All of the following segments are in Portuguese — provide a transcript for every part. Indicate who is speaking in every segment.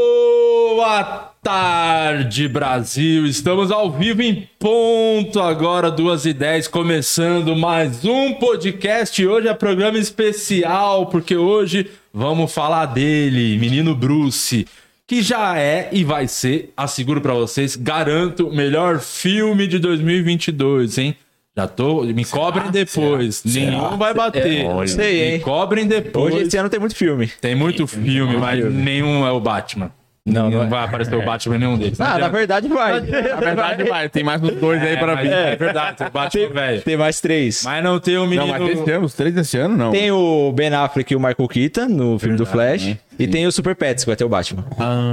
Speaker 1: Boa tarde, Brasil! Estamos ao vivo em ponto agora, 2h10, começando mais um podcast. Hoje é programa especial, porque hoje vamos falar dele, menino Bruce, que já é e vai ser, asseguro pra vocês, garanto, o melhor filme de 2022, hein? Já tô, me cobrem depois, nenhum vai bater.
Speaker 2: não sei,
Speaker 1: me
Speaker 2: hein?
Speaker 1: cobrem depois.
Speaker 2: Hoje esse ano tem muito filme.
Speaker 1: Tem muito filme, mas nenhum é o Batman. Não, não, vai aparecer o Batman em nenhum deles.
Speaker 2: é. Ah, na
Speaker 1: adianta.
Speaker 2: verdade vai. Na verdade vai. Tem mais uns dois
Speaker 1: É, mas é verdade, tem o Batman, velho.
Speaker 2: Tem mais três.
Speaker 1: Mas não tem o menino.
Speaker 3: Não, mas três temos, três desse ano,
Speaker 1: um.
Speaker 3: não.
Speaker 2: Tem o Ben Affleck e o Michael Keaton no filme do Flash.
Speaker 3: né?
Speaker 2: E tem o Super Pets, que vai ter o Batman.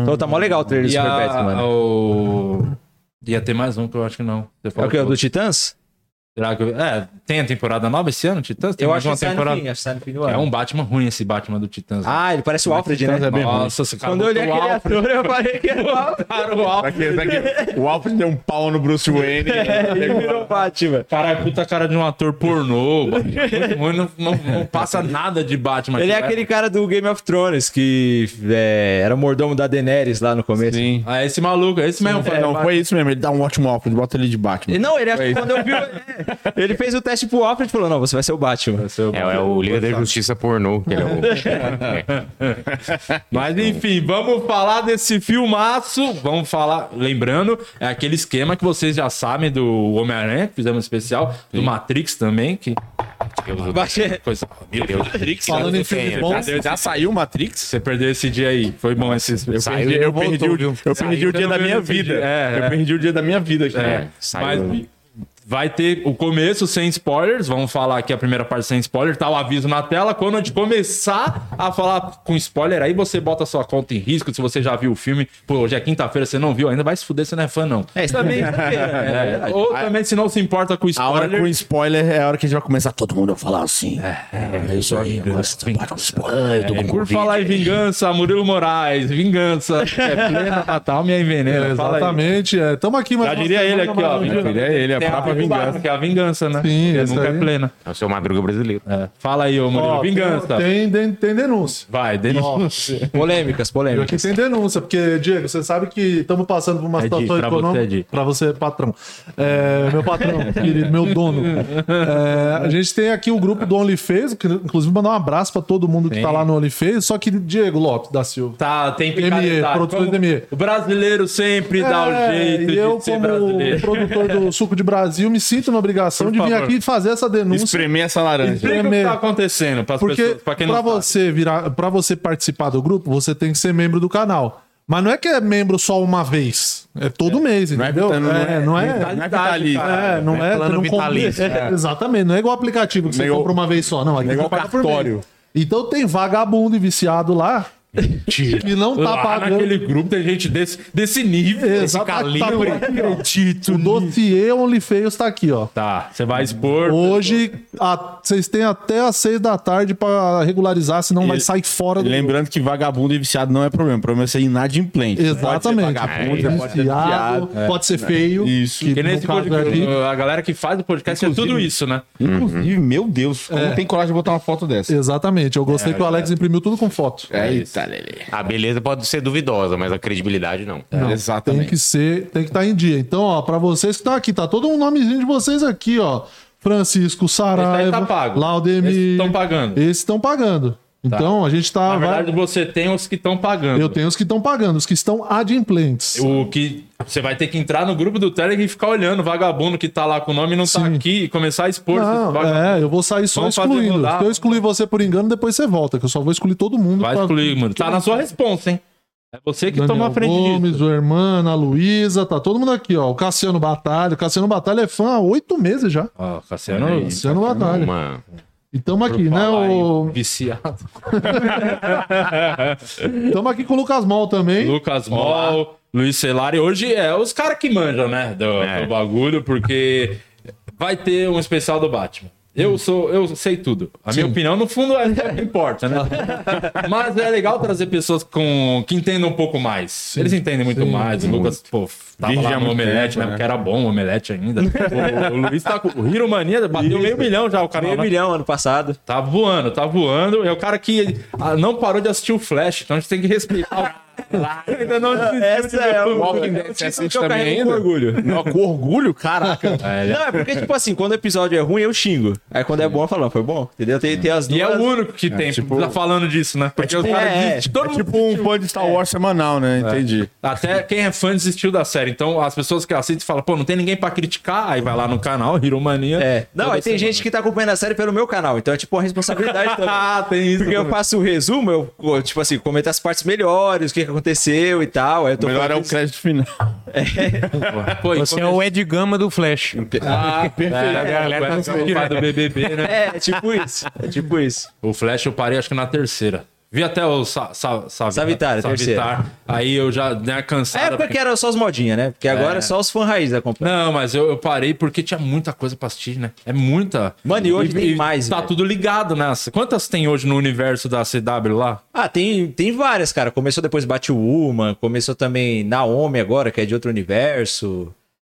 Speaker 2: então tá mó legal o trailer do
Speaker 1: Ah. e
Speaker 2: Super
Speaker 1: a-
Speaker 2: Pets, mano.
Speaker 1: o- Ia ter mais um que eu acho que não. Você
Speaker 2: É
Speaker 1: falou
Speaker 2: o que? O
Speaker 1: outro.
Speaker 2: do Titãs?
Speaker 1: Será que... É, tem a temporada nova esse ano, Titãs? Tem
Speaker 2: Eu
Speaker 1: mais
Speaker 2: acho que
Speaker 1: uma
Speaker 2: sai no
Speaker 1: temporada.
Speaker 2: fim, acho que sai no fim do ano.
Speaker 1: É um Batman ruim esse Batman do Titãs. né?
Speaker 2: Ah, ele parece o Alfred, né?
Speaker 3: Titãs é bem ruim.
Speaker 1: Nossa, esse cara
Speaker 2: Quando eu olhei
Speaker 1: botou o
Speaker 2: aquele
Speaker 1: Alfred.
Speaker 2: ator, eu falei que era o Alfred.
Speaker 1: Cara, o Alfred.
Speaker 3: Aqui, aqui. O Alfred deu um pau no Bruce Wayne.
Speaker 2: Ele virou Batman.
Speaker 1: Caralho, puta cara de um ator pornô. Muito ruim, não, não- não passa nada de Batman.
Speaker 2: Ele é
Speaker 1: aqui, né?
Speaker 2: aquele cara do Game of Thrones, que é, era o mordomo da Daenerys lá no começo.
Speaker 3: Sim.
Speaker 1: Ah, é esse maluco, é esse mesmo.
Speaker 3: Não, não, foi isso mesmo. Ele dá um ótimo Alfred, bota ele de Batman.
Speaker 2: Não, ele acho que quando eu vi. É, Ele fez o teste pro Alfred e falou: não, você vai ser o Batman.
Speaker 4: É, é o Liga da Justiça pornô, que ele é o... É.
Speaker 1: Mas enfim, vamos falar desse filmaço. Vamos falar, lembrando, é aquele esquema que vocês já sabem do Homem-Aranha, que fizemos um especial, do Matrix também, que
Speaker 2: Bate-
Speaker 1: coisa. Meu Deus, Matrix,
Speaker 2: tá
Speaker 4: Falando
Speaker 1: né?
Speaker 4: em filmes
Speaker 1: Você
Speaker 4: bons,
Speaker 1: perdeu-
Speaker 3: Já saiu o Matrix?
Speaker 1: Você perdeu esse dia aí. Foi bom esse. Eu
Speaker 4: Saiu
Speaker 1: perdi-
Speaker 4: e
Speaker 3: Eu
Speaker 4: não
Speaker 3: perdi,
Speaker 4: voltou,
Speaker 3: o,
Speaker 4: viu?
Speaker 3: eu perdi
Speaker 1: Saiu
Speaker 3: o dia da
Speaker 1: também
Speaker 3: minha
Speaker 1: nesse
Speaker 3: vida.
Speaker 1: dia. É, é.
Speaker 3: Eu perdi o dia da minha vida aqui.
Speaker 1: É,
Speaker 3: né?
Speaker 1: mas
Speaker 4: saiu.
Speaker 1: vai ter o começo sem spoilers. Vamos falar aqui a primeira parte sem spoiler. Tá o aviso na tela. Quando a gente começar a falar com spoiler, aí você bota sua conta em risco. Se você já viu o filme, pô, hoje é quinta-feira, você não viu ainda, vai se fuder, você não é fã, não.
Speaker 2: É, isso também. É,
Speaker 1: É, ou também, se não se importa com
Speaker 3: A hora
Speaker 1: spoiler.
Speaker 3: com spoiler é a hora que a gente vai começar todo mundo a falar assim.
Speaker 5: É isso aí, gosta de spoiler, tô
Speaker 1: É,
Speaker 5: com
Speaker 1: por
Speaker 5: Covid.
Speaker 1: falar em vingança, Murilo Moraes, vingança. É plena Natal, minha
Speaker 6: É,
Speaker 1: envenena. Fala aí.
Speaker 6: Exatamente, é. Tamo aqui, mas.
Speaker 1: Já diria ele aqui, ó.
Speaker 6: um
Speaker 3: É ele, a própria vingança.
Speaker 1: Que é a vingança, né?
Speaker 6: Sim,
Speaker 1: Porque
Speaker 6: essa
Speaker 1: nunca é
Speaker 6: aí.
Speaker 1: plena.
Speaker 4: É o seu Madruga brasileiro.
Speaker 1: É. Fala aí, ô Murilo.
Speaker 6: Ó, tem-
Speaker 1: vingança.
Speaker 6: Tem, tem, tem denúncia.
Speaker 1: Vai, denúncia.
Speaker 2: Polêmicas,
Speaker 6: Eu
Speaker 2: polêmicas.
Speaker 6: Aqui tem denúncia, porque, Diego, você sabe que estamos passando por uma
Speaker 1: É, Di,
Speaker 6: situação
Speaker 1: pra você, Di.
Speaker 6: econômica. Pra você, patrão. É, meu patrão, querido, meu dono. É, a gente tem aqui o grupo do OnlyFans, que inclusive mandar um abraço pra todo mundo que tá lá no OnlyFans. Só que, Diego Lopes da Silva.
Speaker 1: Tá, tem
Speaker 6: ME,
Speaker 1: picaretagem.
Speaker 6: produtor
Speaker 1: Como
Speaker 6: do ME.
Speaker 1: O brasileiro sempre dá o
Speaker 6: É,
Speaker 1: jeito
Speaker 6: e eu,
Speaker 1: de ser
Speaker 6: como
Speaker 1: brasileiro.
Speaker 6: produtor do Suco de Brasil, me sinto na obrigação
Speaker 1: Por
Speaker 6: de vir
Speaker 1: favor.
Speaker 6: aqui fazer essa denúncia.
Speaker 3: Espremer essa laranja.
Speaker 1: Explica o que
Speaker 6: Primeiro.
Speaker 1: tá acontecendo pras
Speaker 6: Porque
Speaker 1: pessoas, pra quem não
Speaker 6: pra
Speaker 1: sabe.
Speaker 6: você virar, para você participar do grupo, você tem que ser membro do canal. Mas não é que é membro só uma vez, é todo mês,
Speaker 3: Não é
Speaker 6: entendeu?
Speaker 3: vitano, não
Speaker 6: é, não é,
Speaker 3: Não é vitalício.
Speaker 6: é, não é,
Speaker 4: plano
Speaker 6: você não compra-
Speaker 4: vitalício,
Speaker 6: é, Exatamente, não é igual aplicativo que você
Speaker 3: Negou-
Speaker 6: compra uma vez só, não, aqui
Speaker 3: negou
Speaker 6: você paga por
Speaker 3: cartório.
Speaker 6: mês. Então tem vagabundo e viciado lá que não tá
Speaker 1: Lá
Speaker 6: pagando.
Speaker 1: naquele grupo tem gente desse, desse nível, desse
Speaker 6: Exatamente, tá
Speaker 1: calibre.
Speaker 6: por aqui, ó. O dossiê OnlyFans tá aqui, ó.
Speaker 1: Tá, você vai expor.
Speaker 6: Hoje a- vocês têm até às seis da tarde pra regularizar, senão vai sair fora do
Speaker 3: Lembrando que vagabundo e viciado não é problema. O problema é ser inadimplente.
Speaker 6: Exatamente. É.
Speaker 1: É
Speaker 3: Pode ser
Speaker 6: Pode
Speaker 3: vagabundo,
Speaker 6: ser
Speaker 3: pode ser
Speaker 6: viciado,
Speaker 3: viciado.
Speaker 6: pode ser feio.
Speaker 3: Isso.
Speaker 1: que
Speaker 6: no
Speaker 1: nesse
Speaker 6: caso é
Speaker 1: podcast,
Speaker 6: aqui-
Speaker 1: a galera que faz o podcast é tudo isso, né?
Speaker 2: Uhum.
Speaker 3: Inclusive, meu Deus, como tem coragem de botar uma foto dessa?
Speaker 6: Exatamente. Eu
Speaker 1: É,
Speaker 6: gostei que o Alex imprimiu tudo com foto.
Speaker 3: Eita, Lelê.
Speaker 4: A beleza pode ser duvidosa, mas a credibilidade não.
Speaker 6: Tem
Speaker 3: Exatamente.
Speaker 6: que ser, tem que estar em dia. Então, ó, pra vocês que estão aqui, tá todo um nomezinho de vocês aqui, ó. Francisco,
Speaker 1: Esse aí
Speaker 6: Saraiva,
Speaker 1: tá pago.
Speaker 6: Laudemir.
Speaker 1: Esses estão pagando. Tá.
Speaker 6: Esses estão pagando. Então, a gente tá...
Speaker 1: Na
Speaker 6: vai-
Speaker 1: verdade, você tem os que estão pagando.
Speaker 6: Eu tenho os que estão pagando, os que estão adimplentes.
Speaker 1: O que você vai ter que entrar no grupo do Telegram e ficar olhando o vagabundo que tá lá com o nome e não tá
Speaker 6: Sim.
Speaker 1: aqui e começar a expor esses
Speaker 6: Não,
Speaker 1: vagabundos.
Speaker 6: é, eu vou sair só
Speaker 1: Vamos fazer
Speaker 6: excluindo.
Speaker 1: rodar.
Speaker 6: Se eu excluir você por engano, depois você volta, que eu só vou excluir todo mundo.
Speaker 1: Vai
Speaker 6: pra-
Speaker 1: excluir, mano. Tá na sua responsa, hein? É você que
Speaker 6: Daniel
Speaker 1: toma a frente
Speaker 6: Gomes,
Speaker 1: disso.
Speaker 6: o Hermano, a Luísa, tá todo mundo aqui, ó. O Cassiano Batalha. O Cassiano Batalha é fã há oito meses já.
Speaker 1: Ó, Cassiano,
Speaker 6: Cassiano
Speaker 3: é
Speaker 6: Batalha.
Speaker 4: Uma...
Speaker 6: E tamo aqui, né?
Speaker 1: falar
Speaker 6: O...
Speaker 1: em viciado.
Speaker 6: Tamo aqui com o Lucas Mol também.
Speaker 1: Lucas Mol, Luiz Celari. Hoje é os caras que manjam, né? Do,
Speaker 4: É.
Speaker 1: do bagulho, porque vai ter um especial do Batman.
Speaker 3: Hum.
Speaker 1: Eu sou, eu sei tudo. A minha opinião, no fundo, é, não importa, né? Mas é legal trazer pessoas com, que entendam um pouco mais. Eles entendem muito mais. O Lucas, pô, tava
Speaker 3: Desde
Speaker 1: lá
Speaker 3: há
Speaker 1: no
Speaker 3: muito
Speaker 1: Omelete
Speaker 3: tempo,
Speaker 1: mesmo,
Speaker 3: né?
Speaker 1: que era bom o Omelete ainda. o, o Luiz tá com. O Hiro Mania bateu meio milhão já o canal.
Speaker 2: Meio
Speaker 1: né?
Speaker 2: milhão ano passado.
Speaker 1: Tá voando, tá voando. É o cara que ah, não parou de assistir o Flash, então a gente tem que respeitar Ainda não desistiu
Speaker 2: Essa
Speaker 1: de ver
Speaker 2: é
Speaker 1: o- né?
Speaker 2: uma-
Speaker 4: Walking Dead, você
Speaker 2: título
Speaker 4: assiste
Speaker 2: que eu
Speaker 4: também
Speaker 2: carrego com
Speaker 4: ainda?
Speaker 2: orgulho.
Speaker 3: Não, com orgulho? Caraca.
Speaker 2: Não, é porque, tipo assim, quando o episódio é ruim, eu xingo. Aí quando é bom, eu falo, "Ah, foi bom. Entendeu? Tem, tem as duas.
Speaker 1: E é o único que tem, tá falando disso, né? Porque os caras
Speaker 2: tipo, é,
Speaker 1: desistem, todo
Speaker 3: É
Speaker 1: mundo
Speaker 3: tipo um fã de Star Wars semanal, né? Entendi.
Speaker 1: Até quem é fã desistiu da série. Então, as pessoas que assistem falam, pô, não tem ninguém pra criticar. Aí vai lá no canal, Hiromania.
Speaker 2: É. Não, aí tem gente que tá acompanhando a série pelo meu canal, então é tipo uma responsabilidade também.
Speaker 1: Ah, tem isso.
Speaker 2: Porque eu faço o resumo, eu, pô, tipo assim, comento as partes melhores, o que que aconteceu e tal. Aí eu tô
Speaker 3: Melhor é o
Speaker 2: falando isso.
Speaker 3: crédito final.
Speaker 1: Pô, e
Speaker 5: Você é
Speaker 1: como-
Speaker 5: o Ed Gama do Flash.
Speaker 1: Ah,
Speaker 5: A
Speaker 1: perfeito.
Speaker 5: galera tá
Speaker 1: É, o pai do BBB, né?
Speaker 2: É, é tipo isso. É tipo isso.
Speaker 1: O Flash eu parei, acho que na terceira. Vi até o Sa Sa Sa-
Speaker 2: Savitar, terceira. É,
Speaker 1: Aí eu já né, dei uma
Speaker 2: Na
Speaker 1: cansada.
Speaker 2: época que era só os modinhas, né? Porque agora é só os fãs raiz acompanham.
Speaker 1: Não, mas eu, eu parei porque tinha muita coisa pra assistir, né? É muita.
Speaker 2: Mano, e hoje tem mais,
Speaker 1: Tá
Speaker 2: velho.
Speaker 1: tudo ligado, né? Quantas tem hoje no universo da CW lá?
Speaker 2: Ah, tem, tem várias, cara. Começou depois Batwoman, começou também Naomi agora, que é de outro universo.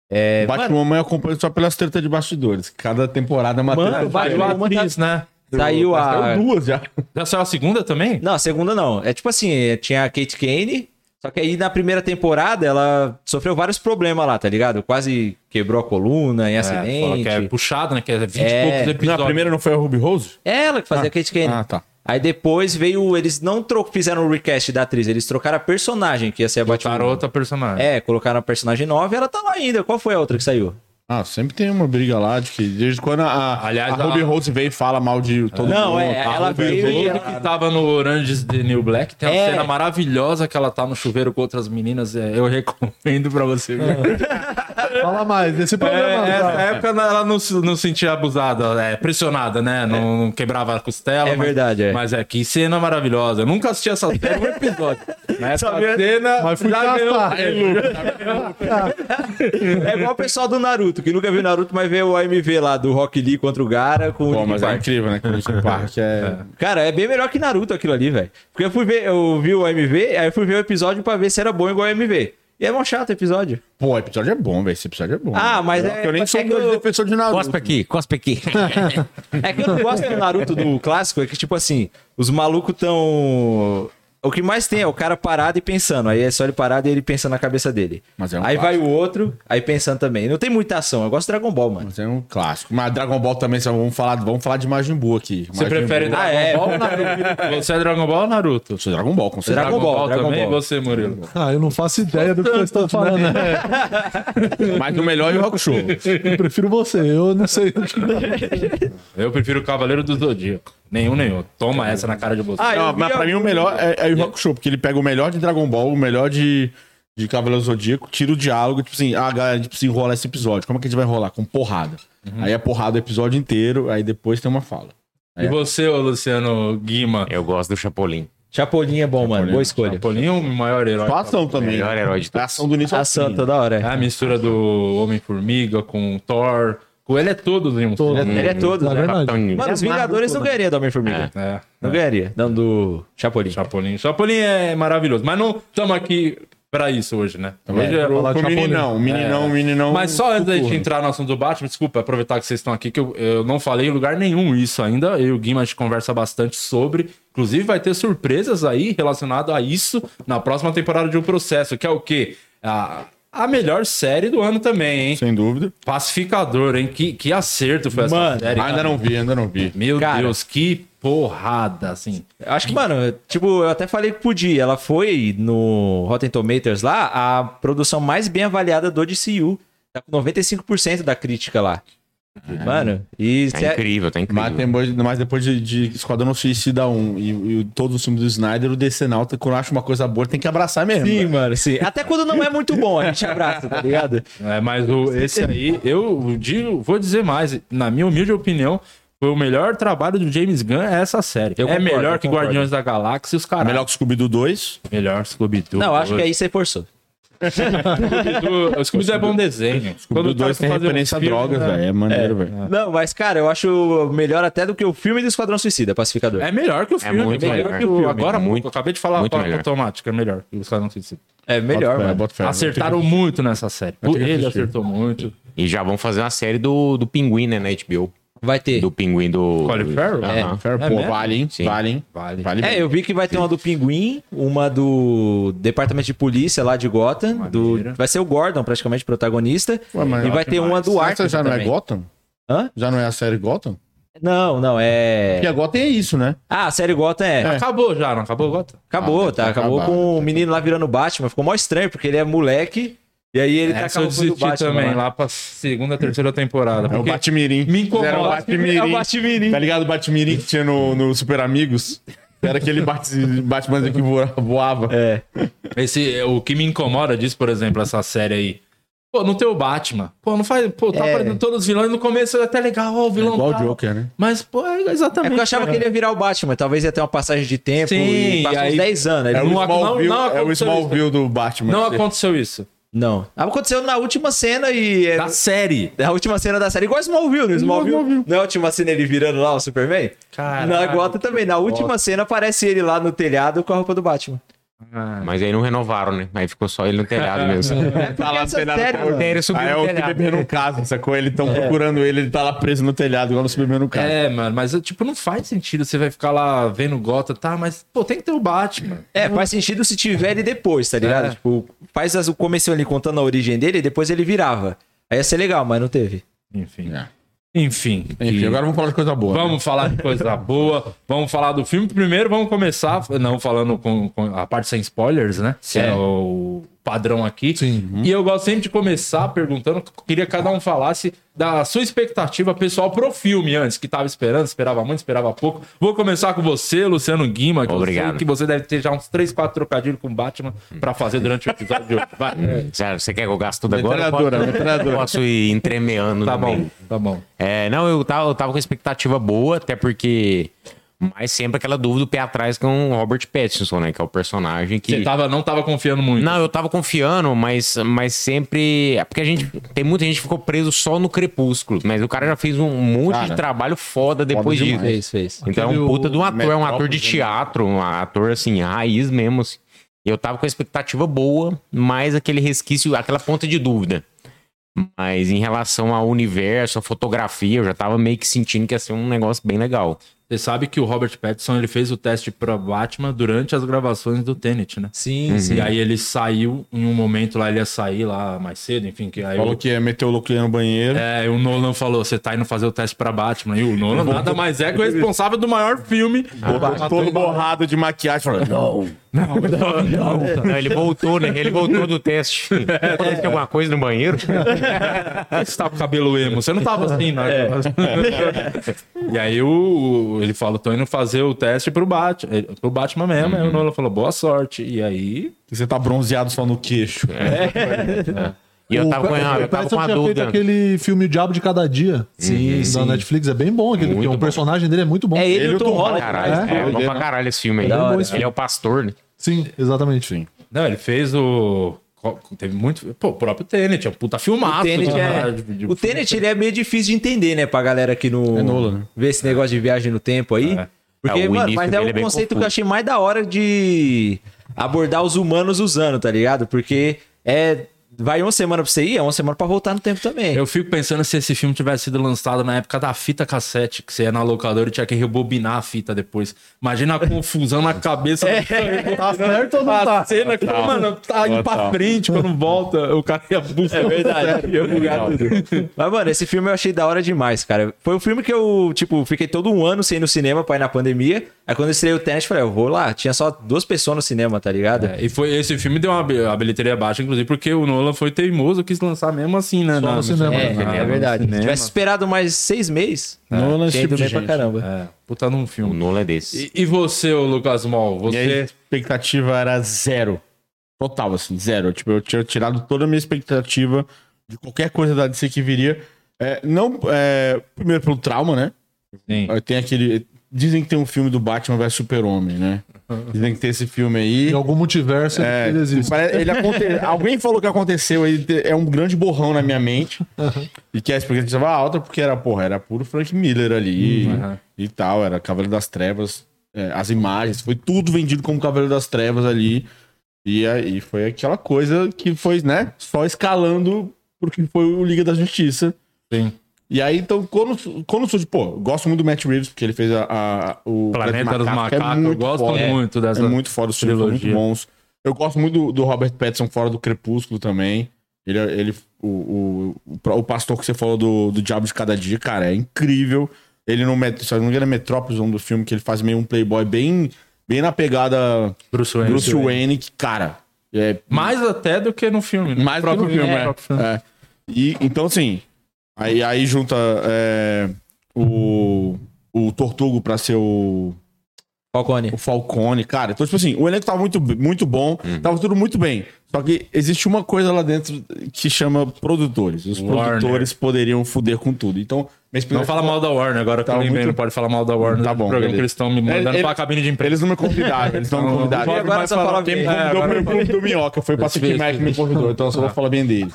Speaker 2: É, mano,
Speaker 3: Batman, eu acompanho só pelas tretas de bastidores. Cada temporada é uma
Speaker 2: Mano,
Speaker 3: treta
Speaker 2: vai-
Speaker 1: Saiu
Speaker 3: diferente.
Speaker 1: a
Speaker 2: uma
Speaker 1: atriz, né?
Speaker 2: saiu a...
Speaker 3: Saiu duas já.
Speaker 1: Já saiu a segunda também?
Speaker 2: Não, a segunda não. É tipo assim, é, tinha a Kate Kane, só que aí na primeira temporada ela sofreu vários problemas lá, tá ligado? Quase quebrou a coluna em
Speaker 1: É, fala
Speaker 2: acidente.
Speaker 1: que é puxado, né? Que é 20 e
Speaker 2: É.
Speaker 1: poucos
Speaker 3: Não,
Speaker 1: episódios.
Speaker 3: a primeira não foi a Ruby Rose?
Speaker 2: Ela que fazia a Kate Kane.
Speaker 3: Ah, tá.
Speaker 2: Aí depois veio, eles não tro- fizeram o recast da atriz, eles trocaram a personagem que ia ser a
Speaker 1: Botaram
Speaker 2: Batwoman.
Speaker 1: outra né? personagem.
Speaker 2: É, colocaram a personagem nova e ela tá lá ainda. Qual foi a outra que saiu?
Speaker 3: Ah, sempre tem uma briga lá de que desde quando a, a,
Speaker 1: Aliás,
Speaker 3: a Ruby
Speaker 1: a-
Speaker 3: Rose veio e fala mal de todo mundo.
Speaker 2: Não, é,
Speaker 3: tá?
Speaker 2: ela
Speaker 3: Ruby
Speaker 2: veio
Speaker 3: Rose.
Speaker 2: e
Speaker 1: Ele que tava no Orange is the New Black, tem uma
Speaker 2: É.
Speaker 1: cena maravilhosa que ela tá no chuveiro com outras meninas. é, eu recomendo pra você ver.
Speaker 6: Fala mais desse
Speaker 1: É,
Speaker 6: programa. tá-
Speaker 1: é,
Speaker 2: tá.
Speaker 6: cara.
Speaker 1: na época ela não, se- não sentia abusada, é, pressionada, né? Não, não quebrava a costela.
Speaker 2: É verdade, é.
Speaker 1: Mas é, que cena maravilhosa. Eu nunca assisti essa série, um episódio. Nessa
Speaker 2: Sabia-
Speaker 1: cena,
Speaker 6: Mas fui caçar.
Speaker 2: É igual o pessoal do Naruto, que nunca viu Naruto, mas veio o AMV lá do Rock Lee contra o Gara com o
Speaker 3: Pô,
Speaker 2: Nick
Speaker 3: mas é
Speaker 2: Park.
Speaker 3: incrível, né? Que o Linkin Park é...
Speaker 2: Cara, é bem melhor que Naruto aquilo ali, velho. Porque eu fui ver, eu vi o AMV, aí eu fui ver o episódio pra ver se era bom igual o AMV. E é mó chato o episódio.
Speaker 3: Pô, o episódio é bom, velho. Esse episódio é bom.
Speaker 2: Ah, mas
Speaker 3: Porque
Speaker 2: é-
Speaker 3: Eu nem
Speaker 2: mas
Speaker 3: sou
Speaker 2: é
Speaker 3: um
Speaker 2: que eu-
Speaker 3: grande defensor de Naruto.
Speaker 5: Cospe aqui, cospe aqui.
Speaker 2: É que eu não gosto do Naruto do clássico, é que, tipo assim, os malucos tão. O que mais tem é o cara parado e pensando. Aí é só ele parado e ele pensando na cabeça dele.
Speaker 3: Mas é um
Speaker 2: aí vai
Speaker 3: clássico.
Speaker 2: o outro, aí pensando também. Não tem muita ação. Eu gosto de Dragon Ball, mano.
Speaker 3: Mas é um clássico. Mas Dragon Ball também, só vamos falar, vamos falar de Majin Buu aqui.
Speaker 1: Você
Speaker 3: Majin
Speaker 1: prefere
Speaker 3: Buu.
Speaker 1: Dragon
Speaker 2: é.
Speaker 1: Ball ou Naruto? Você é Dragon Ball ou Naruto? é
Speaker 3: Eu sou Dragon Ball, com certeza.
Speaker 2: Dragon Ball, Dragon
Speaker 1: também?
Speaker 2: Ball.
Speaker 1: E você, Murilo?
Speaker 6: Ah, eu não faço ideia do que vocês estão falando. né?
Speaker 3: Mas o melhor é o Rock Show.
Speaker 6: Eu prefiro você. Eu não sei. o que- é.
Speaker 1: Eu prefiro o Cavaleiro do Zodíaco. Nenhum, nenhum. Toma essa na cara de você.
Speaker 2: Ah, eu
Speaker 3: Não,
Speaker 2: vi
Speaker 3: mas pra mim o
Speaker 2: algum-
Speaker 3: melhor é, é o Rock Show, porque ele pega o melhor de Dragon Ball, o melhor de, de Cavaleiro Zodíaco, tira o diálogo, tipo assim, ah, galera, a gente precisa enrolar esse episódio. Como é que a gente vai enrolar? Com porrada. Aí é porrada o episódio inteiro, aí depois tem uma fala.
Speaker 2: é.
Speaker 1: E você, ô Luciano Guima?
Speaker 4: Eu gosto do Chapolin.
Speaker 2: Chapolin é bom, mano.
Speaker 3: um
Speaker 2: Boa escolha.
Speaker 1: Chapolin é o maior herói.
Speaker 3: Só ação também.
Speaker 4: Melhor herói de
Speaker 3: A ação do início ao
Speaker 2: Ação
Speaker 3: fim.
Speaker 2: toda hora.
Speaker 1: É a mistura do Homem-Formiga com o Thor. Com ele é todo, né?
Speaker 6: Todo.
Speaker 1: É.
Speaker 2: Ele é todo,
Speaker 6: Na
Speaker 2: né?
Speaker 6: verdade.
Speaker 4: Capitão
Speaker 3: é
Speaker 2: Mano, os
Speaker 3: um
Speaker 2: Vingadores não ganharia do Homem-Formiga.
Speaker 1: É.
Speaker 2: Não ganharia. Não, do Chapolin.
Speaker 1: Chapolin. Chapolin é maravilhoso. Mas não estamos aqui pra isso hoje, né? Hoje é...
Speaker 6: falar de
Speaker 3: O
Speaker 6: Chapolin.
Speaker 3: meninão, o meninão, o meninão.
Speaker 1: Mas só antes da gente
Speaker 3: Socorro.
Speaker 1: entrar no assunto do Batman, desculpa, aproveitar que vocês estão aqui, que eu, eu não falei em lugar nenhum isso ainda. Eu e o Guima a gente conversa bastante sobre. Inclusive, vai ter surpresas aí relacionado a isso na próxima temporada de O Processo, que é o quê? A, a melhor série do ano também, hein?
Speaker 3: Sem dúvida.
Speaker 1: Pacificador, hein? Que, que acerto foi essa
Speaker 2: Mano,
Speaker 1: série.
Speaker 3: ainda
Speaker 1: cara.
Speaker 3: não vi, ainda não vi.
Speaker 1: Meu
Speaker 2: Cara.
Speaker 1: Deus, que porrada, assim.
Speaker 2: Acho que, mano, tipo, eu até falei que podia. Ela foi no Rotten Tomatoes lá, a produção mais bem avaliada do DCU. Tá com 95% da crítica lá. Mano, e é-
Speaker 4: Tá
Speaker 2: cê-
Speaker 4: incrível, tá incrível.
Speaker 3: Mas, tem boi- mas depois de, de Esquadrão Suicida 1 e, e todos os filmes do Snyder, o Decenalta, quando acha uma coisa boa, tem que abraçar mesmo.
Speaker 2: Sim, mano, sim. Até quando não é muito bom, a gente abraça, tá ligado?
Speaker 1: É, mas o- esse aí, eu digo, vou dizer mais, na minha humilde opinião, foi o melhor trabalho do James Gunn é essa série.
Speaker 2: Eu
Speaker 1: é
Speaker 2: concordo,
Speaker 1: melhor
Speaker 2: eu
Speaker 1: que
Speaker 2: concordo.
Speaker 1: Guardiões da Galáxia e os caras.
Speaker 3: É Melhor que o Scooby-Doo 2.
Speaker 1: melhor Scooby-Doo.
Speaker 2: Não, acho que é aí você forçou.
Speaker 1: Scooby-Doo o Scooby-Doo é bom desenho.
Speaker 3: Scooby-Doo
Speaker 1: o cara
Speaker 3: 2 tem
Speaker 1: for fazer um
Speaker 3: referência a
Speaker 1: filme,
Speaker 3: drogas,
Speaker 1: né?
Speaker 3: velho. É maneiro, velho.
Speaker 2: Não, mas, cara, eu acho melhor até do que o filme do Esquadrão Suicida, Pacificador.
Speaker 1: É melhor que o filme.
Speaker 4: muito melhor.
Speaker 1: que o filme. Agora, muito.
Speaker 4: Muito-
Speaker 1: Eu acabei de falar
Speaker 4: muito
Speaker 1: a
Speaker 4: melhor.
Speaker 1: automática, é melhor. que Os caras não se dizem.
Speaker 2: É, melhor,
Speaker 3: Bota fé,
Speaker 2: mano.
Speaker 3: bota fé.
Speaker 1: Acertaram muito nessa série.
Speaker 3: que
Speaker 1: Ele
Speaker 3: assistir.
Speaker 1: acertou muito.
Speaker 4: E já vão fazer uma série do, do Pinguim, né, na HBO.
Speaker 2: Vai ter.
Speaker 4: Do pinguim do.
Speaker 1: Colin Farrell?
Speaker 4: Aham.
Speaker 3: Fair,
Speaker 2: É
Speaker 3: pô,
Speaker 2: mesmo?
Speaker 3: vale, hein?
Speaker 4: Sim.
Speaker 3: Vale, hein?
Speaker 1: Vale.
Speaker 3: Vale
Speaker 2: É,
Speaker 3: bem.
Speaker 2: eu vi que vai ter uma do Pinguim, uma do Departamento de Polícia lá de Gotham. Do... Vai ser o Gordon, praticamente, protagonista.
Speaker 3: Ué, mas
Speaker 2: e vai ter uma do Arthur
Speaker 3: Essa já não é
Speaker 2: também.
Speaker 3: Gotham?
Speaker 2: Hã?
Speaker 3: Já não é a série Gotham?
Speaker 2: Não, não, é...
Speaker 3: Porque a Gotham é isso, né?
Speaker 2: Ah, a série Gotham é...
Speaker 1: Acabou já, não acabou, Gota?
Speaker 2: Acabou,
Speaker 3: Ah,
Speaker 2: tá? Acabou
Speaker 3: acabaram,
Speaker 2: com o menino lá virando Batman. Ficou mó estranho, porque ele é moleque. E aí ele tá
Speaker 1: Essa eu
Speaker 2: acabando com o
Speaker 1: desisti também,
Speaker 2: Batman. lá.
Speaker 1: lá pra segunda, terceira temporada.
Speaker 3: É o
Speaker 1: porque
Speaker 3: Batmirim.
Speaker 1: Me incomoda.
Speaker 3: Era o Batmirim.
Speaker 2: É o Batmirim.
Speaker 3: Tá ligado o Batmirim que tinha no, no Super Amigos? Era aquele Bat- Batman que voa- voava.
Speaker 2: É.
Speaker 1: esse, o que me incomoda disso, por exemplo, essa série aí. Pô, não tem o Batman. Pô, não faz. Pô, tá
Speaker 2: É.
Speaker 1: aparecendo todos os vilões. No começo é até legal, ó, o vilão.
Speaker 3: Igual o
Speaker 1: tá.
Speaker 3: Joker, né?
Speaker 1: Mas, pô, é
Speaker 2: É
Speaker 1: exatamente.
Speaker 2: porque eu achava que ele ia virar o Batman. Talvez ia ter uma passagem de tempo
Speaker 1: Sim,
Speaker 2: e passou
Speaker 1: e aí-
Speaker 2: uns 10 anos. Ele
Speaker 3: É o
Speaker 2: não...
Speaker 1: não-
Speaker 3: Smallville,
Speaker 1: não
Speaker 3: é o
Speaker 1: aconteceu
Speaker 3: Smallville do Batman.
Speaker 1: Não
Speaker 3: Você-
Speaker 1: aconteceu isso.
Speaker 2: não. Aconteceu na última cena e... É...
Speaker 1: Da série.
Speaker 2: é a última cena da série, igual Smallville, né? Smallville. Não é a última cena ele virando lá o Superman?
Speaker 1: Caraca,
Speaker 2: na Gotham também. Na última cena aparece ele lá no telhado com a roupa do Batman.
Speaker 4: Mas aí não renovaram, né? Aí ficou só ele no telhado mesmo.
Speaker 2: Tá lá no telhado.
Speaker 5: Ele subiu
Speaker 3: Ah, é
Speaker 5: no
Speaker 3: o que
Speaker 5: telhado.
Speaker 3: beber no caso, sacou? Eles estão procurando ele, ele tá lá preso no telhado, igual no beber no caso.
Speaker 1: É, mano, mas tipo, não faz sentido você vai ficar lá vendo Gota, tá? Mas, pô, tem que ter o Batman.
Speaker 2: É, faz sentido se tiver ele depois, tá ligado?
Speaker 1: É.
Speaker 2: Tipo, faz as- o começo ali contando a origem dele e depois ele virava. Aí ia ser legal, mas não teve.
Speaker 1: Enfim.
Speaker 3: É.
Speaker 1: Enfim.
Speaker 3: Enfim,
Speaker 1: que-
Speaker 3: agora vamos falar de coisa boa. né?
Speaker 1: Vamos falar de coisa boa, vamos falar do filme. Primeiro, vamos começar, não falando com, com a parte sem spoilers, né? Que é, o padrão aqui.
Speaker 6: Sim.
Speaker 1: E eu gosto sempre de começar perguntando, queria que cada um falasse da sua expectativa pessoal pro filme antes, que tava esperando, esperava muito, esperava pouco. Vou começar com você, Luciano Guima, que eu
Speaker 4: Obrigado.
Speaker 1: sei que você deve ter já uns 3, 4 trocadilhos com Batman pra fazer durante o episódio de hoje. Vai.
Speaker 4: Já, você quer que eu gaste tudo agora?
Speaker 3: Metralhadora, metralhadora.
Speaker 4: Posso ir entremeando
Speaker 1: Tá
Speaker 4: também.
Speaker 1: bom, tá bom.
Speaker 4: É, não, eu tava, eu tava com expectativa boa, até porque. Mas sempre aquela dúvida o pé atrás com o Robert Pattinson, né? Que é o personagem que.
Speaker 1: Você tá tava, não tava confiando muito.
Speaker 4: Não, eu tava confiando, mas, mas sempre. é Porque a gente. Tem muita gente que ficou preso só no Crepúsculo. Mas o cara já fez um monte
Speaker 3: Cara,
Speaker 4: de trabalho foda depois
Speaker 3: foda
Speaker 4: disso.
Speaker 2: Fez,
Speaker 3: demais.
Speaker 2: fez.
Speaker 4: Então é
Speaker 6: Aquele
Speaker 4: um puta de um ator, é um ator de
Speaker 3: Metrópolis, né?
Speaker 4: teatro, um ator assim, raiz mesmo. assim. Eu tava com a expectativa boa, mas aquele resquício, aquela ponta de dúvida. Mas em relação ao universo, à fotografia, eu já tava meio que sentindo que ia ser um negócio bem legal.
Speaker 1: Você sabe que o Robert Pattinson ele fez o teste pra Batman durante as gravações do Tenet, né?
Speaker 2: Sim,
Speaker 1: E aí ele saiu em um momento lá, ele ia sair lá mais cedo, enfim, que aí
Speaker 3: Falou
Speaker 1: o,
Speaker 3: que ia meter o louco no banheiro.
Speaker 1: é, o Nolan falou: você tá indo fazer o teste pra Batman. E o Nolan nada mais é que o responsável do maior filme.
Speaker 3: Todo, todo borrado de maquiagem, falando, não.
Speaker 4: Não, ele voltou, né? Ele voltou do teste. Parece que alguma coisa no banheiro.
Speaker 1: Por que você tá com o cabelo emo? Você não tava assim, né?
Speaker 2: É.
Speaker 1: e aí o, o- ele falou: tô indo fazer o teste pro Batman, pro Batman mesmo.
Speaker 2: Uhum.
Speaker 1: Aí o Nolan falou: boa sorte. E aí.
Speaker 3: Você tá bronzeado só no queixo.
Speaker 4: E eu tava com,
Speaker 6: Pe-
Speaker 4: eu
Speaker 6: o
Speaker 4: tava
Speaker 6: Pattinson
Speaker 4: com uma
Speaker 6: tinha feito
Speaker 4: dúvida.
Speaker 6: aquele filme O Diabo de Cada Dia. Sim, da Netflix. É bem bom aquele filme. O personagem dele é muito bom.
Speaker 2: É ele, e o Tom Holland. né?
Speaker 4: Caralho,
Speaker 3: É?
Speaker 4: é, bom pra caralho esse filme aí.
Speaker 2: Da hora.
Speaker 4: Ele é o pastor, né?
Speaker 6: Sim, exatamente.
Speaker 1: Não, ele fez o. co- Teve muito. Pô, o próprio Tenet, é um puta filmaço.
Speaker 2: O Tenet,
Speaker 1: né?
Speaker 2: é...
Speaker 1: De- de-
Speaker 2: o Tenet ele é meio difícil de entender, né? Pra galera que não
Speaker 3: Nolan, né?
Speaker 2: vê esse negócio de viagem no tempo aí. Porque,
Speaker 4: É, o
Speaker 2: mano,
Speaker 4: início
Speaker 2: mas é
Speaker 4: dele
Speaker 2: um
Speaker 4: é bem
Speaker 2: conceito que eu
Speaker 4: confuso.
Speaker 2: achei mais da hora de abordar os humanos usando, tá ligado? Porque é. Vai uma semana pra você ir, é uma semana pra voltar no tempo também.
Speaker 1: Eu fico pensando se esse filme tivesse sido lançado na época da fita cassete, que você ia na locadora e tinha que rebobinar a fita depois. Imagina a confusão na cabeça.
Speaker 2: É.
Speaker 1: do
Speaker 6: Tá certo ou não
Speaker 1: A
Speaker 6: tá?
Speaker 1: cena que, mano, tá indo pra frente, quando volta, o cara ia buscar. É verdade. Ia bugar tudo.
Speaker 2: Mas, mano, esse filme eu achei da hora demais, cara. Foi um filme que eu, tipo, fiquei todo um ano sem ir no cinema, pai, na pandemia. Aí quando eu estreiei o Tenet, eu falei, eu vou lá. Tinha só duas pessoas no cinema, tá ligado?
Speaker 1: E foi, esse filme deu uma bi- a bilheteria baixa, inclusive, porque o Nolan foi teimoso, quis lançar mesmo assim, né?
Speaker 6: Só no cinema.
Speaker 2: É,
Speaker 6: né?
Speaker 2: é verdade. Se tivesse esperado mais seis meses,
Speaker 3: Nolan, esse
Speaker 2: tinha ido
Speaker 3: tipo de
Speaker 2: bem
Speaker 3: gente.
Speaker 2: pra caramba.
Speaker 1: É, puta num
Speaker 4: O
Speaker 1: filme.
Speaker 4: Nolan é desse.
Speaker 1: E, e você, ô Lucas Mol,
Speaker 3: E aí, a
Speaker 1: você...
Speaker 3: expectativa era zero. Total, assim, zero. Tipo, eu tinha tirado toda a minha expectativa de qualquer coisa da DC que viria. É, não, é, primeiro pelo trauma, né?
Speaker 1: Sim.
Speaker 3: Aí Tem aquele... Dizem que tem um filme do Batman vs Super-Homem, né? Dizem que tem esse filme aí.
Speaker 6: Em algum multiverso
Speaker 3: É,
Speaker 6: ele existe.
Speaker 3: pare- ele aconte- Alguém falou que aconteceu, ele te- é um grande borrão na minha mente. E que a expectativa alta, porque era, porra, era puro Frank Miller ali
Speaker 1: Uhum.
Speaker 3: e tal, era Cavaleiro das Trevas, é, as imagens, foi tudo vendido como Cavaleiro das Trevas ali. E aí foi aquela coisa que foi, né, só escalando porque foi o Liga da Justiça.
Speaker 1: Sim.
Speaker 3: E aí, então, quando, quando surge, pô, eu gosto muito do Matt Reeves, porque ele fez a, a- o
Speaker 1: Planeta dos
Speaker 3: que
Speaker 1: Macacos, eu gosto
Speaker 3: foda.
Speaker 1: muito dessa
Speaker 3: É muito foda, os filmes são muito
Speaker 1: trilogia.
Speaker 3: bons. Eu gosto muito do, do Robert Pattinson fora do Crepúsculo também. Ele, é, ele o, o, o, o pastor que você falou do, do Diabo de Cada Dia, cara, é incrível. Ele no Met- se eu não me engano, é Metrópolis, o nome do filme, que ele faz meio um playboy bem, bem na pegada
Speaker 1: Bruce Wayne.
Speaker 3: Bruce Wayne, que, cara, é
Speaker 1: Mais até do que no filme. né?
Speaker 3: mais do que no filme, é. É. E, então, assim, aí, aí junta é, o, o Tortugo pra ser o,
Speaker 2: Falcone.
Speaker 3: o Falcone, cara. Então, tipo assim, o elenco tava muito, muito bom, tava tudo muito bem. Só que existe uma coisa lá dentro que chama produtores. Os
Speaker 1: Warner.
Speaker 3: produtores poderiam foder com tudo. Então, mas
Speaker 1: Não fala mal da Warner, agora que
Speaker 3: Tá
Speaker 1: eu lembrei,
Speaker 3: muito-
Speaker 1: não pode falar mal da Warner.
Speaker 3: Tá
Speaker 1: no
Speaker 3: bom,
Speaker 1: programa
Speaker 3: beleza. É,
Speaker 1: que eles estão me mandando
Speaker 3: Ele-
Speaker 1: pra cabine de imprensa.
Speaker 3: Eles não me convidaram, eles não me convidaram.
Speaker 1: Não,
Speaker 2: E agora só fala bem.
Speaker 1: É,
Speaker 3: Deu
Speaker 1: agora-
Speaker 3: pro clube do Minhoca, foi pra Patrick Maia que me convidou, então eu só vou falar bem dele.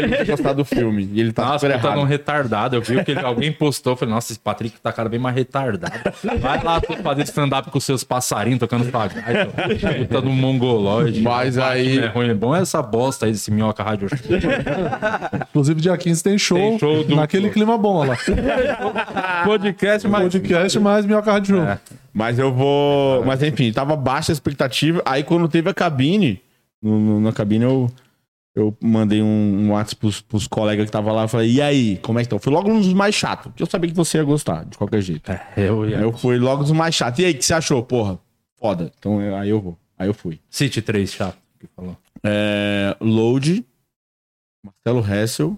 Speaker 3: Ele tem gostado do filme, e ele tá
Speaker 1: Nossa,
Speaker 3: super
Speaker 1: ele tá
Speaker 3: errado.
Speaker 1: num retardado. Eu vi que ele- alguém postou. eu Falei, nossa, esse Patrick tá cara bem mais retardado. Vai lá tu fazer stand-up com seus passarinhos tocando pagaio. Puta do mongoloide.
Speaker 3: Mas aí-
Speaker 1: É ruim, é bom essa bosta aí desse minhoca rádio. show.
Speaker 6: Inclusive, dia 15 tem show,
Speaker 1: Tem show do-
Speaker 6: naquele clima bom olha lá.
Speaker 1: Podcast, mas.
Speaker 6: Podcast mais minhoca rádio show.
Speaker 3: Mas eu vou. Mas enfim, tava baixa a expectativa. Aí quando teve a cabine, no- no- na cabine eu, eu mandei um, um WhatsApp pros, pros colegas que tava lá. Falei, e aí, como é que estão? Fui logo nos mais chatos, porque eu sabia que você ia gostar, de qualquer jeito.
Speaker 1: Eu
Speaker 3: Aí
Speaker 1: ia.
Speaker 3: eu fui logo nos mais chatos. E aí, o que você achou? Porra, foda. Então eu- aí eu vou. Aí eu fui.
Speaker 1: City 3, chato. que falou.
Speaker 3: É, Load, Marcelo Hessel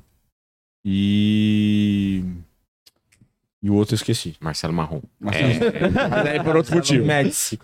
Speaker 3: e. E o outro eu esqueci.
Speaker 4: Marcelo Marrom.
Speaker 3: Marcelo Mas aí por outro motivo.
Speaker 1: Médici.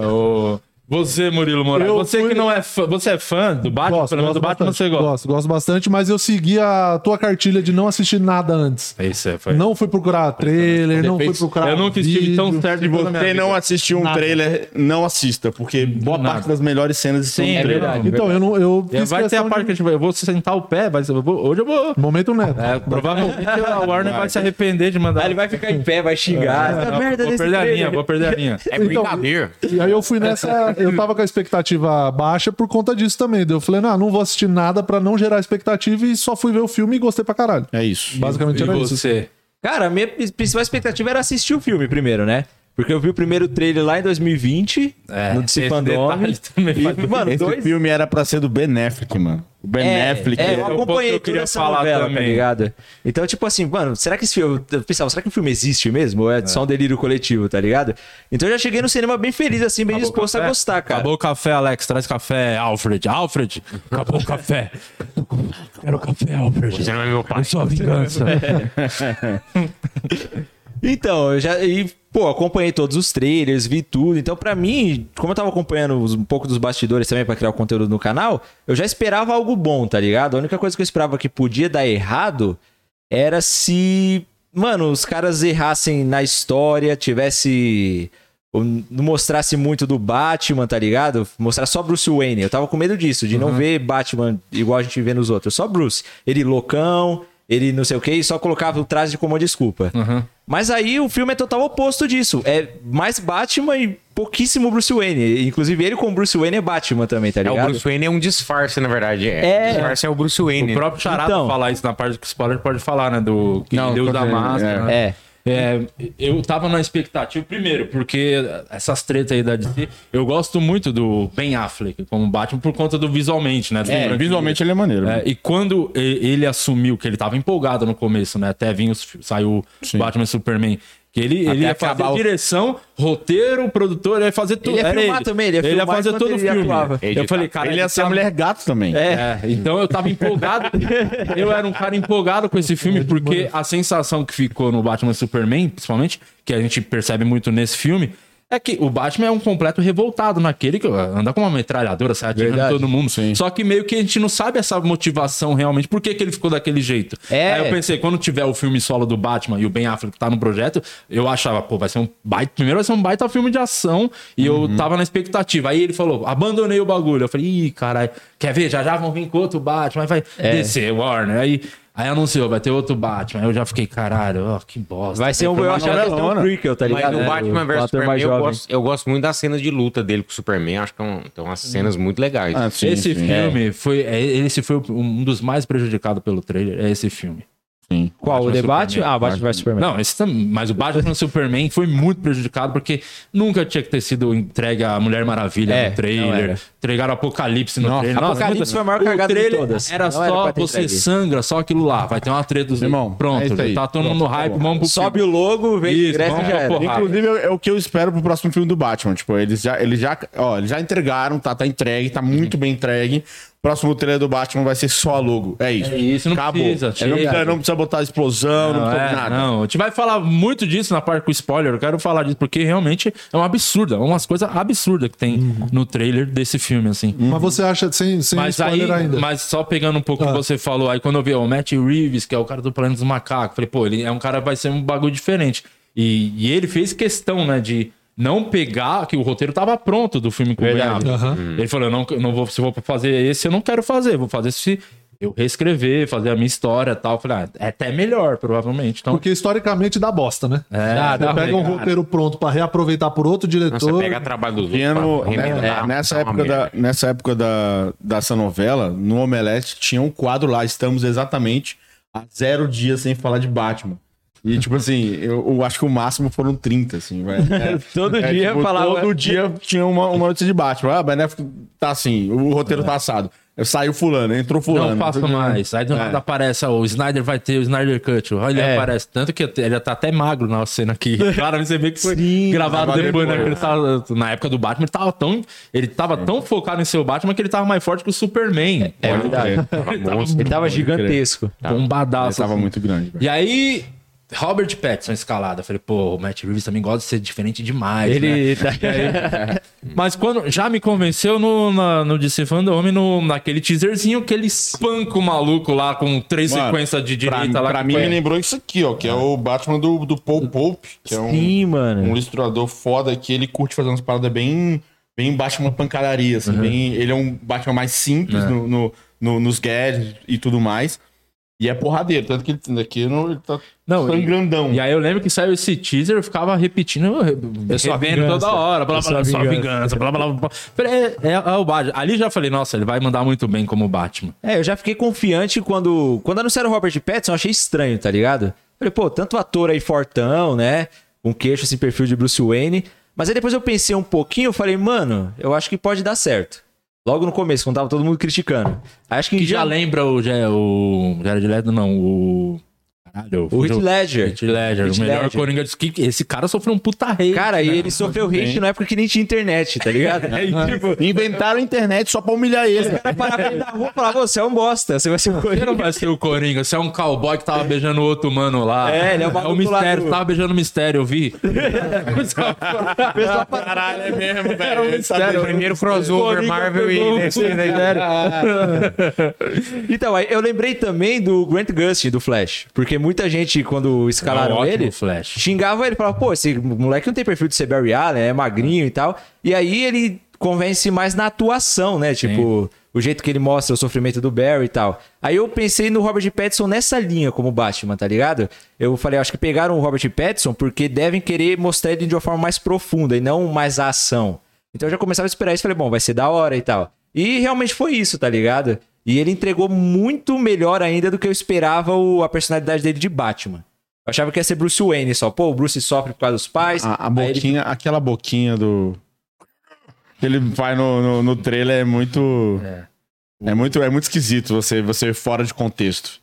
Speaker 1: Ô, Você, Murilo Moraes,
Speaker 6: Eu
Speaker 1: você
Speaker 6: fui-
Speaker 1: que não é fã, você é fã do Batman? Pelo menos do Batman
Speaker 6: bastante,
Speaker 1: você gosta.
Speaker 6: Gosto, gosto bastante, mas eu segui a tua cartilha de não assistir nada antes.
Speaker 1: Isso é, foi.
Speaker 6: Não fui procurar trailer, não fui
Speaker 3: Defeitos.
Speaker 6: procurar.
Speaker 1: eu nunca estive
Speaker 6: vídeo.
Speaker 1: tão certo de
Speaker 3: Se
Speaker 1: você.
Speaker 3: você não assistiu um trailer, não assista, porque boa
Speaker 1: Nada.
Speaker 3: parte das melhores cenas estão
Speaker 1: Sim,
Speaker 3: no
Speaker 1: é
Speaker 3: trailer.
Speaker 1: verdade.
Speaker 6: Então, eu não. Eu
Speaker 1: E vai ter
Speaker 6: questão
Speaker 1: a parte que a gente vai. Eu vou sentar o pé, vai ser- eu vou- hoje eu vou.
Speaker 6: de... Momento neto.
Speaker 1: É, provavelmente a Warner vai se arrepender de mandar.
Speaker 2: Aí ele vai ficar em pé, vai xingar. Tá
Speaker 1: Não, É. vou perder a linha, vou perder a linha.
Speaker 4: É
Speaker 2: Então,
Speaker 4: brincadeira.
Speaker 6: E aí eu fui nessa. Eu tava com a expectativa baixa por conta disso também. Daí eu falei, não, não vou assistir nada pra não gerar expectativa e só fui ver o filme e gostei pra caralho.
Speaker 3: É isso.
Speaker 6: Basicamente
Speaker 1: E
Speaker 6: era isso.
Speaker 1: Tipo você?
Speaker 2: Cara, a minha pri- principal expectativa era assistir o filme primeiro, né? Porque eu vi o primeiro trailer lá em 2020,
Speaker 1: É,
Speaker 2: no
Speaker 1: esse
Speaker 2: Dissipandome.
Speaker 1: detalhe também faz-
Speaker 2: E, mano,
Speaker 3: Esse
Speaker 2: dois...
Speaker 3: filme era pra ser do Ben Affleck, mano. O Ben
Speaker 2: É,
Speaker 3: Affleck.
Speaker 2: é, eu
Speaker 1: ponto que
Speaker 2: acompanhei
Speaker 1: eu
Speaker 2: toda
Speaker 1: queria
Speaker 2: essa
Speaker 1: falar
Speaker 2: novela,
Speaker 1: também.
Speaker 2: tá ligado? Então, tipo assim, mano, será que esse filme... Eu pensava, será que o filme existe mesmo? Ou é, só um delírio coletivo, tá ligado? Então eu já cheguei no cinema bem feliz, assim, bem disposto a
Speaker 1: café?
Speaker 2: gostar, cara.
Speaker 1: Ah, é. Acabou o café, Alex. Traz café, Alfred. Alfred, acabou o café. Quero café, Alfred.
Speaker 4: Você não é meu pai.
Speaker 1: É sua vingança.
Speaker 2: Então, eu já. E, pô, acompanhei todos os trailers, vi tudo. Então, pra mim, como eu tava acompanhando os- um pouco dos bastidores também pra criar o conteúdo no canal, eu já esperava algo bom, tá ligado? A única coisa que eu esperava que podia dar errado era se. Mano, os caras errassem na história, tivesse. ou Não mostrasse muito do Batman, tá ligado? Mostrar só Bruce Wayne. Eu tava com medo disso, de não ver Batman igual a gente vê nos outros. Só Bruce. Ele loucão, ele não sei o quê, e só colocava o traje como uma desculpa.
Speaker 4: Uhum.
Speaker 2: Mas aí o filme é total oposto disso. É mais Batman e pouquíssimo Bruce Wayne. Inclusive, ele com Bruce Wayne é Batman também, tá
Speaker 4: É,
Speaker 2: ligado?
Speaker 4: o Bruce Wayne é um disfarce, na verdade. É.
Speaker 2: É.
Speaker 4: O disfarce é o Bruce Wayne.
Speaker 1: O próprio Charada
Speaker 2: Então.
Speaker 1: falar isso na parte que o spoiler pode falar, né? Do que
Speaker 3: Não,
Speaker 1: ele usa
Speaker 3: tô
Speaker 1: a
Speaker 3: vendo,
Speaker 1: máscara. né?
Speaker 2: É.
Speaker 1: É, eu tava na expectativa, primeiro, porque essas tretas aí da DC, eu gosto muito do Ben Affleck como Batman por conta do visualmente, né? Do
Speaker 3: É,
Speaker 1: grande-
Speaker 3: visualmente ele é maneiro.
Speaker 1: É, e quando e- ele assumiu que ele tava empolgado no começo, né? Até vinha os, fi- saiu
Speaker 3: Sim.
Speaker 1: Batman e Superman. Que ele, ele ia fazer
Speaker 3: acabar o-
Speaker 1: direção, roteiro, produtor, ele ia fazer tudo.
Speaker 2: Ele ia
Speaker 1: era
Speaker 2: filmar também, ele ia filmar
Speaker 1: fazer
Speaker 2: enquanto
Speaker 1: todo o
Speaker 2: ele
Speaker 1: filme.
Speaker 2: atuava.
Speaker 1: Eu falei, cara, tá
Speaker 3: Ele ia ser a mulher gato também.
Speaker 2: É.
Speaker 1: é, então eu tava empolgado. eu era um cara empolgado com esse filme, porque a sensação que ficou no Batman e Superman, principalmente, que a gente percebe muito nesse filme, é que o Batman é um completo revoltado naquele que anda com uma metralhadora, sai atirando em
Speaker 2: Verdade.
Speaker 1: todo mundo.
Speaker 3: Sim.
Speaker 1: Só que meio que a gente não sabe essa motivação realmente. Por que, que ele ficou daquele jeito?
Speaker 2: É.
Speaker 1: Aí eu pensei, quando tiver o filme solo do Batman e o Ben Affleck tá no projeto, eu achava, pô, vai ser um baita. Primeiro vai ser um baita filme de ação. E
Speaker 2: Uhum.
Speaker 1: eu tava na expectativa. Aí ele falou, abandonei o bagulho. Eu falei, ih, caralho, quer ver? Já já vão vir com outro Batman. Aí vai
Speaker 2: É.
Speaker 1: descer, Warner. Aí, aí anunciou, vai ter outro Batman. Aí eu já fiquei, caralho, ó, que bosta.
Speaker 2: Vai ser um. Eu achava que ia ser um
Speaker 3: novelona.
Speaker 2: prequel, tá
Speaker 4: Mas
Speaker 2: ligado?
Speaker 4: no
Speaker 2: É,
Speaker 4: Batman
Speaker 2: o
Speaker 4: vs
Speaker 2: ator
Speaker 4: Superman,
Speaker 2: mais
Speaker 4: eu
Speaker 2: jovem.
Speaker 4: gosto, eu gosto muito das cenas de luta dele com o Superman. Acho que é um- tem umas cenas muito legais.
Speaker 3: Ah, sim,
Speaker 1: esse é,
Speaker 3: sim.
Speaker 1: filme foi. é, Esse foi um dos mais prejudicados pelo trailer. É esse filme.
Speaker 3: Sim.
Speaker 2: Qual? o
Speaker 1: Batman
Speaker 2: debate?
Speaker 1: Superman.
Speaker 2: Ah, Batman vs Superman.
Speaker 1: Não, esse também, mas o Batman Superman foi muito prejudicado porque nunca tinha que ter sido entregue a Mulher Maravilha
Speaker 2: É,
Speaker 1: no
Speaker 2: não
Speaker 1: trailer.
Speaker 2: era.
Speaker 1: Entregaram Apocalipse no trailer. Nossa,
Speaker 2: Apocalipse
Speaker 1: muito-
Speaker 2: foi a maior cagada
Speaker 1: o trailer
Speaker 2: de todas.
Speaker 1: Era
Speaker 2: Não
Speaker 1: só
Speaker 2: era pra ter
Speaker 1: você
Speaker 2: entregue.
Speaker 1: sangra, só aquilo lá. Vai ter uma treta dos
Speaker 3: Irmão, é
Speaker 1: Pronto,
Speaker 3: isso aí.
Speaker 1: tá todo mundo no hype, vamos pro
Speaker 2: Sobe o logo, vem
Speaker 1: Isso,
Speaker 2: de ingresso e
Speaker 1: vamos
Speaker 2: já
Speaker 1: pra
Speaker 2: era.
Speaker 1: porrada.
Speaker 3: Inclusive, é é o que eu espero pro próximo filme do Batman. Tipo, eles já, eles já, ó, eles já entregaram, tá, tá entregue, tá muito bem entregue. Próximo trailer do Batman vai ser só a logo. É isso.
Speaker 1: É isso, não precisa,
Speaker 3: Não
Speaker 1: chega.
Speaker 3: precisa, não precisa botar explosão, não,
Speaker 1: Não,
Speaker 3: precisa
Speaker 1: é,
Speaker 3: nada.
Speaker 1: não, a gente vai falar muito disso na parte com spoiler. Eu quero falar disso porque realmente é um absurdo, é umas coisas absurdas que tem
Speaker 2: Uhum.
Speaker 1: no trailer desse filme, assim.
Speaker 6: Mas você acha sem, sem
Speaker 1: Mas aí,
Speaker 6: spoiler ainda? Ah.
Speaker 1: mas só pegando um pouco o que você falou aí, quando eu vi ó, o Matt Reeves, que é o cara do Planeta dos Macacos, falei, pô, ele é um cara vai ser um bagulho diferente. E, e ele fez questão, né, de não pegar, que o roteiro tava pronto do filme com o Ben Affleck.
Speaker 6: Aham.
Speaker 1: Ele falou, eu não, eu não vou, se eu vou fazer esse, eu não quero fazer, vou fazer se eu reescrever, fazer a minha história e tal. Eu falei, ah, é até melhor, provavelmente. Então,
Speaker 6: Porque historicamente dá bosta, né?
Speaker 1: É,
Speaker 6: Você
Speaker 1: dá
Speaker 6: pega um
Speaker 1: ruim,
Speaker 6: roteiro pronto pra reaproveitar por outro
Speaker 4: Nossa,
Speaker 6: diretor.
Speaker 4: pega trabalho dos
Speaker 3: Tinha no-
Speaker 4: outros pra
Speaker 2: né,
Speaker 4: remendar,
Speaker 3: né, nessa,
Speaker 4: tá uma
Speaker 3: época da,
Speaker 4: merda.
Speaker 3: nessa época da, dessa novela, no Omelete, tinha um quadro lá, estamos exatamente a zero dias sem falar de Batman. E, tipo assim, eu, eu acho que o máximo foram 30, assim, vai. É,
Speaker 2: Todo dia falava-
Speaker 3: Todo dia tinha uma, uma notícia de Batman. Ah, Benéf tá assim, o roteiro tá assado. Saiu fulano, entrou fulano.
Speaker 1: não faço mais. Aí do
Speaker 3: É.
Speaker 1: nada aparece, ó, o Snyder vai ter o Snyder Cut. Olha, ele
Speaker 2: É.
Speaker 1: aparece. Tanto que ele tá até magro na cena aqui. Claramente você vê que foi gravado
Speaker 3: gravado
Speaker 1: depois, né?
Speaker 3: depois.
Speaker 1: Que ele tava- na época do Batman, ele tava tão, ele tava tão focado em ser o Batman que ele tava mais forte que o Superman.
Speaker 2: É
Speaker 4: Pode
Speaker 2: verdade.
Speaker 4: crer, tava monstro.
Speaker 2: Ele tava gigantesco.
Speaker 1: Bombadaço.
Speaker 3: Ele tava
Speaker 1: assim.
Speaker 3: muito grande. velho.
Speaker 1: E aí, Robert Pattinson escalada. Eu Falei, pô, o Matt Reeves também gosta de ser diferente demais, né?
Speaker 2: Ele tá...
Speaker 1: Mas quando já me convenceu no, na, no DC Fandom, no, naquele teaserzinho que ele espanca o maluco lá com três
Speaker 3: Mano,
Speaker 1: sequências de
Speaker 3: Pra,
Speaker 1: direita lá.
Speaker 3: pra
Speaker 1: que
Speaker 3: mim
Speaker 1: foi-
Speaker 3: me lembrou isso aqui, ó, que é o Batman do, do Paul Pope, que é um.
Speaker 2: Sim,
Speaker 3: um
Speaker 2: mano.
Speaker 3: ilustrador foda que ele curte fazer umas paradas bem, bem Batman pancadaria, assim. Bem, ele é um Batman mais simples no, no- no- nos gadgets e tudo mais. E é porradeiro, tanto que ele, aqui não, ele tá
Speaker 1: Não,
Speaker 3: sangrandão.
Speaker 1: E aí eu lembro que saiu esse teaser, eu ficava repetindo, eu só vendo
Speaker 2: vingança.
Speaker 1: toda hora, blá
Speaker 2: É só
Speaker 1: blá, só
Speaker 2: vingança.
Speaker 1: vingança, blá blá blá. blá. Falei, é, é, é o Batman. Ali já falei, nossa, ele vai mandar muito bem como Batman.
Speaker 2: É, eu já fiquei confiante quando. Quando anunciaram o Robert Pattinson, eu achei estranho, tá ligado? Falei, pô, tanto ator aí fortão, né? Um queixo, assim, perfil de Bruce Wayne. Mas aí depois eu pensei um pouquinho, eu falei, mano, eu acho que pode dar certo. Logo no começo, quando tava todo mundo criticando. Acho que,
Speaker 1: Que já
Speaker 2: já
Speaker 1: lembra o, já, o Jared Leto, não, o... Caralho,
Speaker 2: O Heath
Speaker 1: fugiu-
Speaker 2: Ledger.
Speaker 1: Heath Ledger,
Speaker 2: É. Heath
Speaker 1: o melhor
Speaker 2: Ledger.
Speaker 1: Coringa de que Esse cara sofreu um puta rei.
Speaker 2: Cara, e ele sofreu hate na época que nem tinha internet, tá ligado?
Speaker 1: É
Speaker 2: tipo,
Speaker 3: Inventaram a internet só pra humilhar ele.
Speaker 6: É,
Speaker 2: o cara parava ele na rua e falava, "Ô, você é um bosta, você vai ser
Speaker 1: Você
Speaker 2: um coringa.
Speaker 1: não vai ser o Coringa, você é um cowboy que tava beijando o outro mano lá.
Speaker 2: É, ele é o
Speaker 1: o
Speaker 2: maluco lá
Speaker 1: mistério,
Speaker 2: do-
Speaker 1: tava beijando o mistério, eu vi.
Speaker 3: Caralho, é mesmo, velho. Ele sabe-
Speaker 1: Sério,
Speaker 5: Primeiro crossover Marvel e DC, né?
Speaker 2: Então, aí eu lembrei também do Grant Gustin, do Flash. Porque muita gente, quando escalaram
Speaker 1: É ótimo
Speaker 2: ele,
Speaker 1: Flash.
Speaker 2: xingava ele, falava, pô, esse moleque não tem perfil de ser Barry Allen, é magrinho e tal. E aí ele convence mais na atuação, né? Tipo, o jeito que ele mostra o sofrimento do Barry e tal. Aí eu pensei no Robert Pattinson nessa linha como Batman, tá ligado? Eu falei, acho que pegaram o Robert Pattinson porque devem querer mostrar ele de uma forma mais profunda e não mais a ação. Então eu já começava a esperar isso, falei, bom, vai ser da hora e tal. E realmente foi isso, tá ligado? E ele entregou muito melhor ainda do que eu esperava o- a personalidade dele de Batman. Eu achava que ia ser Bruce Wayne só. Pô, o Bruce sofre por causa dos pais.
Speaker 3: A, a
Speaker 2: aí ele-
Speaker 3: boquinha, aquela boquinha do. que ele faz no, no, no trailer é muito. É. muito, é muito esquisito você, você fora de contexto.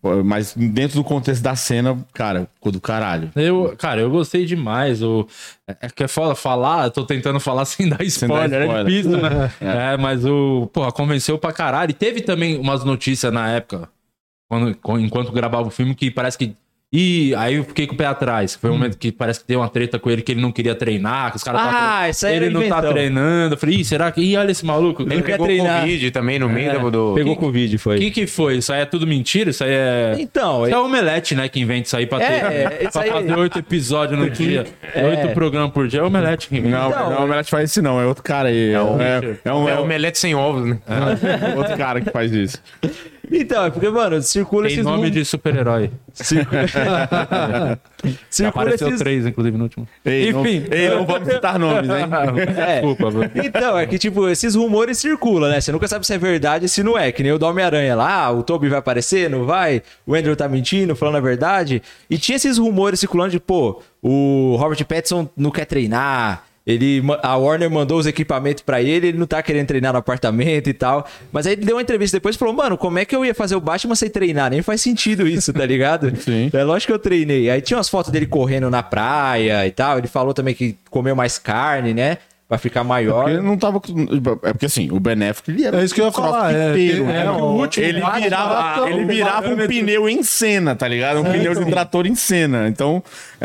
Speaker 3: Pô, Mas dentro do contexto da cena, cara, ficou do caralho.
Speaker 1: Eu, cara, eu gostei demais. O, é é que é foda falar, eu tô tentando falar sem dar
Speaker 3: Sem dar
Speaker 1: spoiler, é
Speaker 3: spoiler.
Speaker 1: difícil, né? é. mas o, porra, convenceu pra caralho. E teve também umas notícias na época, quando, com- enquanto gravava o filme, que parece que. E aí eu fiquei com o pé atrás.
Speaker 2: Hum.
Speaker 1: Foi um momento que parece que deu uma treta com ele que ele não queria treinar, que os caras tavam-
Speaker 2: Ah, isso aí
Speaker 1: ele
Speaker 2: era
Speaker 1: não tá
Speaker 2: inventão.
Speaker 1: treinando. Eu falei, Ih, será que. Ih, olha esse maluco.
Speaker 2: Ele
Speaker 1: O
Speaker 2: não quer
Speaker 4: Pegou
Speaker 2: treinar. É.
Speaker 4: Covid também no meio do- do...
Speaker 2: Pegou Covid, foi.
Speaker 1: que, que foi? Isso aí é tudo mentira? Isso aí é. Isso
Speaker 2: Então,
Speaker 1: é
Speaker 2: ele-
Speaker 1: o Omelete, né, que inventa isso aí pra, ter,
Speaker 2: É, é, isso
Speaker 1: pra
Speaker 2: aí-
Speaker 1: fazer oito episódios no dia, oito programas por dia, é o Omelete que inventa.
Speaker 3: Não,
Speaker 2: Então-
Speaker 3: não, o Omelete faz isso não, é outro cara aí. É, é, é um,
Speaker 4: É
Speaker 3: é um-
Speaker 4: omelete sem ovos, né?
Speaker 3: outro cara que faz isso.
Speaker 2: Então, é porque, mano, circula
Speaker 1: um- Tem
Speaker 2: esses
Speaker 1: nome
Speaker 2: mundos.
Speaker 1: de super-herói. Já
Speaker 2: Circula
Speaker 1: apareceu
Speaker 2: esses.
Speaker 1: três, inclusive, no último.
Speaker 3: Ei, não,
Speaker 1: Enfim.
Speaker 3: ei, não vamos citar nomes, hein?
Speaker 2: É.
Speaker 1: Desculpa, velho.
Speaker 2: Então, é que, tipo, esses rumores circulam, né? Você nunca sabe se é verdade e se não é. Que nem o do Homem-Aranha lá, ah, o Toby vai aparecer, não vai? O Andrew tá mentindo, falando a verdade. E tinha esses rumores circulando de, pô, o Robert Pattinson não quer treinar. Ele, ma- a Warner mandou os equipamentos pra ele, ele não tá querendo treinar no apartamento e tal. Mas aí ele deu uma entrevista depois e falou: Mano, como é que eu ia fazer o Batman sem treinar? Nem faz sentido isso, tá ligado?
Speaker 3: Sim.
Speaker 2: É lógico que eu treinei. Aí tinha umas fotos dele correndo na praia e tal. Ele falou também que comeu mais carne, né? Pra ficar maior.
Speaker 3: Porque ele não tava. É porque assim, o benéfico ele era.
Speaker 6: É isso que eu ia falar, é,
Speaker 3: crossfiteiro,
Speaker 6: tem-
Speaker 3: né?
Speaker 6: é, o último tá
Speaker 3: ele
Speaker 6: Batman
Speaker 3: virava,
Speaker 6: matou
Speaker 3: ele
Speaker 6: o
Speaker 3: virava um pneu em cena, tá ligado?
Speaker 6: É,
Speaker 3: Um pneu de trator em cena. Então,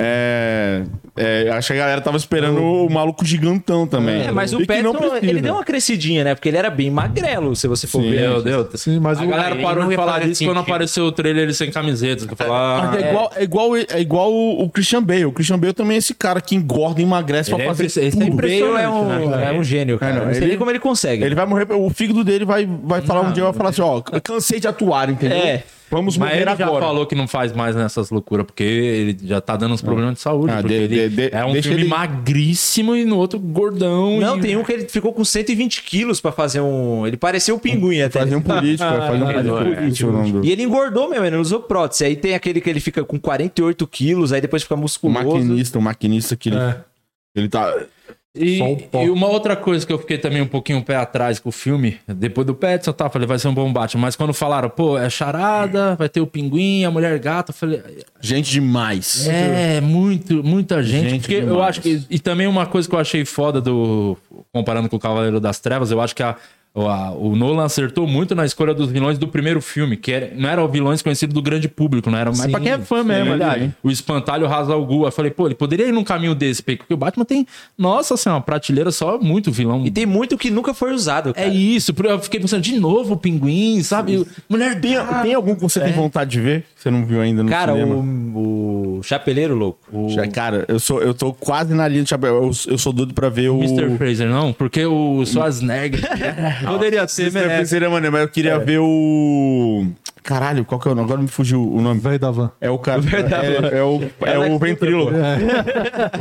Speaker 3: é, é, acho que a galera tava esperando
Speaker 6: Uhum.
Speaker 3: o maluco gigantão também.
Speaker 2: É, mas
Speaker 3: né? E
Speaker 2: o
Speaker 3: que não
Speaker 2: Petro,
Speaker 3: precisa.
Speaker 2: ele deu uma crescidinha, né? Porque ele era bem magrelo, se você for ver.
Speaker 1: Meu Deus.
Speaker 6: Sim, mas
Speaker 1: A
Speaker 6: o-
Speaker 1: galera
Speaker 4: Aí
Speaker 1: parou
Speaker 4: não
Speaker 1: de
Speaker 4: ia
Speaker 1: falar
Speaker 4: fazer
Speaker 1: disso quando
Speaker 4: sentido.
Speaker 1: apareceu o trailer ele sem camiseta. Que eu "Ah, falava,
Speaker 3: É igual, é igual, é igual o, o Christian Bale. O Christian Bale também é esse cara que engorda, emagrece pra
Speaker 1: Ele é
Speaker 3: fazer.
Speaker 1: impressi- esse
Speaker 3: tudo.
Speaker 1: é
Speaker 2: O Bale é
Speaker 1: Impressionante,
Speaker 2: um,
Speaker 1: né?
Speaker 2: é um gênio, cara.
Speaker 3: É, não,
Speaker 2: não sei
Speaker 3: ele-
Speaker 2: nem como ele consegue.
Speaker 3: Ele vai morrer, o fígado dele vai, vai falar um dia, vai falar assim, ó, cansei de atuar, entendeu?
Speaker 2: É.
Speaker 3: Vamos
Speaker 1: Mas
Speaker 3: morrer
Speaker 1: ele já
Speaker 3: agora.
Speaker 1: falou que não faz mais nessas loucuras, porque ele já tá dando uns problemas de saúde.
Speaker 3: Ah,
Speaker 1: porque
Speaker 3: de-
Speaker 1: ele
Speaker 3: de- de-
Speaker 1: é um
Speaker 3: deixa
Speaker 1: filme
Speaker 3: ele-
Speaker 1: magríssimo e no outro gordão.
Speaker 2: Não,
Speaker 1: e...
Speaker 2: tem um que ele ficou com 120 quilos pra fazer um... Ele parecia um pinguim até.
Speaker 3: Fazer um político, é, fazer um
Speaker 4: Entendeu?
Speaker 3: político.
Speaker 4: É,
Speaker 3: político,
Speaker 1: né?
Speaker 3: Nando.
Speaker 2: E ele engordou mesmo, ele não usou prótese. Aí tem aquele que ele fica com 48 quilos, aí depois fica
Speaker 3: O
Speaker 2: musculoso.
Speaker 3: um maquinista, o maquinista que ele,
Speaker 2: É.
Speaker 3: ele tá.
Speaker 1: E,
Speaker 3: Só um pó.
Speaker 1: e uma outra coisa que eu fiquei também um pouquinho pé atrás com o filme, depois do Petson, tá? Falei, vai ser um bom Batman. Mas quando falaram, pô, é charada, vai ter o pinguim, a mulher gata, eu falei,
Speaker 3: Gente demais.
Speaker 1: É, muito, muita gente.
Speaker 3: Gente
Speaker 1: porque eu
Speaker 3: demais.
Speaker 1: acho que. E também uma coisa que eu achei foda do. Comparando com o Cavaleiro das Trevas, eu acho que a- a- o Nolan acertou muito na escolha dos vilões do primeiro filme, que era- não eram vilões conhecidos do grande público, não era mas pra quem é fã mesmo.
Speaker 3: verdade.
Speaker 1: ali. O Espantalho Hazal Ghul. Eu falei, pô, ele poderia ir num caminho desse, porque o Batman tem. Nossa senhora, uma prateleira só muito vilão.
Speaker 2: E tem muito que nunca foi usado,
Speaker 1: É
Speaker 2: cara.
Speaker 1: isso, porque eu fiquei pensando, de novo o pinguim, sabe? Mulher
Speaker 3: Tem, tem algum que
Speaker 1: É.
Speaker 3: você tem vontade de ver? Que você não viu ainda no
Speaker 2: Cara,
Speaker 3: cinema?
Speaker 2: o, o Chapeleiro Louco.
Speaker 3: Já- Cara, eu sou, eu tô quase na linha de chapéu. Eu, eu sou doido pra ver o.
Speaker 1: Mr. Fraser, não? Porque o Schwarzenegger. né? poderia ser,
Speaker 3: Mr. Freeze seria maneiro, mas eu queria ver o. Caralho, qual que é o nome? Agora me fugiu o nome.
Speaker 6: Velho da van.
Speaker 3: É o cara. É, é o, é o ventríloco.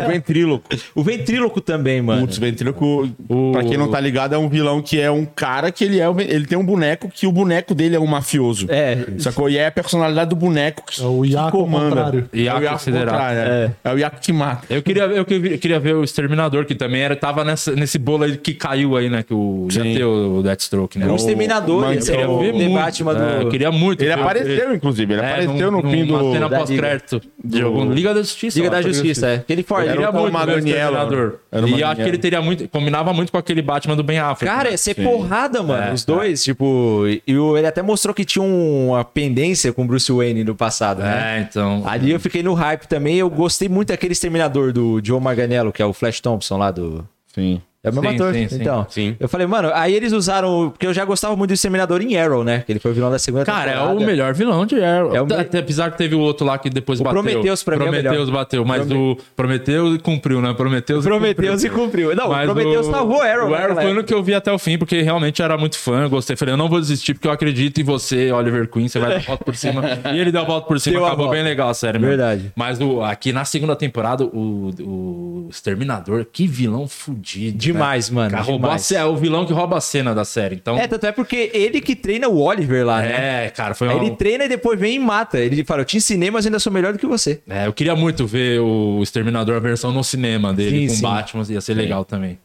Speaker 3: O ventríloco.
Speaker 2: O ventríloco também, mano.
Speaker 3: Putz, ventríloco, pra quem não tá ligado, é um vilão que é um cara que ele é. o ven- Ele tem um boneco que o boneco dele é um mafioso.
Speaker 2: É.
Speaker 3: Sacou? E é a personalidade do boneco que,
Speaker 6: É o
Speaker 3: que
Speaker 6: Iaco ao contrário.
Speaker 3: É o
Speaker 1: Iaco
Speaker 3: Iaco
Speaker 1: Sideral.
Speaker 3: contrário, é. É o Iaco que mata.
Speaker 1: Eu queria, eu que- queria ver o Exterminador, que também era, tava nessa, nesse bolo aí que caiu aí, né? Que o, já
Speaker 3: Sim.
Speaker 1: tem o Deathstroke, né?
Speaker 2: É O Exterminador,
Speaker 3: Mas
Speaker 2: esse
Speaker 1: Eu
Speaker 2: é
Speaker 1: queria
Speaker 2: o
Speaker 1: ver
Speaker 2: The
Speaker 1: muito.
Speaker 2: Batman do...
Speaker 1: É, eu queria muito.
Speaker 3: Ele
Speaker 1: ver.
Speaker 3: apareceu, inclusive. Ele
Speaker 1: É,
Speaker 3: apareceu
Speaker 1: num-
Speaker 3: no fim
Speaker 1: numa
Speaker 3: do.
Speaker 1: cena
Speaker 3: da-
Speaker 1: pós-crédito de algum Liga da Justiça.
Speaker 2: Liga
Speaker 1: eu
Speaker 2: da
Speaker 1: acho.
Speaker 2: Justiça, é. Que ele forte.
Speaker 1: Eu
Speaker 3: Era
Speaker 1: queria
Speaker 3: o Paul
Speaker 1: muito ver o
Speaker 3: Maganiello.
Speaker 1: Exterminador.
Speaker 3: Era um o
Speaker 1: E eu acho que
Speaker 3: Maganiello.
Speaker 1: ele teria muito, combinava muito com aquele Batman do Ben Affleck. né?
Speaker 2: Cara, É, ia ser porrada, mano. os dois, tipo. E e o- ele até mostrou que tinha uma pendência com o Bruce Wayne no passado, né?
Speaker 1: é, então.
Speaker 2: Ali eu fiquei no hype também. Eu gostei muito daquele exterminador do Joe Manganiello, que é o Flash Thompson lá do.
Speaker 3: Sim.
Speaker 2: É o mesmo
Speaker 1: Sim,
Speaker 2: ator.
Speaker 1: sim, sim,
Speaker 2: então,
Speaker 4: sim.
Speaker 2: eu falei, mano, aí eles usaram. Porque eu já gostava muito do exterminador em Arrow, né? Que ele foi o vilão da segunda
Speaker 1: Cara, é
Speaker 2: temporada.
Speaker 1: o melhor vilão de Arrow.
Speaker 2: É o me-
Speaker 1: Até, apesar que teve o outro lá que depois bateu.
Speaker 2: Prometheus pra mim é o
Speaker 1: Prometheus
Speaker 2: melhor.
Speaker 1: bateu, mas o Prometeus e cumpriu, né? Prometeus e
Speaker 2: Prometheus e cumpriu. Não,
Speaker 1: Mas
Speaker 2: Prometheus salvou Arrow. né,
Speaker 1: O Arrow
Speaker 2: naquela
Speaker 1: foi no
Speaker 2: época.
Speaker 1: que eu vi até o fim, porque realmente era muito fã. Eu gostei. Falei, eu não vou desistir, porque eu acredito em você, Oliver Queen. Você vai dar a volta por cima. E ele deu a volta por cima.
Speaker 2: Deu a
Speaker 1: acabou
Speaker 2: volta.
Speaker 1: bem legal a série, mesmo.
Speaker 2: Verdade.
Speaker 1: Mas o, aqui na segunda temporada, o, o Exterminador, que vilão fudido.
Speaker 2: Demais, mano,
Speaker 1: Cara, roubou
Speaker 2: demais.
Speaker 1: a ce- é o vilão que rouba a cena da série. Então,
Speaker 2: É, tanto é porque ele que treina o Oliver lá, né?
Speaker 1: é, cara, foi
Speaker 2: Aí
Speaker 1: uma...
Speaker 2: ele treina e depois vem e mata. Ele fala, eu te ensinei, mas ainda sou melhor do que você.
Speaker 1: É, eu queria muito ver o Exterminador, a versão no cinema dele
Speaker 2: Sim,
Speaker 1: com
Speaker 2: sim.
Speaker 1: Batman, ia ser legal também.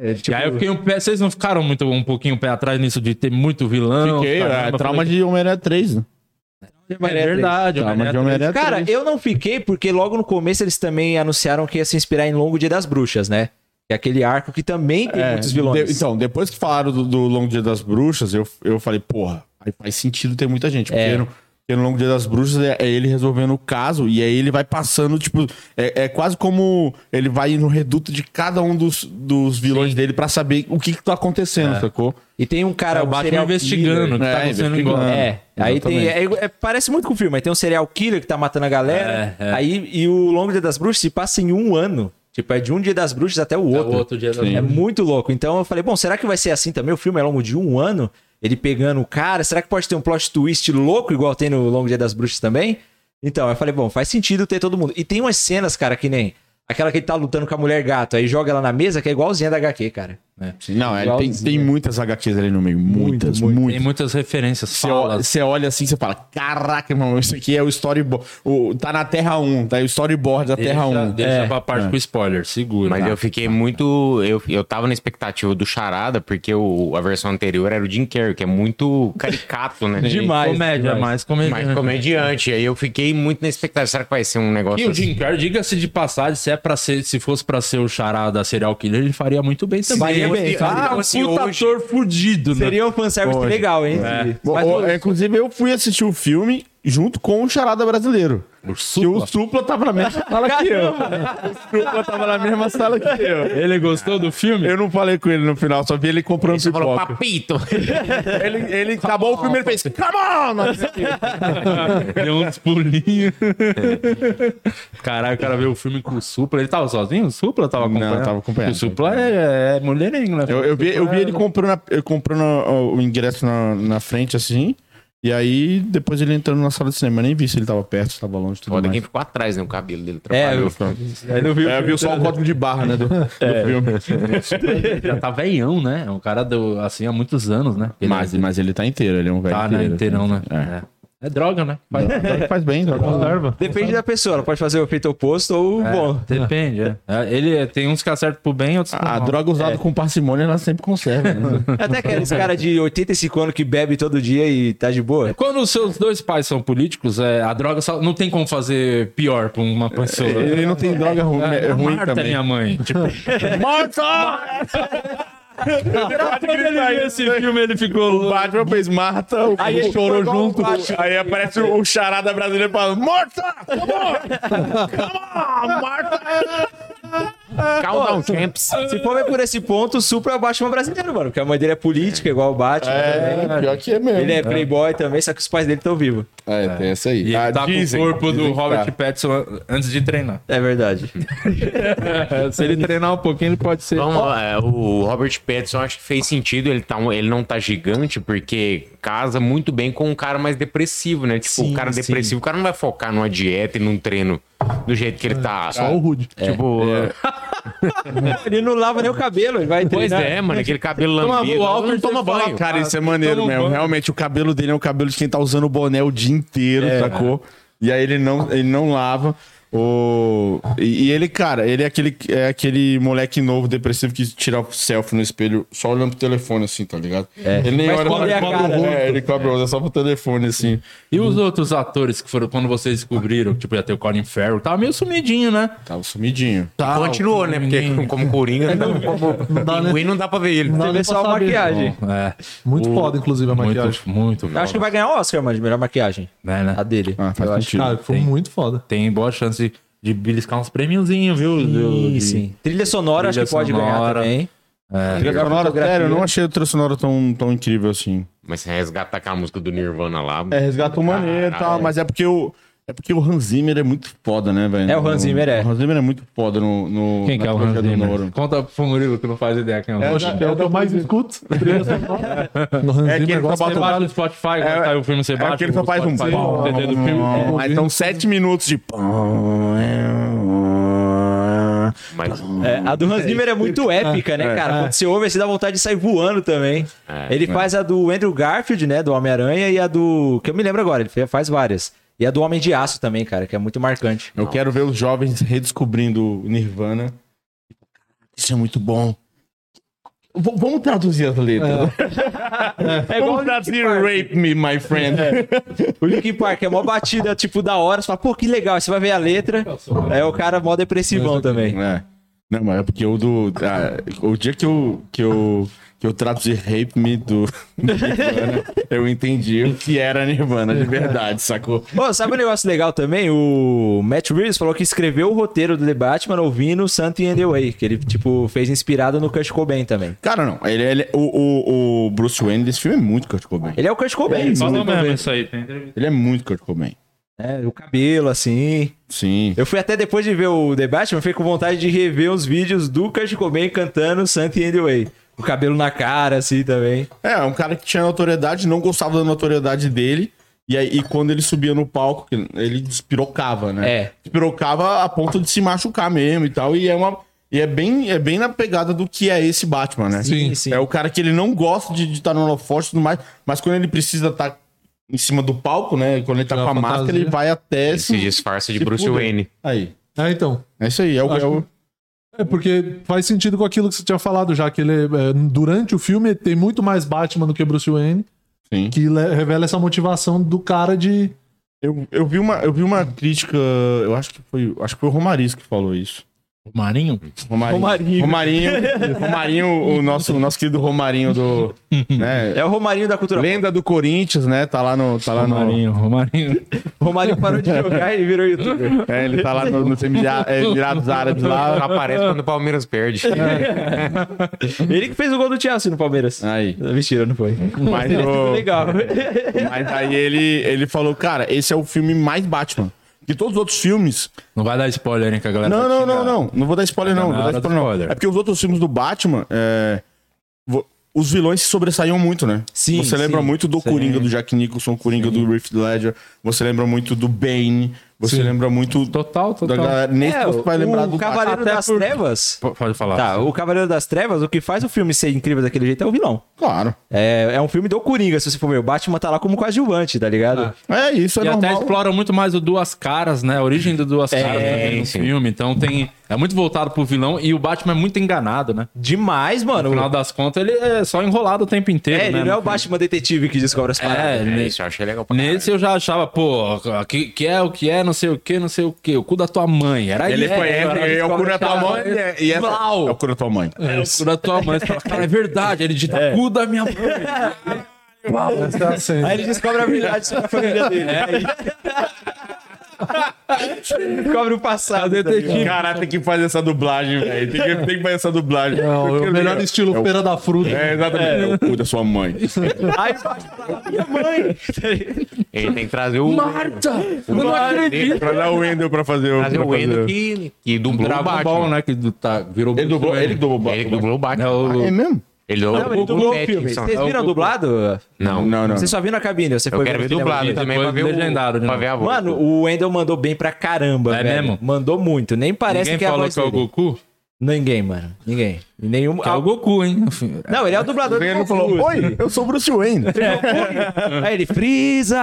Speaker 2: É, tipo,
Speaker 1: E aí eu fiquei um pé, vocês não ficaram muito um pouquinho pé atrás nisso de ter muito vilão?
Speaker 3: Fiquei, é,
Speaker 1: caramba,
Speaker 3: trauma
Speaker 1: falei,
Speaker 3: de Homem-Aranha 3. né?
Speaker 1: É verdade, né,
Speaker 3: Trauma de
Speaker 1: Homem-Aranha
Speaker 3: Homem-Aranha 3.
Speaker 2: Cara, eu não fiquei porque logo no começo eles também anunciaram que ia se inspirar em Longo Dia das Bruxas, né? Que é aquele arco que também tem
Speaker 3: É,
Speaker 2: muitos vilões.
Speaker 3: de- então, depois que falaram do, do Longo Dia das Bruxas, eu, eu falei, porra, aí faz sentido ter muita gente.
Speaker 2: É.
Speaker 3: Porque, no, porque no Longo Dia das Bruxas é, é ele resolvendo o caso e aí ele vai passando, tipo, é, é quase como ele vai no reduto de cada um dos, dos vilões dele pra saber o que que tá acontecendo, sacou?
Speaker 2: E tem um cara,
Speaker 1: É, o
Speaker 2: um
Speaker 1: Batman
Speaker 2: serial
Speaker 1: investigando o que
Speaker 3: É,
Speaker 1: tá acontecendo
Speaker 3: investigando.
Speaker 1: igual.
Speaker 2: killer. É, aí tem.
Speaker 3: Exatamente.
Speaker 2: é igual- é, parece muito com o filme, mas tem um serial killer que tá matando a galera. Aí, e o Longo Dia das Bruxas se passa em um ano. Tipo, é de um dia das bruxas até o outro.
Speaker 1: outro Dia das
Speaker 2: É muito louco. Então eu falei, bom, será que vai ser assim também? O filme é longo de um ano. Ele pegando o cara. Será que pode ter um plot twist louco, igual tem no Longo Dia das Bruxas também? Então, eu falei, bom, faz sentido ter todo mundo. E tem umas cenas, cara, que nem aquela que ele tá lutando com a mulher gato, aí joga ela na mesa, que é igualzinha da HQ, cara. né?
Speaker 3: Não, é, tem,
Speaker 2: Igualzinho.
Speaker 3: tem muitas HQs ali no meio. Muitas,
Speaker 1: Tem
Speaker 3: muitas.
Speaker 1: muitas referências,
Speaker 3: Você olha,
Speaker 1: falas.
Speaker 3: você olha assim, você fala: Caraca, irmão, isso aqui é o storyboard. O, tá na Terra 1, tá aí o storyboard da Terra 1.
Speaker 1: Deixa
Speaker 3: É.
Speaker 1: pra parte com spoiler, segura.
Speaker 4: Mas eu fiquei muito. Eu, eu tava na expectativa do Charada, porque o, a versão anterior era o Jim Carrey, que é muito caricato, né?
Speaker 2: Demais,
Speaker 1: Comédia, né?
Speaker 2: demais.
Speaker 1: mais comédia.
Speaker 4: Mas comediante. Aí eu fiquei muito na expectativa. Será que vai ser um negócio.
Speaker 1: E o
Speaker 4: assim?
Speaker 1: Jim Carrey, diga-se de passagem, se, é pra ser, se fosse pra ser o charada da serial killer, ele faria muito bem também.
Speaker 2: Faria bem,
Speaker 1: Ele
Speaker 2: faria.
Speaker 1: é um
Speaker 4: Assim,
Speaker 1: puta
Speaker 4: hoje-
Speaker 1: ator fudido, né?
Speaker 2: Seria um fanservice legal, hein?
Speaker 3: Bom,
Speaker 2: é. Mas,
Speaker 3: ó, é, inclusive, eu fui assistir o filme junto com o Charada Brasileiro.
Speaker 1: O
Speaker 3: Que o
Speaker 1: Supla.
Speaker 3: Supla tava na mesma sala que eu. O Supla tava na mesma sala que eu.
Speaker 1: Ele gostou do filme?
Speaker 3: Eu não falei com ele no final, só vi ele comprando
Speaker 4: Você falou
Speaker 3: pipoca.
Speaker 4: papito.
Speaker 3: Ele, ele acabou o filme e fez, come on!
Speaker 1: Deu uns pulinhos. É. Caralho, o cara veio o filme com o Supla. Ele tava sozinho? O Supla tava
Speaker 3: Não,
Speaker 1: acompanhando?
Speaker 3: tava acompanhando.
Speaker 1: O Supla é, é mulherengo, né?
Speaker 3: Eu, eu vi, eu vi ele comprando, a- eu comprando o, o ingresso na, na frente, assim, e aí depois ele entrando na sala de cinema. Eu nem vi se ele tava perto, se tava longe, tudo
Speaker 4: Foda quem
Speaker 3: mais.
Speaker 4: ficou atrás, né? O cabelo dele
Speaker 2: é,
Speaker 4: atrapalhou.
Speaker 2: aí não viu.
Speaker 3: É, eu vi só o código de barra, né, do, do filme.
Speaker 1: Já tá velhão, né? É um cara do, assim há muitos anos, né? Ele
Speaker 3: Mas, mas ele tá inteiro, ele é um velho
Speaker 1: tá, né?
Speaker 3: inteiro.
Speaker 1: Inteirão, né?
Speaker 3: É.
Speaker 1: É. É droga, né? Vai-
Speaker 3: Ele faz bem, tá bom.
Speaker 6: Larva.
Speaker 2: Depende da pessoa, ela pode fazer o efeito oposto ou bom.
Speaker 1: Depende, é. É, Ele tem uns que acertam pro bem, outros pro
Speaker 3: A
Speaker 1: mal.
Speaker 3: Ah, droga usada com parcimônia, ela sempre conserva, né?
Speaker 2: Até aqueles cara de 85 anos que bebe todo dia e tá de boa.
Speaker 1: Quando os seus dois pais são políticos, é, a droga só- não tem como fazer pior pra uma pessoa.
Speaker 3: Ele não tem droga ruim,
Speaker 1: É,
Speaker 3: é ruim
Speaker 1: Marta,
Speaker 3: também.
Speaker 1: minha mãe. Tipo,
Speaker 3: Marta!
Speaker 1: quando ele viu esse filme, ele ficou
Speaker 3: O
Speaker 1: louco.
Speaker 3: Batman fez Marta, o
Speaker 2: Aí ele foi
Speaker 3: chorou
Speaker 2: igual o
Speaker 3: junto.
Speaker 2: Batman.
Speaker 3: Aí aparece o o charada brasileiro falando: Marta! Come on! Come on, Marta!
Speaker 4: Countdown Champs.
Speaker 2: Se for ver por esse ponto, o Supra é o Batman brasileiro, mano. Porque a mãe dele é política, igual o Batman.
Speaker 3: É, pior que é mesmo.
Speaker 2: Ele é playboy também, só que os pais dele estão vivos.
Speaker 3: É, tem essa aí.
Speaker 1: E ele
Speaker 3: Ah,
Speaker 1: tá
Speaker 3: dizem-
Speaker 1: com o corpo do
Speaker 3: dizem que
Speaker 1: Robert
Speaker 3: tá.
Speaker 1: Pattinson antes de treinar.
Speaker 2: É verdade.
Speaker 1: Se ele treinar um pouquinho, ele pode ser.
Speaker 4: Então, é, o Robert Pattinson acho que fez sentido ele, tá, um- ele não tá gigante, porque casa muito bem com um cara mais depressivo, né? Tipo, o cara depressivo, o cara não vai focar numa dieta e num treino do jeito que ele tá.
Speaker 6: Só
Speaker 1: um
Speaker 6: o Rude.
Speaker 3: É.
Speaker 4: Tipo,
Speaker 2: Ele não lava nem o cabelo, ele vai
Speaker 4: pois
Speaker 2: treinar.
Speaker 4: é, mano, aquele cabelo
Speaker 1: Toma-
Speaker 4: lambido.
Speaker 1: o Albert
Speaker 4: não toma
Speaker 1: fala,
Speaker 4: banho.
Speaker 3: Cara, isso é maneiro
Speaker 1: Toma um
Speaker 3: mesmo.
Speaker 1: banho.
Speaker 3: Realmente, o cabelo dele é o cabelo de quem tá usando o boné o dia inteiro,
Speaker 1: É.
Speaker 3: sacou? E aí ele não, ele não lava. O... E, e ele, cara, ele é aquele, é aquele moleque novo, depressivo, que tira o selfie no espelho só olhando pro telefone, assim, tá ligado? Ele nem
Speaker 2: Mas
Speaker 3: olha
Speaker 2: cobre a
Speaker 3: cobre o
Speaker 2: cara,
Speaker 3: rosto.
Speaker 2: né?
Speaker 3: É, ele cobre o rosto, é só pro telefone, assim.
Speaker 1: E os outros atores que foram, quando vocês descobriram, tipo, ia ter o Colin Farrell, tava meio sumidinho, né?
Speaker 3: Tava sumidinho.
Speaker 1: Tá,
Speaker 4: Continuou, né? Porque como coringa, não, pinguim não dá pra ver ele.
Speaker 6: Não dá
Speaker 2: Você
Speaker 6: nem
Speaker 2: vê
Speaker 6: pra
Speaker 2: só a
Speaker 6: saber.
Speaker 2: maquiagem.
Speaker 1: É.
Speaker 6: Muito foda, inclusive, a maquiagem.
Speaker 1: Muito, muito.
Speaker 2: Eu acho que vai ganhar o Oscar, mano, de melhor maquiagem.
Speaker 1: Né, né?
Speaker 2: A dele.
Speaker 3: Ah, faz
Speaker 2: eu acho.
Speaker 3: sentido.
Speaker 6: Cara, foi muito foda.
Speaker 1: Tem boa chance de, de beliscar uns prêmiozinhos, viu? Do-
Speaker 2: Sim,
Speaker 1: de-
Speaker 2: sim. Trilha sonora,
Speaker 1: Trilha
Speaker 2: acho que pode ganhar
Speaker 1: sonora.
Speaker 2: também.
Speaker 3: É. Trilha sonora, sério, eu não achei a trilha sonora tão, tão incrível assim.
Speaker 4: Mas se resgatar aquela música do Nirvana lá.
Speaker 3: É, resgatou maneiro e tal,
Speaker 4: Caralho.
Speaker 3: mas é porque o. É porque o Hans Zimmer é muito foda, né, velho?
Speaker 2: É, o Hans Zimmer é.
Speaker 3: O Hans Zimmer é muito foda no. no
Speaker 1: Quem
Speaker 3: na
Speaker 1: que é o
Speaker 3: trilogia
Speaker 1: Hans
Speaker 3: do
Speaker 1: Zimmer?
Speaker 3: Nolan.
Speaker 1: Conta pro Murilo que não faz ideia quem é o Hans
Speaker 6: Poxa, é o que eu mais escuto. No
Speaker 3: É que
Speaker 6: Ranzinho,
Speaker 3: ele só
Speaker 6: negócio
Speaker 3: bota
Speaker 1: Você
Speaker 3: o
Speaker 1: baixa no Spotify, quando sai o filme, você baixa.
Speaker 3: É porque ele só
Speaker 1: no
Speaker 3: faz um
Speaker 1: Spotify,
Speaker 3: pau.
Speaker 1: o CD é do filme.
Speaker 3: Mas então são sete minutos de pão.
Speaker 4: Mas
Speaker 2: É, a do Hans Zimmer é muito épica, né, cara? Quando você ouve, você dá vontade de sair voando também.
Speaker 4: É.
Speaker 2: ele faz a do Andrew Garfield, né, do Homem-Aranha, e a do... que eu me lembro agora, ele fe- faz várias. E a do Homem de Aço também, cara, que é muito marcante.
Speaker 3: Eu quero ver os jovens redescobrindo o Nirvana. Isso é muito bom. V- vamos traduzir as letras.
Speaker 2: É igual
Speaker 3: Vamos
Speaker 2: o Linkin
Speaker 3: traduzir
Speaker 2: Park. É.
Speaker 3: Rape Me, My Friend.
Speaker 2: O Linkin Park é mó batida, tipo, da hora. Você fala, pô, que legal. Aí Você vai ver a letra, é o cara mó depressivão também.
Speaker 3: É. Não, mas é porque eu do. ah, o dia que eu, que eu, que eu traduzi Rape Me do Nirvana, eu entendi o que era Nirvana de verdade, sacou?
Speaker 2: Ô, sabe um negócio legal também? O Matt Reeves falou que escreveu o roteiro do The Batman ouvindo Something in the Way, que ele, tipo, fez inspirado no Kurt Cobain também.
Speaker 3: Cara, não. Ele, ele- o, o, o Bruce Wayne desse filme é muito Kurt Cobain.
Speaker 2: Ele é o Kurt Cobain,
Speaker 3: Ele
Speaker 2: só
Speaker 1: Falou
Speaker 2: não
Speaker 1: mesmo
Speaker 2: vê.
Speaker 1: isso aí, tem entrevista.
Speaker 3: Ele é muito Kurt Cobain.
Speaker 2: É, o cabelo, assim...
Speaker 3: Sim.
Speaker 2: Eu fui até depois de ver o The Batman, fiquei com vontade de rever os vídeos do Kurt Cobain cantando Something in the Way. o cabelo na cara, assim, também.
Speaker 3: É, um cara que tinha notoriedade, não gostava da notoriedade dele. E aí, e quando ele subia no palco, que ele despirocava, né?
Speaker 2: É.
Speaker 3: Despirocava a ponto de se machucar mesmo e tal. E é uma. E é bem, é bem na pegada do que é esse Batman, né?
Speaker 6: Sim,
Speaker 2: sim.
Speaker 3: É o cara que ele não gosta de estar no holofote e tudo mais, mas quando ele precisa estar em cima do palco, né? Quando ele tá
Speaker 6: Tirar
Speaker 3: com a
Speaker 6: a
Speaker 3: máscara,
Speaker 6: fantasia.
Speaker 3: ele vai até.
Speaker 4: Ele se disfarça de
Speaker 3: se
Speaker 4: Bruce
Speaker 3: fuder.
Speaker 4: Wayne.
Speaker 3: Aí.
Speaker 6: É, então.
Speaker 3: É isso aí. É o,
Speaker 6: Acho
Speaker 3: é o-
Speaker 6: É porque faz sentido com aquilo que você tinha falado já, que ele é, durante o filme tem muito mais Batman do que Bruce Wayne,
Speaker 3: Sim.
Speaker 6: que le- revela essa motivação do cara de.
Speaker 3: Eu, eu, vi uma, eu vi uma crítica, eu acho que foi, acho que foi o Romariz que falou isso.
Speaker 1: Marinho?
Speaker 3: Romarinho. Romarinho. Romarinho, o nosso, o nosso querido Romarinho do, né,
Speaker 2: É o Romarinho da cultura.
Speaker 3: Lenda do Corinthians, né? Tá lá no, tá lá no,
Speaker 1: Marinho, Marinho.
Speaker 2: O Romarinho parou de jogar e virou youtuber.
Speaker 3: é, ele tá lá no, nos Emira- é, Emirados Árabes lá.
Speaker 4: Aparece quando o Palmeiras perde.
Speaker 2: Ele que fez o gol do Chelsea no Palmeiras.
Speaker 3: Aí.
Speaker 2: Mentira, não foi.
Speaker 3: Mas, o,
Speaker 2: Legal.
Speaker 3: mas aí ele, ele falou, cara, esse é o filme mais Batman. De todos os outros filmes,
Speaker 1: Não vai dar spoiler, hein, que a galera. tá
Speaker 3: Não,
Speaker 1: vai
Speaker 3: não,
Speaker 1: xingar.
Speaker 3: não, não. Não vou dar spoiler,
Speaker 1: Tá
Speaker 3: não.
Speaker 1: na
Speaker 3: Não vou
Speaker 1: hora
Speaker 3: dar
Speaker 1: do
Speaker 3: spoiler, não.
Speaker 1: spoiler.
Speaker 3: É porque os outros filmes do Batman, é, vo- os vilões se sobressaiam muito, né?
Speaker 2: Sim,
Speaker 3: Você lembra
Speaker 2: sim.
Speaker 3: muito do
Speaker 2: Sim.
Speaker 3: Coringa do Jack Nicholson, Coringa do Rift Ledger. Você lembra muito do Bane. Você
Speaker 6: Sim.
Speaker 3: lembra muito
Speaker 1: Total,
Speaker 3: da
Speaker 1: total.
Speaker 3: galera. Nem
Speaker 2: É,
Speaker 3: você vai lembrar do
Speaker 2: o Cavaleiro
Speaker 3: Batman.
Speaker 2: das Trevas.
Speaker 1: P- Pode falar.
Speaker 2: Tá, o Cavaleiro das Trevas, o que faz o filme ser incrível daquele jeito é o vilão.
Speaker 3: Claro.
Speaker 2: É, é um filme do Coringa, se você for ver. O Batman tá lá como coadjuvante, tá ligado?
Speaker 3: É isso, é
Speaker 1: E até
Speaker 3: normal.
Speaker 1: exploram muito mais o Duas Caras, né? A origem do
Speaker 2: É,
Speaker 1: Duas Caras também no
Speaker 4: sim.
Speaker 1: filme. Então tem. É muito voltado pro vilão e o Batman é muito enganado, né?
Speaker 2: Demais, mano.
Speaker 1: No final das contas, ele é só enrolado o tempo inteiro.
Speaker 2: É, ele
Speaker 1: né?
Speaker 2: não é o
Speaker 1: No-
Speaker 2: Batman detetive que descobre as
Speaker 1: É,
Speaker 2: paradas.
Speaker 4: É,
Speaker 1: ne-
Speaker 4: isso eu achei legal pra caralho.
Speaker 1: nesse eu já achava, pô, que, que é o que é, não sei o que, não sei o que, o cu da tua mãe. Era
Speaker 3: Ele
Speaker 1: isso,
Speaker 3: conhece,
Speaker 1: cara,
Speaker 3: é, o cura da tua
Speaker 1: cara,
Speaker 3: mãe. É, e essa,
Speaker 1: Blau.
Speaker 3: é o cura da tua mãe.
Speaker 1: É, o cu da tua mãe. Você fala, cara, é verdade, ele dita
Speaker 2: É.
Speaker 1: cu da minha mãe.
Speaker 6: Essa é a cena.
Speaker 2: Aí ele descobre a verdade sobre a família dele. Aí... descobre o passado. tá ligado?
Speaker 3: Cara, tem que fazer essa dublagem, velho. Tem que, tem que fazer essa dublagem.
Speaker 6: Não,
Speaker 3: Porque,
Speaker 6: É, o melhor
Speaker 3: né,
Speaker 6: estilo
Speaker 3: é o-
Speaker 6: Feira da Fruta.
Speaker 3: É, exatamente. É o cu da sua mãe.
Speaker 2: Aí o Batman fala, minha mãe.
Speaker 4: Ele tem que trazer o.
Speaker 1: Marta! Eu não
Speaker 4: Marta.
Speaker 1: acredito!
Speaker 3: pra dar o Wendel pra fazer o.
Speaker 4: Trazer
Speaker 3: pra
Speaker 4: o Wendel
Speaker 3: fazer-
Speaker 4: um que, que dublou o
Speaker 1: Dragon
Speaker 4: Batman.
Speaker 1: Ball, né? Que tá, virou
Speaker 3: Ele dublou, ele dublou o Batman.
Speaker 4: Ele que dublou o Batman.
Speaker 1: É
Speaker 3: É
Speaker 1: o-
Speaker 3: mesmo?
Speaker 4: Ele dublou,
Speaker 2: Não, ele dublou o
Speaker 4: Pattinson.
Speaker 2: filme. Vocês
Speaker 4: É o-
Speaker 2: viram dublado?
Speaker 4: Não.
Speaker 3: Ah, Não, não.
Speaker 2: Vocês só viram na cabine, você
Speaker 4: Eu
Speaker 2: foi
Speaker 4: quero ver
Speaker 2: no cinema?
Speaker 4: dublado então, também
Speaker 1: Foi
Speaker 4: pra ver, o,
Speaker 1: legendado de
Speaker 4: pra
Speaker 1: novo.
Speaker 4: ver a voz.
Speaker 2: Mano, o Wendell mandou bem pra caramba,
Speaker 1: É
Speaker 2: velho.
Speaker 1: mesmo?
Speaker 2: Mandou muito. Nem parece
Speaker 1: Ninguém
Speaker 2: que é a
Speaker 1: falou
Speaker 2: voz
Speaker 1: que é o
Speaker 2: dele. Ah.
Speaker 1: Goku?
Speaker 2: Ninguém, mano. Ninguém. Nenhum...
Speaker 1: Que é o Goku, hein? Enfim,
Speaker 2: Não, ele é o dublador do Goku.
Speaker 3: Oi, eu sou o Bruce Wayne.
Speaker 2: Aí ele, Freeza!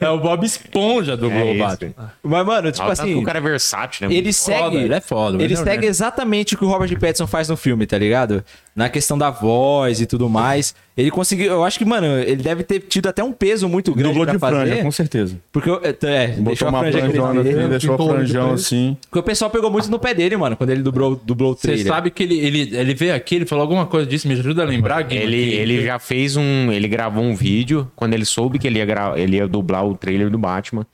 Speaker 1: É o Bob Esponja do
Speaker 4: É
Speaker 1: Globo
Speaker 4: isso.
Speaker 1: Batman.
Speaker 2: Mas, mano,
Speaker 4: Ah,
Speaker 2: tipo
Speaker 4: o tanto que
Speaker 2: assim,
Speaker 4: o cara é versátil, né?
Speaker 2: ele
Speaker 1: Foda,
Speaker 2: segue...
Speaker 1: ele é foda.
Speaker 2: Ele
Speaker 1: mas é
Speaker 2: segue exatamente o que o Robert Pattinson faz no filme, tá ligado? Na questão da voz e tudo mais. Ele conseguiu... Eu acho que, mano, ele deve ter tido até um peso muito grande
Speaker 3: Dublou
Speaker 2: pra
Speaker 3: de
Speaker 2: fazer.
Speaker 3: franja, com certeza.
Speaker 2: Porque... eu- É, deixou
Speaker 3: Botou
Speaker 2: a
Speaker 3: uma
Speaker 2: franja
Speaker 3: franjona
Speaker 2: crescer.
Speaker 3: assim, deixou a
Speaker 6: pintou um
Speaker 3: franjão
Speaker 6: depois.
Speaker 3: assim.
Speaker 2: Porque o pessoal pegou muito no pé dele, mano, quando ele dublou, dublou o
Speaker 1: Você
Speaker 2: trailer.
Speaker 1: sabe que ele, ele, ele veio aqui, ele falou alguma coisa disso, me ajuda a lembrar, Guilherme.
Speaker 4: Ele,
Speaker 1: que-
Speaker 4: ele já fez um. Ele gravou um vídeo. Quando ele soube que ele ia, gra- ele ia dublar o trailer do Batman,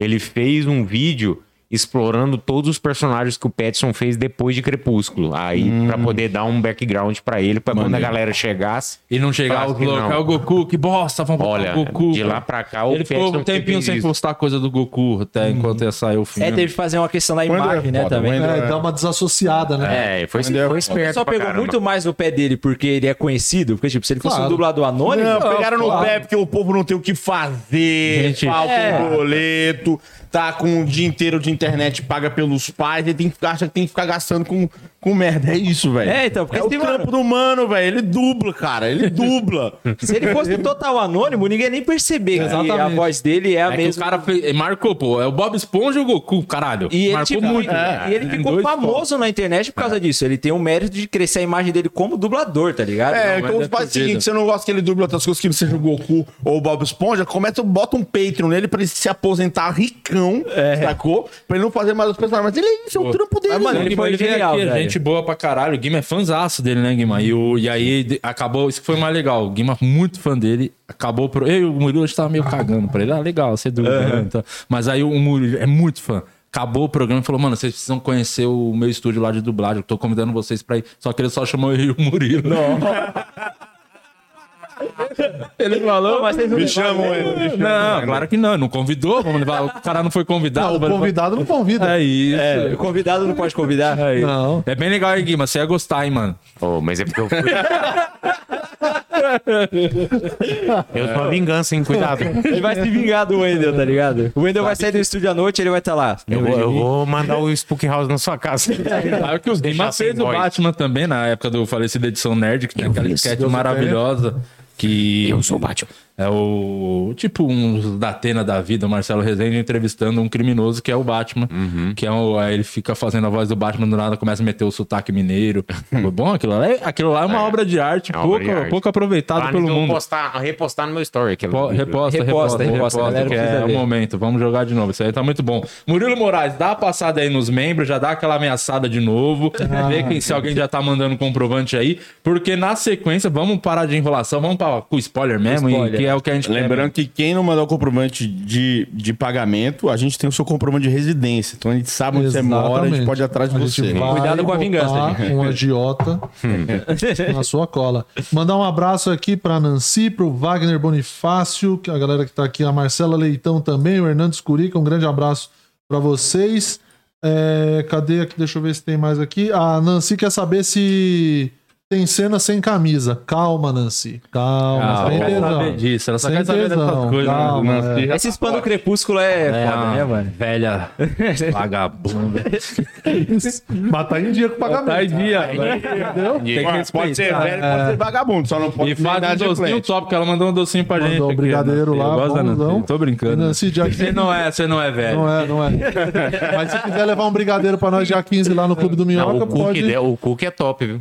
Speaker 4: ele fez um vídeo explorando todos os personagens que o Pattinson fez depois de Crepúsculo. Aí, pra poder dar um background pra ele, pra quando a galera chegasse.
Speaker 1: E não chegar
Speaker 4: Claro
Speaker 1: ao
Speaker 4: que não.
Speaker 1: bloco, é o Goku, que bosta, vamos botar
Speaker 4: Olha,
Speaker 1: o Goku.
Speaker 4: de lá
Speaker 1: cara.
Speaker 4: pra cá, o
Speaker 1: Ele ficou um
Speaker 4: Pattinson
Speaker 1: tempinho
Speaker 4: fez
Speaker 1: sem
Speaker 4: isso.
Speaker 1: postar coisa do Goku, até enquanto ia sair o filme.
Speaker 2: É, teve que fazer uma questão da
Speaker 3: Wendell é
Speaker 2: imagem, né,
Speaker 3: foda,
Speaker 2: também.
Speaker 3: Wendell
Speaker 6: É, dá uma desassociada, né?
Speaker 4: É, foi,
Speaker 3: Entendeu?
Speaker 2: O
Speaker 4: foi esperto.
Speaker 2: pessoal
Speaker 4: pra
Speaker 2: pegou
Speaker 4: caramba.
Speaker 2: muito mais no pé dele porque ele é conhecido, porque, tipo, se ele fosse
Speaker 6: Claro.
Speaker 2: um dublador anônimo...
Speaker 3: Não, pegaram no
Speaker 6: claro.
Speaker 3: pé porque o povo não tem o que fazer,
Speaker 1: Gente,
Speaker 3: falta
Speaker 2: é.
Speaker 3: um boleto, tá com o dia inteiro de internet paga pelos pais, ele tem que, acha que tem que ficar gastando com, com merda. É isso, velho.
Speaker 2: É, então, porque
Speaker 3: é o
Speaker 2: tem-
Speaker 3: trampo do mano, velho. Ele dubla, cara. Ele dubla.
Speaker 2: Se ele fosse do total anônimo, ninguém ia nem perceber que a
Speaker 6: Exatamente.
Speaker 2: voz dele é a
Speaker 1: É que o
Speaker 2: mesma.
Speaker 1: cara fez- marcou, pô, é o Bob Esponja e o Goku, caralho.
Speaker 2: E ele,
Speaker 1: marcou
Speaker 2: tipo,
Speaker 1: muito.
Speaker 2: e- e ele
Speaker 1: Em
Speaker 2: ficou
Speaker 1: dois
Speaker 2: famoso na internet por causa disso. Ele tem o mérito de crescer a imagem dele como dublador, tá ligado?
Speaker 3: É,
Speaker 1: mas
Speaker 3: então
Speaker 1: é
Speaker 3: os pais
Speaker 1: fudido.
Speaker 3: seguintes, você não gosta que ele duble outras coisas que não seja o Goku ou o Bob Esponja, começa, bota um Patreon nele pra ele se aposentar ricão, sacou? Pra ele não fazer mais os personagens. Mas ele é isso, é o trampo dele.
Speaker 2: mas, mano,
Speaker 3: velho.
Speaker 1: Ele,
Speaker 2: foi
Speaker 1: ele veio
Speaker 2: genial,
Speaker 1: aqui,
Speaker 2: velho.
Speaker 1: gente boa pra caralho. O Guima é fãzaço dele, né, Guima? E, o, e aí de- acabou, isso que foi mais legal. O Guima, muito fã dele, acabou pro. Eu e o Murilo, a gente tava meio cagando pra ele. Ah, legal, você dúvida. né? Então, mas aí o Murilo é muito fã. Acabou o programa e falou, mano, vocês precisam conhecer o meu estúdio lá de dublagem. Eu tô convidando vocês pra ir. Só que ele só chamou eu e o Murilo. Não. Ele falou,
Speaker 2: mas vocês não
Speaker 1: me
Speaker 2: levaram
Speaker 1: chamam
Speaker 2: ele,
Speaker 1: ele. Não, claro que não, não convidou. Vamos levar, o cara não foi
Speaker 6: Ah,
Speaker 1: convidado.
Speaker 6: o convidado não convida.
Speaker 1: É isso.
Speaker 2: É, o convidado não pode convidar.
Speaker 1: É isso.
Speaker 6: Não.
Speaker 1: É bem legal, hein, Guima? Você ia gostar, hein, mano?
Speaker 4: Oh, mas é porque eu fui. eu tô a vingança, hein? Cuidado.
Speaker 2: Ele vai se vingar do Wendel, tá ligado? O Wendel vai sair do estúdio à noite, ele vai estar lá.
Speaker 4: Eu vou, eu vou mandar o Spook House na sua casa.
Speaker 1: Claro que os
Speaker 4: Deixar
Speaker 1: Guima
Speaker 4: sem
Speaker 1: fez o
Speaker 4: voz.
Speaker 1: Batman também, na época do falecido Edição Nerd, que tem aquela
Speaker 4: vi isso,
Speaker 1: sketch maravilhosa. Que
Speaker 4: Eu sou o Batman.
Speaker 1: É o tipo um da Atena da vida, o Marcelo Rezende entrevistando um criminoso que é o Batman,
Speaker 4: Uhum.
Speaker 1: que é o, aí ele fica fazendo a voz do Batman do nada, começa a meter o sotaque mineiro. Foi bom aquilo lá? É- Aquilo lá é uma obra de arte,
Speaker 4: É uma
Speaker 1: pouco,
Speaker 4: obra de arte.
Speaker 1: pouco aproveitada
Speaker 4: Lá
Speaker 1: pelo
Speaker 4: eu vou
Speaker 1: mundo.
Speaker 4: Postar, repostar no meu story. aquele
Speaker 1: Po-
Speaker 4: vídeo.
Speaker 1: Reposta, reposta,
Speaker 2: Reposta,
Speaker 1: reposta,
Speaker 2: reposta, galera,
Speaker 1: que
Speaker 2: precisa
Speaker 1: é o
Speaker 2: ver.
Speaker 1: momento. Vamos jogar de novo. Isso aí tá muito bom. Murilo Moraes, dá uma passada aí nos membros, já dá aquela ameaçada de novo. Vê quem, se alguém já tá mandando comprovante aí. Porque na sequência, vamos parar de enrolação, vamos para com spoiler mesmo, e
Speaker 2: spoiler.
Speaker 1: que é o que a gente quer
Speaker 3: Lembrando que quem não mandar o comprovante de, de pagamento, a gente tem o seu comprovante de residência. Então a gente sabe onde você mora, a gente
Speaker 6: Exatamente.
Speaker 3: pode ir atrás de
Speaker 6: A
Speaker 3: você.
Speaker 6: gente vai
Speaker 2: Cuidado com a
Speaker 6: botar
Speaker 2: vingança,
Speaker 6: Um agiota
Speaker 1: Hum.
Speaker 6: na sua cola. Mandar um abraço aqui pra Nancy, pro Wagner Bonifácio, que é a galera que tá aqui, a Marcela Leitão também, o Hernandes Curica, um grande abraço pra vocês. É, cadê aqui? Deixa eu ver se tem mais aqui. A Nancy quer saber se tem cena sem camisa. Calma, Nancy. Calma.
Speaker 1: Ah,
Speaker 6: sem
Speaker 1: ela quer
Speaker 6: tesão.
Speaker 1: saber disso, ela só
Speaker 6: Sem
Speaker 1: quer saber dessas
Speaker 6: tesão,
Speaker 1: coisas.
Speaker 6: calma,
Speaker 1: né?
Speaker 6: é.
Speaker 2: Esse spam do crepúsculo é,
Speaker 1: É
Speaker 2: foda,
Speaker 1: uma
Speaker 2: né, mano?
Speaker 1: velha vagabunda.
Speaker 6: Mas tá em dia com
Speaker 1: Tá
Speaker 6: o
Speaker 1: em
Speaker 6: pagamento.
Speaker 1: dia, entendeu? Tem que
Speaker 3: Ué,
Speaker 1: respeitar.
Speaker 3: pode ser velho, pode ser vagabundo, só não pode
Speaker 1: E faz um
Speaker 3: de
Speaker 1: docinho
Speaker 3: cliente.
Speaker 1: top, que ela mandou um docinho pra gente.
Speaker 6: Mandou um
Speaker 1: aqui,
Speaker 6: brigadeiro
Speaker 1: Nancy.
Speaker 6: lá,
Speaker 1: Eu gosto da
Speaker 6: bonzão.
Speaker 1: Nancy, Tô brincando.
Speaker 6: Nancy, já que-
Speaker 1: né? Você não é, você não é velho.
Speaker 6: Não é, não é. Mas se quiser levar um brigadeiro pra nós dia 15 lá no Clube do
Speaker 4: Não,
Speaker 6: Minhoca,
Speaker 4: o, cook,
Speaker 6: pode.
Speaker 4: é- o Cook é top, viu?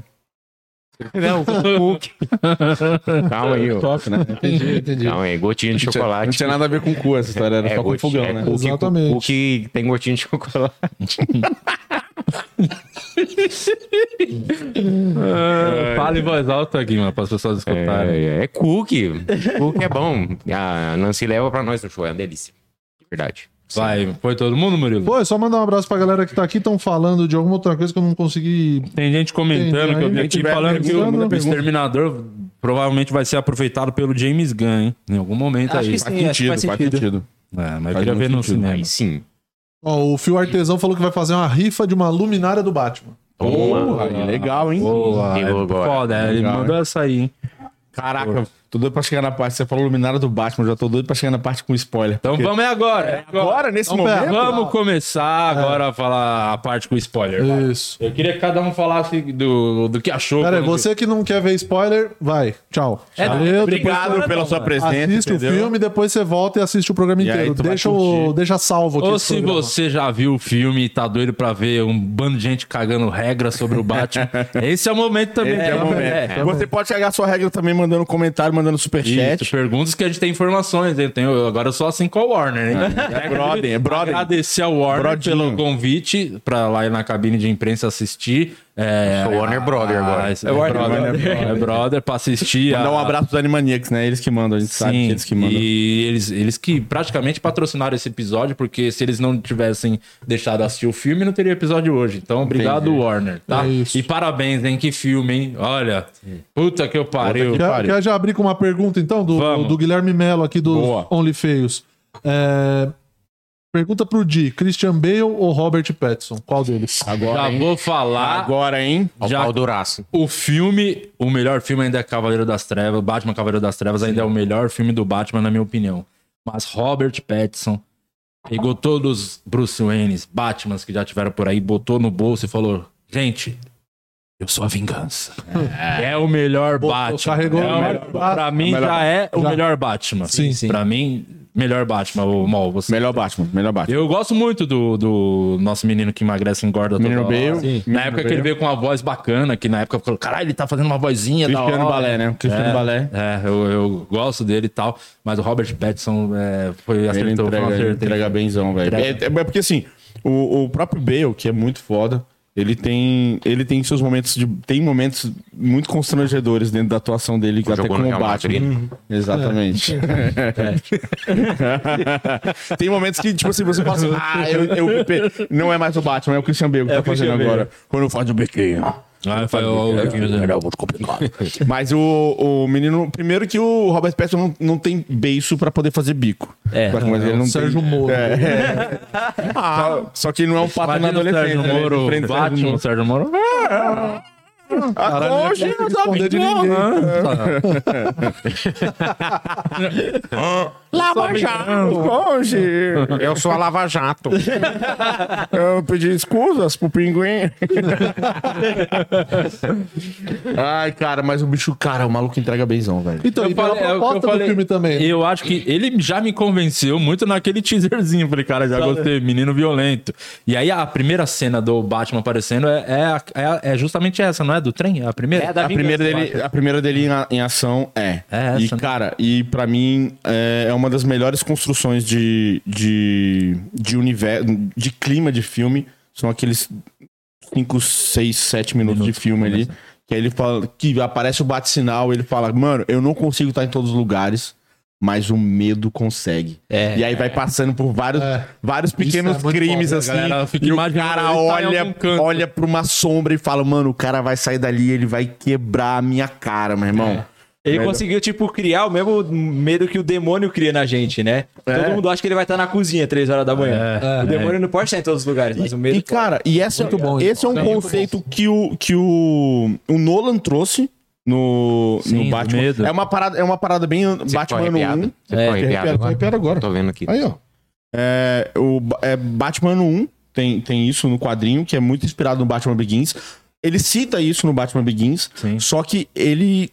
Speaker 4: Não, o Cook. Calma aí, ó.
Speaker 3: Top, né?
Speaker 6: Entendi, entendi.
Speaker 4: Calma aí, gotinha de
Speaker 3: Não
Speaker 4: chocolate.
Speaker 3: tinha nada a ver com cu essa história, era
Speaker 4: É,
Speaker 3: só com
Speaker 4: gotinha,
Speaker 3: fogão,
Speaker 4: é
Speaker 3: né?
Speaker 4: cu. Cook,
Speaker 6: Exatamente.
Speaker 4: O que tem gotinha de chocolate.
Speaker 1: Ah, Fala em voz alta aqui, mano, para as pessoas escutarem.
Speaker 4: É, é cookie. Cookie é bom. A Nancy leva pra nós no show, é uma delícia. Verdade.
Speaker 1: Vai, foi todo mundo, Murilo?
Speaker 6: Pô, é só mandar um abraço pra galera que tá aqui, estão falando de alguma outra coisa que eu não consegui.
Speaker 1: Tem gente comentando
Speaker 6: Tem,
Speaker 1: que eu vi
Speaker 6: aí,
Speaker 1: aqui
Speaker 3: tiver
Speaker 1: falando que
Speaker 3: pergunta,
Speaker 1: o,
Speaker 3: manda
Speaker 1: o Exterminador provavelmente vai ser aproveitado pelo James Gunn, hein? Em algum momento aí.
Speaker 2: que
Speaker 3: Faz
Speaker 2: Sim, acho que
Speaker 3: sentido,
Speaker 2: faz
Speaker 3: faz
Speaker 2: sentido.
Speaker 3: sentido.
Speaker 1: É, mas eu
Speaker 3: Faz
Speaker 1: queria
Speaker 3: muito
Speaker 1: ver no
Speaker 3: sentido.
Speaker 1: cinema.
Speaker 4: Aí sim.
Speaker 6: Ó, o Fio Artesão falou que vai fazer uma rifa de uma luminária do Batman.
Speaker 3: Porra, que legal, hein?
Speaker 1: Boa, é
Speaker 4: Pegou agora.
Speaker 1: foda, ele
Speaker 3: Legal,
Speaker 1: mandou essa aí, hein?
Speaker 3: Caraca, tô doido pra chegar na parte. Você falou Luminária do Batman, já tô doido pra chegar na parte com spoiler.
Speaker 1: Então
Speaker 3: Porque
Speaker 1: vamos é agora. é agora.
Speaker 3: Agora, nesse
Speaker 6: Então, pera,
Speaker 3: momento.
Speaker 1: Vamos começar agora a falar a parte com spoiler. vai.
Speaker 6: Isso.
Speaker 1: Eu queria que cada um falasse do, do que achou.
Speaker 6: Pera aí,
Speaker 1: quando-
Speaker 6: você que não quer ver spoiler, vai. Tchau. Valeu,
Speaker 3: Obrigado pela sua
Speaker 6: depois
Speaker 3: presença.
Speaker 6: Assiste o
Speaker 3: entendeu?
Speaker 6: filme, depois você volta e assiste o programa
Speaker 3: E aí
Speaker 6: inteiro.
Speaker 3: tu vai
Speaker 6: Deixa, o,
Speaker 3: curtir.
Speaker 6: deixa salvo aqui.
Speaker 1: Ou
Speaker 6: esse
Speaker 1: se
Speaker 6: programa.
Speaker 1: você já viu o filme e tá doido pra ver um bando de gente cagando regra sobre o Batman, esse é o momento também.
Speaker 3: Esse é, o
Speaker 6: né?
Speaker 3: momento.
Speaker 6: Tá
Speaker 2: é,
Speaker 3: Você pode chegar sua regra também mandando comentário, mandando superchat.
Speaker 1: Isso, perguntas que a gente tem informações. hein? Eu tenho, agora eu sou assim com a Warner, hein?
Speaker 3: É brother, é brother.
Speaker 1: Agradecer ao Warner
Speaker 3: Brodinho.
Speaker 1: pelo convite pra lá ir na cabine de imprensa assistir. É,
Speaker 4: Sou Warner Brother agora.
Speaker 1: É Warner Brother. É brother pra assistir.
Speaker 3: Mandar
Speaker 1: a-
Speaker 3: um abraço pros Animaniacs, né? Eles que mandam, a gente sabe que
Speaker 1: Sim,
Speaker 3: eles que mandam.
Speaker 1: e eles, eles que praticamente patrocinaram esse episódio, porque se eles não tivessem deixado assistir o filme, não teria episódio hoje. Então, obrigado, Warner, tá?
Speaker 6: É isso.
Speaker 1: e parabéns, hein? Que filme, hein? Olha, puta que eu pariu.
Speaker 3: Puta
Speaker 6: Quer,
Speaker 3: Pare.
Speaker 6: quer já abrir com uma pergunta, então, do,
Speaker 1: Vamos.
Speaker 6: do Guilherme Melo aqui do
Speaker 3: Boa.
Speaker 6: Only Feios. É, Pergunta pro Di, Christian Bale ou Robert Pattinson? Qual deles?
Speaker 3: Agora,
Speaker 1: Já
Speaker 3: hein?
Speaker 1: vou falar.
Speaker 3: Agora, hein?
Speaker 4: Ao
Speaker 1: Já-
Speaker 4: pau duraço.
Speaker 1: O filme, o melhor filme ainda é Cavaleiro das Trevas, Batman Cavaleiro das Trevas ainda é o melhor filme do Batman, na minha opinião. Mas Robert Pattinson pegou todos os Bruce Waynes, Batmans que já tiveram por aí, botou no bolso e falou: gente, eu sou a vingança. É, o melhor Batman.
Speaker 6: carregou
Speaker 1: É
Speaker 6: o
Speaker 1: o-
Speaker 6: melhor
Speaker 1: pra mim
Speaker 3: Batman.
Speaker 1: já é o
Speaker 6: Já.
Speaker 1: melhor Batman.
Speaker 6: Sim, sim.
Speaker 1: Pra mim, melhor Batman, o Mol. Você...
Speaker 3: Melhor Batman, melhor Batman.
Speaker 1: Eu gosto muito do, do nosso menino que emagrece e engorda toda
Speaker 3: Menino
Speaker 1: hora.
Speaker 3: Bale.
Speaker 1: Sim. Na
Speaker 3: Menino
Speaker 1: época que
Speaker 3: Bale.
Speaker 1: ele veio com uma voz bacana, que na época eu falei, caralho, ele tá fazendo uma vozinha da
Speaker 3: Cristiano
Speaker 1: hora.
Speaker 3: Balé, né? O Cristiano
Speaker 1: É,
Speaker 3: Balé.
Speaker 1: É, eu, eu gosto dele e tal, mas o Robert Pattinson é, foi
Speaker 3: Ele
Speaker 1: acertou, foi um
Speaker 3: entrega, ele
Speaker 1: acerto, hein?
Speaker 3: entrega benzão, velho. É,
Speaker 1: Entrega.
Speaker 3: é porque assim, o, o próprio Bale, que é muito foda, ele tem, ele tem seus momentos de. Tem momentos muito constrangedores dentro da atuação dele, até
Speaker 4: jogou no
Speaker 3: como
Speaker 4: Real
Speaker 3: Batman.
Speaker 4: Madrid.
Speaker 3: Uhum. Exatamente. tem momentos que, tipo assim, você fala assim, ah, eu, eu- não é mais o Batman, é o Christian Bale que tá fazendo agora. Quando faz o biquinho.
Speaker 1: Ah, foi o.
Speaker 3: Mas o, o menino. Primeiro que o Robert Pattinson não, não tem beiço pra poder fazer bico.
Speaker 2: É.
Speaker 3: Só que, mas ele não
Speaker 6: Sérgio
Speaker 3: tem-
Speaker 6: Moro.
Speaker 3: É, é. Só, só que ele não é um pato na adolescência.
Speaker 1: Sérgio
Speaker 3: né? Ele
Speaker 1: Moro.
Speaker 3: enfrenta-
Speaker 1: Bate no Sérgio Moro.
Speaker 3: A Concha,
Speaker 6: não
Speaker 3: meus
Speaker 6: responder de
Speaker 3: amigos.
Speaker 6: ninguém.
Speaker 4: Lava Jato.
Speaker 3: Conge.
Speaker 4: Eu sou a Lava Jato.
Speaker 3: Eu pedi escusas pro pinguim. Ai, cara, mas o bicho, cara, o maluco entrega benzão, velho.
Speaker 6: Então,
Speaker 1: Eu
Speaker 6: e pela
Speaker 1: falei- é o que eu
Speaker 6: proposta do
Speaker 1: falei.
Speaker 6: filme também. né?
Speaker 1: Eu acho que ele já me convenceu muito naquele teaserzinho. Falei, cara, já gostei, menino violento. E aí a primeira cena do Batman aparecendo é, é, a- é a- é justamente essa, não é? Do trem? É a primeira?
Speaker 2: É a da
Speaker 3: A primeira dele, a primeira dele em, a- em ação é.
Speaker 1: É essa,
Speaker 3: e,
Speaker 1: né?
Speaker 3: cara, e pra mim é, é uma das melhores construções de, de, de universo, de clima de filme. São aqueles 5, 6, 7 minutos de filme ali. Que aí ele fala. Que aparece o bate-sinal, ele fala, mano, eu não consigo estar em todos os lugares. Mas o medo consegue.
Speaker 2: É.
Speaker 3: e aí vai passando por vários,
Speaker 6: É.
Speaker 3: vários pequenos
Speaker 6: Isso é muito
Speaker 3: crimes,
Speaker 6: foda,
Speaker 3: assim.
Speaker 1: a galera fica
Speaker 3: E o
Speaker 1: imaginando
Speaker 3: cara
Speaker 1: ele tá em algum
Speaker 3: olha,
Speaker 1: canto.
Speaker 3: olha pra uma sombra e fala, mano, o cara vai sair dali, ele vai quebrar a minha cara, meu irmão.
Speaker 2: Ele
Speaker 3: Melhor.
Speaker 2: conseguiu, tipo, criar o mesmo medo que o demônio cria na gente, né? Todo mundo acha que ele vai estar na cozinha três horas da manhã.
Speaker 1: É.
Speaker 2: o demônio não pode estar em todos os lugares, mas o medo. é
Speaker 3: E, cara, e essa,
Speaker 6: Muito bom,
Speaker 3: esse é um
Speaker 6: então.
Speaker 3: conceito que, o, que o, o Nolan trouxe no,
Speaker 1: Sim,
Speaker 3: no Batman.
Speaker 1: medo.
Speaker 3: É uma parada, é uma parada bem Batman um. ano 1.
Speaker 4: Você ficou arrepiado agora?
Speaker 3: Pera agora.
Speaker 4: Tô vendo aqui.
Speaker 6: Aí, ó.
Speaker 3: É, o Ba- é Batman ano 1 tem, tem isso no quadrinho, que é muito inspirado no Batman Begins. Ele cita isso no Batman Begins,
Speaker 1: Sim.
Speaker 3: só que ele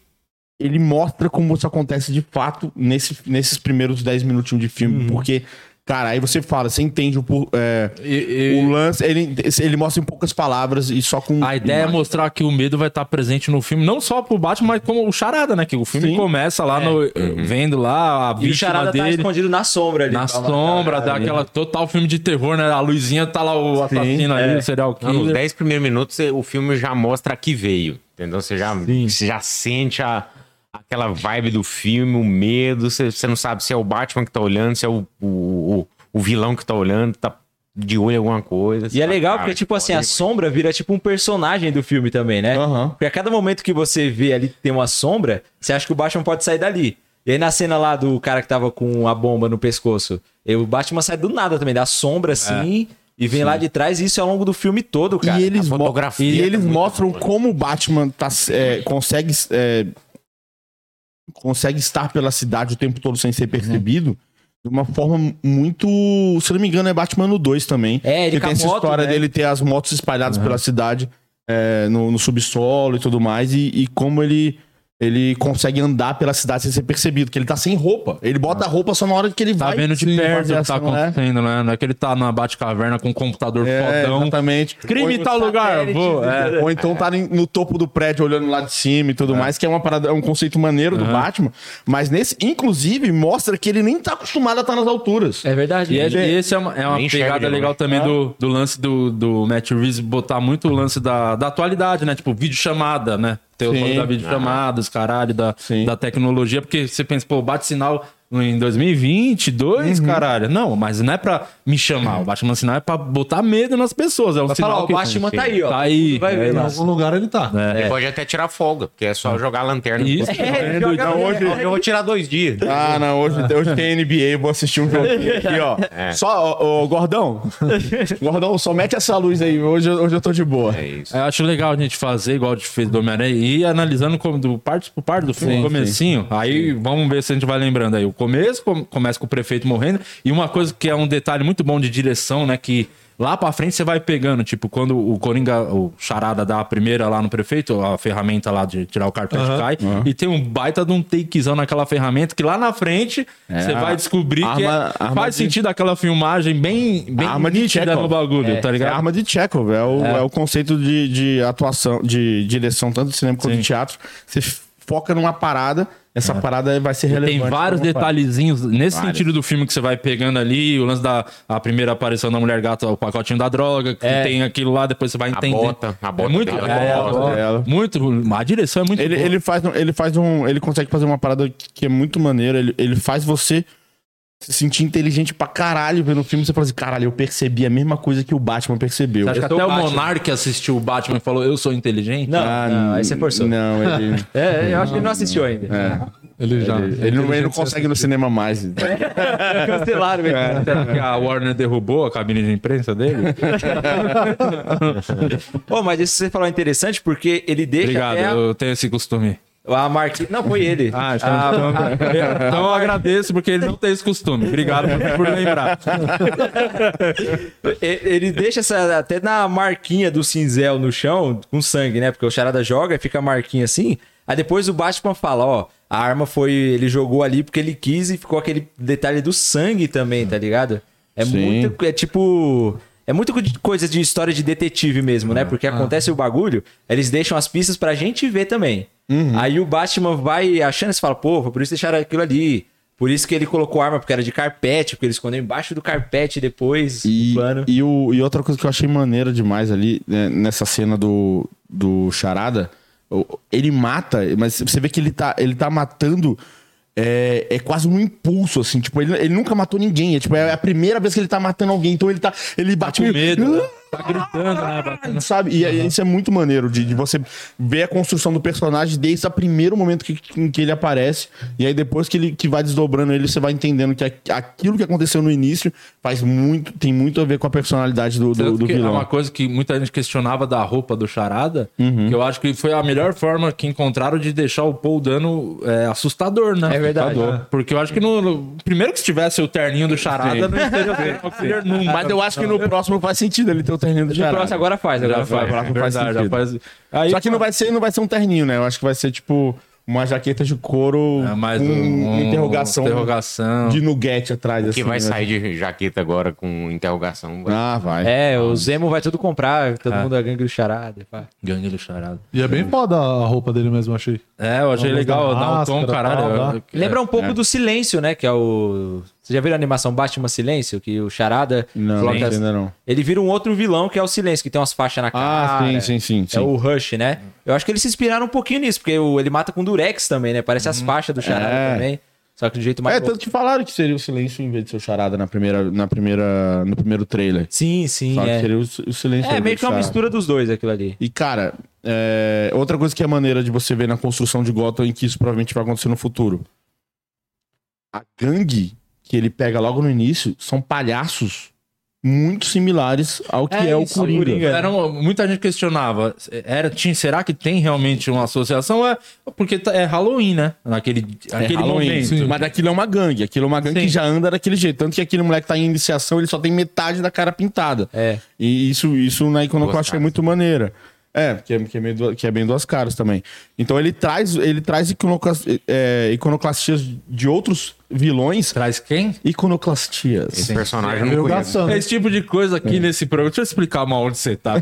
Speaker 3: ele mostra como isso acontece de fato nesse, nesses primeiros 10 minutinhos de filme,
Speaker 1: Uhum.
Speaker 3: porque, cara, aí você fala, você entende o, por- é,
Speaker 1: E- e-
Speaker 3: o lance, ele, ele mostra em poucas palavras e só com...
Speaker 1: A ideia é mostrar que o medo vai estar presente no filme, não só pro Batman, mas como o Charada, né? Que o filme
Speaker 3: Sim.
Speaker 1: começa lá no- eh, vendo lá a
Speaker 2: É. Uhum. E o
Speaker 1: vítima
Speaker 2: charada tá
Speaker 1: dele.
Speaker 2: escondido na sombra ali.
Speaker 1: na
Speaker 2: Tá lá,
Speaker 1: sombra,
Speaker 2: cara.
Speaker 1: dá aquela total filme de terror, né? A luzinha tá lá, o assassino ali,
Speaker 6: é.
Speaker 1: o serial
Speaker 4: Não, nos
Speaker 1: killer.
Speaker 4: 10 primeiros minutos eh, o filme já mostra a que veio. Entendeu? Você já, você já sente a, aquela vibe do filme, o medo. Você, você não sabe se é o Batman que tá olhando, se é o, o, o, o vilão que tá olhando, tá de olho em alguma coisa.
Speaker 2: E é legal porque, tipo assim, a sombra vira tipo um personagem do filme também, né?
Speaker 3: Aham.
Speaker 2: Porque a cada momento que você vê ali que tem uma sombra, você acha que o Batman pode sair dali. E aí na cena lá do cara que tava com a bomba no pescoço, e o Batman sai do nada também, da sombra assim, e vem lá de trás, e isso é ao longo do filme todo, cara.
Speaker 3: e eles, mo-
Speaker 4: fotografia
Speaker 3: e
Speaker 2: é
Speaker 4: tá
Speaker 3: eles
Speaker 4: muito
Speaker 3: mostram como o Batman tá, é, consegue, é, consegue estar pela cidade o tempo todo sem ser percebido. De uma forma muito. Se eu não me engano, é Batman no 2 também.
Speaker 2: É, ele
Speaker 3: que
Speaker 2: com a
Speaker 3: tem essa
Speaker 2: moto,
Speaker 3: história
Speaker 2: né?
Speaker 3: dele ter as motos espalhadas pela cidade, é, no, no subsolo e tudo mais. E, e como ele. Ele consegue andar pela cidade sem ser percebido, que ele tá sem roupa. Ele bota a roupa só na hora que ele
Speaker 1: Tá
Speaker 3: vai.
Speaker 1: vendo de
Speaker 3: Sim,
Speaker 1: perto o que tá
Speaker 3: ação, né?
Speaker 1: acontecendo, né? Não é que ele tá na Batcaverna com um computador
Speaker 3: É,
Speaker 1: fodão.
Speaker 3: exatamente. Ou
Speaker 1: Crime em
Speaker 3: então
Speaker 1: tal lugar,
Speaker 2: satélite,
Speaker 1: vou. É.
Speaker 3: Ou então tá em- no topo do prédio olhando lá de cima e tudo mais, que é uma parada, é um conceito maneiro do Batman, mas nesse, inclusive, mostra que ele nem tá acostumado a estar nas alturas.
Speaker 2: É verdade.
Speaker 1: E, é,
Speaker 2: ele-
Speaker 1: e esse é uma, é uma
Speaker 4: Nem enxerga
Speaker 1: pegada
Speaker 4: direito,
Speaker 1: legal
Speaker 3: né? Ah.
Speaker 1: também do, do lance do, do Matt Reeves botar muito o lance da, da atualidade, né? Tipo, videochamada, né? Tem o
Speaker 3: Sim. Ah.
Speaker 1: lance da videochamada, os caralho, da,
Speaker 3: Sim.
Speaker 1: da tecnologia, porque você pensa, pô, bate sinal em 2022,
Speaker 3: Uhum.
Speaker 1: caralho. Não, mas não é pra me chamar. O Batman sinal é pra botar medo nas pessoas. É o sinal
Speaker 2: falar, ó, o
Speaker 1: que-
Speaker 2: Batman tá aí, ó.
Speaker 1: Tá aí.
Speaker 2: Vai ver,
Speaker 1: é,
Speaker 6: Em
Speaker 2: né?
Speaker 6: algum lugar ele tá.
Speaker 4: Ele pode até tirar folga, porque é só jogar a lanterna.
Speaker 1: Isso. Tá
Speaker 2: É, joga-
Speaker 3: Não, hoje-
Speaker 4: Eu vou tirar dois dias.
Speaker 3: Ah, não, hoje, hoje tem NBA, eu vou assistir um joguinho aqui, ó. Só, ô, ô, Gordão, Gordão, só mete essa luz aí, hoje, eu- hoje eu tô de boa.
Speaker 4: É isso.
Speaker 1: Eu acho legal a gente fazer igual a gente fez do Homem-Aranha e ir analisando como, do parte por parte do filme, o comecinho. Aí vamos ver se a gente vai lembrando aí. O começo com- começa com o prefeito morrendo. E uma coisa que é um detalhe muito bom de direção, né? Que lá pra frente você vai pegando. Tipo, quando o Coringa, o Charada dá a primeira lá no prefeito, a ferramenta lá de tirar o carpete cai. E tem um baita de um takezão naquela ferramenta que lá na frente você
Speaker 3: É, a-
Speaker 1: vai descobrir que é-
Speaker 3: arma- arma
Speaker 1: faz
Speaker 3: de-
Speaker 1: sentido aquela filmagem bem, bem
Speaker 3: Arma de
Speaker 1: nítida
Speaker 3: Chekhov.
Speaker 1: no bagulho, tá
Speaker 3: É
Speaker 1: ligado?
Speaker 3: a arma de Chekhov, é o, é o conceito de, de atuação, de direção, tanto de cinema quanto de teatro. Você foca numa parada, essa parada vai ser relevante.
Speaker 1: Tem vários
Speaker 4: então,
Speaker 3: pra uma parada.
Speaker 1: detalhezinhos nesse
Speaker 3: Vários.
Speaker 1: sentido do filme que você vai pegando ali, o lance da a primeira aparição da mulher gata, o pacotinho da droga, que tem aquilo lá, depois você vai entender.
Speaker 4: bota, É. a bota
Speaker 1: é muito,
Speaker 4: dela,
Speaker 1: é,
Speaker 4: a
Speaker 1: a
Speaker 4: bota
Speaker 1: bota.
Speaker 3: dela.
Speaker 1: muito, a direção é muito
Speaker 3: Ele,
Speaker 1: boa.
Speaker 3: ele faz, um- ele faz um. Ele consegue fazer uma parada que é muito maneira. Ele, ele faz você se sentir inteligente pra caralho vendo o filme. Você fala assim, caralho, eu percebi a mesma coisa que o Batman percebeu.
Speaker 1: Acho que
Speaker 2: Eu sou
Speaker 1: até o
Speaker 2: o Batman.
Speaker 1: Monark assistiu o Batman e falou, eu sou inteligente.
Speaker 2: Não, não, Ah, aí você forçou.
Speaker 3: Ah, Não, ele...
Speaker 2: É, eu acho que ele não assistiu ainda.
Speaker 6: Ele já.
Speaker 3: Ele, ele não, ele não consegue ir no cinema mais. É.
Speaker 2: Cancelaram, velho.
Speaker 1: Será que a Warner derrubou a cabine de imprensa dele?
Speaker 2: Pô, mas isso que você falou é interessante porque ele deixa
Speaker 1: Obrigado,
Speaker 4: É.
Speaker 2: até
Speaker 1: eu tenho esse costume.
Speaker 2: a, a marquinha... Não, foi ele.
Speaker 1: Ah, então,
Speaker 2: a,
Speaker 1: então, então eu agradeço porque ele não tem esse costume. Obrigado por lembrar.
Speaker 2: E- Ele deixa essa, até na marquinha do cinzel no chão, com sangue, né? Porque o Charada joga e fica a marquinha assim. Aí depois o Batman fala, ó, a arma foi. Ele jogou ali porque ele quis e ficou aquele detalhe do sangue também, tá ligado? É muito. É tipo. É muito co- de- coisa de história de detetive mesmo, né? Porque acontece o bagulho, eles deixam as pistas pra gente ver também. Aí o Batman vai achando e fala, pô, foi por isso que deixaram aquilo ali. Por isso que ele colocou arma, porque era de carpete, porque ele escondeu embaixo do carpete depois.
Speaker 3: E,
Speaker 2: Plano.
Speaker 3: e, o- e outra coisa que eu achei maneira demais ali, né, nessa cena do, do Charada, o- ele mata, mas você vê que ele tá, ele tá matando. É, é quase um impulso, assim. Tipo, ele, ele nunca matou ninguém. É, tipo, é a primeira vez que ele tá matando alguém. Então ele tá. Ele
Speaker 1: com
Speaker 3: bate meio-
Speaker 1: medo, né?
Speaker 3: Ah!
Speaker 1: Tá gritando, né? Batendo.
Speaker 3: Sabe? E aí isso é muito maneiro de, de você ver a construção do personagem desde o primeiro momento que, em que ele aparece. E aí depois que ele que vai desdobrando ele, você vai entendendo que a- aquilo que aconteceu no início faz muito, tem muito a ver com a personalidade do, do,
Speaker 1: Tanto
Speaker 3: do
Speaker 1: que É
Speaker 3: vilão.
Speaker 1: uma coisa que muita gente questionava da roupa do Charada, que eu acho que foi a melhor forma que encontraram de deixar o Paul dano é, assustador, né?
Speaker 2: É verdade.
Speaker 1: Assustador. Porque eu acho que no, no- Primeiro que se tivesse o terninho do Charada, não seria o Killer nunca.
Speaker 3: Mas eu acho que no próximo faz sentido ele ter o terninho do
Speaker 2: De
Speaker 3: Gerard.
Speaker 2: próximo agora faz, agora
Speaker 1: Já
Speaker 2: faz.
Speaker 1: faz, É
Speaker 3: faz
Speaker 1: verdade, já
Speaker 3: sentido.
Speaker 1: faz- Aí,
Speaker 3: Só que não vai, ser, não vai ser um terninho, né? Eu acho que vai ser tipo uma jaqueta de couro
Speaker 1: É, mais
Speaker 3: com
Speaker 1: um-
Speaker 3: uma interrogação,
Speaker 1: interrogação.
Speaker 3: de nuguete atrás. assim, né?
Speaker 4: Que vai
Speaker 1: né?
Speaker 4: sair de jaqueta agora com interrogação.
Speaker 3: Ah, vai.
Speaker 2: É, o Zemo vai tudo comprar,
Speaker 3: Ah.
Speaker 2: todo mundo é gangue do charada. Pá.
Speaker 1: Gangue do Charada.
Speaker 6: E é bem foda a roupa dele mesmo, eu achei.
Speaker 1: É, eu achei
Speaker 6: Vamos
Speaker 1: legal,
Speaker 6: dar
Speaker 1: dá um
Speaker 6: máscara,
Speaker 1: tom, caralho.
Speaker 6: tal,
Speaker 1: eu-
Speaker 3: É,
Speaker 2: Lembra um pouco do Silêncio, né? Que é o. Você já viu a animação Batman Silêncio? Que o charada.
Speaker 3: Não,
Speaker 2: coloca-
Speaker 3: não, ainda não.
Speaker 2: Ele vira um outro vilão que é o Silêncio, que tem umas faixas na cara.
Speaker 3: Ah, sim, sim, sim. sim.
Speaker 2: É o Rush, né? Eu acho que eles se inspiraram um pouquinho nisso, porque o- ele mata com Durex também, né? Parece as faixas do charada
Speaker 3: é.
Speaker 2: também. Só que do jeito mais.
Speaker 3: É, tanto que falaram que seria o silêncio em vez de ser o charada na primeira, na primeira, no primeiro trailer.
Speaker 2: Sim, sim.
Speaker 3: Falaram que
Speaker 2: É.
Speaker 3: seria o, o silêncio.
Speaker 2: é
Speaker 3: em vez
Speaker 2: meio
Speaker 3: de
Speaker 2: que uma
Speaker 3: charada.
Speaker 2: mistura dos dois aquilo ali.
Speaker 3: E, cara, é, outra coisa que é maneira de você ver na construção de Gotham e que isso provavelmente vai acontecer no futuro. A gangue que ele pega logo no início são palhaços muito similares ao que é, o
Speaker 2: isso,
Speaker 3: Coringa.
Speaker 2: Coringa.
Speaker 1: Era uma- muita gente questionava, é, era, tinha, será que tem realmente uma associação? É, porque tá- é Halloween, né? Naquele, aquele
Speaker 3: É Halloween.
Speaker 1: momento.
Speaker 3: Sim. Mas daquilo é uma gangue. Aquilo é uma gangue
Speaker 1: Sim.
Speaker 3: que já anda daquele jeito. Tanto que aquele moleque tá em iniciação, ele só tem metade da cara pintada.
Speaker 2: É.
Speaker 3: E isso, isso na Icono eu
Speaker 4: Duas
Speaker 3: acho que é
Speaker 4: caras.
Speaker 3: muito maneira. É, que é, que é meio du- que é bem duas caras também. Então ele traz, ele traz iconoclas- é, iconoclastias de outros vilões.
Speaker 1: Traz quem?
Speaker 3: Iconoclastias.
Speaker 4: Esse personagem eu
Speaker 6: Eu
Speaker 4: não conheço.
Speaker 6: gastando.
Speaker 1: Esse tipo de coisa
Speaker 3: É.
Speaker 1: aqui nesse programa. Deixa eu explicar mal onde você tá.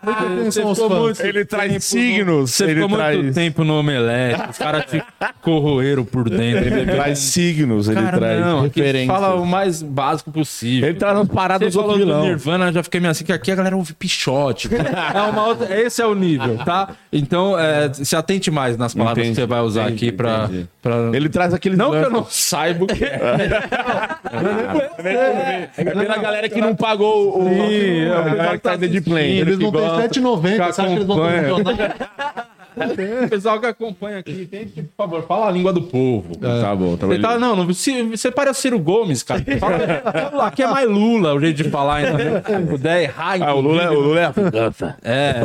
Speaker 6: Quem
Speaker 1: Você
Speaker 6: são os
Speaker 1: ficou
Speaker 6: fãs?
Speaker 1: muito-
Speaker 3: Ele traz signos.
Speaker 1: Você
Speaker 3: ele
Speaker 1: ficou muito
Speaker 3: traz,
Speaker 1: tempo no omelete, os caras te corroeram por dentro.
Speaker 3: ele traz signos, ele
Speaker 1: Cara,
Speaker 3: traz
Speaker 1: não, aqui
Speaker 3: referências.
Speaker 1: fala o mais básico possível.
Speaker 3: Ele traz umas paradas
Speaker 1: Você
Speaker 3: do
Speaker 1: falou
Speaker 3: outro
Speaker 1: do
Speaker 3: vilão.
Speaker 1: Nirvana, já fiquei meio assim, que aqui a galera ouve pichote. é uma outra, esse é o nível, tá? Então, é, se atente mais nas palavras
Speaker 3: Entendi,
Speaker 1: que você vai usar
Speaker 3: entendi,
Speaker 1: aqui pra...
Speaker 3: entendi.
Speaker 1: pra...
Speaker 3: Ele traz aquele
Speaker 1: Não que eu não saiba o que é.
Speaker 3: É pela galera que não pagou o.
Speaker 1: Sim,
Speaker 3: a
Speaker 1: é,
Speaker 3: galera que tá dentro de plane.
Speaker 6: Eles não têm
Speaker 3: gosta.
Speaker 6: 7,90. Você acha que eles vão ter
Speaker 1: acompanha.
Speaker 6: um milionário?
Speaker 1: O pessoal que acompanha aqui, tente, por favor, fala a língua do povo.
Speaker 3: Tá bom, tá bom.
Speaker 1: Você
Speaker 3: Ele-
Speaker 1: tá, não, não, se, separa o Ciro Gomes, cara. Fala- aqui é mais Lula o jeito de falar ainda. Se puder errar,
Speaker 3: Ah, o Lula, o Lula é a
Speaker 1: É,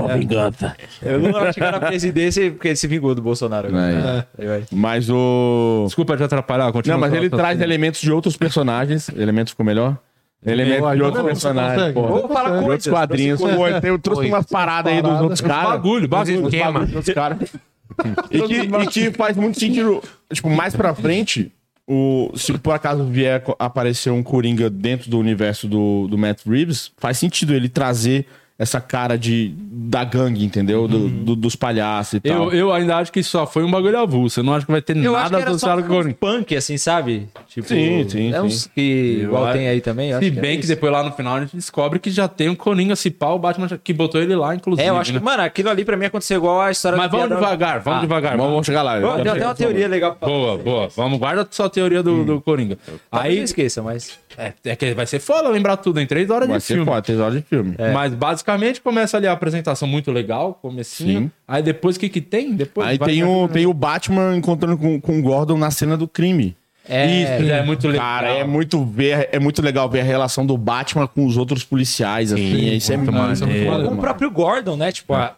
Speaker 2: Eu não acho que era a presidência e- porque ele se vingou do Bolsonaro. agora.
Speaker 3: é.
Speaker 2: É. Aí vai.
Speaker 3: Mas o.
Speaker 1: Desculpa te atrapalhar, continua.
Speaker 3: Não, mas
Speaker 1: com a
Speaker 3: ele
Speaker 1: sua-
Speaker 3: traz elementos de outros personagens. Elementos ficou melhor? Elementos de outros
Speaker 6: Você
Speaker 3: personagens.
Speaker 6: consegue?
Speaker 3: porra.
Speaker 6: Você consegue.
Speaker 3: De outros quadrinhos. Pô, Eu trouxe umas paradas aí dos outros caras.
Speaker 1: Bagulho, bagulho.
Speaker 4: Esquema.
Speaker 3: Dos outros caras. E que, e que faz muito sentido. Tipo, mais pra frente, o, se por acaso vier co- aparecer um Coringa dentro do universo do, do Matt Reeves, faz sentido ele trazer essa cara de, da gangue, entendeu? Do- do- dos palhaços e tal.
Speaker 1: Eu, eu ainda acho que só foi um bagulho avulso. Eu não acho que vai ter
Speaker 2: Eu acho
Speaker 1: nada
Speaker 2: que era só
Speaker 1: associado com o
Speaker 2: um
Speaker 1: Corinthians.
Speaker 2: punk, assim, sabe? Tipo,
Speaker 3: Sim, sim,
Speaker 2: É uns que
Speaker 1: Eu
Speaker 2: igual
Speaker 1: acho-
Speaker 2: tem aí também. eu
Speaker 1: Se
Speaker 2: acho que é
Speaker 1: bem que
Speaker 2: isso.
Speaker 1: depois lá no final a gente descobre que já tem um Coringa se pá, o Batman já- que botou ele lá, inclusive.
Speaker 2: É, eu acho que,
Speaker 1: né?
Speaker 2: mano, aquilo ali pra mim aconteceu igual a história
Speaker 1: Mas
Speaker 2: do
Speaker 1: vamos
Speaker 2: Piadão.
Speaker 1: devagar, vamos
Speaker 2: Ah.
Speaker 1: devagar.
Speaker 3: Mas vamos chegar lá.
Speaker 2: Ó, Deu até uma teoria legal pra
Speaker 1: Boa, boa. Vamos, guarda sua teoria do, do Coringa.
Speaker 2: Aí
Speaker 1: Aí,
Speaker 2: esqueça, mas.
Speaker 1: é, é que vai ser foda lembrar tudo em três horas
Speaker 3: Vai
Speaker 1: de
Speaker 3: ser
Speaker 1: filme.
Speaker 3: quatro, três horas de filme.
Speaker 1: Mas basicamente começa ali a apresentação muito legal, comecinho.
Speaker 3: Sim.
Speaker 1: Aí depois o que que tem? Depois
Speaker 3: Aí
Speaker 1: vai-
Speaker 3: tem o, tem o Batman encontrando com, com o Gordon na cena do crime.
Speaker 2: É,
Speaker 1: Isso, já é muito legal.
Speaker 3: Cara, é muito, ver, é muito legal ver a relação do Batman com os outros policiais, assim. Isso é muito
Speaker 6: isso é muito
Speaker 3: maneiro,
Speaker 6: maneiro.
Speaker 2: com o
Speaker 3: mano.
Speaker 2: próprio Gordon, né? Tipo, a,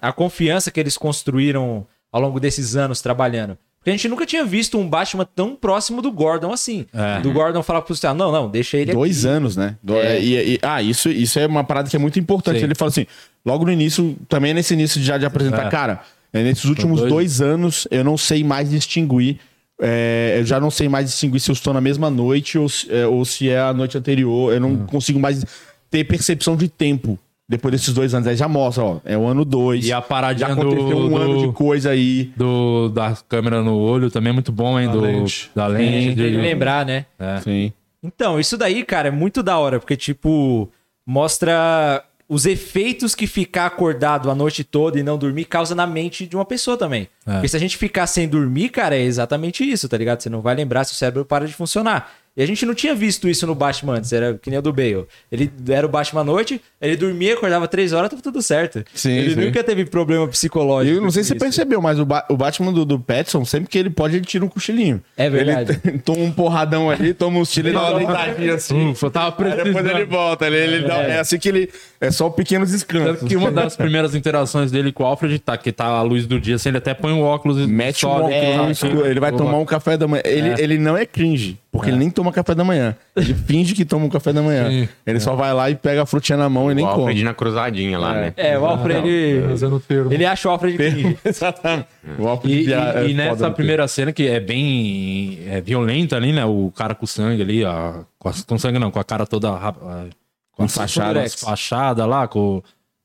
Speaker 2: a confiança que eles construíram ao longo desses anos trabalhando. Porque a gente nunca tinha visto um Batman tão próximo do Gordon assim. Do Gordon falar pro policial, não, não, deixa ele aqui.
Speaker 3: Dois anos, né? Do-
Speaker 1: É.
Speaker 3: e- e- ah, isso, isso é uma parada que é muito importante. Ele fala assim, logo no início, também nesse início já de apresentar, cara, é, nesses últimos dois... anos eu não sei mais distinguir. é, eu já não sei mais distinguir se eu estou na mesma noite ou se é, ou se é a noite anterior. Eu não
Speaker 1: Hum.
Speaker 3: consigo mais ter percepção de tempo. Depois desses dois anos, aí já mostra, ó. É o ano dois.
Speaker 1: E a paradinha
Speaker 3: já aconteceu
Speaker 1: do-
Speaker 3: um
Speaker 1: do-
Speaker 3: ano de coisa aí.
Speaker 1: Do, da câmera no olho também é muito bom, hein? do,
Speaker 6: lente.
Speaker 1: Da
Speaker 2: É,
Speaker 1: lente.
Speaker 2: deixa ele lembrar, né?
Speaker 1: É.
Speaker 3: Sim.
Speaker 2: Então, isso daí, cara, é muito da hora, porque, tipo, mostra os efeitos que ficar acordado a noite toda e não dormir causa na mente de uma pessoa também.
Speaker 3: É.
Speaker 2: Porque se a gente ficar sem dormir, cara, é exatamente isso, tá ligado? Você não vai lembrar se o cérebro para de funcionar. E a gente não tinha visto isso no Batman antes, era que nem o do Bale. Ele era o Batman à noite, ele dormia, acordava três horas, tava tudo certo.
Speaker 3: Sim,
Speaker 2: ele
Speaker 3: sim.
Speaker 2: nunca teve problema
Speaker 3: E
Speaker 2: psicológico.
Speaker 3: eu não sei se
Speaker 2: com isso.
Speaker 3: você percebeu, mas o, Ba- o Batman do, do Petson, sempre que ele pode, ele tira um cochilinho.
Speaker 2: É verdade.
Speaker 3: Ele toma um porradão ali, toma um cochilinho, dá uma deitadinha assim.
Speaker 1: Ufa, eu tava
Speaker 3: Aí depois ele
Speaker 1: precisando.
Speaker 3: volta. Ele, ele dá- é. assim que ele. É só pequenos
Speaker 1: Tanto
Speaker 3: descansos.
Speaker 1: que uma das primeiras interações dele com o Alfred tá que tá a luz do dia, assim, ele até põe o óculos e
Speaker 3: Mete um
Speaker 1: sobe,
Speaker 3: óculos
Speaker 1: assim,
Speaker 3: no escuro, Ele vai
Speaker 1: toma.
Speaker 3: tomar um café da manhã. Ele, ele não é cringe, porque ele nem toma café da manhã. Ele finge que toma um café da manhã.
Speaker 1: Sim. É.
Speaker 3: Ele só vai lá e pega a frutinha na mão e nem
Speaker 4: o Alfred
Speaker 3: come.
Speaker 4: na cruzadinha lá, né?
Speaker 2: É, o Alfred. ele-
Speaker 6: Fazendo o termo.
Speaker 2: Ele acha o Alfred. cringe.
Speaker 3: Exatamente. O Alfred
Speaker 1: E, e-
Speaker 3: é
Speaker 1: e
Speaker 3: foda
Speaker 1: nessa
Speaker 3: no
Speaker 1: primeira cena que é bem é violenta ali, né? O cara com sangue ali, a- com, a- com sangue não, com a cara toda ra- a- com
Speaker 3: Com
Speaker 1: a fachada,
Speaker 3: durex.
Speaker 1: as fachadas lá, com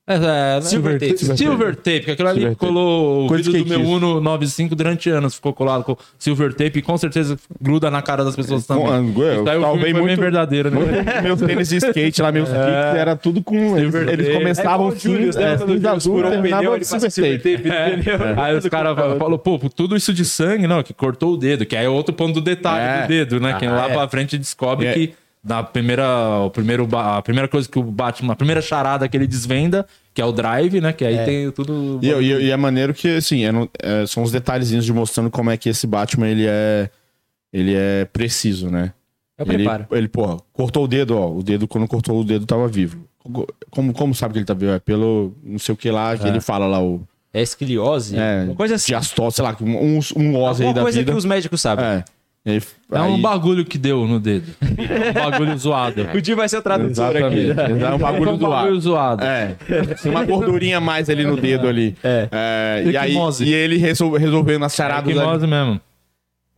Speaker 1: é, é,
Speaker 2: Silver tape.
Speaker 1: Silver, tape, que aquilo ali
Speaker 3: Silver tape.
Speaker 1: colou
Speaker 3: Coisa
Speaker 1: o
Speaker 3: que
Speaker 1: vídeo do meu
Speaker 3: quis.
Speaker 1: Uno 95 durante anos, ficou colado com silver tape e com certeza gruda na cara das pessoas também.
Speaker 3: Com- é, eu
Speaker 1: Isso daí o
Speaker 3: talvez
Speaker 1: filme foi bem
Speaker 3: muito-
Speaker 1: verdadeiro, né?
Speaker 3: meus tênis de skate lá,
Speaker 2: É.
Speaker 3: meus kicks, era tudo com. Eles,
Speaker 1: Silver
Speaker 3: eles
Speaker 1: tape.
Speaker 3: começavam
Speaker 2: igual o Julius,
Speaker 3: cinza,
Speaker 2: né?
Speaker 3: é,
Speaker 2: Quando o
Speaker 3: cinza
Speaker 2: Julius
Speaker 3: azul,
Speaker 2: furou um pneu,
Speaker 3: terminava de
Speaker 2: ele
Speaker 3: silver
Speaker 2: passa silver
Speaker 3: tape.
Speaker 2: tape. entendeu?
Speaker 1: tipo, é. Aí os caras falaram, pô, tudo isso de sangue, não, que cortou o dedo, que aí é outro ponto do detalhe
Speaker 3: É.
Speaker 1: do dedo, né? Que lá
Speaker 2: é.
Speaker 1: pra frente descobre
Speaker 3: É.
Speaker 1: que na primeira, o primeiro, ba- a primeira coisa que o Batman, a primeira charada que ele desvenda, que é o drive, né? Que aí tem tudo.
Speaker 2: né?
Speaker 3: E, eu- e eu- e é maneiro que, assim, é no- é, são uns detalhezinhos de mostrando como é que esse Batman, ele é, ele é preciso, né?
Speaker 2: Eu
Speaker 3: Ele,
Speaker 2: preparo.
Speaker 3: ele, porra, cortou o dedo, ó. O dedo, quando cortou o dedo, tava vivo. Como, como sabe que ele tá vivo? É pelo não sei o que lá que ele fala lá, o.
Speaker 2: É esciliose?
Speaker 3: É,
Speaker 2: uma coisa assim.
Speaker 3: diastó- sei lá, um, um osso aí
Speaker 2: Alguma
Speaker 3: da
Speaker 2: coisa
Speaker 3: vida.
Speaker 2: que os médicos sabem.
Speaker 3: É. Ele-
Speaker 1: É um
Speaker 3: aí-
Speaker 1: bagulho que deu no dedo. É um bagulho zoado.
Speaker 2: O Di vai ser o tradutor aqui.
Speaker 3: É. Exatamente. É um
Speaker 1: É um
Speaker 3: bagulho do ar.
Speaker 1: bagulho zoado.
Speaker 3: É, uma gordurinha a mais ali no dedo ali.
Speaker 2: É.
Speaker 3: É, e, aí,
Speaker 6: Equimose.
Speaker 3: e ele resol, resolvendo as
Speaker 1: É
Speaker 3: charadas. ali.
Speaker 1: equimose mesmo.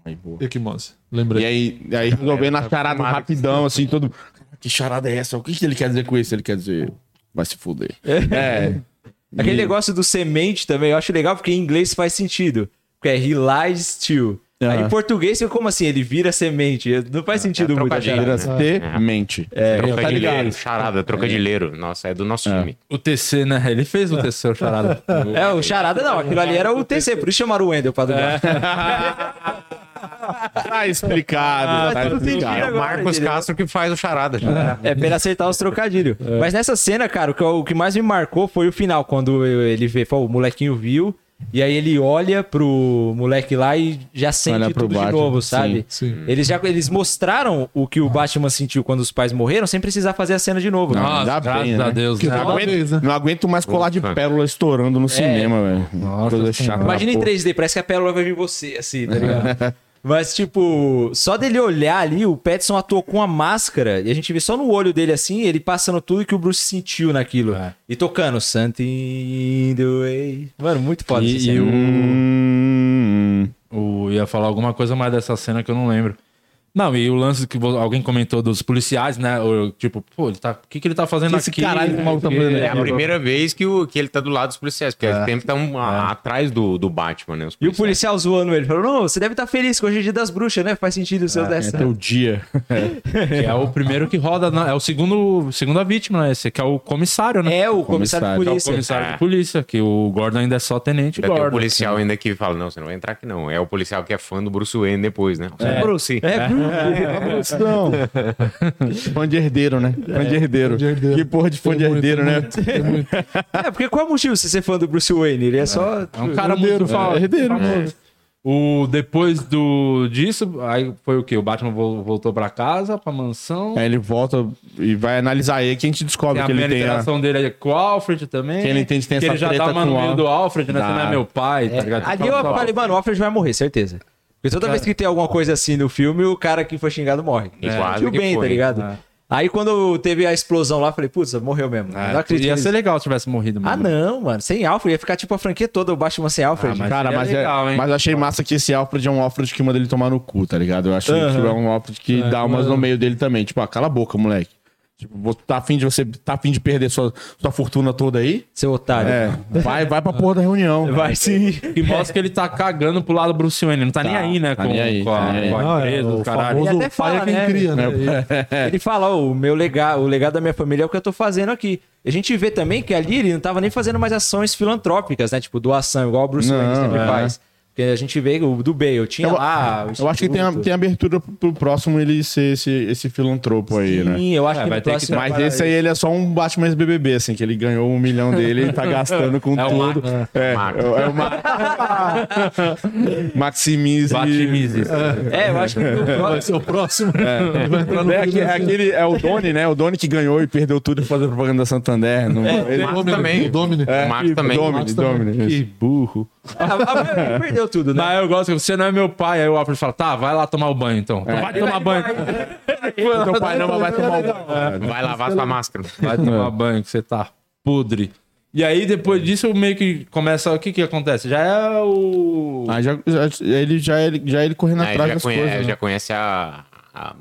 Speaker 3: Ai, boa.
Speaker 6: Equimose.
Speaker 3: E
Speaker 6: Lembrei.
Speaker 3: aí, e aí resolvendo as charadas rapidão, assim, todo. Que charada é essa? O que que ele quer dizer com isso? Ele quer dizer. Vai se fuder. É.
Speaker 2: Aquele
Speaker 3: E-
Speaker 2: negócio do semente também, eu acho legal porque em inglês faz sentido. Porque é he lies still. Aí em
Speaker 3: Aham. É,
Speaker 2: português, eu- como assim? Ele vira semente. Não faz sentido muito.
Speaker 4: trocadilho,
Speaker 2: cara.
Speaker 3: Vira
Speaker 4: né?
Speaker 3: ter mente.
Speaker 4: É. Trocadilheiro, charada, trocadilheiro. Nossa, é do nosso time.
Speaker 1: O TC, né? Ele fez o TC, o charada.
Speaker 2: É, o charada não. Aquilo ali era o TC, por isso chamaram o Wendel
Speaker 3: É.
Speaker 2: pra dublar.
Speaker 3: Tá explicado. tá
Speaker 2: tudo
Speaker 3: explicado.
Speaker 2: sentido
Speaker 4: É o Marcos
Speaker 2: entendeu?
Speaker 4: Castro que faz o charada. Já.
Speaker 2: É pra ele acertar os trocadilhos.
Speaker 3: É.
Speaker 2: Mas nessa cena, cara, o que, o que mais me marcou foi o final, quando eu- ele vê, pô, o molequinho viu, e aí ele olha pro moleque lá e já sente
Speaker 3: Olha pro
Speaker 2: tudo de
Speaker 3: Batman,
Speaker 2: novo, sabe?
Speaker 6: sim.
Speaker 2: Eles já eles mostraram o que o Batman sentiu quando os pais morreram, sem precisar fazer a cena de novo. né?
Speaker 1: Nossa,
Speaker 3: Ainda
Speaker 1: graças
Speaker 3: bem,
Speaker 1: a
Speaker 3: né?
Speaker 1: Deus.
Speaker 6: Que
Speaker 1: né?
Speaker 3: Não
Speaker 6: Talvez, né?
Speaker 3: aguento, não aguento mais colar de pérola estourando no cinema, velho.
Speaker 1: Nossa
Speaker 3: Toda
Speaker 1: Senhora.
Speaker 3: chata.
Speaker 2: Imagina em
Speaker 3: Pô.
Speaker 2: 3D, parece que a pérola vai vir em você, assim, tá ligado? Mas, tipo, só dele olhar ali, o Petson atuou com a máscara e a gente vê só no olho dele, assim, ele passando tudo que o Bruce sentiu naquilo.
Speaker 1: É.
Speaker 2: E tocando Something in the Way. Mano, muito foda
Speaker 1: E-
Speaker 2: essa cena.
Speaker 1: e o-
Speaker 3: Hum.
Speaker 1: O, ia falar alguma coisa mais dessa cena que eu não lembro. Não, e o lance que vo- alguém comentou dos policiais, né? O, tipo, pô, ele tá, o que, que ele tá fazendo
Speaker 3: Esse
Speaker 1: aqui?
Speaker 3: caralho que o maluco tá
Speaker 1: Porque-
Speaker 3: fazendo
Speaker 4: É
Speaker 3: aqui?
Speaker 4: a primeira vez que, o, que ele tá do lado dos policiais, porque o tempo tá um- a- atrás do, do Batman, né?
Speaker 2: E
Speaker 4: Os
Speaker 2: o
Speaker 4: policiais.
Speaker 2: policial zoando ele. Falou, não, você deve estar feliz que hoje é dia das bruxas, né? Faz sentido o seu
Speaker 3: É
Speaker 2: dessa.
Speaker 3: teu dia.
Speaker 1: Que é o primeiro que roda, na- é o segundo, segunda vítima, né? Esse que é o comissário, né?
Speaker 2: É o comissário de
Speaker 3: Comissário,
Speaker 1: Que é o
Speaker 2: polícia.
Speaker 1: comissário
Speaker 4: É.
Speaker 1: de polícia, que o Gordon ainda é só tenente
Speaker 4: Ainda tem
Speaker 1: Gordon.
Speaker 4: o um policial ainda que fala, não, você não vai entrar aqui não. É o policial que é fã do Bruce Wayne depois, né? É. Bruce.
Speaker 2: É, Bruce.
Speaker 3: Não. Fã de herdeiro, né? Fã de herdeiro.
Speaker 6: de herdeiro.
Speaker 3: Que porra de fã de
Speaker 6: Tem muito,
Speaker 3: herdeiro, né?
Speaker 6: tem muito, tem muito.
Speaker 2: É, porque qual é o motivo de você ser fã do Bruce Wayne? Ele é só.
Speaker 1: É um cara muito fa-
Speaker 3: É herdeiro.
Speaker 1: famoso. O, depois do, disso, aí foi o quê? O Batman vol- voltou pra casa, pra mansão.
Speaker 3: Aí ele volta e vai analisar aí que a gente descobre
Speaker 1: Tem a
Speaker 3: que ele
Speaker 1: primeira
Speaker 3: tem a...
Speaker 1: interação dele é com o Alfred também.
Speaker 3: Que ele entende que tem
Speaker 1: que
Speaker 3: essa
Speaker 1: ele já
Speaker 3: treta
Speaker 1: tá
Speaker 3: com
Speaker 1: no
Speaker 3: o
Speaker 1: meio
Speaker 3: Al-
Speaker 1: do Alfred, né? Você não
Speaker 3: Dá.
Speaker 1: é meu pai, tá ligado?
Speaker 2: Ali eu falei, mano, o Alfred vai morrer, certeza. Porque toda vez que tem alguma coisa assim no filme, o cara que foi xingado morre.
Speaker 3: É,
Speaker 4: E quase
Speaker 2: Sentiu
Speaker 4: que
Speaker 2: bem,
Speaker 4: foi.
Speaker 2: tá ligado? Aí quando teve a explosão lá, eu falei, putz, morreu mesmo.
Speaker 3: Ah, É,
Speaker 2: não acredito.
Speaker 1: Ia
Speaker 2: que
Speaker 1: ser
Speaker 2: eles-
Speaker 1: legal se tivesse morrido,
Speaker 2: Ah,
Speaker 1: mano.
Speaker 2: não, mano. Sem Alfred, ia ficar tipo a franquia toda, o Batman sem Alfred.
Speaker 3: Cara,
Speaker 1: seria
Speaker 3: né? mas, é-
Speaker 1: legal, hein?
Speaker 3: mas eu achei massa que esse Alfred é um Alfred que manda ele tomar no cu, tá ligado? Eu acho que é um Alfred que dá umas no meio dele também. Tipo, ah, cala a boca, moleque. Tipo, você tá afim de você tá afim de perder sua, sua fortuna toda aí?
Speaker 2: Seu otário.
Speaker 3: É. Vai, vai pra porra da reunião.
Speaker 2: Vai sim.
Speaker 1: Que mostra que ele tá cagando pro lado do Bruce Wayne. Não tá, nem aí, né?
Speaker 3: tá
Speaker 1: com,
Speaker 3: nem aí,
Speaker 1: com a,
Speaker 3: tá nem aí.
Speaker 1: com a
Speaker 6: Não, é,
Speaker 1: empresa,
Speaker 6: o
Speaker 1: do caralho.
Speaker 6: famoso
Speaker 2: Ele até
Speaker 6: o pai
Speaker 2: fala,
Speaker 6: é quem
Speaker 2: né?
Speaker 6: cria, né?
Speaker 3: é.
Speaker 2: Ele fala, ó, o meu legado, o legado da minha família é o que eu tô fazendo aqui. A gente vê também que ali ele não tava nem fazendo mais ações filantrópicas, né? Tipo, doação, igual o Bruce Wayne
Speaker 3: Não,
Speaker 2: sempre
Speaker 3: é.
Speaker 2: faz. Porque a gente vê o do Bale, tinha
Speaker 3: Eu-
Speaker 2: lá... o
Speaker 3: Eu acho que tem, a-
Speaker 2: instituto.
Speaker 3: tem abertura pro próximo ele ser esse, esse filantropo aí, né?
Speaker 2: Sim, assim, eu acho
Speaker 1: É,
Speaker 2: que
Speaker 1: vai
Speaker 2: no
Speaker 1: ter que-
Speaker 2: próximo...
Speaker 3: Mas
Speaker 2: vai-
Speaker 3: esse aí ele é só um Batman ex-BBB, assim, que ele ganhou um milhão dele e tá gastando com
Speaker 1: É o
Speaker 3: tudo. É,
Speaker 4: Max.
Speaker 3: é o Ma- Maximize.
Speaker 1: Batimize.
Speaker 2: É, eu acho que no
Speaker 6: Vai
Speaker 3: um
Speaker 2: próximo...
Speaker 6: ser o próximo. Ele vai entrar no
Speaker 3: É, aque-
Speaker 6: filme
Speaker 3: é
Speaker 6: assim.
Speaker 3: aquele, é o Doni, né? O Doni que ganhou e perdeu tudo pra fazer propaganda da Santander. Não,
Speaker 1: É,
Speaker 3: ele- É.
Speaker 4: Max também.
Speaker 6: O Domini.
Speaker 4: O Max
Speaker 3: e-
Speaker 4: também.
Speaker 3: Domini, Domini.
Speaker 1: Que
Speaker 3: isso.
Speaker 1: burro.
Speaker 2: A, a maioria perdeu tudo, né?
Speaker 1: Mas eu gosto que você não é meu pai. Aí o Alfred fala, tá, vai lá tomar o banho então.
Speaker 3: É.
Speaker 1: Então Vai tomar banho.
Speaker 3: Teu pai não mas vai tomar o...
Speaker 4: Vai lavar sua máscara.
Speaker 1: Vai tomar banho que você tá podre. E aí depois disso meio que começa, o que que acontece? Já é o...
Speaker 3: Ah, já, já- ele já, é, ele já ele
Speaker 1: É,
Speaker 3: correndo
Speaker 4: Aí
Speaker 3: atrás
Speaker 4: já,
Speaker 3: das
Speaker 4: conhe- é,
Speaker 3: coisas. né?
Speaker 4: já conhece a, a- a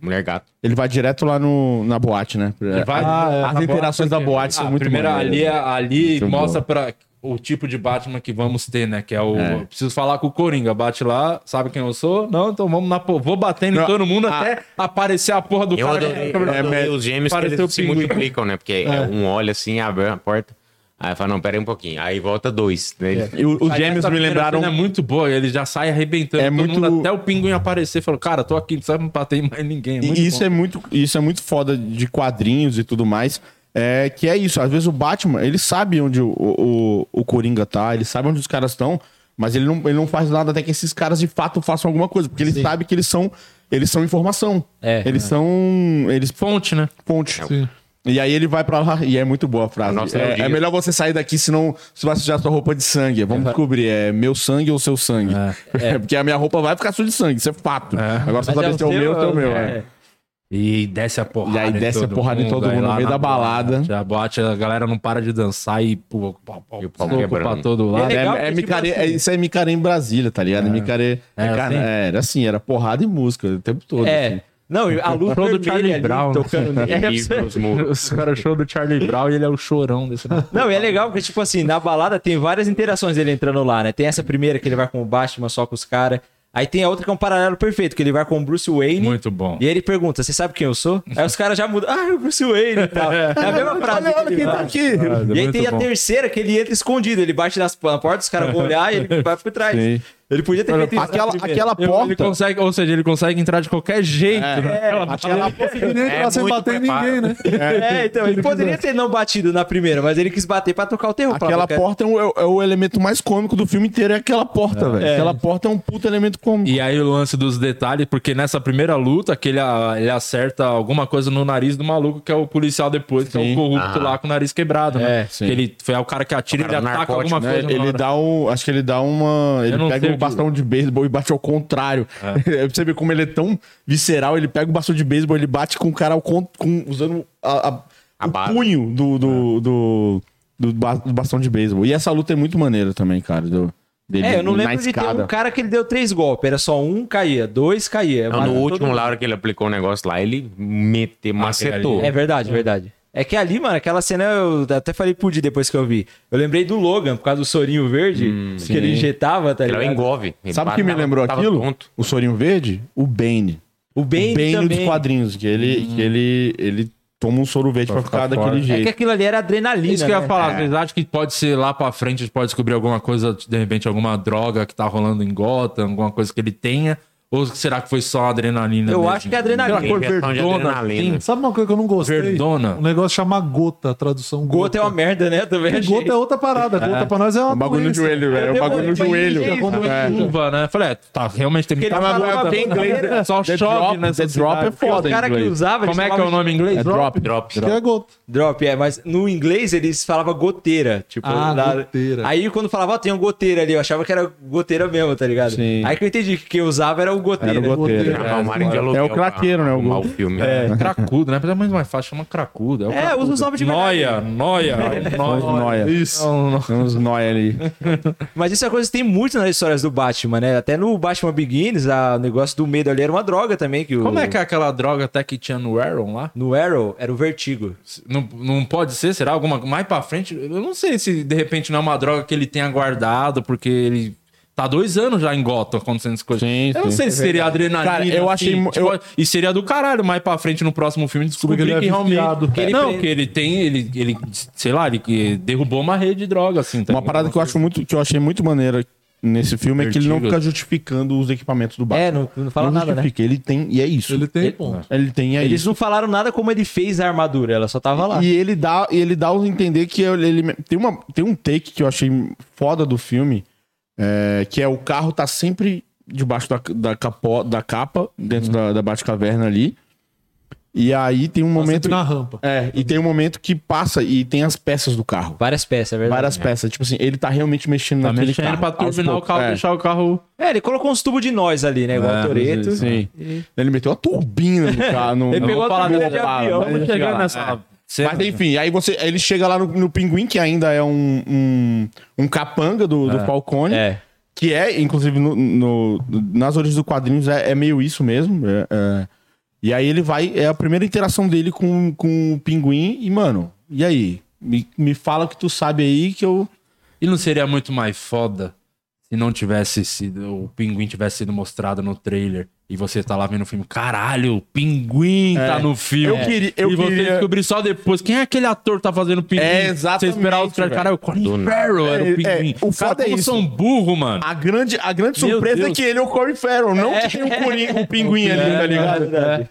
Speaker 4: mulher gato.
Speaker 3: Ele vai direto lá no, na boate, né?
Speaker 1: vai-
Speaker 3: Ah, é, as
Speaker 1: na
Speaker 3: interações da boate
Speaker 1: Ah,
Speaker 3: são muito
Speaker 1: primeiro
Speaker 3: maneiras.
Speaker 1: ali, é- ali
Speaker 3: Muito
Speaker 1: mostra pra o tipo de Batman que vamos ter, né? Que é o.
Speaker 3: É.
Speaker 1: Preciso falar com o Coringa. Bate lá, sabe quem eu sou? Não, então vamos na. po- Vou batendo em
Speaker 3: Não,
Speaker 1: todo mundo
Speaker 3: a-
Speaker 1: até aparecer a porra do
Speaker 4: Eu
Speaker 1: cara.
Speaker 4: adorei,
Speaker 1: que-
Speaker 4: eu adorei
Speaker 3: é,
Speaker 4: os gêmeos que
Speaker 1: pareceu
Speaker 4: eles se
Speaker 1: pinguim.
Speaker 4: multiplicam, né? Porque um olha assim, abre a porta. Aí fala, não, pera aí um pouquinho. Aí volta dois. né? Daí ele-
Speaker 3: E o- os
Speaker 1: Aí
Speaker 3: gêmeos
Speaker 1: essa
Speaker 3: me
Speaker 1: primeira
Speaker 3: lembraram
Speaker 1: cena É muito boa, ele já sai arrebentando
Speaker 3: É
Speaker 1: todo
Speaker 3: muito-
Speaker 1: mundo até o pinguim aparecer. Falou, cara, tô aqui, não sabe me bater em mais ninguém. muito
Speaker 3: E isso
Speaker 1: bom.
Speaker 3: é muito, isso é muito foda de quadrinhos e tudo mais. É que é isso, às vezes o Batman, ele sabe onde o, o, o Coringa tá, ele sabe onde os caras estão, mas ele não, ele não faz nada até que esses caras de fato façam alguma coisa, porque ele sabe que eles são eles são informação.
Speaker 2: É.
Speaker 3: eles são eles
Speaker 1: fonte, né?
Speaker 3: fonte.
Speaker 6: Sim.
Speaker 3: E aí ele vai pra lá e é muito boa a frase.
Speaker 4: Nossa, eu
Speaker 3: é,
Speaker 4: digo.
Speaker 3: é melhor você sair daqui, senão você vai sujar sua roupa de sangue. Vamos descobrir, é meu sangue ou seu sangue? porque a minha roupa vai ficar suja de sangue, isso é fato. Agora você
Speaker 2: Mas
Speaker 3: sabe se é o meu ou se é o meu. é.
Speaker 2: é.
Speaker 1: E desce a porrada.
Speaker 3: E aí
Speaker 1: em
Speaker 3: desce a porrada em todo
Speaker 1: aí
Speaker 3: mundo no
Speaker 1: lá
Speaker 3: meio
Speaker 1: na
Speaker 3: da balada.
Speaker 1: boate, A boate, a galera não para de dançar e pô, pô, pô,
Speaker 4: E o pau
Speaker 1: soco
Speaker 4: quebrando.
Speaker 1: pra todo lado.
Speaker 2: É legal
Speaker 3: é,
Speaker 2: porque,
Speaker 3: é
Speaker 2: tipo
Speaker 3: micaré-
Speaker 2: assim-
Speaker 3: é- isso é micaré em Brasília, tá ligado? É. Micaré.
Speaker 1: Era
Speaker 3: cara,
Speaker 1: assim?
Speaker 3: era assim, era porrada e música o tempo todo.
Speaker 2: É.
Speaker 3: assim.
Speaker 2: Não, e a luz
Speaker 1: Show do
Speaker 2: vermelha
Speaker 1: Charlie
Speaker 2: ali,
Speaker 1: Brown, né?
Speaker 2: tocando nele.
Speaker 4: e os mu-
Speaker 1: Os caras show do Charlie Brown e ele é o chorão desse.
Speaker 2: Não, e é legal porque, tipo assim, na balada tem várias interações dele entrando lá, né? Tem essa primeira que ele vai com o Batman só com os caras. Aí tem a outra que é um paralelo perfeito, que ele vai com o Bruce Wayne.
Speaker 1: Muito bom.
Speaker 2: E aí ele pergunta, você sabe quem eu sou? Aí os caras já mudam, ah, é o Bruce Wayne e tal. É a mesma frase. que ele fala.
Speaker 3: aqui.
Speaker 1: É
Speaker 2: E aí tem a terceira que ele entra escondido, ele bate nas- na porta, os caras vão olhar e ele vai por trás.
Speaker 3: Sim.
Speaker 2: Ele podia ter feito isso. na
Speaker 3: Aquela,
Speaker 2: primeira.
Speaker 3: aquela
Speaker 1: Ele
Speaker 3: porta.
Speaker 1: consegue, ou seja, ele consegue entrar de qualquer jeito. né?
Speaker 3: aquela
Speaker 6: Ele nem entrar sem
Speaker 4: muito
Speaker 6: bater em
Speaker 4: preparo.
Speaker 6: ninguém, né?
Speaker 2: É, então, ele poderia ter não batido na primeira, mas ele quis bater pra tocar o terror.
Speaker 3: aquela porta é, o- é o- é o elemento mais cômico do filme inteiro, é aquela porta, velho. Aquela porta é um puto elemento cômico.
Speaker 1: E aí o lance dos detalhes, porque nessa primeira luta que ele, a- ele acerta alguma coisa no nariz do maluco, que é o policial depois, que é o
Speaker 3: Sim.
Speaker 1: corrupto lá com o nariz quebrado, né?
Speaker 2: É,
Speaker 1: Que
Speaker 3: sim.
Speaker 1: ele foi o cara que atira e
Speaker 4: O cara
Speaker 1: ele
Speaker 4: do
Speaker 1: ataca
Speaker 4: narcótico,
Speaker 1: alguma
Speaker 3: Né?
Speaker 1: coisa. na
Speaker 3: Ele
Speaker 1: hora.
Speaker 3: dá um. Acho que ele dá uma. Ele
Speaker 1: não sei
Speaker 3: pega
Speaker 1: o que-
Speaker 3: um bastão de beisebol e bate ao contrário. É. Você vê como ele é tão visceral, ele pega o bastão de beisebol, ele bate com o cara ao con- com, usando a, a-
Speaker 4: A
Speaker 3: o
Speaker 4: base.
Speaker 3: punho do, do, do, do ba- do bastão de beisebol. E essa luta é muito maneira também, cara. Do, dele
Speaker 2: é, eu não
Speaker 3: na
Speaker 2: lembro de ter
Speaker 3: escada.
Speaker 2: um cara que ele deu três golpes. Era só um, caía. Dois, caía.
Speaker 4: Não,
Speaker 2: Mas
Speaker 4: no
Speaker 2: todo
Speaker 4: último,
Speaker 2: mundo-
Speaker 4: lá, a hora que ele aplicou o negócio lá, ele
Speaker 3: Ah,
Speaker 4: meteu, macetou.
Speaker 2: É verdade, verdade. É que ali, mano, aquela cena eu até falei pro Di depois que eu vi. Eu lembrei do Logan, por causa do sorinho verde, que ele injetava, tá
Speaker 4: Ele é o
Speaker 2: ligado?
Speaker 4: engove. Ele
Speaker 3: Sabe o
Speaker 4: ba-
Speaker 3: que me
Speaker 4: tava-
Speaker 3: lembrou
Speaker 4: tava
Speaker 3: aquilo?
Speaker 4: tonto.
Speaker 3: O Sorinho Verde? O Bane.
Speaker 2: O
Speaker 3: Bane,
Speaker 2: Bane,
Speaker 3: dos
Speaker 2: também.
Speaker 3: quadrinhos, que ele, que ele, ele toma um sorvete pra ficar, daquele
Speaker 2: É
Speaker 3: jeito.
Speaker 2: que aquilo ali era adrenalina,
Speaker 1: Isso que eu ia
Speaker 2: né?
Speaker 1: falar, vocês acham que pode ser lá pra frente, a gente pode descobrir alguma coisa, de repente, alguma droga que tá rolando em Gotham, alguma coisa que ele tenha? Ou será que foi só adrenalina?
Speaker 2: Eu
Speaker 1: mesmo?
Speaker 2: acho que é adrenalina.
Speaker 1: Aquela cor
Speaker 4: Injeção de
Speaker 1: verdona,
Speaker 4: adrenalina.
Speaker 1: assim.
Speaker 6: Sabe uma coisa que eu não gostei?
Speaker 1: Verdona.
Speaker 6: Um negócio chama gota, a tradução.
Speaker 2: Gota é uma merda, né? Eu Também
Speaker 6: Porque
Speaker 2: achei.
Speaker 6: Gota é outra parada. Gota pra nós é uma
Speaker 3: O um bagulho no
Speaker 6: doença.
Speaker 3: joelho, velho. O bagulho no joelho.
Speaker 1: É quando
Speaker 3: É.
Speaker 1: chuva, né? Falei, é, tá, realmente tem que tá
Speaker 2: Porque ele
Speaker 1: na
Speaker 2: falava
Speaker 1: boca.
Speaker 2: bem inglês, né?
Speaker 1: Só
Speaker 3: The
Speaker 1: chove
Speaker 3: drop,
Speaker 1: nessa
Speaker 3: the drop
Speaker 1: cidade.
Speaker 3: é foda
Speaker 2: O
Speaker 3: em
Speaker 2: um cara que
Speaker 3: inglês.
Speaker 2: usava, ele
Speaker 1: Como é que é
Speaker 2: chamava
Speaker 1: o nome em inglês?
Speaker 3: É drop.
Speaker 4: Drop.
Speaker 6: Que é gota.
Speaker 2: Drop, é, mas no inglês eles falavam goteira. Tipo,
Speaker 6: Ah,
Speaker 2: lá-
Speaker 6: goteira.
Speaker 2: Aí quando falava, ó, tem um goteira ali, eu achava que era goteira mesmo, tá ligado?
Speaker 3: Sim.
Speaker 2: Aí que eu entendi que quem usava era o goteira.
Speaker 3: Era o goteiro.
Speaker 6: É,
Speaker 4: Ah, o Mário de aluguel
Speaker 3: é o craqueiro,
Speaker 4: pra
Speaker 3: né, o
Speaker 4: arrumar
Speaker 3: gol.
Speaker 4: filme.
Speaker 1: Cracudo, né? Mas é muito mais fácil, chama cracudo. o
Speaker 2: É,
Speaker 1: cracudo.
Speaker 2: usa os nomes de verdade.
Speaker 1: Noia, noia,
Speaker 3: Uns
Speaker 1: noia.
Speaker 3: noia.
Speaker 6: Isso.
Speaker 3: Tem Uns nóia ali.
Speaker 2: Mas isso é uma coisa que tem muito nas histórias do Batman, né? Até no Batman Begins, a- o negócio do medo ali era uma droga também. Que o,
Speaker 1: Como é que é aquela droga até que tinha no Aaron lá?
Speaker 2: No Arrow, era o vertigo.
Speaker 1: Não, não pode ser? Será alguma mais pra frente? Eu não sei se de repente não é uma droga que ele tenha guardado, porque ele tá dois anos já em Gotham acontecendo essas coisas.
Speaker 3: Sim,
Speaker 1: eu não
Speaker 3: sim.
Speaker 1: sei se seria adrenalina.
Speaker 3: Cara, eu achei mu-
Speaker 1: tipo,
Speaker 3: eu-
Speaker 1: E seria do caralho mais pra frente no próximo filme descobrir que,
Speaker 6: Descobrir que ele é
Speaker 1: realmente.
Speaker 6: viciado.
Speaker 1: que ele- não, que ele tem. Ele, ele, sei lá, ele que derrubou uma rede de droga, assim. tá
Speaker 3: Uma
Speaker 1: ligado?
Speaker 3: parada que eu acho muito, que eu achei muito maneira nesse filme é que ele não
Speaker 1: Vertigo.
Speaker 3: fica justificando os equipamentos do Batman.
Speaker 2: É, não, não fala nada, né?
Speaker 3: justifica. Ele tem e é isso.
Speaker 6: Ele
Speaker 3: Ele,
Speaker 6: tem ponto.
Speaker 3: tem e é
Speaker 2: Eles
Speaker 3: isso.
Speaker 2: não falaram nada como ele fez a armadura, ela só tava lá.
Speaker 3: E ele dá, e ele dá os entender que é, ele, ele- tem uma tem um take que eu achei foda do filme, é, que é o carro tá sempre debaixo da, da, capó, da capa dentro da, da Batcaverna ali. E aí tem um momento
Speaker 6: Sempre na rampa.
Speaker 3: é, e tem um momento que passa e tem as peças do carro.
Speaker 2: Várias peças, é verdade.
Speaker 3: Várias peças, tipo assim, ele tá realmente mexendo
Speaker 1: Tá
Speaker 3: naquele
Speaker 1: mexendo
Speaker 3: carro.
Speaker 1: pra
Speaker 3: aos
Speaker 1: turbinar o
Speaker 3: poucos.
Speaker 1: carro,
Speaker 3: É.
Speaker 1: deixar o carro.
Speaker 2: É, ele colocou uns tubos de nós ali, né? Igual o Toreto.
Speaker 3: Sim. Ele meteu uma turbina no carro. No,
Speaker 2: Ele
Speaker 3: no-
Speaker 2: pegou a
Speaker 1: falar
Speaker 2: turbina de
Speaker 1: dele,
Speaker 2: avião.
Speaker 1: Vamos
Speaker 3: chegar
Speaker 1: chegar
Speaker 3: lá.
Speaker 1: nessa.
Speaker 3: Mas enfim, aí você, aí ele chega lá no, no Pinguim, que ainda é um, um, um capanga do, do Falcone.
Speaker 2: É.
Speaker 3: Que é, inclusive, no, no- nas origens do quadrinhos é, é meio isso mesmo. é- é. E aí ele vai, é a primeira interação dele com, com o Pinguim. E, mano, e aí? Me, me fala o que tu sabe aí que eu.
Speaker 1: E não seria muito mais foda se não tivesse sido. O pinguim tivesse sido mostrado no trailer e você tá lá vendo o filme. Caralho, o pinguim tá no filme.
Speaker 3: É. Eu queria- eu
Speaker 1: e você
Speaker 3: queria-
Speaker 1: descobrir só depois. Quem é aquele ator que tá fazendo o pinguim?
Speaker 3: É,
Speaker 1: Você esperar os
Speaker 3: exatamente,
Speaker 1: caras. Caralho, o Colin Farrell era
Speaker 3: É,
Speaker 1: o pinguim.
Speaker 3: é, o
Speaker 1: Cara,
Speaker 3: foda é
Speaker 1: como
Speaker 3: isso. Ah,
Speaker 1: são burro, mano.
Speaker 3: A grande, a grande
Speaker 1: Meu
Speaker 3: surpresa é
Speaker 1: Deus. É.
Speaker 3: que ele é o Corey Farrell, não que tem o, Corin- o Pinguim ali, tá ligado?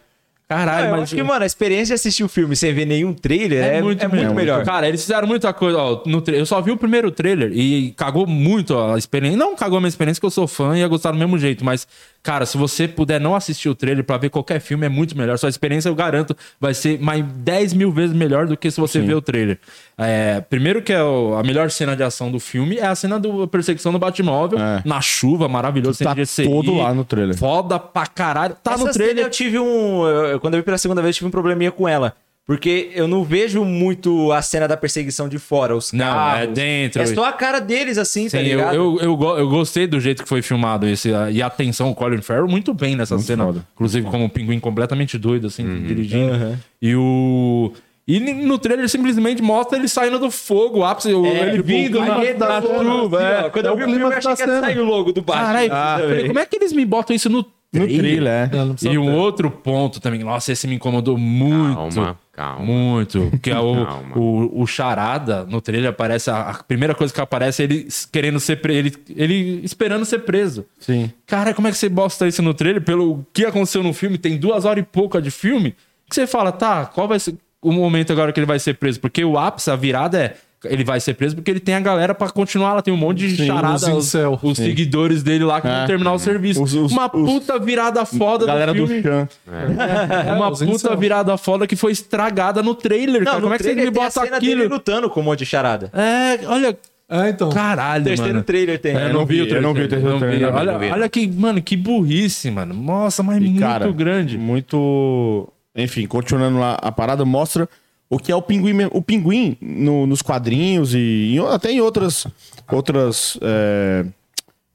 Speaker 1: Caralho,
Speaker 2: É, eu
Speaker 1: mas.
Speaker 2: acho que, mano, a experiência de assistir o filme sem ver nenhum trailer é, é muito, melhor.
Speaker 1: Cara, eles fizeram muita coisa. ó, no tra- Eu só vi o primeiro trailer e cagou muito a experiência. Não cagou a minha experiência, que eu sou fã e ia gostar do mesmo jeito. Mas, cara, se você puder não assistir o trailer pra ver qualquer filme, é muito melhor. Sua experiência, eu garanto, vai ser mais 10 mil vezes melhor do que se você ver o trailer. É, primeiro que é o- a melhor cena de ação do filme é a cena da perseguição do Batmóvel
Speaker 3: É.
Speaker 1: na chuva, maravilhoso.
Speaker 3: Tá
Speaker 1: sem GCI,
Speaker 3: todo lá no trailer.
Speaker 1: Foda pra caralho. Tá
Speaker 2: Essa
Speaker 1: no
Speaker 2: cena
Speaker 1: trailer.
Speaker 2: eu tive um. eu- eu- quando eu vi pela segunda vez, eu tive um probleminha com ela. Porque eu não vejo muito a cena da perseguição de fora, os
Speaker 1: Não,
Speaker 2: carros.
Speaker 1: é dentro.
Speaker 2: É só a cara deles, assim, tá
Speaker 1: Sim, eu,
Speaker 2: ligado?
Speaker 1: eu, eu, go- eu gostei do jeito que foi filmado esse, a- e a atenção, o Colin Farrell muito bem nessa cena. Inclusive, como um pinguim completamente doido, assim,
Speaker 4: Uhum.
Speaker 1: dirigindo. E o. E ni- no trailer simplesmente mostra ele saindo do fogo, o ápice, o- ele
Speaker 2: tipo,
Speaker 1: vindo
Speaker 2: o
Speaker 1: na,
Speaker 2: clima
Speaker 1: na
Speaker 2: da zona,
Speaker 1: chuva.
Speaker 2: assim,
Speaker 1: é.
Speaker 2: ó. Quando
Speaker 6: É
Speaker 2: eu
Speaker 6: o
Speaker 2: vi o
Speaker 6: clima
Speaker 2: filme, eu
Speaker 6: que
Speaker 2: achei
Speaker 6: tá
Speaker 2: que ia
Speaker 6: sendo.
Speaker 2: sair o logo do Batman.
Speaker 1: Caralho, eu falei, como é que eles me botam isso ah, no
Speaker 3: No
Speaker 1: trailer?
Speaker 3: trailer, é.
Speaker 6: Ela não precisa
Speaker 1: E um
Speaker 6: ter.
Speaker 1: outro ponto também, nossa, esse me incomodou muito.
Speaker 4: Calma, calma.
Speaker 1: Muito. Que é o,
Speaker 4: Calma.
Speaker 1: o, o Charada, no trailer aparece, a, a primeira coisa que aparece é ele s- querendo ser pre- ele, ele esperando ser preso.
Speaker 3: Sim.
Speaker 1: Cara, como é que você bosta isso no trailer? Pelo que aconteceu no filme, tem duas horas e pouca de filme, que você fala, tá, qual vai ser o momento agora que ele vai ser preso? Porque o ápice, a virada é. Ele vai ser preso porque ele tem a galera pra continuar lá. Tem um monte de
Speaker 6: Sim,
Speaker 1: charadas
Speaker 6: os incel.
Speaker 1: os seguidores dele lá que vão terminar o serviço.
Speaker 3: Os- os-
Speaker 1: Uma
Speaker 3: os-
Speaker 1: puta virada foda
Speaker 3: Galera
Speaker 1: do
Speaker 3: do
Speaker 1: filme.
Speaker 3: Chan.
Speaker 1: É uma
Speaker 6: os incel.
Speaker 1: puta virada foda que foi estragada no trailer,
Speaker 2: Não,
Speaker 1: cara.
Speaker 2: no
Speaker 1: Como é que você me
Speaker 2: trailer tem a
Speaker 1: bota
Speaker 2: cena dele
Speaker 1: aquilo?
Speaker 2: lutando com um monte de charada.
Speaker 1: É, olha,
Speaker 6: É, então.
Speaker 1: caralho,
Speaker 2: Terceiro
Speaker 1: mano.
Speaker 2: trailer tem.
Speaker 1: É, eu não vi o
Speaker 3: eu não vi o terceiro
Speaker 1: não vi.
Speaker 3: trailer,
Speaker 1: Olha,
Speaker 4: não vi.
Speaker 1: olha que, mano, que burrice, mano. Nossa, mas
Speaker 3: E,
Speaker 1: muito
Speaker 3: cara,
Speaker 1: grande.
Speaker 3: Muito. Enfim, continuando lá a parada, mostra o que é o pinguim mesmo. O pinguim no- nos quadrinhos e em- até em outras. outras é,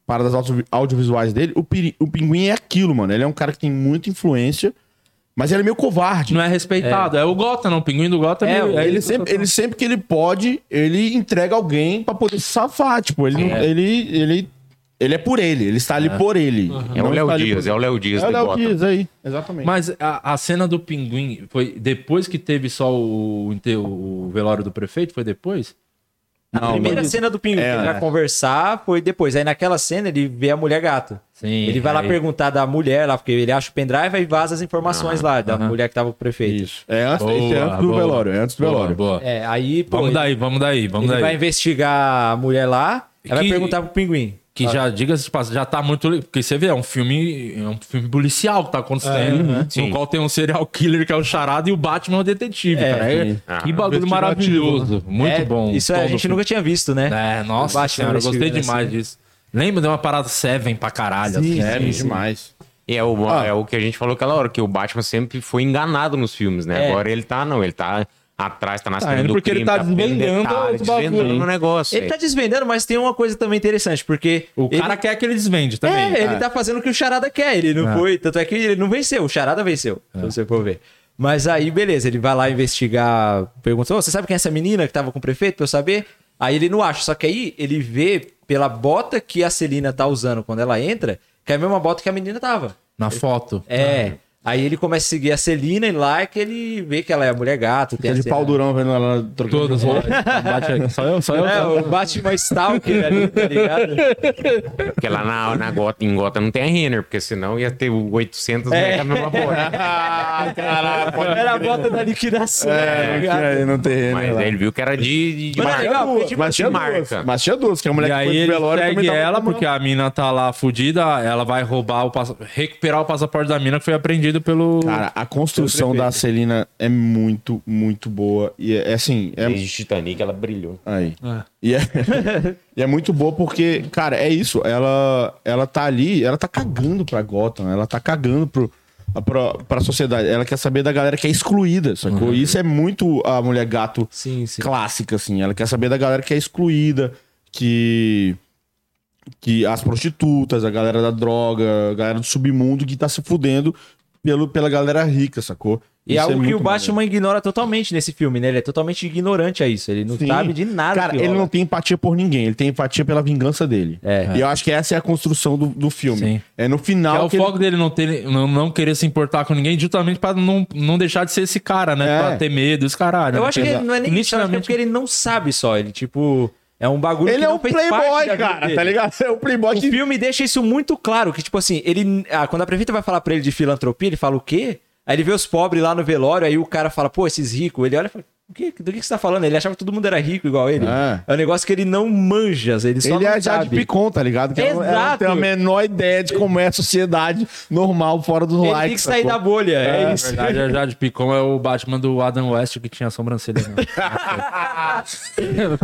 Speaker 3: paradas audio- audiovisuais dele, o, Piri- o Pinguim é aquilo, mano. Ele é um cara que tem muita influência, mas ele é meio covarde.
Speaker 1: Não é respeitado. É, o Gotham, não. O pinguim do Gotham
Speaker 2: É,
Speaker 1: meio-
Speaker 3: Ele sempre, ele sempre que ele pode, ele entrega alguém pra poder se safar. Tipo, ele, não- ele, ele, ele é por ele. Ele está ali por ele.
Speaker 4: É o
Speaker 3: Não
Speaker 4: Léo
Speaker 3: está ali
Speaker 4: Dias,
Speaker 3: por-
Speaker 4: é o Léo Dias
Speaker 3: É o
Speaker 4: do
Speaker 3: Léo
Speaker 4: Gotham.
Speaker 3: Dias aí. Exatamente.
Speaker 1: Mas a, a cena do pinguim foi depois que teve só o, o, o velório do prefeito? Foi depois?
Speaker 2: A primeira cena do Pinguim
Speaker 1: É,
Speaker 2: que ele vai conversar foi depois. Aí naquela cena ele vê a mulher gato.
Speaker 1: Sim.
Speaker 2: Ele vai lá
Speaker 1: aí-
Speaker 2: perguntar da mulher lá, porque ele acha o pendrive e vaza as informações lá da
Speaker 1: aham.
Speaker 2: mulher que tava com o prefeito.
Speaker 3: Isso. É antes, esse é
Speaker 1: Boa,
Speaker 3: antes do
Speaker 1: boa.
Speaker 3: velório. É antes do
Speaker 1: Boa,
Speaker 3: velório.
Speaker 1: boa.
Speaker 2: É, aí, pô,
Speaker 1: vamos
Speaker 2: ele,
Speaker 1: daí, vamos daí, vamos
Speaker 2: ele
Speaker 1: daí.
Speaker 2: vai investigar a mulher lá, aí vai
Speaker 1: Que-
Speaker 2: perguntar pro Pinguim.
Speaker 1: Que já,
Speaker 2: Ah.
Speaker 1: diga-se de passagem, já tá muito. li- Porque você vê, é um filme. É um filme policial que tá
Speaker 2: É,
Speaker 1: acontecendo.
Speaker 4: Sim.
Speaker 1: No qual tem um serial killer que é o Charada e o Batman é o detetive,
Speaker 2: É,
Speaker 1: cara. É-
Speaker 4: Ah.
Speaker 1: que bagulho
Speaker 3: né?
Speaker 1: maravilhoso. Muito
Speaker 2: É,
Speaker 1: bom.
Speaker 2: Isso
Speaker 1: Tom
Speaker 2: a
Speaker 1: do
Speaker 2: gente
Speaker 1: filme.
Speaker 2: nunca tinha visto, né?
Speaker 1: É, nossa
Speaker 2: Batman
Speaker 1: senhora, eu gostei
Speaker 2: investiga,
Speaker 1: demais
Speaker 2: né?
Speaker 1: disso. Lembra de uma parada Seven pra caralho? assim,
Speaker 3: É,
Speaker 1: assim.
Speaker 3: demais.
Speaker 4: E é o,
Speaker 3: Ah.
Speaker 4: é o que a gente falou aquela hora, que o Batman sempre foi enganado nos filmes, né?
Speaker 2: É.
Speaker 4: Agora ele tá, não, ele tá atrás, tá na cena
Speaker 1: indo
Speaker 4: do
Speaker 1: porque ele
Speaker 4: crime,
Speaker 1: tá
Speaker 4: vendo
Speaker 1: desvendando
Speaker 4: detalhe,
Speaker 1: os bagulho.
Speaker 4: desvendando o negócio.
Speaker 2: Ele
Speaker 4: é.
Speaker 2: tá desvendando, mas tem uma coisa também interessante, porque.
Speaker 1: O
Speaker 2: ele-
Speaker 1: cara quer que ele desvende também.
Speaker 2: É, ele tá fazendo o que o Charada quer. Ele não foi. Tanto é que ele não venceu. O Charada venceu, se você for ver. Mas aí, beleza, ele vai lá investigar. Pergunta: "Ô, você sabe quem é essa menina que tava com o prefeito pra eu saber? Aí ele não acha. Só que aí ele vê pela bota que a Celina tá usando quando ela entra, que é a mesma bota que a menina tava.
Speaker 1: Na foto.
Speaker 2: É. Aí ele começa a seguir a Celina e lá é que ele vê que ela é mulher gato.
Speaker 3: Tá
Speaker 2: Tem
Speaker 3: de
Speaker 2: a cena-
Speaker 3: pau durão vendo ela trocando.
Speaker 1: Todas. né? Bate aqui. Só eu, só eu.
Speaker 2: É,
Speaker 1: só eu.
Speaker 2: o Batman Stalker ali, tá ligado?
Speaker 4: Porque lá na, na Gota, em Gota não tem a Renner, porque senão ia ter o 800
Speaker 2: É.
Speaker 4: né, com a mesma bola.
Speaker 2: Era a bota da liquidação. tá
Speaker 3: É, não
Speaker 2: ligado?
Speaker 3: tinha aí no terreno.
Speaker 4: Mas
Speaker 1: é
Speaker 3: lá.
Speaker 4: aí ele viu que era de, de
Speaker 2: Mas é
Speaker 4: marca.
Speaker 2: legal, porque,
Speaker 3: Duas,
Speaker 2: tipo,
Speaker 3: mas tinha
Speaker 4: de
Speaker 3: duas.
Speaker 4: marca.
Speaker 3: Mas tinha duas, que a mulher
Speaker 1: E
Speaker 3: que
Speaker 1: aí
Speaker 3: foi
Speaker 1: ele
Speaker 3: pro velório
Speaker 1: segue
Speaker 3: também tava
Speaker 1: ela
Speaker 3: com uma-
Speaker 1: porque a mina tá lá fudida, ela vai roubar o pass- recuperar o passaporte da mina que foi apreendido pelo
Speaker 3: Cara, a construção da Celina é muito, muito boa. E é é assim. É...
Speaker 4: Desde Titanic ela brilhou.
Speaker 3: Aí. E, é... e é muito boa porque, cara, é isso. Ela, ela tá ali, ela tá cagando pra Gotham, ela tá cagando pro. Pra, pra sociedade. Ela quer saber da galera que é excluída, sacou?
Speaker 4: Uhum.
Speaker 3: Isso é muito a mulher gato
Speaker 2: Sim, sim.
Speaker 3: clássica, assim. Ela quer saber da galera que é excluída, que. que as prostitutas, a galera da droga, a galera do submundo que tá se fudendo pelo, pela galera rica, sacou?
Speaker 2: E é
Speaker 3: Isso
Speaker 2: algo que
Speaker 3: muito
Speaker 2: o Batman ignora totalmente nesse filme, né? Ele é totalmente ignorante a isso. Ele não
Speaker 3: Sim.
Speaker 2: sabe de nada.
Speaker 3: Cara,
Speaker 2: que
Speaker 3: ele
Speaker 2: rola.
Speaker 3: não tem empatia por ninguém, ele tem empatia pela vingança dele.
Speaker 2: É.
Speaker 3: E eu acho que essa é a construção do, do filme.
Speaker 1: Sim.
Speaker 3: É no
Speaker 1: Que é
Speaker 3: final.
Speaker 1: o
Speaker 3: que ele-
Speaker 1: foco dele não, ter, não, não querer se importar com ninguém, justamente pra não, não deixar de ser esse cara, né?
Speaker 3: É.
Speaker 1: Pra ter medo, esse
Speaker 3: tá
Speaker 1: caralho. né?
Speaker 2: Eu acho que ele não é nem isso, eu acho que é
Speaker 1: Nitidamente-
Speaker 2: porque ele não sabe só. Ele, tipo, é um bagulho
Speaker 3: Ele
Speaker 2: que
Speaker 3: é
Speaker 2: não
Speaker 3: um
Speaker 2: fez parte
Speaker 3: playboy,
Speaker 2: da vida
Speaker 3: cara,
Speaker 2: dele.
Speaker 3: tá ligado? É um playboy
Speaker 2: O
Speaker 3: que
Speaker 2: filme deixa isso muito claro, que tipo assim, ele ah, quando a prefeita vai falar pra ele de filantropia, ele fala o quê? Aí ele vê os pobres lá no velório, aí o cara fala, pô, esses ricos. Ele olha e fala, o quê? do que que você tá falando? Ele achava que todo mundo era rico igual ele.
Speaker 3: É.
Speaker 2: É, um negócio que ele não manja, ele só
Speaker 3: Ele
Speaker 2: não
Speaker 3: é já de
Speaker 2: sabe.
Speaker 3: Picon, tá ligado? Que ela não- Ela não tem a
Speaker 2: Exato.
Speaker 3: menor ideia de como é a sociedade normal fora dos
Speaker 2: Ele
Speaker 3: likes.
Speaker 2: tem que sair
Speaker 3: sacou?
Speaker 2: da bolha, é,
Speaker 1: Na
Speaker 2: isso.
Speaker 1: verdade, a Jade Picon é o Batman do Adam West que tinha a sobrancelha. né?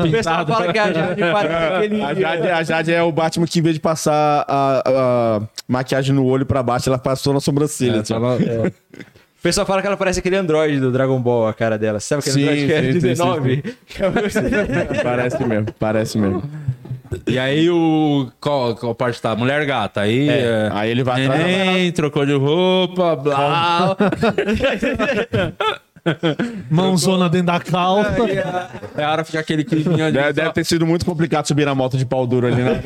Speaker 2: O pessoal fala que a Jade parece aquele... né?
Speaker 3: A Jade, a Jade é o Batman que, em vez de passar a, a maquiagem no olho pra baixo, ela passou na
Speaker 1: É,
Speaker 3: sobrancelha. assim.
Speaker 2: é. O pessoal fala que ela parece aquele androide do Dragon Ball, a cara dela. Sabe aquele
Speaker 3: Sim,
Speaker 2: androide que é
Speaker 3: sim, sim,
Speaker 2: 19?
Speaker 3: parece mesmo, parece mesmo.
Speaker 1: e aí, o, qual, qual parte tá? Mulher gata. Aí, é,
Speaker 3: Aí ele vai atrás.
Speaker 1: neném, trocou de roupa, blá.
Speaker 6: Mãozona dentro da calça.
Speaker 1: É a hora fica aquele climinho de.
Speaker 3: Deve, deve ter sido muito complicado subir na moto de pau duro ali, né?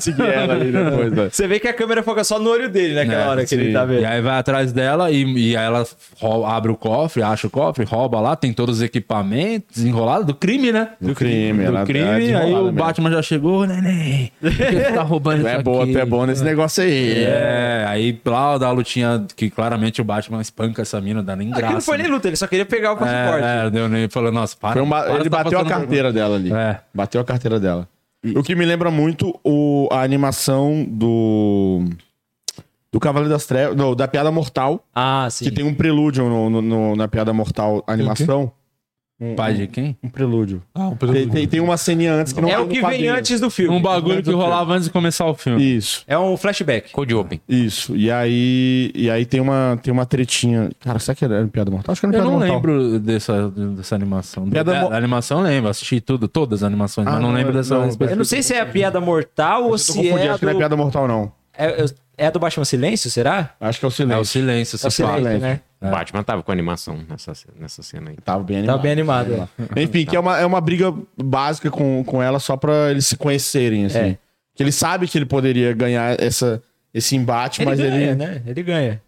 Speaker 3: Seguir ela ali depois, né?
Speaker 2: Você vê que a câmera foca só no olho dele naquela
Speaker 1: É,
Speaker 2: hora que ele
Speaker 3: sim.
Speaker 2: tá vendo.
Speaker 1: E aí vai atrás dela e, e aí ela rou- abre o cofre, acha o cofre, rouba lá, tem todos os equipamentos, enrolado do crime, né?
Speaker 3: Do crime,
Speaker 1: do
Speaker 3: ela- ela é
Speaker 1: crime, aí
Speaker 3: desenrolada
Speaker 1: o
Speaker 3: mesmo.
Speaker 1: Batman já chegou, neném, por que você tá roubando
Speaker 3: É
Speaker 1: isso
Speaker 3: bom,
Speaker 1: aqui?
Speaker 3: tu é bom nesse negócio aí.
Speaker 1: É, aí lá da lutinha que claramente o Batman espanca essa mina, não dá nem graça. né?
Speaker 2: Aqui não
Speaker 3: né?
Speaker 2: foi nem luta, ele só queria pegar o passaporte.
Speaker 1: é, é, deu nem, falou, nossa, para.
Speaker 3: Foi um ba-
Speaker 1: para,
Speaker 3: ele
Speaker 1: tá
Speaker 3: bateu a
Speaker 1: passando
Speaker 3: carteira dela ali.
Speaker 1: É.
Speaker 3: Bateu a carteira dela. O que me lembra muito o, a animação do. Do Cavaleiro das Trevas. Não, da Piada Mortal.
Speaker 2: Ah, sim.
Speaker 3: Que tem um prelúdio no, no- no- na Piada Mortal animação.
Speaker 1: Pai de quem?
Speaker 3: Um prelúdio.
Speaker 6: Ah, um
Speaker 3: Tem,
Speaker 6: período.
Speaker 3: tem- tem uma ceninha antes que não
Speaker 2: é
Speaker 3: tem
Speaker 2: o
Speaker 3: no
Speaker 2: que vem
Speaker 3: quadrinho.
Speaker 2: antes do filme.
Speaker 1: Um bagulho que rolava antes de começar o filme.
Speaker 3: Isso,
Speaker 2: É um flashback.
Speaker 4: Code Open.
Speaker 3: isso. E aí, e aí tem, uma, tem uma tretinha. Cara, será que era Piada Mortal? Acho que era
Speaker 1: Eu
Speaker 3: Piada
Speaker 1: não
Speaker 3: Mortal.
Speaker 1: lembro dessa, dessa animação.
Speaker 3: Piada
Speaker 1: da,
Speaker 3: mo-
Speaker 1: da animação eu lembro, assisti tudo, todas as animações,
Speaker 3: Ah,
Speaker 1: mas não
Speaker 3: não,
Speaker 1: lembro dessa.
Speaker 3: não,
Speaker 2: Eu não sei se é a piada mortal ou
Speaker 3: Eu
Speaker 2: se
Speaker 3: confundi,
Speaker 2: é a
Speaker 3: acho que não é
Speaker 2: do...
Speaker 3: Piada Mortal, não.
Speaker 2: É, eu- é a do Batman Silêncio, será?
Speaker 3: Acho que é o
Speaker 1: É
Speaker 3: silêncio.
Speaker 1: o silêncio,
Speaker 2: É o
Speaker 1: você fala.
Speaker 2: Silêncio, né?
Speaker 3: Silêncio.
Speaker 4: O Batman tava com animação nessa, ce- nessa cena aí.
Speaker 3: Tava bem
Speaker 2: Tá
Speaker 3: animado.
Speaker 2: bem animado. é.
Speaker 3: Enfim, que é uma, é uma briga básica com, com ela só pra eles se conhecerem, assim.
Speaker 2: É.
Speaker 3: Que ele sabe que ele poderia ganhar essa, esse embate,
Speaker 2: Ele
Speaker 3: mas
Speaker 2: ganha,
Speaker 3: ele.
Speaker 2: né? Ele ganha.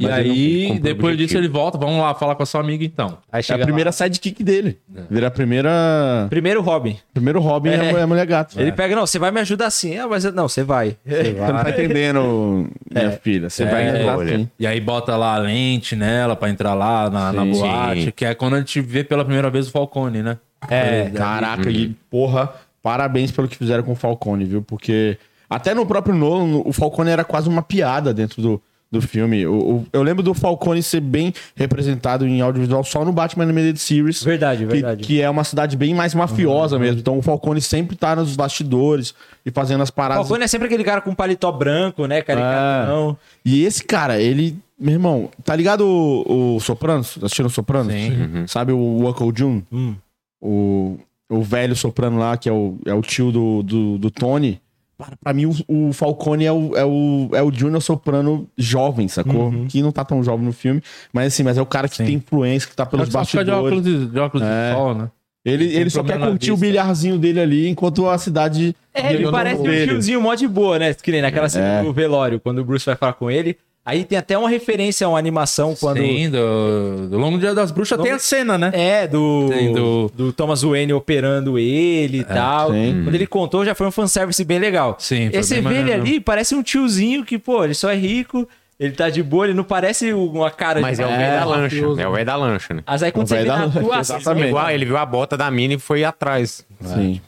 Speaker 1: E
Speaker 4: Mas ele não
Speaker 1: aí,
Speaker 4: cumpriu o
Speaker 1: depois disso,
Speaker 4: objetivo.
Speaker 1: ele volta. Vamos lá falar com a sua amiga então.
Speaker 2: Aí
Speaker 3: É
Speaker 2: chega
Speaker 3: a primeira sidekick dele. Vira a primeira.
Speaker 2: lá. Primeiro Robin.
Speaker 3: Primeiro Robin é,
Speaker 2: É.
Speaker 3: a- é a mulher gato.
Speaker 2: Ele pega, não, você vai me ajudar assim. Ah, mas eu- não, você vai.
Speaker 3: Você não tá entendendo, minha filha. Você
Speaker 1: É,
Speaker 3: vai entrar
Speaker 4: olha.
Speaker 3: assim.
Speaker 1: E aí bota lá a lente nela pra entrar lá na, na
Speaker 4: Sim.
Speaker 1: boate,
Speaker 4: Sim.
Speaker 1: que é quando a gente vê pela primeira vez o Falcone, né?
Speaker 2: É.
Speaker 3: Caraca, e porra, parabéns pelo que fizeram com o Falcone, viu? Porque até no próprio Nolan, o Falcone era quase uma piada dentro do, do filme. O- o- eu lembro do Falcone ser bem representado em audiovisual só no Batman Animated Series.
Speaker 2: Verdade,
Speaker 3: que-
Speaker 2: verdade.
Speaker 3: Que, é uma cidade bem mais mafiosa mesmo. Então o Falcone sempre tá nos bastidores e fazendo as
Speaker 2: O
Speaker 3: paradas.
Speaker 2: Falcone é sempre aquele cara com paletó branco, né? Caricatão.
Speaker 3: E esse cara, ele. Meu irmão, tá ligado o, o Sopranos? Assistiram o Sopranos?
Speaker 1: Sim. Uhum.
Speaker 3: Sabe o Uncle June?
Speaker 2: Hum.
Speaker 3: O, o velho soprano lá, que é o, é o tio do, do, do Tony. Cara, Pra mim, o, o Falcone é o, é o, é o Junior Soprano jovem, sacou?
Speaker 1: Uhum.
Speaker 3: Que não tá tão jovem no filme. Mas assim, mas é o cara que tem influência, que tá pelos
Speaker 1: Só que só fica de
Speaker 3: bastidores.
Speaker 1: óculos, de, de, óculos de
Speaker 3: É.
Speaker 1: sol, né?
Speaker 3: Ele,
Speaker 1: tem
Speaker 3: ele só quer
Speaker 1: problema na
Speaker 3: curtir o
Speaker 1: vista.
Speaker 3: bilharzinho dele ali, enquanto a cidade...
Speaker 2: É, ele
Speaker 6: Eu não
Speaker 2: parece um
Speaker 3: vou.
Speaker 2: tiozinho mó de boa, né? Que nem naquela cena do velório, quando o Bruce vai falar com ele. Aí tem até uma referência a uma animação quando.
Speaker 1: Sim, do, do Longo Dia das Bruxas tem a cena, né?
Speaker 2: É, do,
Speaker 1: Tem do-
Speaker 2: do. Thomas Wayne operando ele e tal.
Speaker 3: sim.
Speaker 2: Quando ele contou, já foi um fanservice bem legal.
Speaker 1: Sim, foi
Speaker 2: Esse
Speaker 1: bem
Speaker 2: vê ele
Speaker 1: maneiro.
Speaker 2: ali, parece um tiozinho que, pô, ele só é rico, ele tá de boa, ele não parece uma cara
Speaker 4: Mas
Speaker 2: de.
Speaker 4: é o velho da lancha.
Speaker 6: mafioso.
Speaker 4: É o velho da lancha, né?
Speaker 2: Mas aí quando
Speaker 3: O
Speaker 2: você
Speaker 3: velho
Speaker 2: vê
Speaker 3: da
Speaker 2: na
Speaker 3: lancha,
Speaker 2: atuação.
Speaker 3: exatamente. Também.
Speaker 4: Igual ele viu a bota da mina e foi atrás.
Speaker 3: Sim.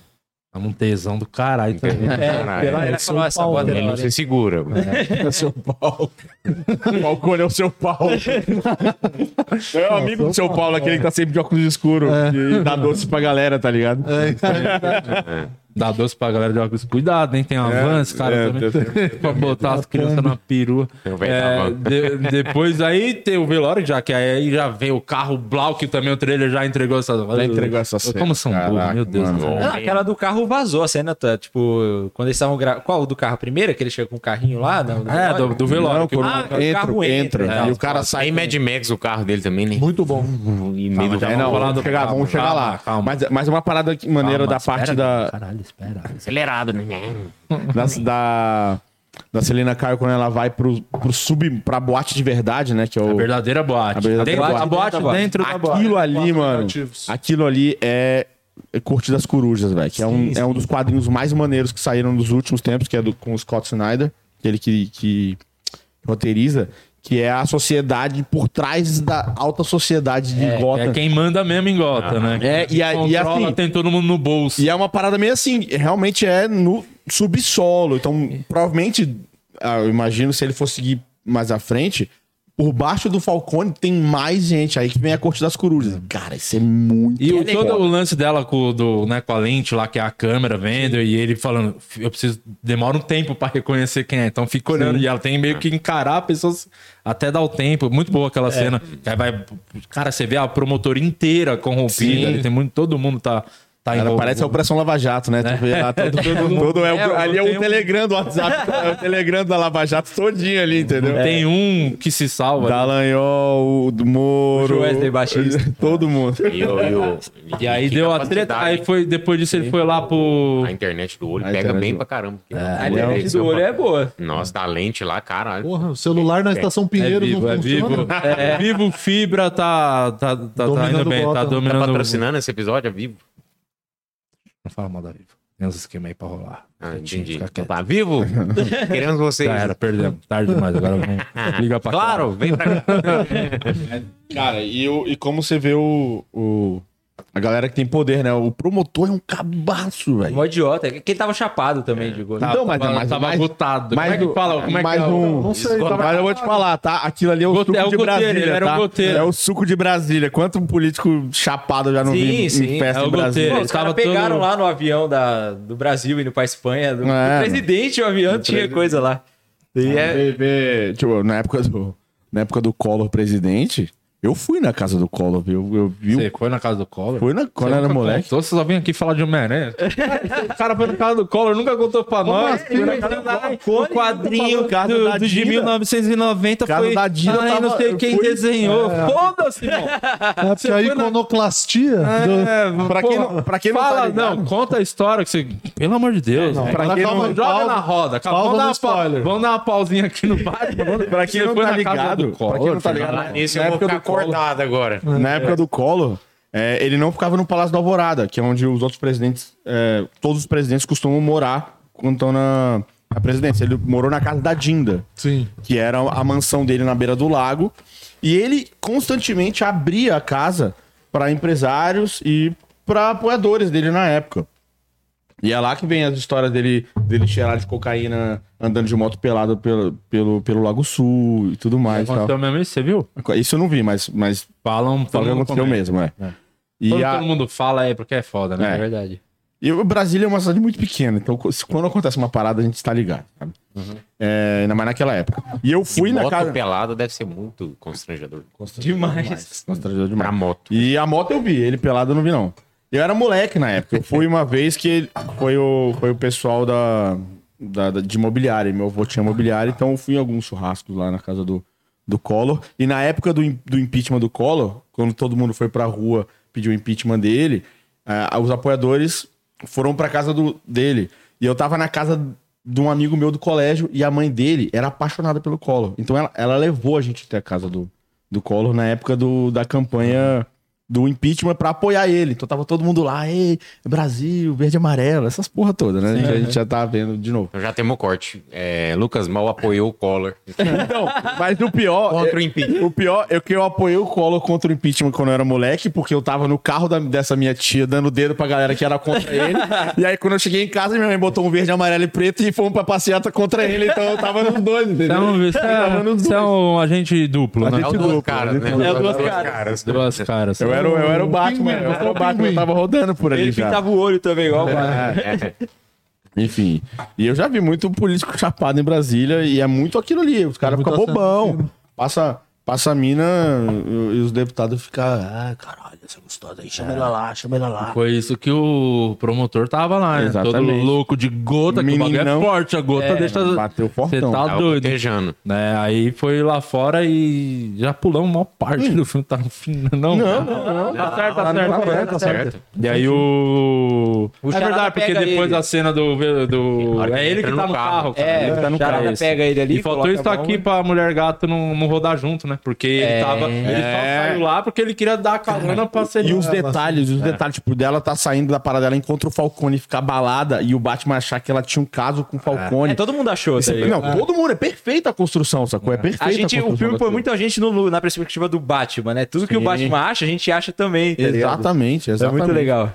Speaker 1: Tá um tesão do caralho também.
Speaker 4: Caralho.
Speaker 2: Pela, ele falou essa
Speaker 6: Paulo,
Speaker 2: bota
Speaker 4: Ele não
Speaker 2: dela, né?
Speaker 4: se segura.
Speaker 3: É seu Paulo. Falcone é o seu Paulo. É o amigo do seu Paulo, aquele que tá sempre de óculos escuros e dá doce pra galera, tá ligado?
Speaker 1: Dá doce pra galera de óculos. Cuidado, hein? Tem uma van, esse cara
Speaker 3: é,
Speaker 1: também. pra botar as crianças na perua.
Speaker 4: Eu vejo
Speaker 1: É,
Speaker 4: na van.
Speaker 1: de- depois aí tem o velório, já que aí já vem o carro Blau, que também o trailer já entregou essa.
Speaker 3: Já entregou essa cena.
Speaker 1: Como são burros,
Speaker 3: Caraca,
Speaker 1: meu Deus do
Speaker 3: mano.
Speaker 1: céu.
Speaker 2: Ah, aquela do carro vazou a cena, tá? Tipo, quando eles estavam gra... Qual do carro? A primeira? Que ele chega com o carrinho lá? Não,
Speaker 1: É, do, do velório.
Speaker 3: Não,
Speaker 1: que o-
Speaker 3: quando
Speaker 2: Ah, o
Speaker 3: entra,
Speaker 2: carro
Speaker 3: entra,
Speaker 2: entra, né?
Speaker 3: E o cara sai.
Speaker 4: Aí é Mad Max, o carro dele também, né?
Speaker 6: Muito bom.
Speaker 4: E meio do
Speaker 3: É, não,
Speaker 1: falar
Speaker 3: vamos
Speaker 1: do-
Speaker 3: chegar, vamos chegar
Speaker 1: calma,
Speaker 3: lá.
Speaker 1: calma.
Speaker 3: Mas, mas uma parada que maneira
Speaker 1: Ah,
Speaker 3: da parte da,
Speaker 1: né? Caralho, espera.
Speaker 4: acelerado, né?
Speaker 3: da, da, da Selena Kyle quando ela vai pro, pro sub, pra boate de verdade, né? Que é o,
Speaker 1: A verdadeira boate.
Speaker 3: A verdadeira
Speaker 1: Dentro- a
Speaker 2: boate.
Speaker 1: boate dentro da boate.
Speaker 3: Aquilo ali,
Speaker 6: Quatro
Speaker 3: mano.
Speaker 6: negativos.
Speaker 3: Aquilo ali é Corte das Corujas, velho. Que é um, é um dos quadrinhos mais maneiros que saíram nos últimos tempos, que é do, com o Scott Snyder, aquele que, que roteiriza, que é a sociedade por trás da alta sociedade de
Speaker 1: É
Speaker 3: Gotham.
Speaker 1: quem manda mesmo em Gota, né?
Speaker 3: É,
Speaker 1: Quem
Speaker 3: e a- e
Speaker 1: controla,
Speaker 3: assim-
Speaker 1: tem todo mundo no bolso.
Speaker 3: E é uma parada meio assim, realmente é no subsolo. Então, provavelmente, ah, eu imagino se ele for seguir mais à frente, por baixo do Falcone tem mais gente. Aí que vem a Corte das Corujas. Cara, isso é muito.
Speaker 1: E o,
Speaker 3: foda.
Speaker 1: todo o lance dela com, o- do, né, com a lente lá, que é a câmera vendo, e ele falando, eu preciso, demora um tempo pra reconhecer quem é, então fica olhando. E ela tem meio que encarar a pessoa até dar o tempo. Muito boa aquela cena. Aí vai, cara, você vê a promotora inteira corrompida, ali, tem muito, todo mundo tá, tá
Speaker 3: Cara,
Speaker 1: envolvido.
Speaker 3: parece a Operação Lava Jato, né? Tu vê lá todo, todo- todo- é o-
Speaker 1: É, eu
Speaker 3: ali é
Speaker 1: tenho-
Speaker 3: o Telegram do WhatsApp, é o Telegram da Lava Jato todinho ali, entendeu?
Speaker 1: Tem um que se salva.
Speaker 3: Dallagnol, o do Moro,
Speaker 2: O Wesley Batista.
Speaker 3: todo mundo.
Speaker 4: E eu- eu-
Speaker 1: E aí
Speaker 4: que
Speaker 1: deu a
Speaker 4: capacidade, é
Speaker 1: treta. Aí
Speaker 4: hein?
Speaker 1: foi, depois disso ele foi lá pro.
Speaker 4: A internet do olho
Speaker 3: A
Speaker 4: pega
Speaker 3: internet
Speaker 4: bem
Speaker 3: do-
Speaker 4: pra caramba.
Speaker 2: A lente
Speaker 4: Isso é
Speaker 2: do
Speaker 4: uma-
Speaker 2: olho é boa.
Speaker 4: Nossa, da lente lá, caralho.
Speaker 6: é. Porra, o celular na estação
Speaker 1: É
Speaker 6: Pinheiro
Speaker 1: vivo,
Speaker 6: não
Speaker 1: é
Speaker 6: funciona.
Speaker 1: vivo. É. Vivo Fibra tá, tá, tá, tá indo
Speaker 6: Dominando
Speaker 1: bem,
Speaker 6: Gotham.
Speaker 1: tá
Speaker 6: Tá
Speaker 4: Tá
Speaker 1: dominando.
Speaker 4: patrocinando esse episódio a vivo?
Speaker 1: Não fala mal da Vivo. Tem uns esquema aí pra rolar.
Speaker 4: Ah,
Speaker 1: Quietinho,
Speaker 4: entendi.
Speaker 1: fica quieto.
Speaker 4: Tá vivo? Queremos vocês.
Speaker 1: Já era, perdemos. Tarde demais, agora vamos. Liga pra
Speaker 4: Claro, vem pra cá.
Speaker 3: Cara, e, o- e como você vê o, o, A galera que tem poder, né? O promotor é um cabaço, velho.
Speaker 2: Mó idiota. Que ele tava chapado também, digo.
Speaker 3: Tá, então, mas,
Speaker 1: Tava-
Speaker 3: mas,
Speaker 1: tava
Speaker 3: mas,
Speaker 1: agotado.
Speaker 3: mais
Speaker 1: como é
Speaker 3: do-
Speaker 1: que fala? Como é
Speaker 3: mais
Speaker 1: que é?
Speaker 3: um.
Speaker 6: Não sei, tava-
Speaker 3: Mas eu vou te falar, tá? Aquilo ali é o
Speaker 1: Gote-
Speaker 3: suco
Speaker 1: é o
Speaker 3: de
Speaker 1: goteiro,
Speaker 3: Brasília.
Speaker 1: ele era
Speaker 3: tá?
Speaker 1: um goteiro.
Speaker 3: É o suco de Brasília. Quanto um político chapado eu já não
Speaker 2: Sim,
Speaker 3: vi
Speaker 2: sim,
Speaker 3: um em festa
Speaker 1: é o
Speaker 3: em Brasília.
Speaker 1: goteiro.
Speaker 2: Pô, os caras
Speaker 1: tava
Speaker 2: pegaram
Speaker 1: todo-
Speaker 2: lá no avião da, do Brasil indo pra Espanha. Do, do
Speaker 3: É.
Speaker 2: presidente, o avião tinha coisa lá. E é,
Speaker 3: Vê- vê- tipo, na época do, na época do Collor presidente, eu fui na casa do Collor, viu? Eu vi. o-
Speaker 1: Você foi na casa do Collor?
Speaker 3: Foi na, quando era moleque.
Speaker 1: Então você só vem aqui falar de Homem-Aranha. o cara foi na casa do Collor, nunca contou pra nós. Foi na casa do Collor. assim, o quadrinho
Speaker 3: Casa da
Speaker 1: do, do de
Speaker 3: Dida.
Speaker 1: 1990
Speaker 3: Casa
Speaker 1: foi...
Speaker 3: da Dida, eu
Speaker 1: Ai,
Speaker 3: tava-
Speaker 1: não sei
Speaker 3: eu
Speaker 1: quem
Speaker 3: fui-
Speaker 1: desenhou. Foda-se, irmão.
Speaker 6: É porque a
Speaker 1: foi na-
Speaker 6: iconoclastia. do-
Speaker 1: É,
Speaker 3: Pra quem não- pra quem não tá
Speaker 1: fala,
Speaker 3: ligado. É,
Speaker 1: não, conta a história que você. Pelo amor de Deus.
Speaker 6: Não,
Speaker 1: né?
Speaker 6: pra quem
Speaker 1: Calma,
Speaker 6: não-
Speaker 1: joga
Speaker 6: pausa-
Speaker 1: na roda. Calma,
Speaker 6: pausa
Speaker 1: vamos, dar
Speaker 6: no
Speaker 1: uma pa-
Speaker 6: spoiler.
Speaker 1: vamos dar uma pausinha aqui no bar.
Speaker 3: Pra quem não tá ligado, pra quem não tá
Speaker 4: Falar
Speaker 3: ligado,
Speaker 4: nisso,
Speaker 3: na
Speaker 4: eu vou
Speaker 3: época
Speaker 4: ficar
Speaker 3: do Collor,
Speaker 4: acordado agora.
Speaker 3: na época do Collor, é, ele não ficava no Palácio da Alvorada, que é onde os outros presidentes, é, todos os presidentes costumam morar quando estão na, na presidência. Ele morou na casa da Dinda.
Speaker 6: Sim.
Speaker 3: que era a mansão dele na beira do lago. E ele constantemente abria a casa para empresários e para apoiadores dele na época. E é lá que vem as histórias dele, dele cheirar de cocaína andando de moto pelado pelo, pelo, pelo Lago Sul e tudo mais. e tal.
Speaker 1: Aconteceu mesmo isso, você viu?
Speaker 3: Isso eu não vi, mas, mas
Speaker 1: Falam,
Speaker 3: fala que aconteceu mesmo, é. E,
Speaker 1: Todo,
Speaker 3: a,
Speaker 1: todo mundo fala, é porque é foda, né?
Speaker 3: É.
Speaker 1: É, verdade.
Speaker 3: e o Brasília é uma cidade muito pequena, então co- se- quando acontece uma parada a gente está ligado. Sabe?
Speaker 1: Uhum.
Speaker 3: É, ainda mais naquela época. E eu fui
Speaker 4: Fui
Speaker 3: na
Speaker 4: moto
Speaker 3: casa.
Speaker 4: pelada deve ser muito constrangedor.
Speaker 2: demais.
Speaker 3: Nossa, tragédia demais.
Speaker 4: Pra moto.
Speaker 3: E a moto eu vi, ele pelado eu não vi, não. Eu era moleque na época. Eu fui uma vez que ele- foi o, foi o pessoal da, da- da- de imobiliária. Meu avô tinha imobiliária, então eu fui em alguns churrascos lá na casa do, do Collor. E na época do, im- do impeachment do Collor, quando todo mundo foi pra rua pedir o impeachment dele, ah, os apoiadores foram pra casa do, dele. E eu tava na casa de um amigo meu do colégio e a mãe dele era apaixonada pelo Collor. Então ela, ela levou a gente até a casa do, do Collor na época do, da campanha do impeachment pra apoiar ele. Então tava todo mundo lá, ei, Brasil, verde e amarelo, essas porra toda, né? que a gente já tá vendo de novo.
Speaker 4: Então já temos o corte. É, Lucas Mal apoiou o Collor. É
Speaker 3: Então, mas o pior.
Speaker 4: Contra o
Speaker 3: é-
Speaker 4: impeachment.
Speaker 3: O pior é que eu apoiei o Collor contra o impeachment quando eu era moleque, porque eu tava no carro da- dessa minha tia dando dedo pra galera que era contra ele. e aí, quando eu cheguei em casa, minha mãe botou um verde, amarelo e preto e fomos pra passeata contra ele. Então eu tava nos dois, entendeu?
Speaker 1: Então, você é, você é um agente duplo,
Speaker 3: Tá
Speaker 1: né?
Speaker 4: É o duas caras, né?
Speaker 2: É o duas
Speaker 4: caras.
Speaker 1: Duas caras. né?
Speaker 3: Eu era, o- eu era o Batman, eu era o Batman, eu tava rodando por ali.
Speaker 2: Ele
Speaker 3: já.
Speaker 2: pintava o olho também, igual o Batman.
Speaker 3: Enfim. E eu já vi muito político chapado em Brasília e é muito aquilo ali. Os caras ficam bobão. Passa, passa a mina e e os deputados ficam. Ah, caralho, essa gostosa aí. Chama ela lá, chama ela lá.
Speaker 1: Foi isso que o promotor tava lá, né? Todo
Speaker 3: Exatamente.
Speaker 1: louco de gota, que o bagulho é
Speaker 3: Meninão.
Speaker 1: forte, a gota deixa...
Speaker 3: bateu
Speaker 1: Você
Speaker 3: fortão. É,
Speaker 1: tá
Speaker 4: Tava
Speaker 1: doido.
Speaker 4: cortejando.
Speaker 1: né? Aí foi lá fora e já pulamos uma parte do filme, tá no fim, não? Não, não, Tá certo, tá certo, tá certo.
Speaker 4: Tá certo.
Speaker 1: E aí o...
Speaker 2: O
Speaker 1: é
Speaker 2: Charada
Speaker 1: verdade, porque
Speaker 2: pega
Speaker 1: depois
Speaker 2: ele.
Speaker 1: da cena do... do...
Speaker 4: hora que
Speaker 1: É
Speaker 4: ele
Speaker 1: ele que
Speaker 4: entra
Speaker 1: tá
Speaker 4: no
Speaker 1: no
Speaker 4: carro.
Speaker 1: carro, cara.
Speaker 2: É,
Speaker 1: Ele tá no
Speaker 2: o Charada
Speaker 1: carro.
Speaker 2: pega ele ali,
Speaker 1: E faltou
Speaker 2: coloca
Speaker 1: isso
Speaker 2: a mão
Speaker 1: aqui
Speaker 2: e-
Speaker 1: pra Mulher Gato não, não rodar junto, né? Porque ele tava... Ele só
Speaker 3: É.
Speaker 1: saiu lá porque ele queria dar carona pra ser...
Speaker 3: E os detalhes, os detalhes, tipo, dela tá saindo da parada, ela encontra o Falcone ficar abalada e o Batman achar que ela tinha um caso com o Falcone.
Speaker 2: É, todo mundo achou, tá
Speaker 3: Esse-
Speaker 2: ligado?
Speaker 3: Não, todo mundo, é perfeita a construção, sacou? É perfeita
Speaker 2: A gente, o
Speaker 3: construção
Speaker 2: filme põe
Speaker 3: das coisas.
Speaker 2: muita gente no- na perspectiva do Batman, né? Tudo que o
Speaker 3: Sim.
Speaker 2: Batman acha, a gente acha também, tá ligado?
Speaker 3: Exatamente,
Speaker 2: É
Speaker 3: exatamente.
Speaker 2: muito legal.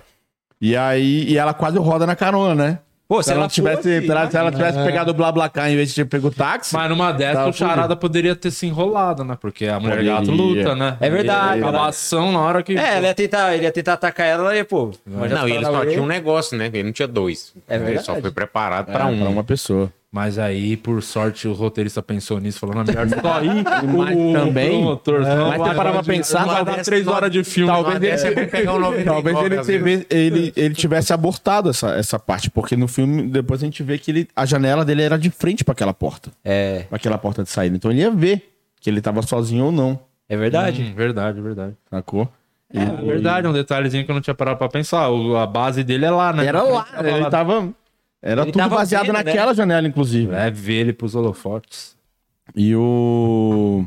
Speaker 3: E aí, e ela quase roda na carona, né?
Speaker 2: Pô,
Speaker 3: Se ela, não tivesse,
Speaker 2: fosse, né?
Speaker 3: se ela- se ela tivesse
Speaker 6: É.
Speaker 3: pegado o BlaBlaCar em vez de ter pego o táxi,
Speaker 1: Mas numa dessa,
Speaker 3: Tava
Speaker 1: o Charada poderia ter se enrolado, né? Porque a Mulher Gato
Speaker 3: Poderia.
Speaker 1: luta, né?
Speaker 2: É verdade.
Speaker 1: E Acaba a ação na hora que...
Speaker 2: É, ele ia tentar, ele ia tentar atacar ela e, pô.
Speaker 4: Mas
Speaker 2: mas já
Speaker 4: não, e ele
Speaker 2: tá na
Speaker 4: só
Speaker 2: orelha.
Speaker 4: tinha um negócio, né? Ele não tinha dois.
Speaker 2: É
Speaker 4: ele só
Speaker 2: verdade. É,
Speaker 4: foi preparado
Speaker 3: é, pra
Speaker 4: pra um.
Speaker 3: uma pessoa.
Speaker 1: Mas aí, por sorte, o roteirista pensou nisso, falando, "Ah, melhor só ir
Speaker 3: Mas
Speaker 1: o
Speaker 3: também-
Speaker 1: promotor. senão
Speaker 3: mas
Speaker 1: vai
Speaker 3: você parar pra
Speaker 1: dar-
Speaker 3: pensar,
Speaker 1: vai dar três horas de filme. é.
Speaker 3: Talvez
Speaker 1: lá.
Speaker 3: ele,
Speaker 4: Você vai pegar um o 99
Speaker 3: talvez ele,
Speaker 4: às vezes.
Speaker 3: teve- ele- ele tivesse abortado essa, essa parte, porque no filme depois a gente vê que ele- a janela dele era de frente pra aquela porta,
Speaker 2: É,
Speaker 3: pra aquela porta de saída. Então ele ia ver que ele tava sozinho ou não,
Speaker 2: é verdade.
Speaker 1: Hum, verdade, verdade.
Speaker 3: sacou?
Speaker 1: É verdade, é um detalhezinho que eu não tinha parado pra pensar. O- a base dele é lá, né?
Speaker 3: Era lá, ele tava. Era
Speaker 2: Ele
Speaker 3: tudo
Speaker 2: tava
Speaker 3: baseado
Speaker 2: vendo, né?
Speaker 3: naquela janela, inclusive.
Speaker 1: É, ver ele pros holofotes.
Speaker 3: E o.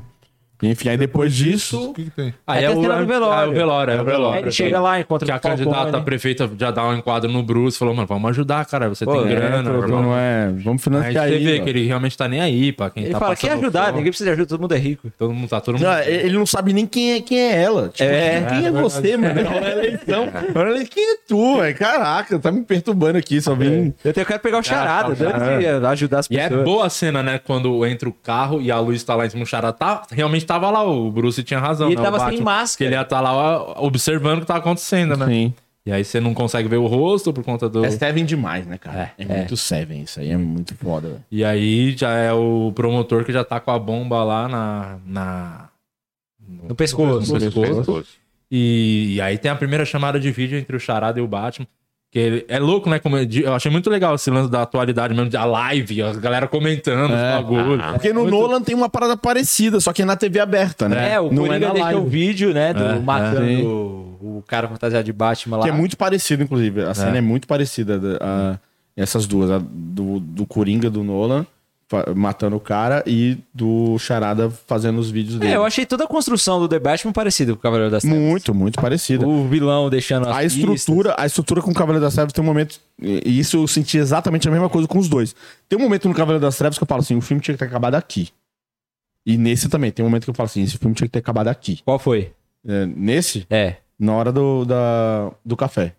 Speaker 3: Enfim, aí depois disso.
Speaker 6: O que, que tem?
Speaker 2: Aí é, o,
Speaker 1: é,
Speaker 2: velório.
Speaker 1: o velório. É o velório.
Speaker 2: Ele chega lá, né? encontra
Speaker 1: Que a
Speaker 2: o Falcone.
Speaker 1: candidata a prefeita já dá um enquadro no Bruce, falou, mano, vamos ajudar, cara, você
Speaker 2: Pô,
Speaker 1: tem
Speaker 2: é,
Speaker 1: grana. blá, blá, blá.
Speaker 3: Não é. Vamos
Speaker 1: Aí você
Speaker 3: financiar aí.
Speaker 1: vê
Speaker 3: ó.
Speaker 1: que ele realmente tá nem aí pra quem
Speaker 2: Ele
Speaker 1: tá
Speaker 2: fala, quer
Speaker 1: passando
Speaker 2: ajudar,
Speaker 1: fome.
Speaker 2: ninguém precisa de ajuda, todo mundo é rico.
Speaker 1: Todo mundo tá, todo mundo...
Speaker 3: Não, é, ele não sabe nem quem é, quem é ela. Tipo,
Speaker 2: É.
Speaker 3: quem é, você, mano? Na hora da eleição. Na hora da eleição, Quem é tu, velho? Caraca, tá me perturbando aqui, só vim.
Speaker 2: Eu até quero pegar o charada,
Speaker 1: tá,
Speaker 2: dando de ajudar as
Speaker 1: E é
Speaker 2: pessoas.
Speaker 1: boa a cena, né? Quando entra o carro e a luz tá lá em cima do chará. Tá, realmente tava lá, o Bruce tinha razão.
Speaker 2: E ele
Speaker 1: né? O
Speaker 2: tava sem
Speaker 1: Batman,
Speaker 2: máscara.
Speaker 1: Que ele ia estar lá ó, observando o que tá acontecendo, né?
Speaker 3: Sim.
Speaker 1: E aí você não consegue ver o rosto por conta do.
Speaker 3: É Seven demais, né, cara? É, muito Seven, isso aí é muito foda, velho.
Speaker 1: E aí já é o promotor que já tá com a bomba lá na. na... é
Speaker 2: no pescoço.
Speaker 1: no E, e aí tem a primeira chamada de vídeo entre o Charada e o Batman. Que ele- é louco, né? Como eu, di- eu achei muito legal esse lance da atualidade mesmo, da live, a galera comentando
Speaker 3: É.
Speaker 1: os bagulhos.
Speaker 3: Porque no Nolan tem uma parada parecida, só que é na TV aberta, né?
Speaker 2: É, o
Speaker 3: não é
Speaker 2: Coringa
Speaker 3: na
Speaker 2: deixa
Speaker 3: live.
Speaker 2: o vídeo, né, do
Speaker 1: É,
Speaker 2: matando
Speaker 3: é.
Speaker 2: o, o cara fantasiado de Batman lá.
Speaker 3: Que é muito parecido, inclusive. A cena é muito parecida. da- a- essas duas. A do, do Coringa do Nolan fa- matando o cara e do Charada fazendo os vídeos dele.
Speaker 2: É, eu achei toda a construção do The Batman parecida com o Cavaleiro das Trevas.
Speaker 3: Muito, muito parecida.
Speaker 2: O vilão deixando as
Speaker 3: A
Speaker 2: pistas.
Speaker 3: estrutura, a estrutura com o Cavaleiro das Trevas tem um momento. E isso eu senti exatamente a mesma coisa com os dois. Tem um momento no Cavaleiro das Trevas que eu falo assim: o filme tinha que ter acabado aqui. E nesse também, tem um momento que eu falo assim: esse filme tinha que ter acabado aqui.
Speaker 2: Qual foi?
Speaker 3: É, nesse,
Speaker 2: É.
Speaker 3: na hora do, da, do café.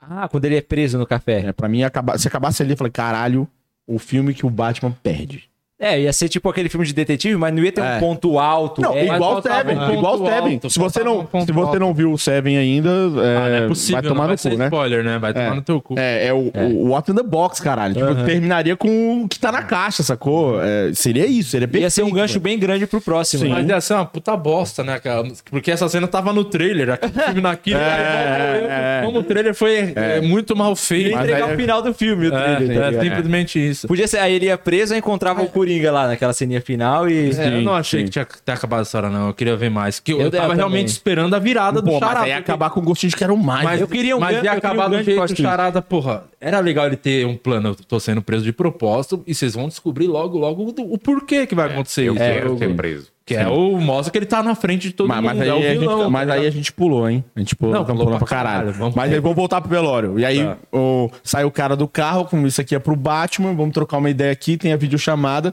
Speaker 2: Ah, quando ele é preso no café.
Speaker 3: É, pra mim, acaba, se acabasse ali, eu falei: caralho, o filme que o Batman perde.
Speaker 2: É, ia ser tipo aquele filme de detetive, mas não ia ter um ponto alto.
Speaker 3: Não,
Speaker 2: é,
Speaker 3: igual o
Speaker 1: mas faltava
Speaker 3: Seven.
Speaker 1: um ponto
Speaker 3: igual o Seven.
Speaker 1: alto,
Speaker 3: Se você,
Speaker 1: faltava
Speaker 3: não,
Speaker 1: um ponto
Speaker 3: se você não viu o Seven ainda, é,
Speaker 1: Ah, não é possível,
Speaker 3: vai tomar
Speaker 1: não vai
Speaker 3: no
Speaker 1: ser
Speaker 3: cu, né?
Speaker 1: spoiler, né? Vai tomar no teu cu.
Speaker 3: É, é o, o What in the Box, caralho. Tipo, terminaria com o que tá na caixa, sacou? É, seria isso, seria perfeito.
Speaker 2: Ia ser um gancho bem grande pro próximo. né?
Speaker 1: Mas ia ser uma puta bosta, né, cara? Porque essa cena tava no trailer, aquele filme naquilo. aí,
Speaker 3: é, é.
Speaker 1: Como o trailer foi é, muito mal feito.
Speaker 3: Mas
Speaker 2: entregar
Speaker 3: aí-
Speaker 2: o final do filme, o
Speaker 1: É,
Speaker 2: trailer.
Speaker 1: é,
Speaker 2: tá ligado?
Speaker 1: simplesmente isso.
Speaker 2: Podia ser, aí ele ia preso e encontrava o Coringa lá naquela ceninha final e.
Speaker 1: É, eu não achei
Speaker 3: sim.
Speaker 1: que tinha que ter acabado essa hora, não. Eu queria ver mais. Que eu,
Speaker 2: Eu-
Speaker 1: eu tava
Speaker 2: eu
Speaker 1: realmente
Speaker 2: também.
Speaker 1: esperando a virada do
Speaker 3: Pô,
Speaker 1: Charada.
Speaker 3: mas aí ia acabar com o gostinho de quero mais.
Speaker 1: um né? Mas,
Speaker 2: eu queria um
Speaker 1: mas
Speaker 2: grande-
Speaker 1: ia
Speaker 2: eu queria um
Speaker 1: acabar do
Speaker 2: grande
Speaker 1: jeito
Speaker 2: plot
Speaker 1: que o
Speaker 2: twist.
Speaker 1: Charada, porra. Era legal ele ter um plano. Eu tô sendo preso de propósito e vocês vão descobrir logo, logo o, o porquê que vai acontecer
Speaker 4: Eu
Speaker 1: isso.
Speaker 2: É,
Speaker 1: né?
Speaker 4: quero ser preso.
Speaker 1: que é o mostra que ele tá na frente de todo
Speaker 3: Mas,
Speaker 1: mundo.
Speaker 3: mas aí,
Speaker 1: é o
Speaker 3: a
Speaker 1: vilão,
Speaker 3: gente, mas
Speaker 1: tá
Speaker 3: aí
Speaker 1: ligado?
Speaker 3: a gente pulou, hein? A gente pulou,
Speaker 1: Não,
Speaker 3: não,
Speaker 1: pulou
Speaker 3: pulando
Speaker 1: pra
Speaker 3: pra caralho.
Speaker 1: caralho, vamos- Tá.
Speaker 3: mas aí vamos voltar pro velório. E aí o, sai o cara do carro, como isso aqui é pro Batman, vamos trocar uma ideia aqui, tem a videochamada.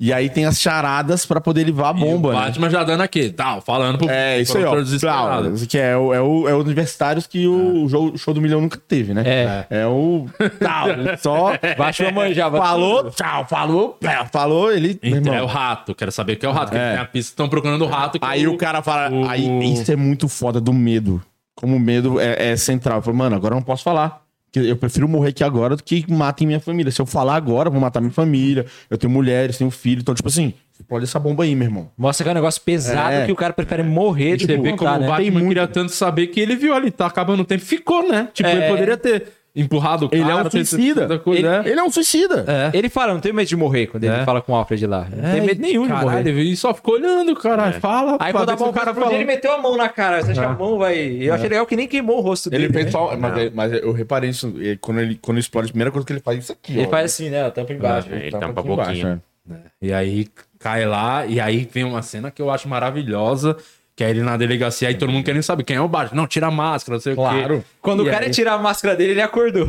Speaker 3: E aí tem as charadas pra poder levar a
Speaker 1: E
Speaker 3: bomba,
Speaker 1: o
Speaker 3: né?
Speaker 1: Tipo, Batman já dando aqui, tal, falando pro
Speaker 3: É, isso aí, ó.
Speaker 1: produtor desesperado.
Speaker 3: Plau, que é, o- é, o, é o universitários que o,
Speaker 1: É.
Speaker 3: jogo- o show do milhão nunca teve, né? É. É o. Tal, só.
Speaker 2: Batman manjava
Speaker 3: Falou,
Speaker 2: tudo.
Speaker 3: tchau, falou, pé, falou, ele. meu
Speaker 1: Então,
Speaker 3: irmão,
Speaker 1: é o rato, quero saber o que é o rato. que
Speaker 3: É.
Speaker 1: Tem a pista, estão procurando o rato. que
Speaker 3: aí
Speaker 1: é
Speaker 3: o cara fala.
Speaker 1: o-
Speaker 3: Aí, isso é muito foda do medo. Como o medo é, é central. Eu falo, mano, agora eu não posso falar. Porque Eu prefiro morrer aqui agora do que matem minha família. Se eu falar agora, eu vou matar minha família. Eu tenho mulheres, tenho filho. Então, tipo assim, explode essa bomba aí, meu irmão.
Speaker 2: Mostra que é um negócio pesado
Speaker 3: É.
Speaker 2: que o cara prefere morrer do
Speaker 1: Você
Speaker 2: que
Speaker 1: vê como
Speaker 2: contar,
Speaker 1: o
Speaker 2: né?
Speaker 1: Batman
Speaker 3: tipo, Tem muito.
Speaker 1: queria tanto saber que ele viu ali, tá acabando o tempo, ficou, né? Tipo, ele
Speaker 2: É.
Speaker 1: poderia ter empurrado o cara.
Speaker 3: Ele é um
Speaker 1: ter-
Speaker 3: suicida.
Speaker 1: tanta coisa, né?
Speaker 3: Ele é um suicida.
Speaker 1: É.
Speaker 2: Ele fala, não tem medo de morrer quando ele
Speaker 1: É.
Speaker 2: fala com o Alfred lá. Não tem
Speaker 1: É,
Speaker 2: medo nenhum de morrer.
Speaker 1: caralho, E só ficou olhando, caralho.
Speaker 3: É.
Speaker 1: Fala,
Speaker 2: Aí
Speaker 1: pá,
Speaker 2: quando a
Speaker 1: deixa
Speaker 2: mão cara explodiu, ele meteu a mão na cara. Você acha que
Speaker 1: É.
Speaker 2: a mão vai. Eu achei legal que nem queimou o rosto dele.
Speaker 3: Ele fez
Speaker 2: né?
Speaker 3: só. Mas, é- mas eu reparei isso. é, Quando ele, quando ele explode, a primeira coisa que ele faz é isso aqui.
Speaker 2: Ele
Speaker 3: ó.
Speaker 2: faz assim, né? A
Speaker 1: É,
Speaker 2: tampa embaixo.
Speaker 4: Ele
Speaker 3: Tampa
Speaker 4: tampa um a
Speaker 3: aqui embaixo,
Speaker 4: boquinha.
Speaker 3: né?
Speaker 1: E aí cai lá, e aí vem uma cena que eu acho maravilhosa, que é ele na delegacia, aí todo mundo querendo saber quem é o Batman. Não, tira a máscara, não sei o quê.
Speaker 3: Claro.
Speaker 2: Quando
Speaker 1: E
Speaker 2: o cara
Speaker 1: aí?
Speaker 2: ia tirar a máscara dele, ele acordou.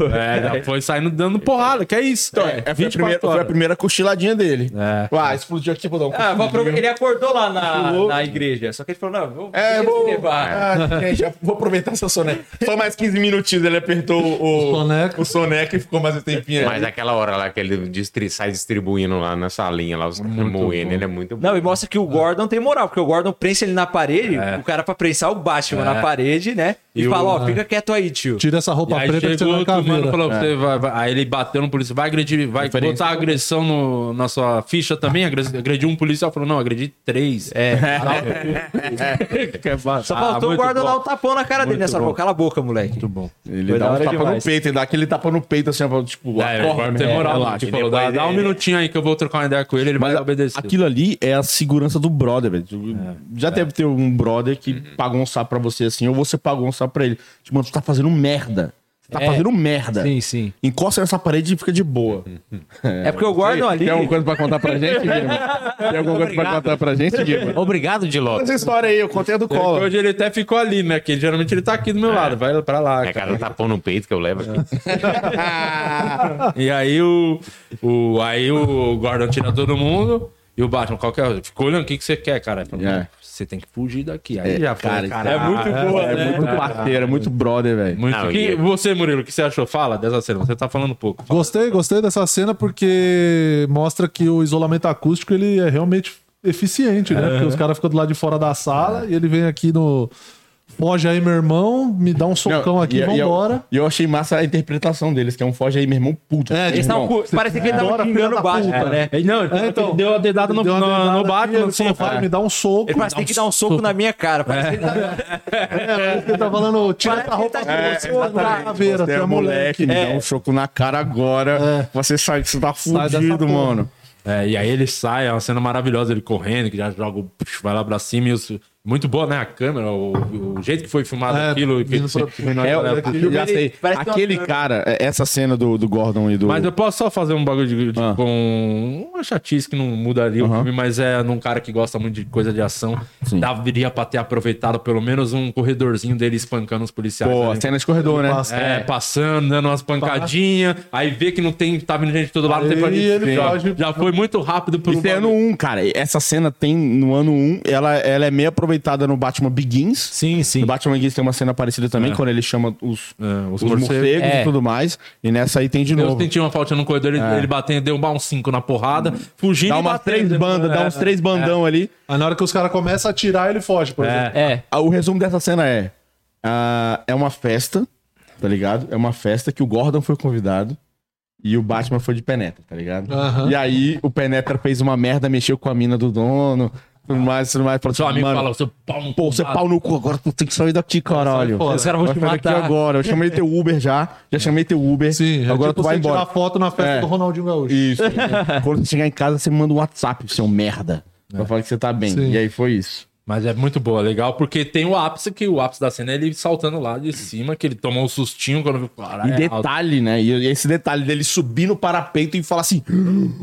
Speaker 1: É, já foi saindo dando porrada, que é isso. Então,
Speaker 3: É, foi, a primeira, foi a primeira cochiladinha dele.
Speaker 1: É.
Speaker 3: Ah, explodiu aqui, vou dar um
Speaker 2: Ah, vou aproveitar-
Speaker 3: cochilinho.
Speaker 2: Ele acordou lá na,
Speaker 3: Pulou.
Speaker 2: na igreja. Só que ele falou: não, vou
Speaker 3: É,
Speaker 2: deixa
Speaker 3: vou-
Speaker 2: ele levar.
Speaker 3: Ah, gente, já vou aproveitar essa soneca. Só mais 15 minutinhos, ele apertou o,
Speaker 6: O soneca.
Speaker 3: o soneca e ficou mais um tempinho.
Speaker 4: Mas aquela hora lá que ele distri- sai distribuindo lá na salinha, lá, os caras moendo, ele é muito bom.
Speaker 2: Não, e mostra que
Speaker 1: Ah.
Speaker 2: o Gordon tem moral, porque o Gordon prensa ele na parede, o cara pra prensar o Batman na parede, né? E,
Speaker 1: É. E o-
Speaker 2: fala,
Speaker 1: Ah.
Speaker 2: ó, fica quieto aí, tio.
Speaker 6: Tira essa
Speaker 1: E
Speaker 6: roupa
Speaker 1: aí
Speaker 6: preta que você
Speaker 1: chegou
Speaker 6: vai
Speaker 1: outro mano
Speaker 6: tá caveira.
Speaker 1: falou, você vai, vai- aí ele bateu no policial, vai agredir, vai
Speaker 3: Referência.
Speaker 1: botar agressão no, na sua ficha também, agredi- agrediu um policial, falou, não, agredi três. Ah, É,
Speaker 2: Só faltou o Gordon dar
Speaker 1: lá
Speaker 2: um tapão na cara dele, né?
Speaker 1: Muito
Speaker 2: Só
Speaker 1: bom.
Speaker 2: falou, cala a boca, moleque.
Speaker 1: Muito bom.
Speaker 3: Ele
Speaker 2: Foi
Speaker 3: dá
Speaker 2: da
Speaker 3: um
Speaker 2: hora
Speaker 3: tapa no
Speaker 2: demais.
Speaker 3: peito, ele dá aquele tapa no peito, assim, tipo,
Speaker 1: É,
Speaker 3: acorda,
Speaker 1: agora tem
Speaker 3: né?
Speaker 1: moral
Speaker 3: É,
Speaker 1: lá.
Speaker 3: lá,
Speaker 1: Tipo,
Speaker 3: que
Speaker 1: falou, dá,
Speaker 4: depois
Speaker 1: dá um
Speaker 4: ele-
Speaker 1: minutinho aí que eu vou trocar uma ideia com ele, ele vai
Speaker 3: Mas
Speaker 1: obedecer.
Speaker 3: aquilo ali é a segurança do brother, velho. Tu- Já deve ter um brother que pagou um sapo pra você assim, ou você pagou um sapo pra ele. Tipo, mano, tu tá fazendo merda. Você Tá
Speaker 2: É.
Speaker 3: fazendo merda.
Speaker 2: Sim, sim.
Speaker 3: Encosta nessa parede e fica de boa.
Speaker 2: É, porque eu guardo ali.
Speaker 3: Tem alguma coisa pra contar pra gente, Guilherme? Tem alguma coisa pra contar pra gente, Guilherme?
Speaker 4: Obrigado, Dilota.
Speaker 3: Essa história aí, eu contei a do
Speaker 1: Porque
Speaker 3: Collor.
Speaker 1: Hoje ele até ficou ali, né? Que geralmente ele tá aqui do meu lado, vai pra lá.
Speaker 4: É
Speaker 1: cara.
Speaker 4: cada tapão no peito que eu levo aqui.
Speaker 1: E aí o, o, aí o Gordon tira todo mundo e o Batman, qual que é? Ficou olhando, o que, que você quer, cara? Ele falou,
Speaker 3: É.
Speaker 1: Você tem que fugir daqui. Aí já foi.
Speaker 3: cara,
Speaker 1: é muito boa,
Speaker 3: É
Speaker 1: né? é-
Speaker 3: muito parceiro, é muito brother, velho.
Speaker 1: Muito...
Speaker 4: Não,
Speaker 1: que-
Speaker 4: e-
Speaker 1: Você, Murilo, o que você achou? Fala dessa cena, você tá falando pouco.
Speaker 6: Gostei, gostei dessa cena porque mostra que o isolamento acústico ele é realmente eficiente, né? Porque os caras ficam do lado de fora da sala e ele vem aqui no. Foge aí, meu irmão, me dá um socão
Speaker 3: Não,
Speaker 6: aqui e
Speaker 3: eu-
Speaker 6: vambora.
Speaker 3: E é eu, achei massa a interpretação deles, que é um foge aí, meu irmão puto.
Speaker 2: É, eles tavam cu- Parece que ele tava
Speaker 6: Bora, filha
Speaker 2: xingando
Speaker 6: da
Speaker 2: o Batman,
Speaker 6: puta.
Speaker 2: né?
Speaker 1: Ele, não, ele
Speaker 6: É, então.
Speaker 1: deu a dedada no,
Speaker 6: Deu uma
Speaker 1: no-
Speaker 6: dedada
Speaker 1: no
Speaker 6: aqui,
Speaker 1: Batman,
Speaker 6: ele
Speaker 1: assim,
Speaker 6: falou, vai, me dá um soco.
Speaker 2: Ele parece que tem que dar um soco na minha cara. Parece que ele tá,
Speaker 6: Ele tá falando, tira essa roupa
Speaker 2: parece que
Speaker 6: é,
Speaker 2: ele tá
Speaker 6: você,
Speaker 2: com você,
Speaker 6: tá
Speaker 2: tá-
Speaker 6: caveira,
Speaker 3: Você é moleque, me dá um soco na cara agora. Você sai, você tá
Speaker 6: Sai dessa
Speaker 3: fudido,
Speaker 6: porra.
Speaker 3: mano.
Speaker 1: É, e aí ele sai, é uma cena maravilhosa, ele correndo, que já joga, o- psh, vai lá pra cima e os- muito boa, né, a câmera, o, o jeito que foi filmado
Speaker 6: É,
Speaker 1: aquilo. que-
Speaker 6: vindo pra-
Speaker 1: assim.
Speaker 3: É, eu-
Speaker 6: Parece
Speaker 3: eu já
Speaker 2: que-
Speaker 3: sei.
Speaker 2: parece que
Speaker 3: Aquele
Speaker 2: uma-
Speaker 3: cara, é, essa cena do, do Gordon e do.
Speaker 1: Mas eu posso só fazer um bagulho de, de-
Speaker 3: Tipo, Ah.
Speaker 1: com uma chatice que não mudaria o
Speaker 3: Aham.
Speaker 1: filme, mas é num cara que gosta muito de coisa de ação.
Speaker 3: Sim.
Speaker 1: Dá, viria pra ter aproveitado pelo menos um corredorzinho dele espancando os policiais.
Speaker 3: Pô,
Speaker 1: né?
Speaker 3: cena de corredor, né?
Speaker 6: Passa.
Speaker 1: É, passando, dando umas pancadinhas, aí vê que não tem, tá vindo gente de todo lado, não tem pra
Speaker 6: Aí
Speaker 1: gente.
Speaker 6: ele
Speaker 1: já,
Speaker 6: foge.
Speaker 1: já foi muito rápido pro
Speaker 3: Isso é ano 1, cara. Essa cena tem no ano 1, ela, ela é meio aproveitada no Batman Begins.
Speaker 2: Sim, sim.
Speaker 3: No Batman Begins tem uma cena parecida também, quando ele chama os,
Speaker 1: É,
Speaker 3: os
Speaker 1: os
Speaker 3: morcegos,
Speaker 1: morcegos.
Speaker 3: e tudo mais. E nessa aí tem de
Speaker 1: Eu
Speaker 3: novo. É.
Speaker 1: senti uma falta no corredor, ele, ele batendo, deu um cinco na porrada, fugindo
Speaker 3: Dá
Speaker 1: e
Speaker 3: umas
Speaker 1: batendo. É.
Speaker 3: três bandas,
Speaker 1: né?
Speaker 3: dá uns três bandão ali.
Speaker 6: Aí na hora que os caras começam a atirar, ele foge, por exemplo.
Speaker 2: É.
Speaker 3: Ah, O resumo dessa cena é: ah, é uma festa, tá ligado? É uma festa que o Gordon foi convidado e o Batman foi de penetra, tá ligado?
Speaker 6: Aham.
Speaker 3: E aí o penetra fez uma merda, mexeu com a mina do dono, tudo mais, tudo mais. Falou
Speaker 1: Seu
Speaker 3: assim,
Speaker 1: amigo
Speaker 3: mano,
Speaker 1: fala, seu pau no
Speaker 3: pô, você é pau no cu, agora tu tem que sair daqui,
Speaker 6: é
Speaker 3: caralho.
Speaker 6: fora.
Speaker 2: Os
Speaker 1: é um
Speaker 2: caras vão
Speaker 3: Vai
Speaker 2: te
Speaker 3: ficar aqui
Speaker 2: matar.
Speaker 3: agora, eu chamei teu Uber já, já chamei teu Uber,
Speaker 6: Sim, é
Speaker 3: agora
Speaker 6: tipo
Speaker 3: tu vai
Speaker 6: você
Speaker 3: embora.
Speaker 6: tirar foto na festa
Speaker 3: É.
Speaker 6: do Ronaldinho Gaúcho.
Speaker 3: Isso. Quando você chegar em casa, você manda um WhatsApp, seu merda, pra falar que você tá bem.
Speaker 6: É. Sim.
Speaker 3: E aí foi isso.
Speaker 1: Mas é muito boa, legal, porque tem o ápice, que o ápice da cena é ele saltando lá de cima, que ele tomou um sustinho quando viu.
Speaker 3: E
Speaker 1: Caralho, é alto.
Speaker 3: detalhe, né? E esse detalhe dele subir no parapeito e falar assim: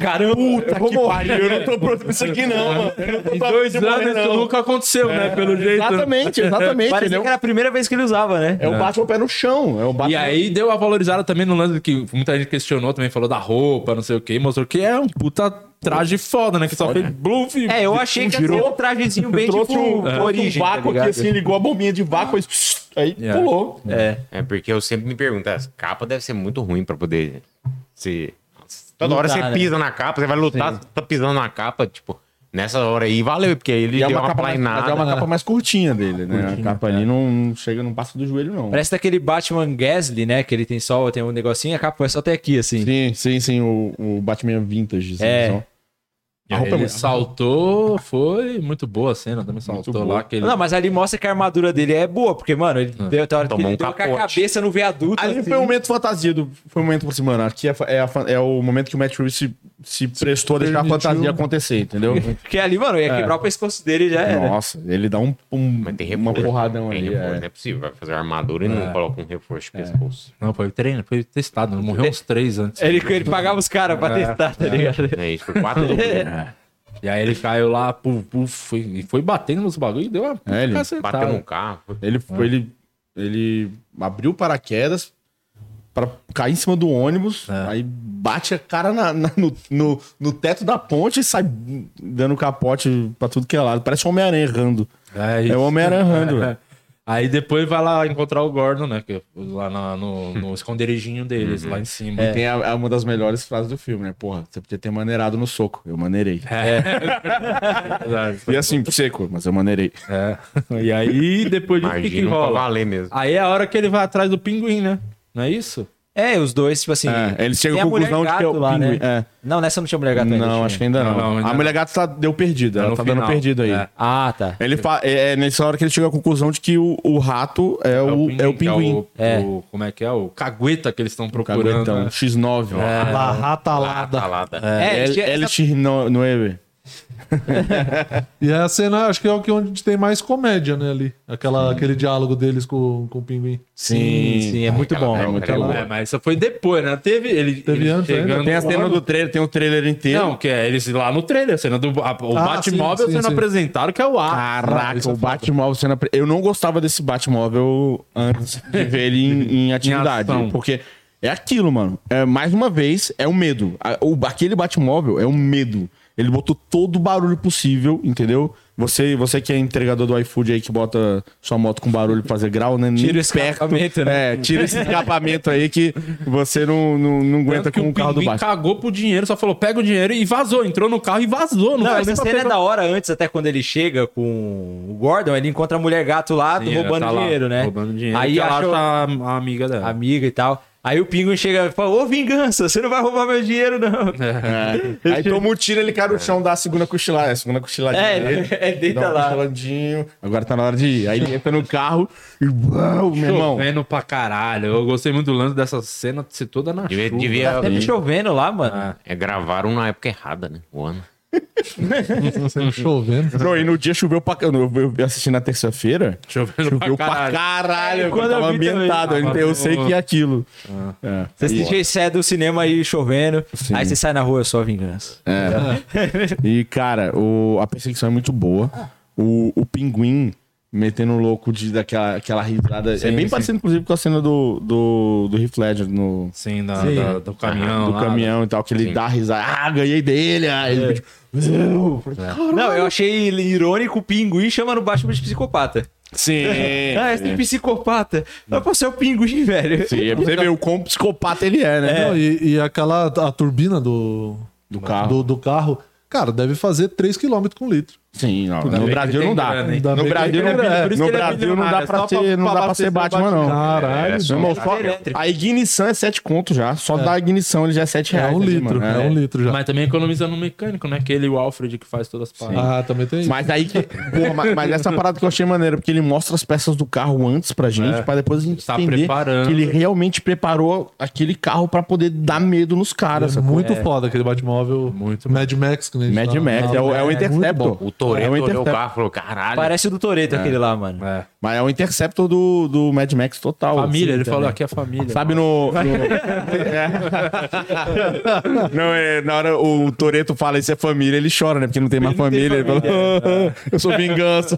Speaker 3: Caramba, puta que pariu, eu não tô pronto pra isso aqui, não, mano. Eu não tô
Speaker 1: Em
Speaker 3: pra
Speaker 1: dois
Speaker 3: isso morrer,
Speaker 1: anos isso
Speaker 3: não." É,
Speaker 1: nunca aconteceu, né? Pelo jeito.
Speaker 3: Exatamente, exatamente.
Speaker 2: Parece
Speaker 3: Ele é,
Speaker 2: que era a primeira vez que ele usava, né?
Speaker 3: o Batman pé no chão. É o Batman.
Speaker 1: E aí deu a valorizada também no lance que muita gente questionou, também falou da roupa, não sei o que, mostrou que é um puta traje foda, né? Que só fez blue e-
Speaker 2: É, eu achei que ia ser um trajezinho bem
Speaker 3: trouxe
Speaker 2: tipo
Speaker 3: um, trouxe um
Speaker 2: origem, tá
Speaker 3: vácuo
Speaker 2: ligado?
Speaker 3: aqui, assim, ligou a bombinha de vácuo, aí, aí
Speaker 1: Yeah.
Speaker 3: pulou.
Speaker 2: É.
Speaker 4: É porque eu sempre me pergunto, essa capa deve ser muito ruim pra poder se... Toda hora
Speaker 2: Lutar,
Speaker 4: você
Speaker 2: né?
Speaker 4: pisa na capa, você vai lutar, tá pisando na capa, tipo... Nessa hora aí, valeu, porque aí ele
Speaker 3: E é
Speaker 4: deu
Speaker 3: uma,
Speaker 4: uma
Speaker 3: capa mais, mas é
Speaker 4: plainada.
Speaker 3: uma capa mais curtinha dele, né? a capa ali não não chega, não passa do joelho, não.
Speaker 2: Parece daquele Batman Gasly, né? Que ele tem só, tem um negocinho, a capa é só até aqui, assim.
Speaker 3: Sim, sim, sim, o, o Batman vintage. assim,
Speaker 2: É.
Speaker 3: só.
Speaker 1: E aí ele saltou, foi muito boa a cena, também saltou
Speaker 3: boa.
Speaker 1: lá. Que ele...
Speaker 2: Não, mas ali mostra que a armadura dele é boa, porque, mano, ele deu, tem hora que
Speaker 4: Tomou
Speaker 2: ele
Speaker 4: um
Speaker 2: deu com a
Speaker 4: capote.
Speaker 2: cabeça no viaduto.
Speaker 3: Ali
Speaker 2: assim.
Speaker 3: foi um momento fantasia. Do, foi um momento pra assim, mano. Aqui é, fa- é a fa- é o momento que o Matt Reeves se, se prestou a deixar a
Speaker 6: permitiu.
Speaker 3: fantasia acontecer, entendeu?
Speaker 2: Porque ali, mano, ia quebrar o pescoço dele e já era.
Speaker 3: Nossa, ele dá um, um-
Speaker 4: Mas tem
Speaker 3: uma
Speaker 4: reforço.
Speaker 3: porradão
Speaker 4: tem
Speaker 3: ali.
Speaker 4: reforço,
Speaker 3: É.
Speaker 2: né?
Speaker 4: não é possível. Vai fazer armadura e não coloca um reforço de pescoço.
Speaker 1: Não, foi treino, foi testado, morreu uns três antes.
Speaker 2: Ele, ele pagava os caras pra testar, tá ligado?
Speaker 4: É isso, por quatro
Speaker 3: Tá.
Speaker 4: loucos.
Speaker 1: E aí ele caiu lá, puf, puf, foi, e foi batendo nos bagulhos e deu uma
Speaker 3: É, ele
Speaker 1: cacetada.
Speaker 4: Bateu num carro.
Speaker 2: Ah.
Speaker 3: Ele, ele, ele abriu o paraquedas pra cair em cima do ônibus,
Speaker 2: Ah.
Speaker 3: aí bate a cara na- na- no, no, no teto da ponte e sai dando capote pra tudo que é lado. Parece um Homem-Aranha errando.
Speaker 1: É,
Speaker 3: É o Homem-Aranha errando, velho.
Speaker 1: Aí depois vai lá encontrar o Gordon, né? Que, lá na- no, no esconderijinho deles, lá em cima.
Speaker 2: É.
Speaker 3: E tem a- a- uma das melhores frases do filme, né? Porra, você podia ter maneirado no soco. Eu maneirei.
Speaker 1: É.
Speaker 2: É.
Speaker 3: E assim, seco, mas eu maneirei.
Speaker 1: É. E aí depois disso, o que, que
Speaker 4: Imagina pra
Speaker 1: rola?
Speaker 4: valer mesmo.
Speaker 3: Ah,
Speaker 1: Aí é a hora que ele vai atrás do pinguim, né? Não é isso?
Speaker 2: É, os dois, tipo assim.
Speaker 3: É, eles chegam
Speaker 2: tem
Speaker 3: à
Speaker 2: a mulher
Speaker 3: conclusão de que é o
Speaker 2: gato lá,
Speaker 3: pinguim.
Speaker 2: né?
Speaker 3: É.
Speaker 2: Não, nessa não tinha mulher gato ainda.
Speaker 3: Não, acho que ainda não.
Speaker 1: Não, não, ainda
Speaker 3: a mulher gata tá- deu perdida.
Speaker 1: no
Speaker 3: ela tá dando
Speaker 1: final.
Speaker 3: perdida aí.
Speaker 1: É.
Speaker 2: Ah, tá.
Speaker 3: Ele fa- é, é nessa hora que ele chega à conclusão de que o, o rato é, o, é o
Speaker 1: que
Speaker 3: pinguim.
Speaker 1: É o, como é que é? O cagueta que eles estão procurando.
Speaker 3: Caguetão,
Speaker 1: né?
Speaker 3: X9.
Speaker 6: La rata
Speaker 4: Tá
Speaker 6: alada.
Speaker 4: lá, tá.
Speaker 2: É,
Speaker 3: L-
Speaker 2: tinha essa-
Speaker 3: LX9.
Speaker 6: E é a cena, acho que é o que onde tem mais comédia, né, ali. Aquela, aquele diálogo deles com, com o pinguim.
Speaker 2: Sim, sim, é muito bom.
Speaker 4: É muito bom.
Speaker 1: É, mas isso foi depois, né? Teve ele,
Speaker 6: Teve
Speaker 1: ele
Speaker 6: antes, né?
Speaker 1: chegando
Speaker 3: Tem a cena
Speaker 1: lá-
Speaker 3: do trailer, tem o trailer inteiro.
Speaker 1: Não, que é eles lá no trailer, a cena do a, o
Speaker 6: Ah,
Speaker 1: Batmóvel
Speaker 6: sim, sim,
Speaker 1: sendo
Speaker 6: sim.
Speaker 1: apresentado, que é o ar.
Speaker 3: Caraca, o Batmóvel sendo. apre- Eu não gostava desse Batmóvel antes de ver ele em, em atividade.
Speaker 1: ação.
Speaker 3: porque é aquilo, mano. É, mais uma vez, é o medo. A- o- aquele Batmóvel é o medo. Ele botou todo o barulho possível, entendeu? Você, você que é entregador do iFood aí que bota sua moto com barulho pra fazer grau, né?
Speaker 2: Tira
Speaker 3: Nem
Speaker 2: o escapamento,
Speaker 3: perto. É, tira esse escapamento aí que você não, não, não aguenta
Speaker 1: Tanto que
Speaker 3: com o carro do
Speaker 1: pinguim
Speaker 3: Batman.
Speaker 1: cagou pro dinheiro, só falou, pega o dinheiro e vazou. Entrou no carro e vazou. Não,
Speaker 2: Não,
Speaker 1: vai
Speaker 2: essa
Speaker 1: nem pra
Speaker 2: cena é
Speaker 1: pegar.
Speaker 2: da hora antes, até quando ele chega com o Gordon, ele encontra a mulher gato lá
Speaker 1: Dinheiro,
Speaker 2: roubando
Speaker 1: tá lá,
Speaker 2: dinheiro, né?
Speaker 1: Roubando dinheiro.
Speaker 2: Aí
Speaker 1: que ela tá
Speaker 2: acha
Speaker 1: acha
Speaker 2: o-
Speaker 1: a, a amiga dela.
Speaker 2: amiga e tal. Aí o Pinguim chega e fala, ô vingança, você não vai roubar meu dinheiro, não.
Speaker 3: É. Aí toma um tiro, ele cai no chão, dá a segunda cochilada. A segunda cochiladinha.
Speaker 2: É,
Speaker 3: dele,
Speaker 2: é, deita
Speaker 3: dá um
Speaker 2: lá.
Speaker 3: cochiladinho. Agora tá na hora de ir. Aí ele entra no carro e. Uau, meu irmão.
Speaker 1: Chovendo pra caralho. Eu gostei muito do lance dessa cena de ser toda na
Speaker 4: Devia,
Speaker 1: chuva.
Speaker 4: devia-
Speaker 2: Até Tá me chovendo lá, mano.
Speaker 1: Ah,
Speaker 4: é, gravaram na época errada, né? O ano.
Speaker 6: Sempre chovendo.
Speaker 3: Não, e no dia choveu pra caralho. Eu eu assisti na terça-feira.
Speaker 1: Chovendo
Speaker 3: Choveu
Speaker 1: pra caralho.
Speaker 3: caralho.
Speaker 2: Quando
Speaker 3: Quando tava
Speaker 2: eu vi também. Ah.
Speaker 3: ambientado. eu-
Speaker 1: Tava
Speaker 3: eu sei
Speaker 1: bom.
Speaker 3: que é aquilo.
Speaker 2: Você assiste, você é do cinema aí chovendo, aí você sai na rua, é só vingança.
Speaker 3: E, cara, o- a perseguição é muito boa. O, o pinguim metendo o louco de, daquela aquela risada. é bem parecido, inclusive, com a cena do, do, do Heath Ledger no,
Speaker 1: Sim, assim, da, da- do caminhão.
Speaker 3: do
Speaker 1: lá,
Speaker 3: caminhão e tal, que ele dá risada. Ah, ganhei dele. Ah, ele, tipo, "Meu", eu falei,
Speaker 1: É.
Speaker 3: "Caralho".
Speaker 2: Não, eu achei irônico o Pinguim chamando o Batman de psicopata.
Speaker 3: Sim.
Speaker 2: Ah, esse psicopata. Mas pô, você é o Pinguim, velho.
Speaker 3: É. Sim, é pra você ver o quão psicopata ele é, né?
Speaker 6: Não, e, e aquela a turbina do,
Speaker 3: Do carro.
Speaker 6: do, do carro, cara, deve fazer 3km com um litro.
Speaker 3: Sim, não. No
Speaker 1: bem
Speaker 3: Brasil
Speaker 1: que
Speaker 3: não
Speaker 1: ele
Speaker 3: dá.
Speaker 1: tem grana, hein?
Speaker 6: Ainda
Speaker 3: No
Speaker 6: bem que
Speaker 3: Brasil
Speaker 6: ele
Speaker 3: não
Speaker 6: é-
Speaker 3: dá.
Speaker 1: por isso
Speaker 3: No
Speaker 1: que ele é
Speaker 3: Brasil não dá
Speaker 1: bilionário,
Speaker 3: pra
Speaker 1: só pra-
Speaker 3: ser, não
Speaker 1: pra
Speaker 3: dá pra
Speaker 1: bater
Speaker 3: ser
Speaker 1: seu
Speaker 3: Batman,
Speaker 1: Batman.
Speaker 3: não.
Speaker 6: Caralho,
Speaker 3: É, meu irmão,
Speaker 2: é
Speaker 3: só-
Speaker 2: elétrico.
Speaker 3: a ignição é 7 conto já. Só da ignição ele já é 7
Speaker 6: é
Speaker 3: reais.
Speaker 6: um
Speaker 3: ali,
Speaker 6: litro,
Speaker 3: mano.
Speaker 6: é, um litro já.
Speaker 1: Mas também economiza no mecânico, né? Que ele e o Alfred que faz todas as paradas.
Speaker 6: Ah, também tem isso.
Speaker 3: Mas aí que. Porra, mas, mas essa parada que eu achei maneira, porque ele mostra as peças do carro antes pra gente, pra depois a gente
Speaker 1: Tá
Speaker 3: entender
Speaker 1: preparando.
Speaker 3: que ele realmente preparou aquele carro pra poder dar medo nos caras.
Speaker 6: É
Speaker 3: sacou?
Speaker 6: muito foda aquele Batmóvel.
Speaker 1: Muito
Speaker 6: Mad Max, que nem a gente
Speaker 3: Mad
Speaker 6: tava
Speaker 3: Max,
Speaker 6: falando.
Speaker 3: é o, é o Interceptor.
Speaker 4: O Toreto
Speaker 3: é o
Speaker 4: olhou o
Speaker 3: Interceptor.
Speaker 4: carro e falou, caralho.
Speaker 2: Parece o do Toreto aquele lá, mano.
Speaker 3: Mas é o Interceptor do, do Mad Max total.
Speaker 1: Família,
Speaker 3: assim,
Speaker 1: ele
Speaker 3: tá
Speaker 1: falou
Speaker 3: ligado?
Speaker 1: aqui é família.
Speaker 3: Sabe no. no- É. Não, é, na hora o Toreto fala isso é família, ele chora, né? Porque não tem mais família. Ele fala, "Ah, eu sou vingança.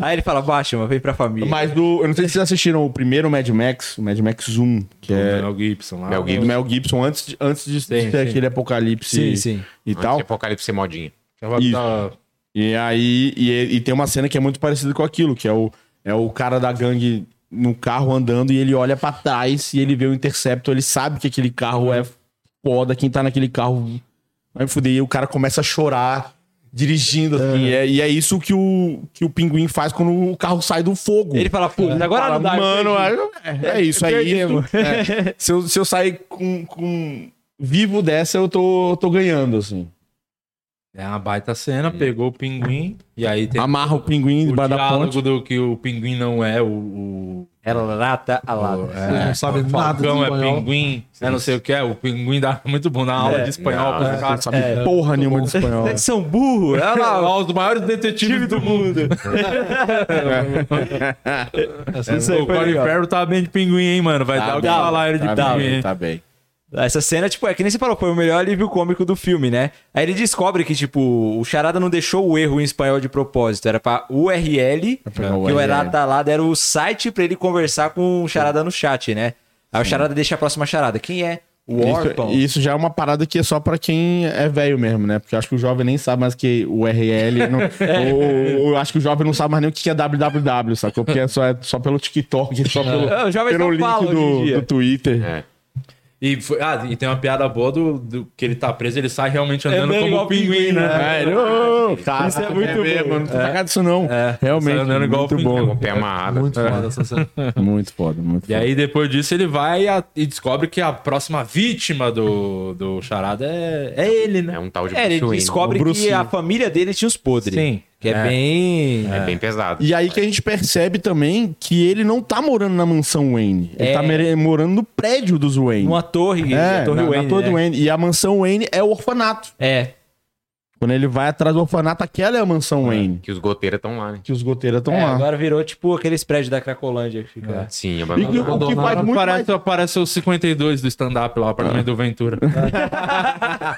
Speaker 2: Aí ele fala, Batman, vem pra família.
Speaker 3: Mas do. Eu não sei se vocês assistiram o primeiro Mad Max, o Mad Max 1, que é.
Speaker 1: Mel Gibson lá.
Speaker 4: Mel
Speaker 3: Do Mel Gibson antes de, antes de ter aquele apocalipse
Speaker 2: Sim, sim.
Speaker 3: e
Speaker 4: Antes
Speaker 3: tal.
Speaker 4: de Apocalipse modinha.
Speaker 1: Gibson.
Speaker 3: E aí e, e tem uma cena que é muito parecida com aquilo, que é o, é o cara da gangue no carro andando e ele olha pra trás e ele vê o intercepto, ele sabe que aquele carro é foda, quem tá naquele carro vai me fuder. E o cara começa a chorar dirigindo assim. E, é, e é isso que o, que o pinguim faz quando o carro sai do fogo.
Speaker 2: Ele fala, pô, agora
Speaker 3: é. Fala,
Speaker 2: não dá. eu
Speaker 3: mano,
Speaker 2: perdi."
Speaker 3: é, é isso, é isso.
Speaker 2: Perdemos.
Speaker 3: É. Se, eu, se eu sair com, com vivo dessa, eu tô, tô ganhando, assim.
Speaker 1: É uma baita cena, pegou o pinguim e aí tem
Speaker 3: Amarra o pinguim
Speaker 1: o
Speaker 3: debaixo da ponte.
Speaker 1: diálogo do que o pinguim não é o, o,
Speaker 2: Ela É lata alada.
Speaker 6: Vocês não sabem
Speaker 1: o
Speaker 6: nada de
Speaker 1: falcão, é
Speaker 6: espanhol.
Speaker 1: pinguim, é não sei o que é, o pinguim dá muito bom na aula de espanhol.
Speaker 4: não,
Speaker 1: pra assim,
Speaker 3: Não
Speaker 1: cara.
Speaker 3: sabe É,
Speaker 2: Né? Tá
Speaker 3: porra nenhuma de espanhol.
Speaker 2: Vocês são burro. Olha lá, ó.
Speaker 1: Lá, os é um maiores detetives do mundo. É,
Speaker 2: Isso aí
Speaker 1: o
Speaker 2: foi
Speaker 1: Colin
Speaker 2: legal.
Speaker 1: Farrell tá bem de pinguim, hein, mano? Vai dar o que
Speaker 2: bem,
Speaker 1: falar ele de
Speaker 3: Tá
Speaker 1: pinguim.
Speaker 3: bem,
Speaker 1: hein?
Speaker 3: tá bem.
Speaker 2: Essa cena, tipo, é que nem você falou, foi o melhor alívio cômico do filme, né? Aí ele descobre que, tipo, o Charada não deixou o erro em espanhol de propósito. Era pra URL, que
Speaker 3: pegar o
Speaker 2: o
Speaker 3: URL.
Speaker 2: Erata lá era o site pra ele conversar com o Charada no chat, né? Aí o Charada deixa a próxima charada. Quem é? O
Speaker 3: Isso,
Speaker 2: órfão.
Speaker 3: isso já é uma parada que é só pra quem é velho mesmo, né? Porque eu acho que o jovem nem sabe mais que o RL. não-
Speaker 2: É.
Speaker 3: ou- ou eu acho que o jovem não sabe mais nem o que é www, sacou? Porque é só, é só pelo TikTok, só pelo,
Speaker 2: É, o jovem
Speaker 3: pelo
Speaker 2: só fala
Speaker 3: link
Speaker 2: hoje em dia. É.
Speaker 3: do, do Twitter.
Speaker 1: E, foi- ah, e tem uma piada boa do, do que ele tá preso, ele sai realmente andando
Speaker 2: Andando
Speaker 1: como
Speaker 2: igual
Speaker 1: pinguim,
Speaker 2: pinguim,
Speaker 1: né?
Speaker 3: É, ele, ô, cara,
Speaker 2: Isso é muito
Speaker 3: quer ver,
Speaker 2: bom.
Speaker 3: mano, Não tô sacado disso, não. Realmente,
Speaker 1: saiu
Speaker 2: é
Speaker 1: andando igual
Speaker 3: muito
Speaker 1: o
Speaker 3: bom.
Speaker 4: Com o pé amarrado. É.
Speaker 6: Muito foda essa cena.
Speaker 3: Muito foda, muito
Speaker 1: E
Speaker 3: foda.
Speaker 1: aí, depois disso, ele vai a- e descobre que a próxima vítima do, do Charada é, é ele, né?
Speaker 4: É um tal de
Speaker 2: É, ele
Speaker 4: Bruce Wayne.
Speaker 2: descobre
Speaker 3: o Bruce
Speaker 2: que a
Speaker 3: Wayne.
Speaker 2: família dele tinha os podres.
Speaker 1: Sim.
Speaker 2: Que é, bem.
Speaker 4: É, bem pesado.
Speaker 3: E aí que a gente percebe também que ele não tá morando na mansão Wayne. Ele
Speaker 2: É.
Speaker 3: tá mere- morando no prédio dos Wayne.
Speaker 2: Uma torre.
Speaker 3: é,
Speaker 2: a torre
Speaker 3: na, na
Speaker 2: Wayne,
Speaker 3: torre
Speaker 2: né?
Speaker 3: do Wayne. E a mansão Wayne é o orfanato.
Speaker 2: É.
Speaker 3: Quando ele vai atrás do orfanato, aquela é a mansão Wayne.
Speaker 4: Que os goteiras estão lá, né?
Speaker 3: Que os goteiras estão
Speaker 2: É,
Speaker 3: lá. É.
Speaker 2: Agora virou tipo aqueles prédios da Cracolândia que fica.
Speaker 4: Sim,
Speaker 3: E um que- o que faz muito mais É.
Speaker 1: parece, parece o 52 do stand-up lá, o apartamento do Ventura.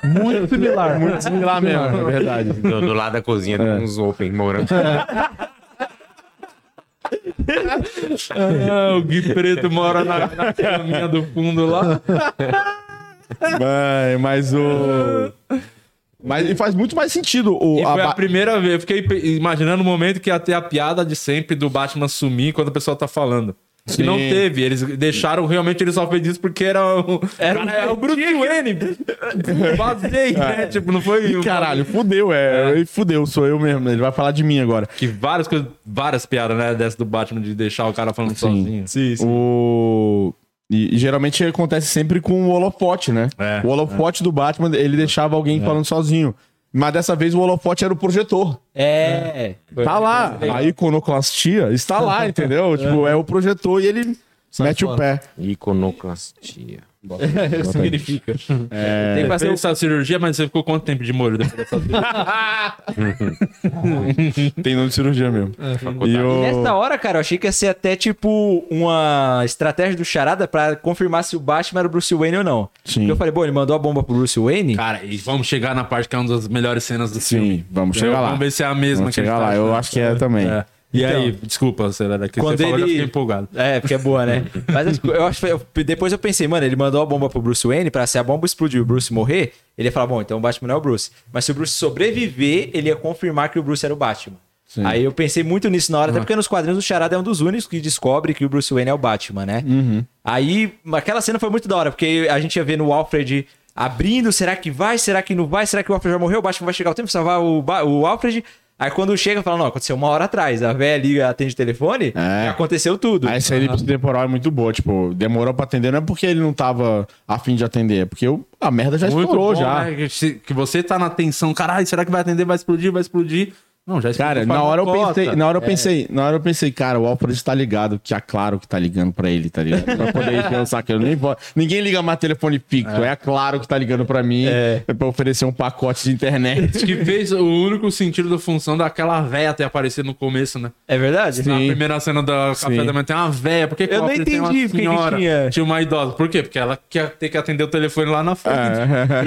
Speaker 6: Muito similar. Muito
Speaker 3: lá mesmo, é verdade.
Speaker 4: do, do lado da cozinha tem uns open morando.
Speaker 1: Ah, o Gui Preto mora na, na caminha do fundo lá.
Speaker 3: Mas, mas o. Mas e faz muito mais sentido o.
Speaker 1: E
Speaker 3: a
Speaker 1: foi a
Speaker 3: ba-
Speaker 1: primeira vez. Eu fiquei pe- imaginando o momento que ia ter a piada de sempre do Batman sumir quando o pessoal tá falando. E não teve. Eles deixaram realmente ele só fez isso porque era o. Era,
Speaker 3: um
Speaker 1: é o Bruce Wayne. Vazei, né? Tipo, não foi.
Speaker 3: É. Caralho, fudeu, é. Fudeu, sou eu mesmo. Ele vai falar de mim agora.
Speaker 1: Que várias coisas, várias piadas, né? Dessa do Batman de deixar o cara falando sozinho.
Speaker 2: Sim,
Speaker 3: O... E, e geralmente acontece sempre com o holofote, né?
Speaker 1: É,
Speaker 3: o holofote do Batman, ele deixava alguém falando sozinho. Mas dessa vez o holofote era o projetor.
Speaker 2: É.
Speaker 3: Tá lá. A iconoclastia está lá, entendeu? Tipo, é o projetor e ele mete o pé.
Speaker 4: Iconoclastia.
Speaker 1: É,
Speaker 2: significa.
Speaker 3: É.
Speaker 2: Tem que
Speaker 1: Você
Speaker 2: fazer
Speaker 1: fez
Speaker 2: o
Speaker 1: essa cirurgia, mas você ficou quanto tempo de molho depois dessa
Speaker 3: Tem nome de cirurgia mesmo.
Speaker 1: É,
Speaker 3: E
Speaker 4: Faculdade.
Speaker 3: o-
Speaker 2: Nessa hora, cara, eu achei que ia ser até tipo uma estratégia do Charada pra confirmar se o Batman era o Bruce Wayne ou não.
Speaker 3: Sim.
Speaker 2: Eu falei, bom, ele mandou a bomba pro Bruce Wayne.
Speaker 1: Cara, e vamos chegar na parte que é uma das melhores cenas do filme.
Speaker 3: Sim, vamos chegar lá.
Speaker 1: Vamos ver se é a mesma
Speaker 3: Vamos
Speaker 1: que a gente
Speaker 3: chegar lá,
Speaker 1: tá
Speaker 3: eu
Speaker 1: achando.
Speaker 3: acho que é também.
Speaker 1: É. E aí, desculpa, Celera, que
Speaker 2: Quando
Speaker 1: você falou, eu
Speaker 2: ele-
Speaker 1: fiquei empolgado.
Speaker 2: É, porque é boa, né? Mas as co- eu acho, eu- depois eu pensei, mano, ele mandou a bomba pro Bruce Wayne pra se a bomba explodir e o Bruce morrer, ele ia falar, bom, então o Batman não é o Bruce. Mas se o Bruce sobreviver, ele ia confirmar que o Bruce era o Batman. Aí eu pensei muito nisso na hora, até porque nos quadrinhos o Charada é um dos únicos que descobre que o Bruce Wayne é o Batman, né? Aí aquela cena foi muito da hora, porque a gente ia ver no Alfred abrindo, será que vai, será que não vai, será que o Alfred já morreu, o Batman vai chegar o tempo pra salvar o, Ba- o Alfred... Aí quando chega, fala, não, aconteceu uma hora atrás. A velha liga, atende o telefone,
Speaker 3: É.
Speaker 2: aconteceu tudo.
Speaker 3: Ah, essa elipse temporal é muito boa, tipo, demorou pra atender, não é porque ele não tava afim de atender, é porque eu- a merda já estourou
Speaker 1: bom,
Speaker 3: já.
Speaker 1: né, que se- Que você tá na tensão, caralho, será que vai atender, vai explodir, vai explodir? Não, já explodiu.
Speaker 3: Cara,
Speaker 1: faz
Speaker 3: na
Speaker 1: uma
Speaker 3: hora eu
Speaker 1: cota.
Speaker 3: pensei, na hora eu pensei, na hora eu pensei, cara, o Alfred tá ligado, que a Claro que tá ligando pra ele, tá ligado? Pra poder encher o saco, eu nem vou- ninguém liga mais telefone fixo, é. a Claro que tá ligando pra mim, é. pra oferecer um pacote de internet.
Speaker 1: Acho Que fez o único sentido da função daquela véia ter aparecido no começo, né?
Speaker 2: É verdade?
Speaker 1: Na primeira cena da Café
Speaker 3: Sim.
Speaker 1: da Manhã tem uma véia. Por que que
Speaker 2: Eu
Speaker 1: o
Speaker 2: não
Speaker 1: Alfred tem
Speaker 2: entendi por que que tinha.
Speaker 1: Tinha uma idosa. Por quê? Porque ela quer ter que atender o telefone lá na frente.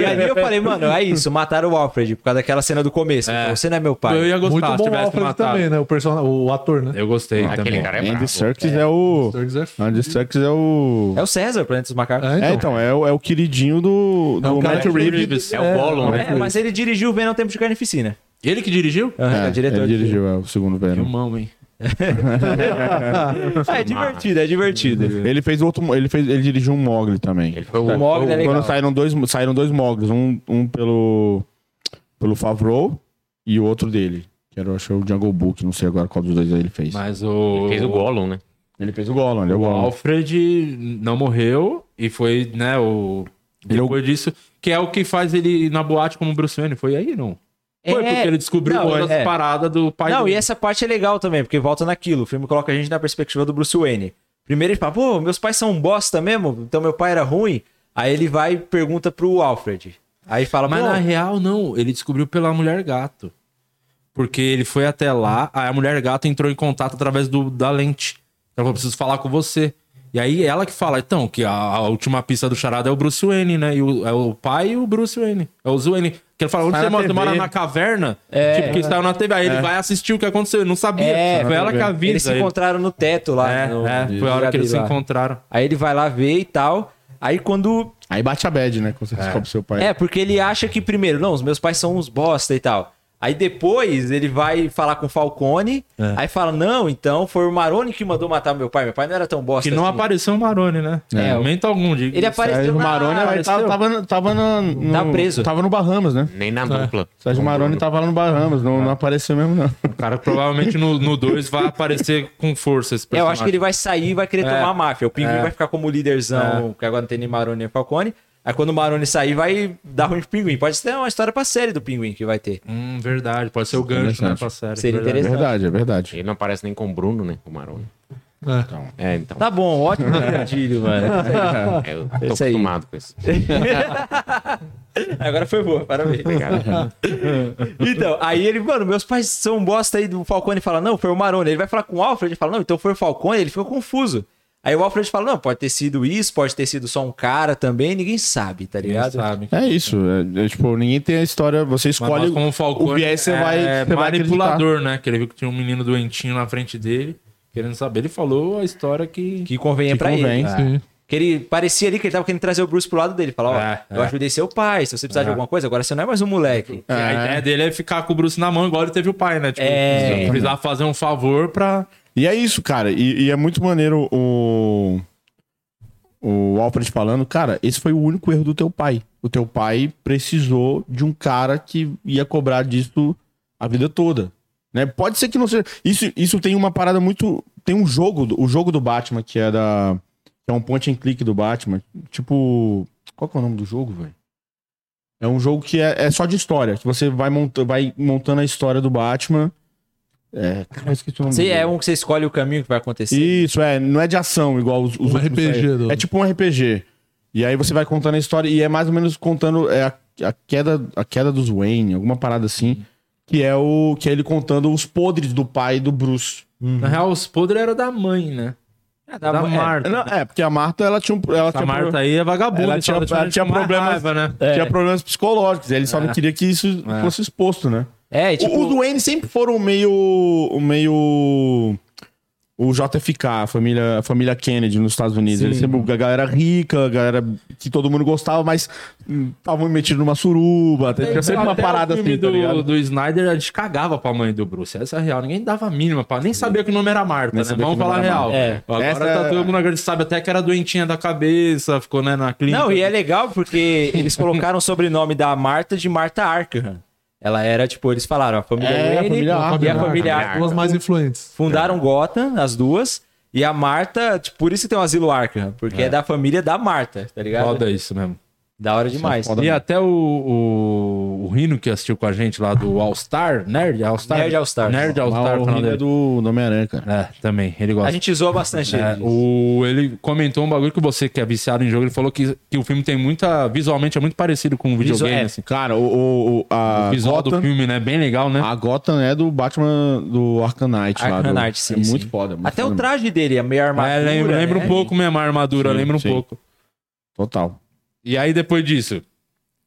Speaker 3: É.
Speaker 2: E aí eu falei, mano, é isso, mataram o Alfred por causa daquela cena do começo. Ele falou, Você não é meu
Speaker 1: Eu
Speaker 2: pai.
Speaker 1: ia gostar se
Speaker 6: bom o
Speaker 1: tivesse
Speaker 6: Alfred
Speaker 1: matado.
Speaker 6: também, né? O, person... o ator, né?
Speaker 1: Eu gostei
Speaker 4: Aquele
Speaker 1: também.
Speaker 4: cara é bravo.
Speaker 3: Andy Serkis é, o
Speaker 6: Sturges é f-
Speaker 3: Andy Serkis é o
Speaker 2: É o César, Planeta dos Macacos.
Speaker 6: É,
Speaker 3: É, então, é, o- é o queridinho do, do
Speaker 6: o cara
Speaker 3: Matt
Speaker 6: que-
Speaker 3: Reeves.
Speaker 4: É o Gollum,
Speaker 2: É,
Speaker 4: né?
Speaker 2: mas ele dirigiu o Venom Tempo de Carnificina.
Speaker 1: Ele que dirigiu?
Speaker 2: Aham, é,
Speaker 3: É,
Speaker 2: o diretor.
Speaker 3: ele dirigiu é, o segundo Venom.
Speaker 1: Mão, hein?
Speaker 2: Ah, é divertido, é divertido.
Speaker 3: Ele fez outro, ele fez, ele dirigiu um Mogli também.
Speaker 4: Ele foi
Speaker 2: O
Speaker 4: o.
Speaker 2: Mogli é legal.
Speaker 3: Quando saíram dois, saíram dois Moglis, um, um pelo pelo Favreau e o outro dele. Que era, eu acho, o Jungle Book, não sei agora qual dos dois ele fez.
Speaker 1: Mas o.
Speaker 4: Ele fez o Gollum, né?
Speaker 3: Ele fez o Gollum, ele é o
Speaker 1: O
Speaker 3: Gollum.
Speaker 1: Alfred não morreu e foi, né, o.
Speaker 3: Ele é o-
Speaker 1: Depois disso, que é o que faz ele ir na boate como Bruce Wayne. Foi aí, não? Foi
Speaker 2: É,
Speaker 1: porque ele descobriu
Speaker 2: não,
Speaker 1: as
Speaker 2: é.
Speaker 1: paradas do pai
Speaker 2: Não, e
Speaker 1: dele.
Speaker 2: essa parte é legal também, porque volta naquilo. O filme coloca a gente na perspectiva do Bruce Wayne. Primeiro ele fala, pô, meus pais são um bosta mesmo, então meu pai era ruim. Aí ele vai e pergunta pro Alfred. Aí fala,
Speaker 1: Mas
Speaker 2: pô,
Speaker 1: na real, não. Ele descobriu pela mulher gato. Porque ele foi até lá, aí a mulher gato entrou em contato através do, da lente. Ela falou: preciso falar com você. E aí ela que fala, então, que a, a última pista do charada é o Bruce Wayne, né? E o, é o pai e o Bruce Wayne. É o Wayne. Que ele fala, onde
Speaker 3: Sai
Speaker 1: você
Speaker 3: na
Speaker 1: mora? Você
Speaker 3: TV.
Speaker 1: mora na caverna?
Speaker 2: É.
Speaker 1: tipo, que saiu na TV. Aí ele vai assistir o que aconteceu. Ele não sabia.
Speaker 2: É,
Speaker 1: foi ela que avisa.
Speaker 2: eles se
Speaker 1: ele.
Speaker 2: encontraram no teto lá.
Speaker 1: É,
Speaker 2: no-
Speaker 1: é,
Speaker 2: no
Speaker 1: foi a hora que eles se
Speaker 2: lá.
Speaker 1: encontraram.
Speaker 2: Aí ele vai lá ver e tal. Aí quando.
Speaker 3: Aí bate a bad, né? Quando você descobre seu pai.
Speaker 2: É, porque ele acha que primeiro, não, os meus pais são uns bosta e tal. Aí depois ele vai falar com o Falcone. Aí fala: não, então foi o Maroni que mandou matar meu pai. Meu pai não era tão bosta
Speaker 1: Que não
Speaker 2: assim.
Speaker 1: apareceu o Marone, né?
Speaker 2: É.
Speaker 1: Momento algum, diga.
Speaker 2: Ele apareceu.
Speaker 3: Sérgio
Speaker 2: na-
Speaker 3: Maroni era-
Speaker 2: apareceu.
Speaker 3: tava, tava, no- tava na- no,
Speaker 2: Tá preso.
Speaker 3: Tava no Bahamas, né?
Speaker 4: Nem na dupla.
Speaker 3: Sérgio Maroni tava lá no Bahamas, não, não apareceu mesmo, não.
Speaker 1: O cara provavelmente no 2 vai aparecer com força esse
Speaker 2: É, eu
Speaker 1: personagem. É.
Speaker 2: acho que ele vai sair e vai querer tomar a máfia. O Pinguim vai ficar como líderzão, que agora não tem nem Maroni nem Falcone. Aí quando o Maroni sair, vai dar ruim pro Pinguim. Pode ser uma história pra série do Pinguim que vai ter.
Speaker 1: Hum, verdade. Pode ser o gancho, né,
Speaker 3: Interessante.
Speaker 1: pra série.
Speaker 2: Seria
Speaker 1: verdade.
Speaker 3: É
Speaker 2: interessante.
Speaker 3: verdade, é verdade.
Speaker 4: Ele não aparece nem com o Bruno, né? Com o Maroni.
Speaker 6: É.
Speaker 4: É, então.
Speaker 2: Tá bom, ótimo trocadilho, mano.
Speaker 4: é, eu tô
Speaker 2: Esse aí.
Speaker 4: acostumado com isso.
Speaker 2: Agora foi boa, parabéns.
Speaker 4: Obrigado.
Speaker 2: Então, aí ele, mano, meus pais são um bosta aí do Falcone fala, não, foi o Maroni. Ele vai falar com o Alfred e fala, não, então foi o Falcone, ele fica confuso. Aí o Alfred fala, não, pode ter sido isso, pode ter sido só um cara também, ninguém sabe, tá ligado?
Speaker 1: Sabe?
Speaker 3: É isso. É, é, tipo, ninguém tem a história. Você
Speaker 1: Mas
Speaker 3: escolhe.
Speaker 1: nós, como o Falcone,
Speaker 3: o viés você
Speaker 1: é
Speaker 3: vai- você vai
Speaker 1: manipulador, né? Que ele viu que tinha um menino doentinho na frente dele, querendo saber. Ele falou a história que...
Speaker 2: Que convenha pra
Speaker 3: convém,
Speaker 2: ele. Ah.
Speaker 6: sim.
Speaker 2: Que ele parecia ali que ele tava querendo trazer o Bruce pro lado dele. Falar, ó,
Speaker 1: É,
Speaker 2: eu
Speaker 1: é.
Speaker 2: ajudei seu pai, se você precisar de alguma coisa, agora você não é mais um moleque.
Speaker 1: que A ideia dele é ficar com o Bruce na mão, igual ele teve o pai, né? Tipo,
Speaker 2: É.
Speaker 1: precisava- precisava fazer um favor pra...
Speaker 3: E é isso, cara. E, e é muito maneiro o. O Alfred falando, cara, esse foi o único erro do teu pai. O teu pai precisou de um cara que ia cobrar disso a vida toda. Né? Pode ser que não seja. Isso, isso tem uma parada muito. Tem um jogo, o jogo do Batman, que é da. Que é um point and click do Batman. Tipo. Qual que é o nome do jogo, velho? É um jogo que é, é só de história. Que você vai, monta, vai montando a história do Batman. É, cara, eu esqueci o nome do
Speaker 2: Você
Speaker 3: jogo.
Speaker 2: é um que você escolhe o caminho que vai acontecer.
Speaker 3: Isso, é. Não é de ação, igual os, os
Speaker 6: Um
Speaker 3: últimos
Speaker 6: RPG
Speaker 3: saíram.
Speaker 6: do-
Speaker 3: É tipo um RPG. E aí você vai contando a história e é mais ou menos contando é, a, a queda, a queda dos Wayne, alguma parada assim. Que é o que é ele contando os podres do pai do Bruce.
Speaker 1: Na real, os podres era da mãe, né?
Speaker 2: Ah,
Speaker 1: Da
Speaker 2: bom, é.
Speaker 1: Marta.
Speaker 3: Não, é, porque a Marta, ela tinha um. Ela
Speaker 1: Essa
Speaker 3: tinha, pro-
Speaker 1: Marta aí é vagabunda.
Speaker 3: Ela
Speaker 1: então
Speaker 3: tinha-
Speaker 1: deixa eu
Speaker 3: ela tinha
Speaker 1: chamar
Speaker 3: problemas-
Speaker 1: raiva, né?
Speaker 3: tinha problemas psicológicos. Ele só não queria que isso fosse exposto, né?
Speaker 2: É, e
Speaker 3: O-
Speaker 2: tipo,
Speaker 3: Os Wayne sempre foram meio. meio. O JFK, a família, a família Kennedy nos Estados Unidos. Eles sempre, a galera rica, a galera que todo mundo gostava, mas hum, estavam metidos numa suruba. Tinha sempre uma
Speaker 1: Até
Speaker 3: parada
Speaker 1: o filme
Speaker 3: assim, tá
Speaker 1: do,
Speaker 3: ligado?
Speaker 1: do Snyder, a gente cagava pra mãe do Bruce. Essa é a real. Ninguém dava a mínima. Pra... Nem sabia que o nome era Marta,
Speaker 3: Nem
Speaker 1: né?
Speaker 3: sabia
Speaker 1: Vamos
Speaker 3: que o
Speaker 1: falar
Speaker 3: nome
Speaker 1: a
Speaker 3: era
Speaker 1: real.
Speaker 2: Marta. É.
Speaker 1: Agora
Speaker 3: Essa-
Speaker 1: tá todo mundo agora sabe até que era doentinha da cabeça, ficou né, na clínica.
Speaker 2: Não, e é legal porque eles colocaram o sobrenome da Marta de Marta Arkham. Ela era, tipo, eles falaram, a família
Speaker 3: É, a
Speaker 2: Wayne
Speaker 3: família
Speaker 2: e
Speaker 6: Arkham.
Speaker 2: a família
Speaker 4: Arkham.
Speaker 2: Arkham.
Speaker 6: Duas mais influentes.
Speaker 2: Fundaram Gotham, as duas, e a Marta, tipo, por isso que tem o asilo Arkham, porque é, da família da Marta, tá ligado?
Speaker 1: Foda é isso mesmo.
Speaker 2: Da hora demais.
Speaker 1: E até o, o, o Rino que assistiu com a gente lá do All Star, Nerd All Star.
Speaker 2: Nerd All Star.
Speaker 1: Nerd All
Speaker 3: Mas
Speaker 1: Star,
Speaker 3: o
Speaker 1: canal
Speaker 3: Rick é
Speaker 1: dele.
Speaker 3: do do Homem-Aranha, cara.
Speaker 1: É, também, ele
Speaker 2: A
Speaker 1: gosta.
Speaker 2: gente zoa bastante ele.
Speaker 1: É, o, ele comentou um bagulho que você que é viciado em jogo, ele falou que, que o filme tem muita. Visualmente é muito parecido com um videogame,
Speaker 2: Visu- é.
Speaker 1: assim.
Speaker 3: Cara, o, o, o- a,
Speaker 1: O visual do
Speaker 3: Gotham,
Speaker 1: filme, né? Bem legal, né?
Speaker 3: a Gotham é do Batman do Arkham Knight. lá
Speaker 2: Arkham
Speaker 3: do-
Speaker 2: Knight, sim,
Speaker 3: É muito
Speaker 2: sim.
Speaker 3: foda. muito
Speaker 2: Até o
Speaker 3: foda
Speaker 2: traje dele, a meia armadura.
Speaker 1: É, lembra, lembra um
Speaker 2: né?
Speaker 1: pouco mesmo a armadura,
Speaker 3: Sim,
Speaker 1: lembra um
Speaker 3: sim.
Speaker 1: pouco.
Speaker 3: mesmo. Total.
Speaker 1: E aí depois disso,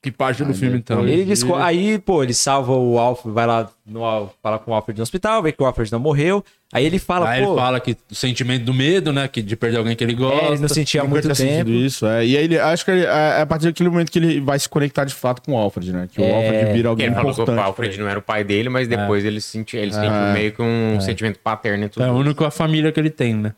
Speaker 1: que parte do filme então?
Speaker 2: Ele desco- Aí, pô, ele salva o Alfred, vai lá no, Al- fala com o Alfred no hospital, vê que o Alfred não morreu. Aí ele fala,
Speaker 1: aí
Speaker 2: pô,
Speaker 1: ele fala que o sentimento do medo, né? Que de perder alguém que ele
Speaker 2: é,
Speaker 1: gosta.
Speaker 2: ele não sentia há
Speaker 3: Nunca
Speaker 2: muito
Speaker 3: tinha
Speaker 2: tempo.
Speaker 3: sentido isso, é. E aí ele, acho que ele- é, é a partir daquele momento que ele vai se conectar de fato com o Alfred, né? Que o Alfred vira
Speaker 4: Porque
Speaker 3: alguém
Speaker 4: ele falou que
Speaker 3: importante.
Speaker 4: o Alfred não era o pai dele, mas depois ele sentiu, ele sentiu meio que um sentimento paterno e tudo.
Speaker 1: É a única família que ele tem, né?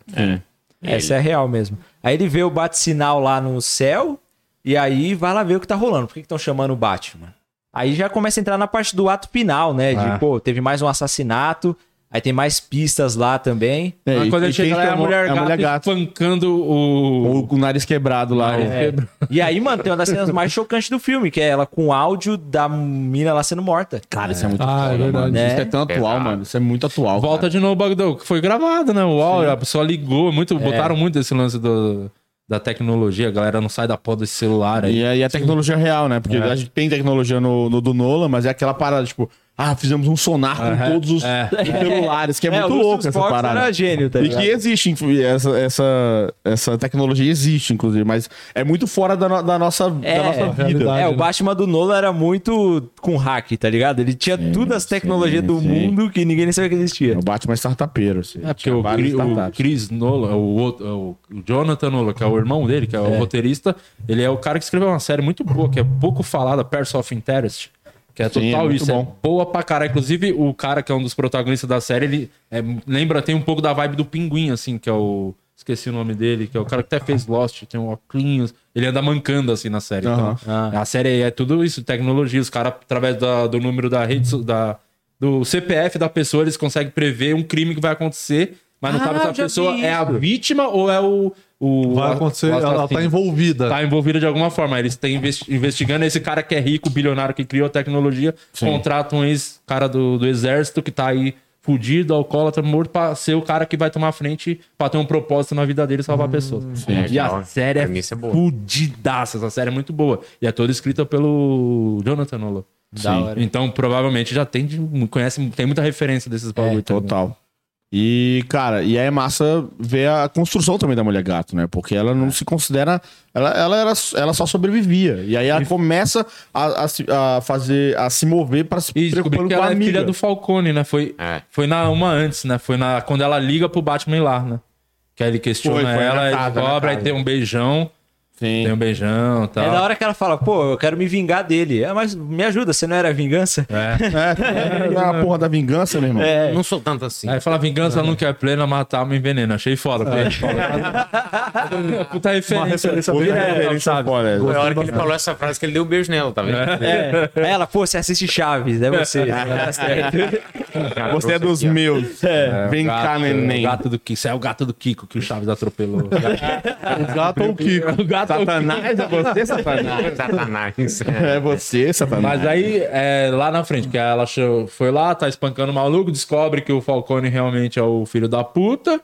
Speaker 2: Essa é real mesmo. Aí ele vê o bate-sinal lá no céu e aí vai lá ver o que tá rolando. Por que estão chamando o Batman? Aí já começa a entrar na parte do ato final, né? De,
Speaker 3: Ah.
Speaker 2: pô, teve mais um assassinato, aí tem mais pistas lá também.
Speaker 3: É,
Speaker 1: Mas
Speaker 3: e-
Speaker 1: quando
Speaker 3: e
Speaker 1: ele chega
Speaker 3: quem
Speaker 1: lá, é a
Speaker 3: chamou-
Speaker 1: mulher,
Speaker 3: é a mulher
Speaker 1: gata
Speaker 3: gata.
Speaker 1: espancando o.
Speaker 3: Ou com o nariz quebrado lá.
Speaker 2: É. E aí, mano, tem uma das cenas mais chocantes do filme, que é ela com áudio da mina lá sendo morta.
Speaker 3: Cara, isso é muito
Speaker 6: Ah, é
Speaker 3: foda, mano.
Speaker 6: verdade.
Speaker 3: Isso é tão atual,
Speaker 4: Pesado.
Speaker 3: mano. Isso é muito atual.
Speaker 1: Volta de novo o bagulho que foi gravado, né? O áudio, a pessoa ligou
Speaker 3: É.
Speaker 1: muito, botaram muito esse lance do, da tecnologia, a galera não sai da porra desse celular aí.
Speaker 3: E aí a tecnologia real, né? Porque a gente tem tecnologia no, no do Nolan, mas é aquela parada, tipo, ah, fizemos um sonar com
Speaker 1: Aham.
Speaker 3: todos os
Speaker 1: É.
Speaker 3: celulares, que é, muito
Speaker 2: o
Speaker 3: louco
Speaker 2: Lucius
Speaker 3: essa
Speaker 2: Fox
Speaker 3: parada.
Speaker 2: Era gênio, tá
Speaker 3: E
Speaker 2: ligado?
Speaker 3: que existe, inclu- essa, essa, essa tecnologia existe, inclusive, mas é muito fora da, no- da nossa,
Speaker 2: É.
Speaker 3: da nossa vida.
Speaker 6: Realidade,
Speaker 2: É, o
Speaker 6: né?
Speaker 2: Batman do Nolan era muito com hack, tá ligado? Ele tinha todas as tecnologias do
Speaker 3: sim.
Speaker 2: mundo que ninguém nem sabia que existia.
Speaker 3: O Batman é startupeiro, assim.
Speaker 1: É, porque o, Cri- o Chris Nolan, o, outro- o Jonathan Nolan, que é o irmão dele, que é, o roteirista, ele é o cara que escreveu uma série muito boa, que é pouco falada, Pairs of Interest, que é
Speaker 3: Sim, é
Speaker 1: total
Speaker 3: muito
Speaker 1: isso,
Speaker 3: bom.
Speaker 1: é boa pra caralho. Inclusive, o cara que é um dos protagonistas da série, ele é, lembra, tem um pouco da vibe do Pinguim, assim, que é o... Esqueci o nome dele, que é o cara que até fez Lost, tem um óculos, ele anda mancando, assim, na série.
Speaker 3: Aham.
Speaker 1: Então,
Speaker 2: Ah.
Speaker 1: A série é tudo isso, tecnologia, os caras, através da- do número da rede, so- da, do CPF da pessoa, eles conseguem prever um crime que vai acontecer, mas não
Speaker 2: Ah,
Speaker 1: sabe se a
Speaker 2: eu já
Speaker 1: pessoa
Speaker 2: vi
Speaker 1: é a
Speaker 2: isso.
Speaker 1: vítima ou é o,
Speaker 3: o.
Speaker 6: Vai acontecer, ela tá envolvida.
Speaker 1: Tá envolvida de alguma forma. Eles estão investi- investigando esse cara que é rico, bilionário, que criou a tecnologia, contrata um ex-cara do, do exército que tá aí fudido, alcoólatra, morto, pra ser o cara que vai tomar frente pra ter um propósito na vida dele e salvar pessoas. E a
Speaker 4: Hum, legal.
Speaker 1: série é,
Speaker 4: Pra mim isso é boa.
Speaker 1: fudidaça. Essa série é muito boa. E é toda escrita pelo Jonathan Nolan.
Speaker 2: Da hora.
Speaker 1: Então, provavelmente já tem, de- conhece, tem muita referência desses bagulho.
Speaker 4: É,
Speaker 1: tá ligado?
Speaker 3: Total. E, cara, e aí é massa ver a construção também da mulher gato, né? Porque ela não se considera. Ela, ela, era, ela só sobrevivia. E aí ela começa a, a, se- a fazer. a se mover pra se
Speaker 1: E descobri
Speaker 3: preocupando
Speaker 1: que
Speaker 3: com a
Speaker 1: ela é
Speaker 3: amiga.
Speaker 1: filha do Falcone, né? Foi,
Speaker 4: É.
Speaker 1: foi na uma antes, né? Foi na, quando ela liga pro Batman lá, né? Que aí ele questiona
Speaker 3: Foi, né, foi na
Speaker 1: ela, ele
Speaker 3: casa, na
Speaker 1: cobra, aí
Speaker 3: casa.
Speaker 1: tem um beijão,
Speaker 3: Sim.
Speaker 1: tem um beijão e tal.
Speaker 2: É da hora que ela fala, pô, eu quero me vingar dele. É, mas me ajuda, você não era vingança?
Speaker 1: É.
Speaker 3: É, a porra da vingança, meu irmão.
Speaker 2: É.
Speaker 4: Não sou tanto assim.
Speaker 1: Aí fala, vingança não quer plena, matar, me envenena. Achei foda. É. Puta referência.
Speaker 3: Outra é
Speaker 1: é,
Speaker 3: referência foda, né?
Speaker 4: Foi a hora que ele falou essa frase que ele deu um beijo nela, tá vendo?
Speaker 2: É. Aí ela, pô, você assiste Chaves, é você.
Speaker 3: Ah,
Speaker 2: Tá certo.
Speaker 4: Cara,
Speaker 3: Você é
Speaker 4: trouxe
Speaker 3: dos meus. É. Vem cá, neném.
Speaker 1: O gato do Kiko. Isso é o gato do Kiko que o Chaves atropelou. Tá,
Speaker 3: O gato ou É o Kiko? Satanás é você, Satanás.
Speaker 4: aqui, Satanás.
Speaker 3: É você, Satanás.
Speaker 1: Mas aí, é, lá na frente, que ela achou- foi lá, tá espancando o maluco, descobre que o Falcone realmente é o filho da puta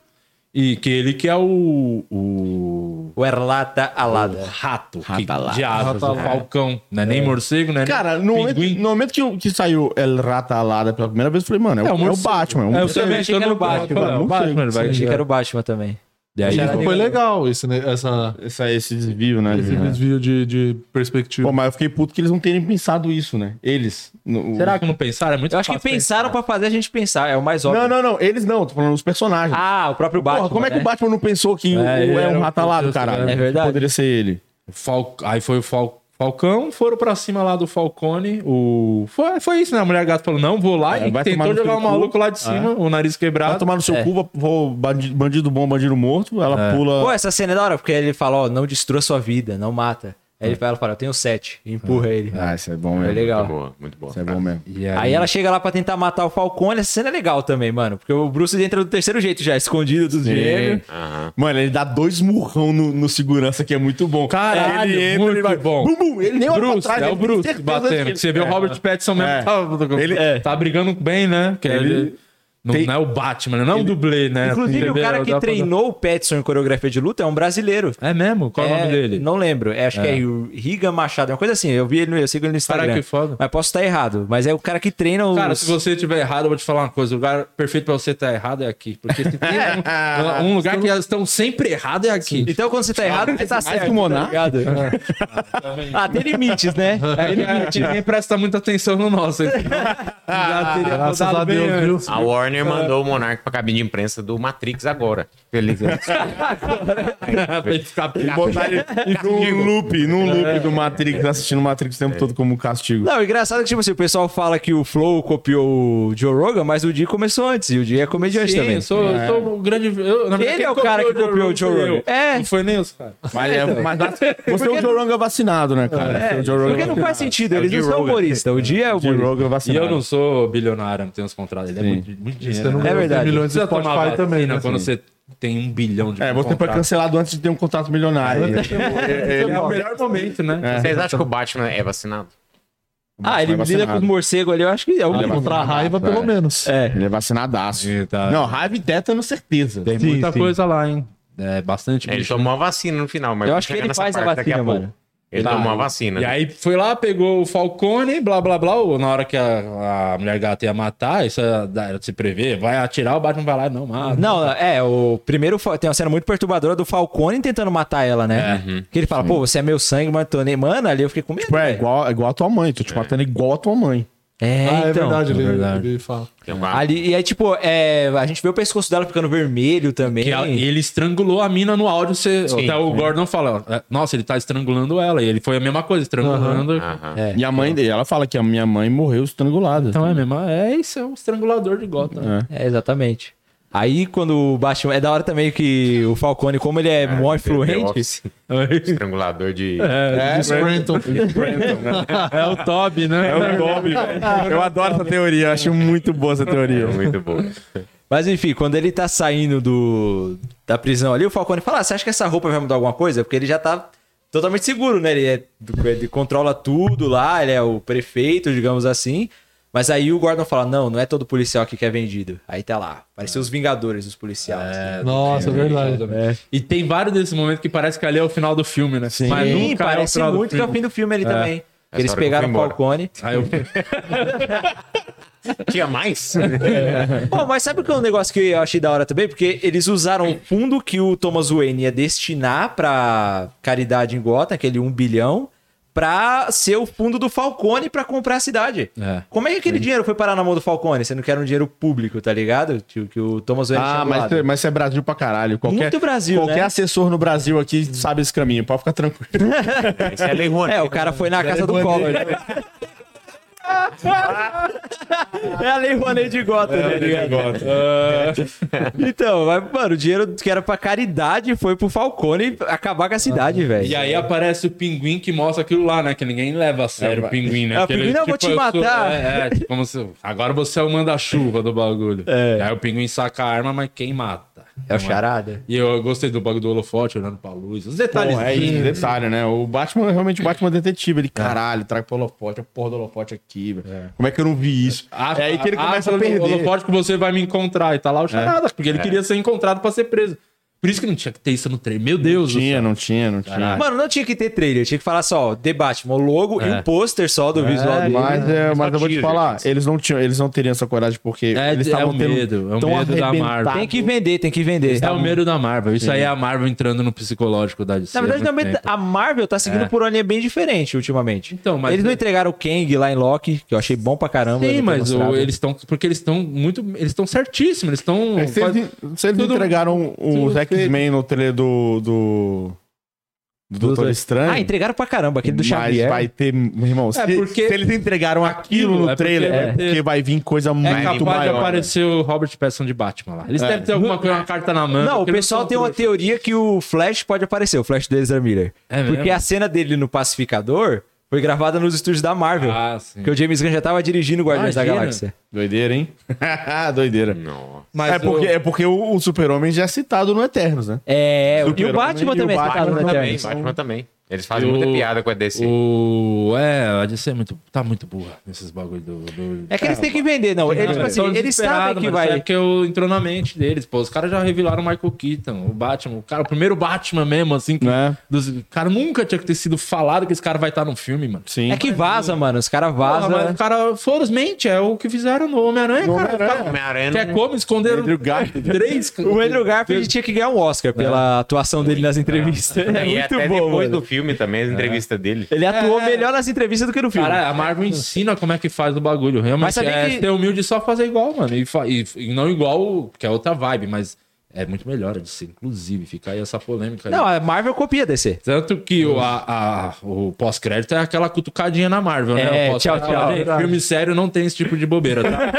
Speaker 1: e que ele que é o. o...
Speaker 2: O Erlata Alada.
Speaker 1: Rato, que
Speaker 3: Ratalada.
Speaker 1: diabos, o falcão, né? Nem morcego, né?
Speaker 3: Cara,
Speaker 1: Nem
Speaker 3: no momento,
Speaker 1: pinguim.
Speaker 3: no momento que, eu- que saiu El Ratalada pela primeira vez, eu falei, mano, é, o-
Speaker 1: É, o
Speaker 3: é o,
Speaker 1: morcego.
Speaker 3: Batman. É um
Speaker 1: É, eu
Speaker 3: morcego.
Speaker 1: também achei que era o Batman.
Speaker 3: Batman,
Speaker 1: É, o Batman, ele vai.
Speaker 2: Achei que era o Batman também.
Speaker 1: E aí,
Speaker 2: Era
Speaker 6: Então Foi legal esse, né, essa,
Speaker 3: Essa- esse desvio, né?
Speaker 6: esse desvio de, de perspectiva.
Speaker 3: Pô, mas eu fiquei puto que eles não terem pensado isso, né? Eles. no- o-
Speaker 1: será que não pensaram? É muito
Speaker 2: Eu acho que
Speaker 1: fácil
Speaker 2: pensaram pra fazer a gente pensar, é o mais óbvio.
Speaker 3: Não, não, não. Eles não. Tô falando os personagens.
Speaker 2: Ah, o próprio Batman.
Speaker 3: Porra, como é que
Speaker 2: né?
Speaker 3: o Batman não pensou que o-
Speaker 1: É,
Speaker 3: o- é,
Speaker 1: era
Speaker 3: um
Speaker 1: o-
Speaker 3: ratalado,
Speaker 1: Deus,
Speaker 3: caralho?
Speaker 1: cara.
Speaker 2: É verdade.
Speaker 3: Que Poderia ser ele.
Speaker 1: Fal- Aí foi o Fal- Falcão, foram pra cima lá do Falcone. O... Foi, foi isso, né? A mulher gato falou: não, vou lá.
Speaker 3: É,
Speaker 1: e
Speaker 3: vai tomar
Speaker 1: tentou
Speaker 3: no
Speaker 1: jogar
Speaker 3: seu
Speaker 1: o maluco
Speaker 3: cu. É.
Speaker 1: lá de cima, o nariz
Speaker 3: Vai
Speaker 1: quebrado.
Speaker 3: tomar no seu
Speaker 2: É.
Speaker 3: cu, vai- vou, bandi- bandido bom, bandido morto. Ela pula.
Speaker 2: Pô, essa cena é da hora, porque ele fala, ó, não destrua sua vida, não mata. Aí ele fala, fala, eu tenho sete, e empurra ele.
Speaker 3: Ah, isso é bom
Speaker 2: É
Speaker 3: mesmo.
Speaker 4: Muito
Speaker 2: legal.
Speaker 4: boa, muito boa.
Speaker 3: Isso é bom mesmo.
Speaker 1: E
Speaker 2: Aí ela chega lá pra tentar matar o Falcone, essa cena é legal também, mano. Porque o Bruce entra do terceiro jeito já, escondido dos gêmeos.
Speaker 4: Aham.
Speaker 3: Mano, ele dá dois murrão no, no segurança, que é muito bom.
Speaker 1: Caralho,
Speaker 3: ele entra,
Speaker 1: muito
Speaker 3: ele vai.
Speaker 1: bom.
Speaker 3: Bum, bum, ele nem olha pra
Speaker 1: Bruce,
Speaker 3: trás,
Speaker 1: é
Speaker 3: ele
Speaker 1: o
Speaker 3: tem
Speaker 1: Bruce
Speaker 3: certeza
Speaker 1: batendo.
Speaker 3: que ele-
Speaker 1: que Você vê o
Speaker 3: É.
Speaker 1: Robert Pattinson mesmo.
Speaker 3: É.
Speaker 1: Tá,
Speaker 3: Ele-
Speaker 1: é, tá brigando bem, né? Que ele,
Speaker 3: Ele-
Speaker 1: não,
Speaker 3: tem-
Speaker 1: não é o Batman, não é um dublê, né?
Speaker 2: Inclusive,
Speaker 1: Você
Speaker 2: o
Speaker 1: vê,
Speaker 2: cara
Speaker 1: dá
Speaker 2: que
Speaker 1: pra-
Speaker 2: treinou o Petson em coreografia de luta é um brasileiro.
Speaker 1: É mesmo? Qual é o nome dele?
Speaker 2: Não lembro. É, acho que é o Riga Machado, é uma coisa assim. Eu vi ele, no- eu sigo ele no Instagram.
Speaker 1: Caraca, que foda.
Speaker 2: Mas posso estar errado. Mas é o cara que treina os...
Speaker 1: Cara, se você tiver errado, eu vou te falar uma coisa. O lugar perfeito pra você estar errado é aqui. Porque se tem um, um lugar que elas estão sempre erradas é aqui.
Speaker 2: Então, quando você tá errado, você tá certo.
Speaker 3: que o Monark.
Speaker 2: tá ligado? ah, tem limites, né?
Speaker 1: É, é, ninguém presta muita atenção no nosso. então já teria
Speaker 6: Graças
Speaker 1: rodado
Speaker 6: a
Speaker 1: bem
Speaker 6: Deus,
Speaker 1: antes.
Speaker 6: viu?
Speaker 4: A Warner mandou o Monark pra cabine de imprensa do Matrix agora. é Feliz.
Speaker 1: Pra ele ficar
Speaker 3: E botar ele num loop, num
Speaker 1: É.
Speaker 3: loop do Matrix, assistindo Matrix o tempo todo como castigo.
Speaker 2: Não, o engraçado é que, tipo assim, o pessoal fala que o Flow copiou o Joe Rogan, mas o Di começou antes, e o Di é comediante
Speaker 1: Sim,
Speaker 2: também.
Speaker 1: eu sou, eu sou o grande. eu- na verdade,
Speaker 2: Ele
Speaker 1: quem
Speaker 2: é o cara que
Speaker 1: Joe
Speaker 2: copiou o Joe
Speaker 1: foi eu.
Speaker 2: Rogan. É,
Speaker 1: Não foi nem os caras.
Speaker 3: Mas, é, mas você é o Joe Rogan vacinado, né, cara? Você é o Joe Rogan
Speaker 2: porque não faz sentido, eles
Speaker 4: Joe
Speaker 2: não são
Speaker 4: Rogan.
Speaker 2: humoristas, o Di é
Speaker 3: vacinado. Joe
Speaker 2: humorista.
Speaker 3: Rogan
Speaker 1: E
Speaker 3: vacinado.
Speaker 1: eu não sou bilionário, não tenho os contratos. Ele é muito, muito dinheiro.
Speaker 6: Você
Speaker 1: né?
Speaker 6: não
Speaker 2: É
Speaker 6: ganhou
Speaker 2: verdade.
Speaker 6: 100 milhões de
Speaker 1: Precisa tomar
Speaker 6: Spotify
Speaker 1: vacina
Speaker 6: também, né?
Speaker 1: quando você tem um bilhão de
Speaker 3: É, você foi
Speaker 1: contratos.
Speaker 3: cancelado antes de ter um contrato milionário. É, ele-
Speaker 1: É o melhor momento, né?
Speaker 4: Vocês acham que o Batman é vacinado?
Speaker 2: Ah, ele lida com
Speaker 3: Vai vacinado.
Speaker 2: os morcegos ali, eu acho que é o
Speaker 3: Ele é
Speaker 2: mínimo.
Speaker 3: vacinado.
Speaker 6: Contra a raiva, pelo
Speaker 3: É.
Speaker 6: menos.
Speaker 2: É.
Speaker 3: Ele é vacinadaço.
Speaker 1: tá.
Speaker 3: Não, raiva e tétano, certeza.
Speaker 1: Tem
Speaker 6: Sim,
Speaker 1: muita
Speaker 6: sim.
Speaker 1: coisa lá, hein? É bastante.
Speaker 4: Ele
Speaker 1: bicho.
Speaker 4: tomou a vacina no final, mas
Speaker 2: Eu
Speaker 4: vamos
Speaker 2: acho que
Speaker 4: chegar
Speaker 2: ele
Speaker 4: nessa
Speaker 2: faz a
Speaker 4: parte daqui
Speaker 2: vacina,
Speaker 4: pouco.
Speaker 2: mano.
Speaker 4: Ele
Speaker 1: Tá.
Speaker 4: tomou a vacina.
Speaker 1: E aí foi lá, pegou o Falcone, blá blá blá. ou Na hora que a, a mulher gata ia matar, isso era da- era de se prever, vai atirar, o Batman vai lá e Ah, não tá. mata.
Speaker 2: Não, é, o primeiro fa- tem uma cena muito perturbadora do Falcone tentando matar ela, né?
Speaker 1: Uhum.
Speaker 2: Que ele fala, pô, você é meu sangue, mas tô nem. Mano, ali eu fiquei com medo.
Speaker 3: Tipo, é
Speaker 2: velho.
Speaker 3: igual, é igual a tua mãe, tô te matando igual a tua mãe.
Speaker 2: É,
Speaker 6: ah, é
Speaker 2: então.
Speaker 6: verdade, ele,
Speaker 1: é verdade.
Speaker 6: ele fala.
Speaker 4: Tem uma-
Speaker 2: Ali, e aí, tipo, é, a gente vê o pescoço dela ficando vermelho também.
Speaker 1: Que ela- ele estrangulou a mina no áudio. Você, até o Gordon fala: é, Nossa, ele tá estrangulando ela. E ele foi a mesma coisa, estrangulando.
Speaker 4: Aham.
Speaker 2: É.
Speaker 3: E a mãe dele, ela fala que a minha mãe morreu estrangulada.
Speaker 1: Então é mesmo. É isso, é um estrangulador de gota. né?
Speaker 2: É, exatamente. Aí quando o Batman. É da hora também que o Falcone, como ele é, mó influente.
Speaker 4: Estrangulador de.
Speaker 3: É,
Speaker 6: Scranton.
Speaker 1: É o Toby, né?
Speaker 3: Ah, é o Bob, velho. Eu adoro essa teoria, eu acho muito boa essa teoria.
Speaker 4: Muito bom.
Speaker 2: Mas enfim, quando ele tá saindo do, da prisão ali, o Falcone fala: ah, você acha que essa roupa vai mudar alguma coisa? Porque ele já tá totalmente seguro, né? Ele, é- ele controla tudo lá, ele é o prefeito, digamos assim. Mas aí o Gordon fala: não, não é todo policial aqui que é vendido. Aí tá lá, parecia os Vingadores, os policiais. né?
Speaker 1: É,
Speaker 6: Nossa, é verdade.
Speaker 1: E tem vários desses momentos que parece que ali é o final do filme, né? Sim,
Speaker 2: Mas Sim, parece muito que é o fim do filme ali também. Eles
Speaker 4: hora que eu
Speaker 2: pegaram o
Speaker 4: fui embora.
Speaker 2: Falcone.
Speaker 1: Aí eu...
Speaker 4: Tinha mais?
Speaker 2: Bom, mas sabe o que é um negócio que eu achei da hora também? Porque eles usaram o fundo que o Thomas Wayne ia destinar pra caridade em Gotham, aquele 1 bilhão, pra ser o fundo do Falcone pra comprar a cidade.
Speaker 1: É.
Speaker 2: Como é que aquele dinheiro foi parar na mão do Falcone? Você não quer um dinheiro público, tá ligado? Que, que o Thomas Wayne
Speaker 3: Ah,
Speaker 2: tinha
Speaker 3: mas,
Speaker 2: doado.
Speaker 3: mas isso é Brasil pra caralho. Qualquer,
Speaker 2: Muito Brasil,
Speaker 3: Qualquer
Speaker 2: né?
Speaker 3: assessor no Brasil aqui sabe esse caminho, pode ficar tranquilo.
Speaker 4: Esse é a Lei Rouanet.
Speaker 2: É, o cara foi na casa do Collor. É a Lei Rouanet de Gotham, né? ligado?
Speaker 1: É.
Speaker 2: Então, mas, mano, o dinheiro que era pra caridade foi pro Falcone acabar com a cidade, velho.
Speaker 1: E aí aparece o pinguim que mostra aquilo lá, né? Que ninguém leva a sério o pinguim, né?
Speaker 2: É, o
Speaker 1: Que ele,
Speaker 2: pinguim, não, eu vou te
Speaker 1: eu sou-
Speaker 2: matar.
Speaker 1: É, é, tipo, como se- agora você é o manda-chuva do bagulho.
Speaker 2: É.
Speaker 1: Aí o pinguim saca a arma, mas quem mata?
Speaker 2: É
Speaker 1: Não
Speaker 2: o charada.
Speaker 1: E eu gostei do bagulho do holofote, olhando pra luz. Os detalhes.
Speaker 3: Porra, é isso, detalhe, né? O Batman é realmente o Batman detetive. Ele, caralho, traga pro holofote, a porra do holofote aqui, velho. Como é que eu não vi isso? é aí que ele começa a
Speaker 1: O
Speaker 3: perder. É.
Speaker 1: holofote é que você vai me encontrar. E tá lá o charada, porque ele queria ser encontrado pra ser preso. Por isso que não tinha que ter isso no trem. Meu Deus do
Speaker 3: Tinha, não tinha, não tinha.
Speaker 2: Mano, não tinha que ter trailer, tinha que falar só, ó, The Batman, o logo
Speaker 1: É.
Speaker 2: e um pôster só do visual dele.
Speaker 3: Mas, é, mas eu vou te
Speaker 4: teaser,
Speaker 3: falar, eles não, tinham, eles não teriam essa coragem porque
Speaker 1: É,
Speaker 3: eles
Speaker 1: é
Speaker 3: estavam
Speaker 1: o
Speaker 3: tendo
Speaker 1: medo, é o
Speaker 3: tão
Speaker 1: medo da Marvel.
Speaker 3: arrebentado.
Speaker 2: Tem que vender, tem que vender.
Speaker 1: Isso é o medo da Marvel. Isso aí é a Marvel entrando no psicológico da DC.
Speaker 2: Na verdade,
Speaker 1: há
Speaker 3: é
Speaker 1: muito
Speaker 2: também
Speaker 1: tempo.
Speaker 2: a Marvel tá seguindo por uma linha bem diferente ultimamente.
Speaker 1: É. Então, mas-
Speaker 2: Eles não entregaram o Kang lá em Loki, que eu achei bom pra caramba.
Speaker 1: Sim,
Speaker 2: ele
Speaker 1: mas o-
Speaker 2: mostrado.
Speaker 1: eles estão. Porque eles estão muito. Eles estão certíssimos. Eles estão.
Speaker 3: É que se
Speaker 1: faz-
Speaker 3: eles, se eles
Speaker 1: tudo-
Speaker 3: entregaram um os
Speaker 1: tudo
Speaker 3: X-Men no trailer do. do. do Doutor Estranho.
Speaker 2: Ah, entregaram pra caramba, aquele do
Speaker 3: Mas
Speaker 2: Xavier. É,
Speaker 3: vai ter, meu irmão, se,
Speaker 1: É, porque-
Speaker 3: se eles entregaram aquilo,
Speaker 1: Aquilo,
Speaker 3: no
Speaker 1: é porque
Speaker 3: trailer,
Speaker 1: vai
Speaker 3: é
Speaker 1: ter-
Speaker 3: porque vai vir coisa
Speaker 1: É capaz
Speaker 3: muito
Speaker 1: de
Speaker 3: maior. né? É.
Speaker 1: aparecer o Robert Pattinson de Batman lá. Eles devem ter alguma coisa, uma carta na mão.
Speaker 2: Não, o pessoal tem uma teoria que o Flash pode aparecer, o Flash do Ezra Miller.
Speaker 1: É mesmo?
Speaker 2: porque a cena dele no Pacificador foi gravada nos estúdios da Marvel.
Speaker 1: Ah, sim.
Speaker 2: Porque o James Gunn já tava dirigindo Guardiões da
Speaker 1: Imagina.
Speaker 2: Galáxia.
Speaker 3: Doideira, hein? Doideira.
Speaker 1: Mas
Speaker 3: é, porque,
Speaker 1: o-
Speaker 3: é porque o, o Super-Homem já é citado no Eternos, né?
Speaker 2: É, e o
Speaker 3: Super-Homem
Speaker 2: Batman
Speaker 3: e o
Speaker 2: também é
Speaker 3: Batman
Speaker 2: citado na
Speaker 3: também.
Speaker 2: Terra.
Speaker 4: Também, Batman também. Eles fazem
Speaker 1: E o-
Speaker 4: muita piada com a DC.
Speaker 1: O. É, a DC é muito, tá muito burra nesses bagulho do. do...
Speaker 2: É que eles têm que vender, não. Eles, tipo assim,
Speaker 1: tão
Speaker 2: eles
Speaker 1: desesperados,
Speaker 2: sabem que
Speaker 1: mano.
Speaker 2: vai.
Speaker 1: É porque eu, entrou na mente deles, pô. Os caras já revelaram o Michael Keaton, o Batman, o cara, o primeiro Batman mesmo, assim. Que,
Speaker 3: Né?
Speaker 1: dos- o cara nunca tinha que ter sido falado que esse cara vai estar no filme, mano.
Speaker 3: Sim.
Speaker 2: É que vaza, mano. Os caras
Speaker 1: Ah, mas
Speaker 2: vazam.
Speaker 1: o cara, foram mente, é o que fizeram no Homem-Aranha,
Speaker 3: No
Speaker 1: cara.
Speaker 3: Homem-Aranha.
Speaker 1: Cara,
Speaker 4: Tá Homem-Aranha
Speaker 1: Que é
Speaker 4: não-
Speaker 1: como esconderam
Speaker 3: Andrew Garfield.
Speaker 1: três.
Speaker 2: O Andrew Garfield tinha que ganhar um Oscar pela atuação dele nas entrevistas. É
Speaker 4: e até
Speaker 2: muito bom,
Speaker 4: depois
Speaker 2: mano.
Speaker 4: do filme também, as entrevistas dele.
Speaker 2: Ele atuou
Speaker 1: É.
Speaker 2: melhor nas entrevistas do que no filme.
Speaker 1: Cara, a Marvel ensina como é que faz o bagulho.
Speaker 2: Mas
Speaker 1: Realmente,
Speaker 2: sabia
Speaker 1: é
Speaker 2: que-
Speaker 1: ser humilde e só fazer igual, mano. E, fa- e- e não igual, que é outra vibe, mas é muito melhor a de ser, inclusive. Fica aí essa polêmica aí.
Speaker 2: Não, a Marvel copia DC.
Speaker 1: Tanto que o, a- a- o pós-crédito é aquela cutucadinha na Marvel, né?
Speaker 2: É,
Speaker 1: O pós-crédito
Speaker 2: tchau, tchau.
Speaker 1: fala, "Gente, Filme sério não tem esse tipo de bobeira, tá?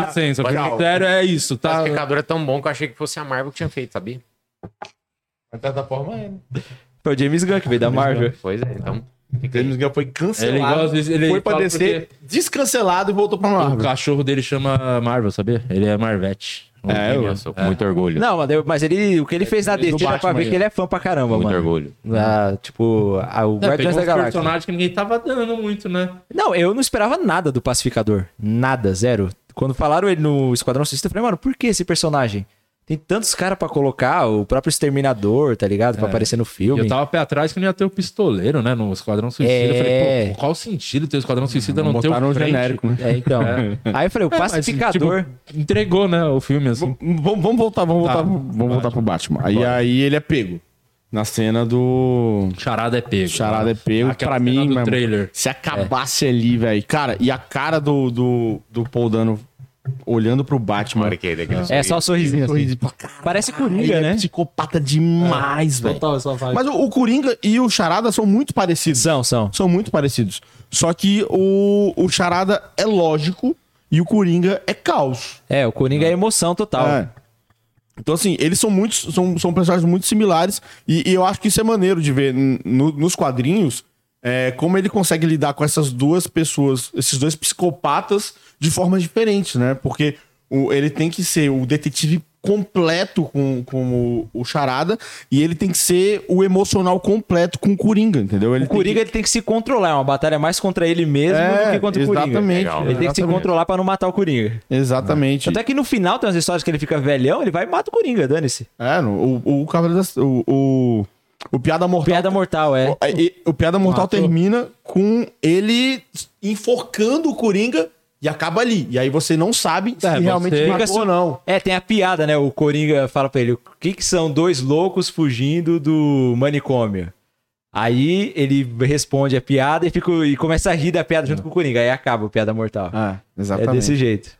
Speaker 1: Dá licença, filme
Speaker 4: Tchau.
Speaker 1: sério é isso,
Speaker 4: O
Speaker 1: tá?
Speaker 4: pacificador é tão bom que eu achei que fosse a Marvel que tinha feito, sabia?
Speaker 3: De certa forma é. né?
Speaker 2: Foi o James Gunn que veio da Marvel.
Speaker 4: Pois é, então.
Speaker 3: James Gunn foi
Speaker 1: É, Ele
Speaker 3: cancelado.
Speaker 1: gosta de- ele
Speaker 3: foi pra
Speaker 1: fala
Speaker 3: descer, descancelado e voltou pra
Speaker 1: O
Speaker 3: Marvel.
Speaker 1: cachorro dele chama Marvel, sabia? Ele é Marvete.
Speaker 3: É, eu-
Speaker 4: eu sou com muito orgulho.
Speaker 2: Não, mas eu- mas ele, o que ele fez na DC dá pra
Speaker 3: Batman,
Speaker 2: ver que ele é fã pra caramba,
Speaker 4: muito
Speaker 2: mano.
Speaker 4: orgulho.
Speaker 2: Ah, tipo, a- o
Speaker 1: É,
Speaker 2: Guardiões
Speaker 1: pegou
Speaker 2: da
Speaker 1: um
Speaker 2: Galáxia.
Speaker 1: personagem que ninguém tava dando muito, né?
Speaker 2: Não, eu não esperava nada do Pacificador. Nada, zero. Quando falaram ele no Esquadrão Suicida, eu falei, mano, por que esse personagem? Tem tantos caras pra colocar, o próprio Exterminador, tá ligado? Pra aparecer no
Speaker 1: É. E
Speaker 2: filme.
Speaker 1: eu tava pé atrás que não ia ter o pistoleiro, né? No Esquadrão Suicida. Eu
Speaker 2: É.
Speaker 1: falei, pô, qual o sentido ter o Esquadrão Suicida não, ter o
Speaker 3: Botaram um
Speaker 1: frente?
Speaker 3: genérico, né?
Speaker 2: É, então. Aí eu falei, o
Speaker 1: É, mas,
Speaker 2: Pacificador.
Speaker 1: tipo, entregou, né? O filme, assim.
Speaker 3: Vamos vamos voltar, vamos
Speaker 1: Tá.
Speaker 3: voltar, pro- vamos voltar pro Batman. Aí, aí ele é pego. Na cena do.
Speaker 1: Charada é
Speaker 5: né?
Speaker 1: pego.
Speaker 3: Charada é pego.
Speaker 1: Aquela
Speaker 3: pra
Speaker 1: cena do
Speaker 3: mim, meu irmão,
Speaker 1: trailer.
Speaker 3: se acabasse ali, velho. Cara, e a cara do, do, do Paul Dano olhando pro Batman.
Speaker 4: Olha que daquele
Speaker 2: É, só o sorrisinho. assim.
Speaker 3: Sorriso pra caralho,
Speaker 2: Parece Coringa,
Speaker 3: ele é
Speaker 2: né?
Speaker 3: psicopata
Speaker 1: É,
Speaker 3: demais, velho.
Speaker 6: Total essa vibe.
Speaker 3: Mas o, o Coringa e o Charada são muito parecidos.
Speaker 2: São, são.
Speaker 3: São muito parecidos. Só que o, o Charada é lógico e o Coringa é caos.
Speaker 2: É, o Coringa é emoção total.
Speaker 3: É. Então, assim, eles são muitos. São, são personagens muito similares. E, e eu acho que isso é maneiro de ver n- no- nos quadrinhos. é, como ele consegue lidar com essas duas pessoas, esses dois psicopatas, de formas diferentes, né? Porque o- ele tem que ser o detetive completo com, com o, o Charada e ele tem que ser o emocional completo com o Coringa, entendeu? Ele
Speaker 2: O Coringa
Speaker 3: tem
Speaker 2: ele tem que se controlar, é uma batalha mais contra ele
Speaker 3: que...
Speaker 2: mesmo do
Speaker 3: é,
Speaker 2: que contra o Coringa.
Speaker 3: exatamente.
Speaker 4: Legal.
Speaker 2: Ele tem que se
Speaker 3: exatamente.
Speaker 2: controlar pra não matar o Coringa.
Speaker 3: Exatamente.
Speaker 2: Tanto é que no final tem umas histórias que ele fica velhão, ele vai e mata o Coringa, dane-se.
Speaker 3: É, no- o, o Cavaleiro das... O, o, o Piada Mortal...
Speaker 2: Piada mortal, é.
Speaker 3: O- e- O Piada Mortal termina com ele enforcando o Coringa e acaba ali. E aí você não sabe se realmente
Speaker 2: fica
Speaker 3: matou
Speaker 2: su-
Speaker 3: ou não.
Speaker 2: É, tem a piada, né? O Coringa fala pra ele: o que, que são dois loucos fugindo do manicômio? Aí ele responde a piada e, fica, e começa a rir da piada junto com o Coringa. Aí acaba o piada mortal.
Speaker 3: É,
Speaker 2: é desse jeito.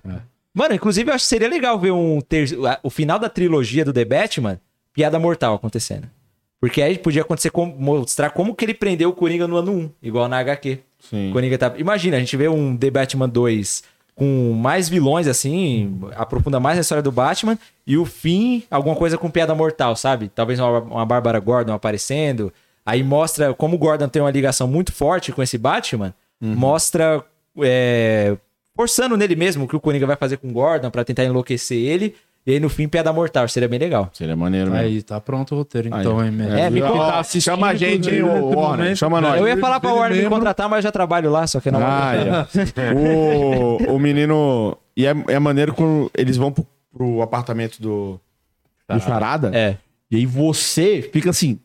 Speaker 2: Mano, inclusive eu acho que seria legal ver um ter... a- o final da trilogia do The Batman, piada mortal acontecendo. Porque aí podia acontecer com- mostrar como que ele prendeu o Coringa no ano 1, igual na HQ.
Speaker 3: Sim.
Speaker 2: O Coringa tá. Imagina, a gente vê um The Batman 2 com mais vilões, assim, aprofunda mais a história do Batman, e o fim, alguma coisa com piada mortal, sabe? Talvez uma, uma Bárbara Gordon aparecendo. Aí mostra como o Gordon tem uma ligação muito forte com esse Batman, mostra. é, forçando nele mesmo o que o Coringa vai fazer com o Gordon pra tentar enlouquecer ele. E aí no fim, piada mortal, seria bem legal.
Speaker 3: Seria maneiro mesmo.
Speaker 5: Aí, tá pronto o roteiro,
Speaker 3: né? Aí,
Speaker 5: então, hein,
Speaker 3: É,
Speaker 5: Mary?
Speaker 2: me
Speaker 3: ó,
Speaker 2: conta-
Speaker 3: chama a gente, hein, ô, Warner. Chama nós.
Speaker 2: Eu ia falar pra
Speaker 6: Ele
Speaker 2: Warner me
Speaker 6: lembra-
Speaker 2: contratar, mas eu já trabalho lá, só que não.
Speaker 3: Ah, é. o, o menino. E é, é maneiro quando eles vão pro, pro apartamento do, do Charada.
Speaker 2: É.
Speaker 3: E aí você fica assim.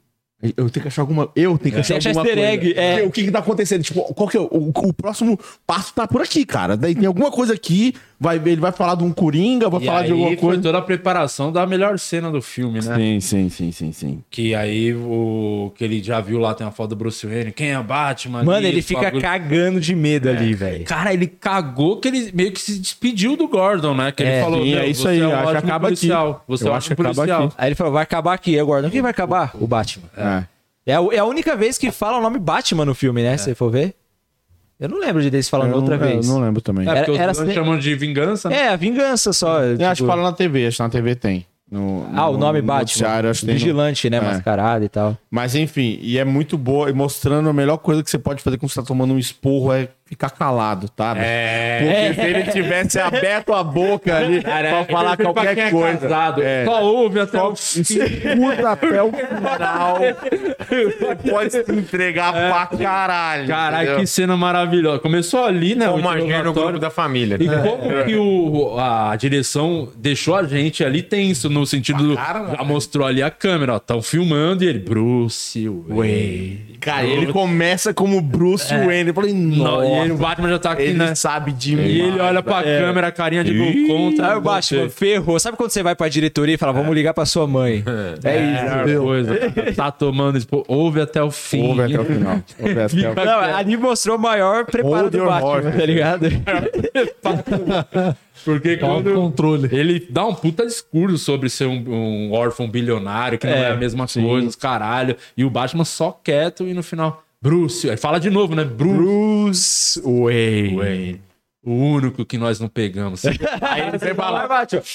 Speaker 3: Eu tenho que achar alguma. Eu tenho que achar
Speaker 2: Tem que achar
Speaker 3: alguma
Speaker 2: É. easter egg,
Speaker 3: coisa.
Speaker 2: é.
Speaker 3: O que, que tá acontecendo? Tipo, qual que é o, o próximo passo tá por aqui, cara. Daí tem alguma coisa aqui. Vai, ele vai falar de um Coringa, vai
Speaker 5: E
Speaker 3: falar
Speaker 5: aí
Speaker 3: de alguma
Speaker 5: foi
Speaker 3: coisa.
Speaker 5: toda a preparação da melhor cena do filme, né?
Speaker 3: Sim, sim, sim, sim, sim.
Speaker 5: Que aí o que ele já viu lá tem uma foto do Bruce Wayne. Quem é Batman?
Speaker 2: Mano, ele
Speaker 5: Isso,
Speaker 2: fica
Speaker 5: bagulho.
Speaker 2: cagando de medo ali, velho.
Speaker 5: Cara, ele cagou que ele meio que se despediu do Gordon, né? Que ele
Speaker 2: É,
Speaker 5: falou:
Speaker 3: sim,
Speaker 5: "Meu,
Speaker 3: é isso
Speaker 5: você
Speaker 3: aí,
Speaker 5: é um
Speaker 3: acho que
Speaker 5: ótimo
Speaker 3: acaba aqui.
Speaker 5: policial. Você
Speaker 3: Eu
Speaker 5: é um
Speaker 3: acho que
Speaker 5: ótimo
Speaker 3: acaba
Speaker 5: policial.
Speaker 3: aqui.
Speaker 2: Aí ele falou, vai acabar aqui, agora. Quem vai acabar? O Batman.
Speaker 3: É.
Speaker 2: É, o- é a única vez que fala o nome Batman no filme, né? Se você for ver. Eu não lembro de deles falando
Speaker 3: É. Eu
Speaker 2: outra
Speaker 3: não,
Speaker 2: vez.
Speaker 3: Eu não lembro também.
Speaker 5: É,
Speaker 2: Era-
Speaker 5: porque os
Speaker 2: era
Speaker 5: dois
Speaker 2: se-
Speaker 5: chamam de vingança, né?
Speaker 2: É, a vingança só.
Speaker 3: Eu acho
Speaker 2: tipo-
Speaker 3: que fala na TV, acho que na TV tem. No-
Speaker 2: Ah, o
Speaker 3: no-
Speaker 2: nome
Speaker 3: no noticiário,
Speaker 2: Batman.
Speaker 3: acho que tem no-
Speaker 2: Vigilante, né?
Speaker 3: É.
Speaker 2: Mascarado e tal.
Speaker 3: Mas enfim, e é muito boa, e mostrando a melhor coisa que você pode fazer quando você tá tomando um esporro é ficar calado, tá? É. Porque se ele tivesse aberto a boca ali pra falar
Speaker 5: Pra
Speaker 3: qualquer
Speaker 5: quem é
Speaker 3: coisa.
Speaker 5: casado,
Speaker 3: é.
Speaker 5: Só ouve até
Speaker 3: Só
Speaker 5: o
Speaker 3: escuta até o final. Você pode se entregar pra caralho.
Speaker 1: Caralho,
Speaker 3: entendeu?
Speaker 1: que cena maravilhosa. Começou ali, né? o
Speaker 4: Homenagem é no
Speaker 1: interrogatório.
Speaker 4: grupo da família.
Speaker 3: É,
Speaker 1: E como que o, a direção deixou a gente ali tenso, no sentido do. Já mostrou ali a câmera, ó. Tão filmando e ele. Bruce Wayne.
Speaker 3: Cara, ele começa como Bruce
Speaker 4: É.
Speaker 3: Wayne. Eu falei,
Speaker 1: Não, e
Speaker 3: nossa,
Speaker 1: ele, o Batman já tá aqui,
Speaker 3: ele
Speaker 1: né?
Speaker 3: sabe demais. é
Speaker 1: E ele olha pra câmera, carinha de gol contra.
Speaker 2: Aí o Batman ferrou. Sabe quando você vai pra diretoria e fala, vamos ligar pra sua mãe? É isso.
Speaker 1: Melhor coisa. Tá tomando. Tipo, ouve até o fim.
Speaker 3: Ouve até o final. Ouve até o final.
Speaker 2: Não, ali mostrou o maior preparo
Speaker 3: É. Hold
Speaker 2: do
Speaker 3: your
Speaker 2: Batman,
Speaker 3: horses.
Speaker 2: tá ligado?
Speaker 1: Porque
Speaker 6: Tá o
Speaker 1: quando.
Speaker 6: controle.
Speaker 1: Ele dá um puta discurso sobre ser um, um órfão bilionário, que não é,
Speaker 2: É,
Speaker 1: a mesma coisa, os caralho. E o Batman só quieto e no final, Bruce. Aí fala de novo, né? Bruce.
Speaker 2: Bruce Wayne.
Speaker 1: Wayne. O único que nós não pegamos.
Speaker 2: Você fala, Batman.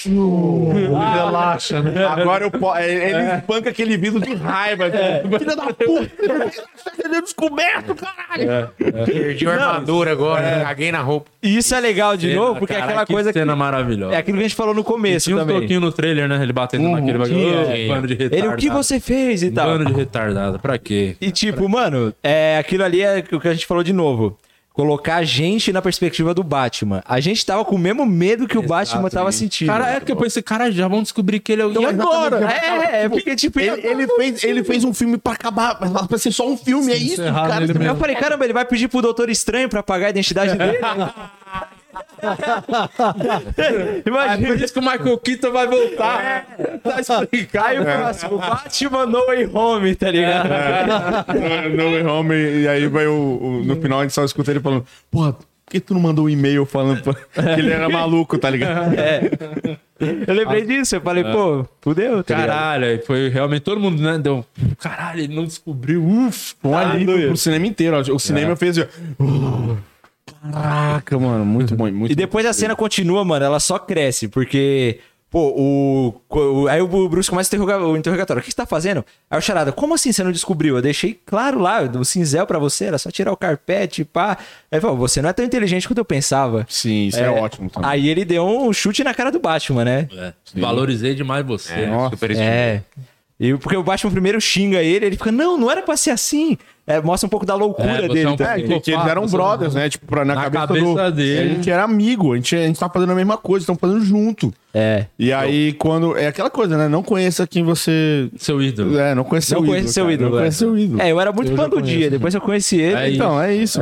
Speaker 6: Relaxa, né?
Speaker 3: Agora eu po... é, ele ele espanca aquele vidro de raiva. né? Filha da puta! Ele é descoberto, caralho! é.
Speaker 4: Perdi a armadura agora, caguei na roupa.
Speaker 2: E isso é legal de novo, porque é
Speaker 1: Caralho,
Speaker 2: aquela
Speaker 1: que
Speaker 2: coisa que.
Speaker 1: cena
Speaker 2: É
Speaker 1: maravilhosa.
Speaker 2: aquilo que a gente falou no
Speaker 1: E
Speaker 2: começo
Speaker 1: Tinha um
Speaker 2: também. Um
Speaker 1: toquinho no trailer, né? Ele batendo naquele bagulho.
Speaker 4: tinha.
Speaker 1: Oh, bando de retardado.
Speaker 2: Ele, o que você fez e tal.
Speaker 1: Bando de retardado. Pra quê?
Speaker 2: E tipo, mano, é, aquilo ali é o que a gente falou de novo. Colocar a gente na perspectiva do Batman. A gente tava com o mesmo medo que o Batman tava sentindo.
Speaker 1: Cara, é que eu pensei, cara, já vão descobrir que ele é o.
Speaker 2: e agora? É, é porque tipo...
Speaker 3: Ele, ele fez, ele fez um filme pra acabar, pra ser só um filme, é isso,
Speaker 6: encerrar
Speaker 3: cara.
Speaker 6: nele
Speaker 2: Eu
Speaker 6: mesmo.
Speaker 2: falei, caramba, ele vai pedir pro Doutor Estranho pra pagar a identidade dele? Imagina. É.
Speaker 1: Por isso que o Michael Keaton vai voltar. Tá explicado.
Speaker 2: Aí o próximo, Batman No Way Home, tá ligado?
Speaker 3: Não é home, e aí vai o, o- No final a gente só escuta ele falando, porra, por que tu não mandou um e-mail falando pra- que ele era maluco, tá ligado?
Speaker 2: Eu lembrei disso, eu falei, pô, fudeu, tá ligado?
Speaker 1: Caralho, aí foi realmente todo mundo, né? Deu. um, Caralho, ele não descobriu. Ufa.
Speaker 3: Um alívio pro cinema inteiro. ó. O cinema fez. ó, "Uh, Caraca, mano, muito bom, muito
Speaker 2: E depois a cena continua, mano, ela só cresce, porque Pô, o, o- Aí o Bruce começa a interrogar o interrogatório. O que você tá fazendo? Aí o Charada, como assim você não descobriu? Eu deixei claro lá, do cinzel pra você, era só tirar o carpete, pá. Aí ele falou, você não é tão inteligente quanto eu pensava.
Speaker 3: Sim, isso é, ótimo também.
Speaker 2: Aí ele deu um chute na cara do Batman, né?
Speaker 1: É, valorizei demais você.
Speaker 4: É,
Speaker 3: Nossa.
Speaker 4: super
Speaker 2: É. E porque o Batman primeiro xinga ele, ele fica, não, não era pra ser assim. É, mostra um pouco da loucura
Speaker 1: É, você
Speaker 2: dele.
Speaker 1: é um
Speaker 2: também.
Speaker 3: É, que, que eles eram brothers, né? Tipo, pra- na,
Speaker 1: Na
Speaker 3: cabeça,
Speaker 1: cabeça
Speaker 3: do...
Speaker 1: dele.
Speaker 3: A gente era amigo, a gente, a gente tá fazendo a mesma coisa, estamos fazendo junto.
Speaker 2: É.
Speaker 3: E aí, quando. É aquela coisa, né? Não conheça quem você.
Speaker 1: Seu ídolo.
Speaker 3: É, não conhece
Speaker 2: Não
Speaker 3: seu
Speaker 2: conheço
Speaker 3: ídolo.
Speaker 2: seu
Speaker 3: cara,
Speaker 2: ídolo.
Speaker 3: Não
Speaker 2: é.
Speaker 3: conhece seu ídolo.
Speaker 2: É, eu era muito fã do dia, depois eu conheci ele.
Speaker 1: Aí,
Speaker 3: Então, é isso.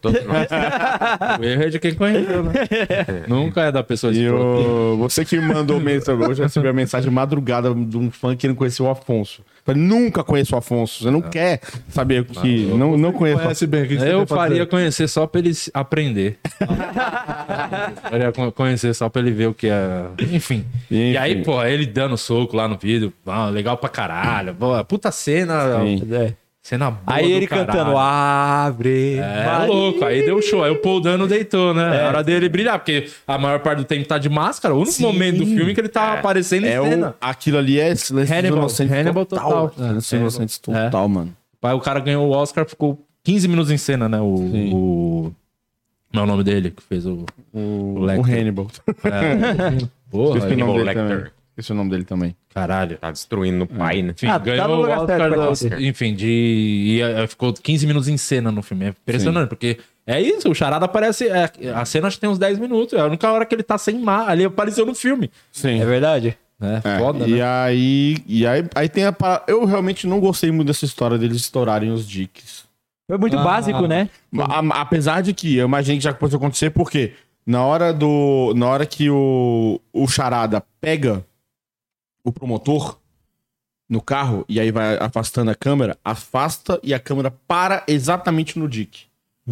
Speaker 4: Todo mundo-
Speaker 1: O erro é de quem conheceu, né? Nunca é da pessoa
Speaker 3: E
Speaker 1: escrota.
Speaker 3: o... você que me mandou mensagem hoje, eu recebi a mensagem de madrugada de um fã que não conheceu o Afonso. Eu Falei, nunca conheço o Afonso. Você não
Speaker 1: Ah.
Speaker 3: quer saber o que. Não, não conheço. o Afonso.
Speaker 6: Conhece assim, bem. O que que você
Speaker 1: Eu
Speaker 6: tem pra
Speaker 1: faria
Speaker 6: dizer?
Speaker 1: conhecer só pra ele se- aprender. Eu faria con- conhecer só pra ele ver o que é. Enfim.
Speaker 3: Enfim.
Speaker 1: E aí, pô, ele dando soco lá no vídeo. ah, legal pra caralho. Boa, Puta cena.
Speaker 3: Sim.
Speaker 2: É.
Speaker 1: Cena boa.
Speaker 2: Aí
Speaker 1: do
Speaker 2: ele
Speaker 1: caralho.
Speaker 2: cantando, abre.
Speaker 1: É
Speaker 2: Maria.
Speaker 1: louco, aí deu show. Aí o Paul Dano deitou, né? É. hora dele brilhar, porque a maior parte do tempo tá de máscara. O único momento do filme que ele tá aparecendo em
Speaker 3: É o...
Speaker 1: cena.
Speaker 3: Aquilo ali é silêncio
Speaker 1: Hannibal,
Speaker 3: inocente
Speaker 1: Hannibal total. É,
Speaker 3: cara. Silêncio
Speaker 1: Hannibal.
Speaker 3: inocente total, mano.
Speaker 1: Aí o cara ganhou o Oscar, ficou 15 minutos em cena, né? O.
Speaker 3: Sim.
Speaker 1: o... Não é o nome dele que fez o.
Speaker 3: O,
Speaker 1: Lecter.
Speaker 3: o Hannibal.
Speaker 1: Porra,
Speaker 3: Esqueci o nome
Speaker 4: Hannibal
Speaker 3: dele também.
Speaker 4: Lecter.
Speaker 3: Esqueci o nome dele também.
Speaker 1: caralho.
Speaker 4: Tá destruindo o pai, né?
Speaker 1: Enfim,
Speaker 2: Ah, tá no
Speaker 1: ganhou o
Speaker 2: lugar certo
Speaker 1: Oscar,
Speaker 2: pra
Speaker 1: do-
Speaker 2: Oscar.
Speaker 1: enfim, de e, eh, ficou 15 minutos em cena no filme. É impressionante, porque é isso, o Charada aparece. é, a cena acho que tem uns 10 minutos. É a única hora que ele tá sem mar. Ali apareceu no filme.
Speaker 3: Sim.
Speaker 2: É verdade?
Speaker 1: É,
Speaker 3: É,
Speaker 1: foda,
Speaker 3: e
Speaker 1: né?
Speaker 3: aí, e aí, aí tem a parada. Eu realmente não gostei muito dessa história deles estourarem os dicks.
Speaker 2: Foi muito básico, né?
Speaker 3: A- a- apesar de que eu imaginei que já pode acontecer, porque na hora do. Na hora que o, o Charada pega o promotor no carro e aí vai afastando a câmera, afasta e a câmera para exatamente no dick. Hum.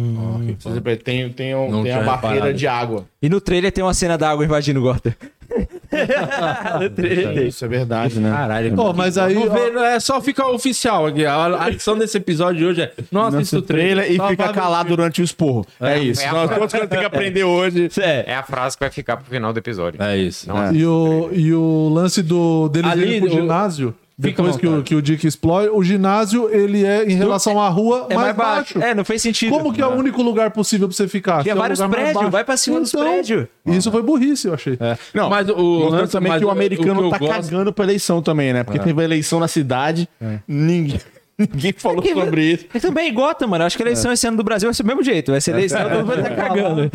Speaker 3: Você vê, tem, tem, um-
Speaker 1: Não
Speaker 3: tem a
Speaker 1: tinha
Speaker 3: barreira
Speaker 1: reparado.
Speaker 3: de água.
Speaker 2: E no trailer tem uma cena da água invadindo o Gotham.
Speaker 1: né?
Speaker 2: no trailer tem.
Speaker 3: Isso é verdade, né?
Speaker 1: Caralho,
Speaker 6: Ó, mas aí,
Speaker 1: Vamos
Speaker 6: ó,
Speaker 1: ver, é só ficar oficial aqui. A a edição desse episódio de hoje é. Nossa,
Speaker 3: Lança
Speaker 1: isso
Speaker 3: o trailer e
Speaker 1: só
Speaker 3: fica
Speaker 1: vai ver o
Speaker 3: calado
Speaker 1: filme.
Speaker 3: durante o esporro. É, isso.
Speaker 4: é a-
Speaker 3: Nós todos que tem que aprender hoje.
Speaker 2: É.
Speaker 4: É a frase que vai ficar pro final do episódio.
Speaker 1: É isso.
Speaker 4: Não, assim,
Speaker 6: E o, e o lance do, deles
Speaker 1: Ali,
Speaker 6: irem pro
Speaker 1: o-
Speaker 6: ginásio,
Speaker 1: Fica à
Speaker 6: depois que o,
Speaker 1: vontade.
Speaker 6: que o Dick explode, o ginásio, ele é em relação à rua
Speaker 2: É mais baixo. É, não fez sentido.
Speaker 6: Como que é o único lugar possível pra você
Speaker 2: Tinha
Speaker 6: ficar? Se é o
Speaker 2: vários
Speaker 6: lugar mais
Speaker 2: prédios,
Speaker 6: baixo. Então,
Speaker 2: vai pra cima dos prédios.
Speaker 6: Isso foi burrice, eu achei.
Speaker 3: Não,
Speaker 1: Mas o
Speaker 3: mostrando
Speaker 1: lance-
Speaker 3: também
Speaker 1: mas é,
Speaker 3: que o
Speaker 1: o- o
Speaker 3: americano
Speaker 1: que eu
Speaker 3: tá
Speaker 1: gosto-
Speaker 3: cagando pra eleição também, né? Porque teve a eleição na cidade, ninguém, ninguém falou
Speaker 2: que-
Speaker 3: sobre isso.
Speaker 2: E também Gotham, mano. Acho que a
Speaker 1: É.
Speaker 2: eleição esse ano do Brasil vai ser do mesmo jeito. Vai ser eleição, todo mundo vai tá cagando.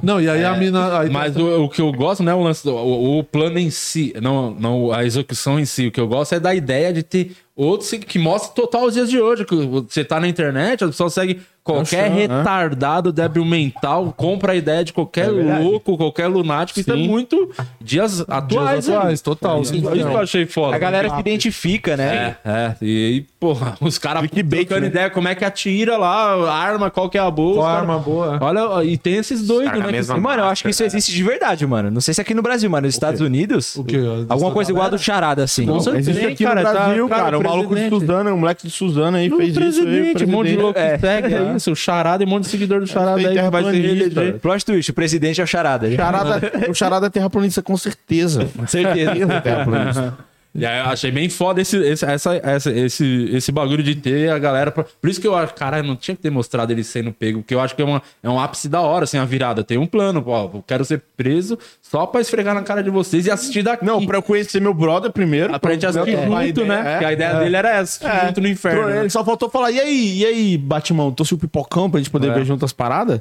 Speaker 6: Não, e aí a mina. Aí
Speaker 1: Mas o, o que eu gosto não é o lance, do- o, o plano em si, não, não a execução em si. O que eu gosto é da ideia de ter outros que mostra total os dias de hoje. Que você tá na internet, a pessoa segue qualquer retardado, débil mental, compra a ideia de qualquer louco, qualquer lunático. Isso é muito dias atuais.
Speaker 6: Dias atuais, né?
Speaker 1: hein?
Speaker 6: total.
Speaker 1: Isso, isso que eu achei foda.
Speaker 2: A galera se identifica, né?
Speaker 1: É, é, e, aí, porra, os caras
Speaker 3: Clickbait,
Speaker 1: trocando
Speaker 3: né?
Speaker 1: ideia, como é que atira lá, a arma, qual que é a boa.
Speaker 6: Qual
Speaker 1: os cara-
Speaker 6: a arma boa?
Speaker 1: Olha, e tem esses
Speaker 4: Os
Speaker 1: doidos,
Speaker 4: cara
Speaker 1: né?
Speaker 4: tá na mesma-
Speaker 2: E, mano, eu acho que isso existe de verdade, mano. Não sei se é aqui no Brasil, mano. Nos Estados Unidos.
Speaker 6: O quê?
Speaker 2: Alguma coisa igual a do Charada, assim.
Speaker 1: Com certeza,
Speaker 3: Existe aqui
Speaker 1: cara,
Speaker 3: no
Speaker 1: tá-
Speaker 3: Brasil, cara.
Speaker 1: o
Speaker 3: o maluco de
Speaker 1: presidente.
Speaker 3: Suzana, um moleque de Suzana aí fez isso. Aí, o
Speaker 1: presidente, um monte de
Speaker 3: presidente.
Speaker 1: louco que segue, é isso. O charada e um monte de seguidor do charada aí que vai se
Speaker 3: terraplanista.
Speaker 1: reeleger.
Speaker 2: Plot twist, o presidente é o Charada.
Speaker 3: Charada, o charada é terraplanista, com certeza.
Speaker 2: Certeza.
Speaker 3: É terraplanista.
Speaker 1: E aí eu achei bem foda esse, esse, essa, essa- esse, esse bagulho de ter a galera. pra- Por isso que eu acho, caralho, não tinha que ter mostrado ele sendo pego, porque eu acho que é, uma, é um ápice da hora, assim, a virada. Tem um plano, pô, eu quero ser preso só pra esfregar na cara de vocês e assistir daqui.
Speaker 3: Não, pra eu conhecer meu brother primeiro.
Speaker 1: pra gente assistir
Speaker 3: eu trocar
Speaker 1: junto,
Speaker 3: ideia,
Speaker 1: né?
Speaker 3: é.
Speaker 1: Porque a ideia dele era essa, assistir junto no inferno.
Speaker 3: Então,
Speaker 1: né?
Speaker 3: Ele só faltou falar, e aí, e aí, Batman, trouxe o pipocão pra gente poder ver junto as paradas?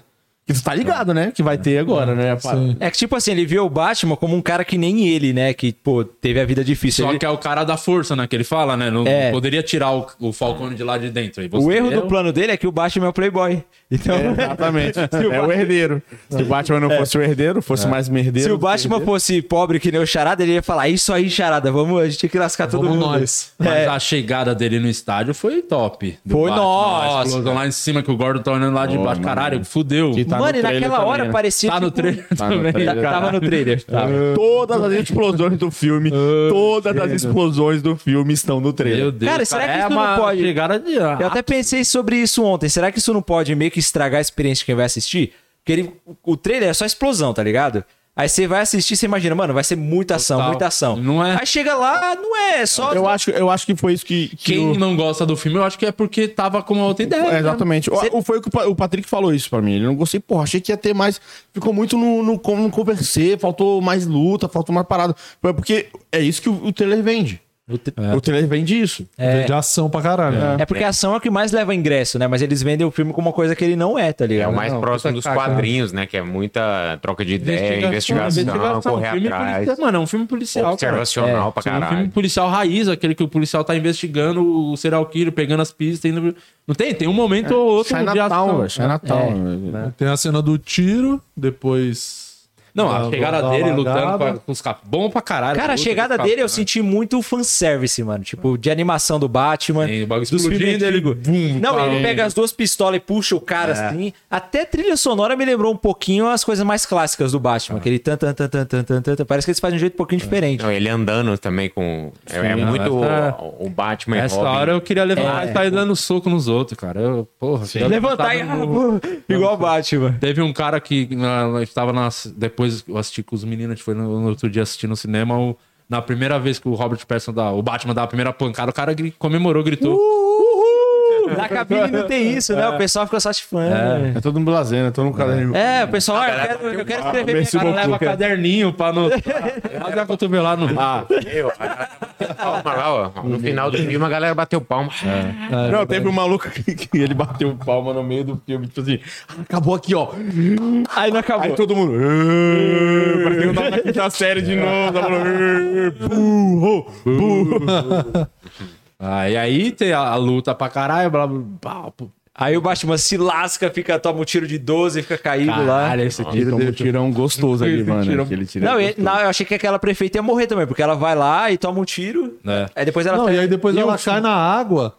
Speaker 3: Que tu tá ligado, né? Que vai ter agora, né? a parada.
Speaker 2: É que, tipo assim, ele vê o Batman como um cara que nem ele, né? Que, pô, teve a vida difícil.
Speaker 1: Só
Speaker 2: Ele-
Speaker 1: que é o cara da força, né? Que ele fala, né? Não
Speaker 2: É.
Speaker 1: poderia tirar o, o Falcone de lá de dentro. aí você
Speaker 2: O erro
Speaker 1: é
Speaker 2: do plano dele é que o Batman é o playboy. Então,
Speaker 3: Exatamente.
Speaker 2: o
Speaker 3: é o É.
Speaker 2: Batman-
Speaker 3: herdeiro. Se o Batman não fosse o herdeiro, fosse mais merdeiro.
Speaker 2: se o Batman fosse pobre que nem o Charada, ele ia falar, isso aí, Charada, vamos, a gente tem que lascar todo
Speaker 6: Vamos
Speaker 2: mundo.
Speaker 6: nós.
Speaker 1: Mas
Speaker 2: É.
Speaker 1: a chegada dele no estádio foi top. Do
Speaker 2: Foi,
Speaker 1: Batman,
Speaker 2: nossa.
Speaker 1: A explosão lá em cima que o Gordon tá olhando lá de baixo. Caralho, fudeu.
Speaker 3: Que tá
Speaker 2: Mano,
Speaker 3: no
Speaker 2: e
Speaker 3: trailer
Speaker 2: naquela
Speaker 3: também,
Speaker 2: hora
Speaker 3: né?
Speaker 2: parecia.
Speaker 1: Tá no
Speaker 2: tipo, Tá,
Speaker 1: trailer
Speaker 3: no
Speaker 1: também.
Speaker 3: trailer. Tá.
Speaker 1: cara.
Speaker 2: Tava no trailer. Tava.
Speaker 3: Todas as explosões do filme, todas as explosões do filme estão no
Speaker 1: Meu
Speaker 3: trailer.
Speaker 1: Deus.
Speaker 2: Cara, será que
Speaker 1: é
Speaker 2: isso não
Speaker 1: uma
Speaker 2: pode-
Speaker 1: Chegada de...
Speaker 2: Eu até pensei sobre isso ontem. Será que isso não pode meio que estragar a experiência de quem vai assistir? Porque ele, o trailer é só explosão, tá ligado? Aí você vai assistir, você imagina, mano, vai ser muita ação,
Speaker 1: Total.
Speaker 2: muita ação.
Speaker 1: Não é?
Speaker 2: Aí chega lá, não é só.
Speaker 3: Eu acho, eu acho que foi isso que. que
Speaker 1: Quem
Speaker 3: o-
Speaker 1: não gosta do filme, eu acho que é porque tava com uma outra ideia.
Speaker 3: É,
Speaker 1: né?
Speaker 3: exatamente. O- O, foi o que o Pa- o Patrick falou isso pra mim. Ele não gostei, porra, achei que ia ter mais. Ficou muito no, no, como no conversê, faltou mais luta, faltou mais parada. Foi Porque é isso que o, o trailer vende. É. O trailer vende isso.
Speaker 6: É. De ação pra caralho.
Speaker 2: É porque a ação é o que mais leva ingresso, né? Mas eles vendem o filme como uma coisa que ele não é, tá ligado?
Speaker 4: É o mais
Speaker 2: Não,
Speaker 4: próximo
Speaker 2: puta
Speaker 4: dos
Speaker 2: cagada.
Speaker 4: quadrinhos, né? Que é muita troca de ideia, investigação, correr
Speaker 1: filme
Speaker 4: atrás.
Speaker 1: policial, mano, é um filme policial.
Speaker 4: Observacional pra
Speaker 1: cara. É um
Speaker 4: caralho.
Speaker 1: filme policial raiz, aquele que o policial tá investigando o serial killer, pegando as pistas. Indo... Não tem? Tem um momento ou outro
Speaker 3: Sai
Speaker 1: de ação.
Speaker 3: Natal, velho. Sai Natal.
Speaker 6: É. Tem a cena do tiro, depois.
Speaker 1: Não, a
Speaker 6: Da-
Speaker 1: chegada
Speaker 6: da
Speaker 1: dele lutando com,
Speaker 6: largada.
Speaker 1: a- com os caras. Bom pra caralho.
Speaker 2: Cara, a
Speaker 1: Puta
Speaker 2: chegada
Speaker 1: que
Speaker 2: dele eu
Speaker 1: pariu.
Speaker 2: senti muito fanservice, mano. Tipo, de animação do Batman.
Speaker 1: Sim, o bagulho
Speaker 2: dos filmes
Speaker 1: explodindo, ele-
Speaker 2: antigos.
Speaker 1: bum,
Speaker 2: Não,
Speaker 1: pá, É.
Speaker 2: ele
Speaker 1: um-
Speaker 2: pega as duas pistolas e puxa o cara assim. Até a trilha sonora me lembrou um pouquinho as coisas mais clássicas do
Speaker 1: Ah.
Speaker 2: Batman. Aquele tan, tan, tan, tan, tan, tan, tan, tan. Parece que eles fazem de um jeito um pouquinho diferente.
Speaker 4: Não, ele andando também com. É, é
Speaker 1: Sim,
Speaker 4: muito
Speaker 2: tá
Speaker 1: essa-
Speaker 4: o- o Batman e
Speaker 1: Nessa
Speaker 4: Robin.
Speaker 1: hora eu queria
Speaker 4: é.
Speaker 1: levantar e sair dando soco nos outros, cara. Eu, porra, queria
Speaker 2: Levantar e...
Speaker 1: levantar é no-
Speaker 2: Igual o Batman.
Speaker 1: Teve um cara que na, estava nas. Depois eu assisti com os meninos, a gente foi no, no outro dia assistir no cinema. o- na primeira vez que o Robert Pattinson dá, o Batman dá a primeira pancada, o cara gri- comemorou, gritou.
Speaker 3: Uh,
Speaker 2: Uhul! Na cabine não tem isso, né?
Speaker 1: É.
Speaker 2: O pessoal fica só chifando.
Speaker 3: É todo mundo lazer, né? Todo mundo caderno.
Speaker 2: É, o pessoal, ah, eu
Speaker 1: tá
Speaker 2: quero, eu quero escrever minha
Speaker 1: O cara
Speaker 2: cara.
Speaker 1: leva caderninho pra não. Fazer a cotovelada no bar.
Speaker 4: Eu, a galera bateu palma lá, ó. No final do filme, a galera bateu palma.
Speaker 3: não, teve um maluco que, que ele bateu palma no meio do filme, tipo assim, "Ah, acabou aqui, ó.
Speaker 2: Aí não acabou.
Speaker 3: Aí todo mundo. "Ê", Parecia que eu tava na quinta série
Speaker 1: É.
Speaker 3: de novo. Tava falando, "Ê, burro, burro.
Speaker 1: Ah, e aí tem a, a luta pra caralho, blá blá blá. pô.
Speaker 2: Aí o Batman se lasca, fica, toma um tiro de 12, fica caído lá.
Speaker 1: Caralho, esse tiro
Speaker 3: Tomou um
Speaker 1: dele.
Speaker 3: tirão gostoso ali, mano.
Speaker 1: Tirão-
Speaker 3: Aquele tirão
Speaker 2: Não, e-
Speaker 3: gostoso.
Speaker 2: não, eu achei que aquela prefeita ia morrer também, porque ela vai lá e toma um tiro.
Speaker 1: É.
Speaker 2: Aí depois ela
Speaker 6: Não, e aí depois
Speaker 2: E
Speaker 6: ela
Speaker 2: o-
Speaker 6: cai na água.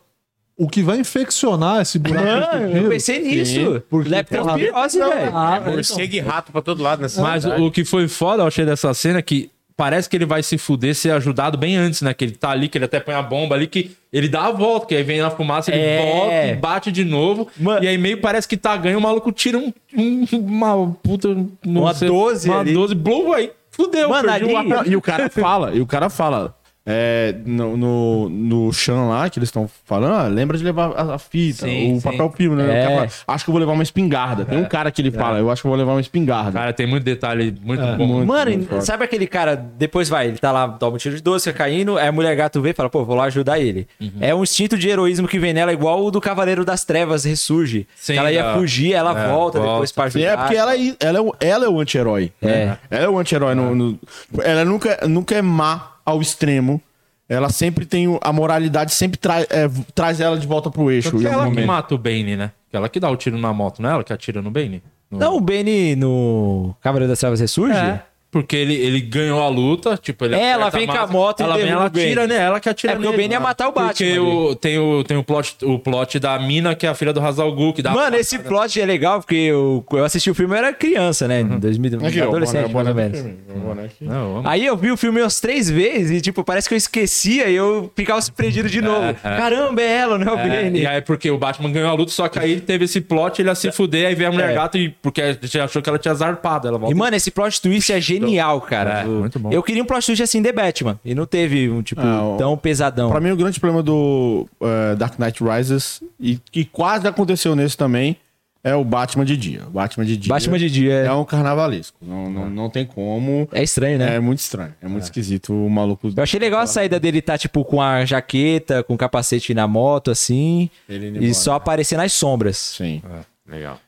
Speaker 6: O que vai infeccionar esse buraco?
Speaker 2: Mano, É, eu pensei nisso.
Speaker 6: Porque-
Speaker 2: Leptospirose, velho.
Speaker 4: É Morcego e rato pra todo lado
Speaker 2: É
Speaker 4: né? nessa
Speaker 1: Mas o, o que foi foda, eu achei dessa cena, é que parece que ele vai se fuder ser ajudado bem antes, né? Que ele tá ali, que ele até põe a bomba ali, que ele dá a volta, que aí vem na fumaça, ele
Speaker 2: É.
Speaker 1: volta e bate de novo.
Speaker 2: Mano.
Speaker 1: E aí meio parece que tá ganho, o maluco tira um, um- uma puta... não
Speaker 2: Uma 12
Speaker 1: Uma
Speaker 2: ali.
Speaker 1: 12, blow aí. Fudeu,
Speaker 2: Mano,
Speaker 1: perdi
Speaker 2: ali-
Speaker 1: o
Speaker 3: Não, e o cara fala, e o cara fala. é, no, no, no chão lá que eles estão falando, ah, lembra de levar a, a fita,
Speaker 1: Sim,
Speaker 3: o
Speaker 1: sim.
Speaker 3: papel filme, né? O
Speaker 2: É.
Speaker 3: cara fala, acho que eu vou levar uma espingarda. Tem um cara que ele fala, eu acho que eu vou levar uma espingarda.
Speaker 1: Cara, tem muito detalhe, muito
Speaker 2: É.
Speaker 1: bom.
Speaker 2: Mano,
Speaker 3: muito forte.
Speaker 2: sabe aquele cara, depois vai, ele tá lá, toma um tiro de 12, fica caindo, aí a mulher gato vê e fala, pô, vou lá ajudar ele. É um instinto de heroísmo que vem nela, igual o do Cavaleiro das Trevas ressurge.
Speaker 1: Sim,
Speaker 2: Que ela ia
Speaker 1: da-
Speaker 2: fugir, ela volta, depois pra
Speaker 3: Sim,
Speaker 2: ajudar.
Speaker 3: é porque ela, é- ela, é, o- ela é o anti-herói. né? Ela é o anti-herói. No, no- ela nunca, nunca é má ao extremo. Ela sempre tem. o- A moralidade sempre trai- é, v- traz ela de volta pro eixo.
Speaker 1: Porque é
Speaker 3: em algum
Speaker 1: ela que
Speaker 3: momento.
Speaker 1: mata o Bane, né? Ela que dá o tiro na moto, não é ela que atira no Bane? No-
Speaker 2: Não, o Benny no Cavaleiro das Trevas ressurge?
Speaker 1: É. Porque ele, ele ganhou a luta, tipo, ele
Speaker 2: É, Ela
Speaker 1: aperta
Speaker 2: vem com a
Speaker 1: massa,
Speaker 2: moto e
Speaker 1: ela vem,
Speaker 2: derruba
Speaker 1: ela
Speaker 2: o Bane.
Speaker 1: atira, né? Ela que atira
Speaker 2: É, porque o
Speaker 1: nele.
Speaker 2: Bane ia matar o
Speaker 1: Porque
Speaker 2: Batman
Speaker 1: o, tem, o, tem o, plot, o plot da mina, que é a filha do Hazal Gul, que dá...
Speaker 2: Mano, esse plot é legal porque eu, eu assisti o filme, eu era criança, né? Em 2000,
Speaker 3: Aqui, ó,
Speaker 2: adolescente, mais
Speaker 3: boné-
Speaker 2: ou
Speaker 3: boné do
Speaker 2: menos.
Speaker 3: filme, boné aqui.
Speaker 1: Não, eu amo.
Speaker 2: Aí eu vi o filme umas três vezes e, tipo, parece que eu esquecia e eu ficava surpreendido de novo. Caramba, é ela, não é o
Speaker 1: É,
Speaker 2: Benny.
Speaker 1: e aí, porque o Batman ganhou a luta, só que aí ele teve esse plot, ele ia se fuder, aí vem a mulher
Speaker 2: É.
Speaker 1: gata, e, porque a gente achou que ela tinha zarpado. Ela volta
Speaker 2: E, mano, esse plot twist é genial, cara.
Speaker 1: É,
Speaker 2: O-
Speaker 1: muito bom.
Speaker 2: Eu queria um plot twist assim, The Batman. E não teve um, tipo,
Speaker 3: Ah, o-
Speaker 2: tão pesadão.
Speaker 3: Pra mim, o grande problema do eh, Dark Knight Rises, e que quase aconteceu nesse também, é o Batman de dia. O Batman de dia.
Speaker 2: Batman de dia é-
Speaker 3: É um carnavalesco. Não, não, não tem como.
Speaker 2: É estranho, né?
Speaker 3: É muito estranho. É muito esquisito o maluco.
Speaker 2: Eu achei legal a saída dele tá, tipo, com a jaqueta, com o capacete na moto, assim.
Speaker 3: Ele indo
Speaker 2: E
Speaker 3: embora.
Speaker 2: só aparecer nas sombras.
Speaker 3: Sim.
Speaker 4: Legal.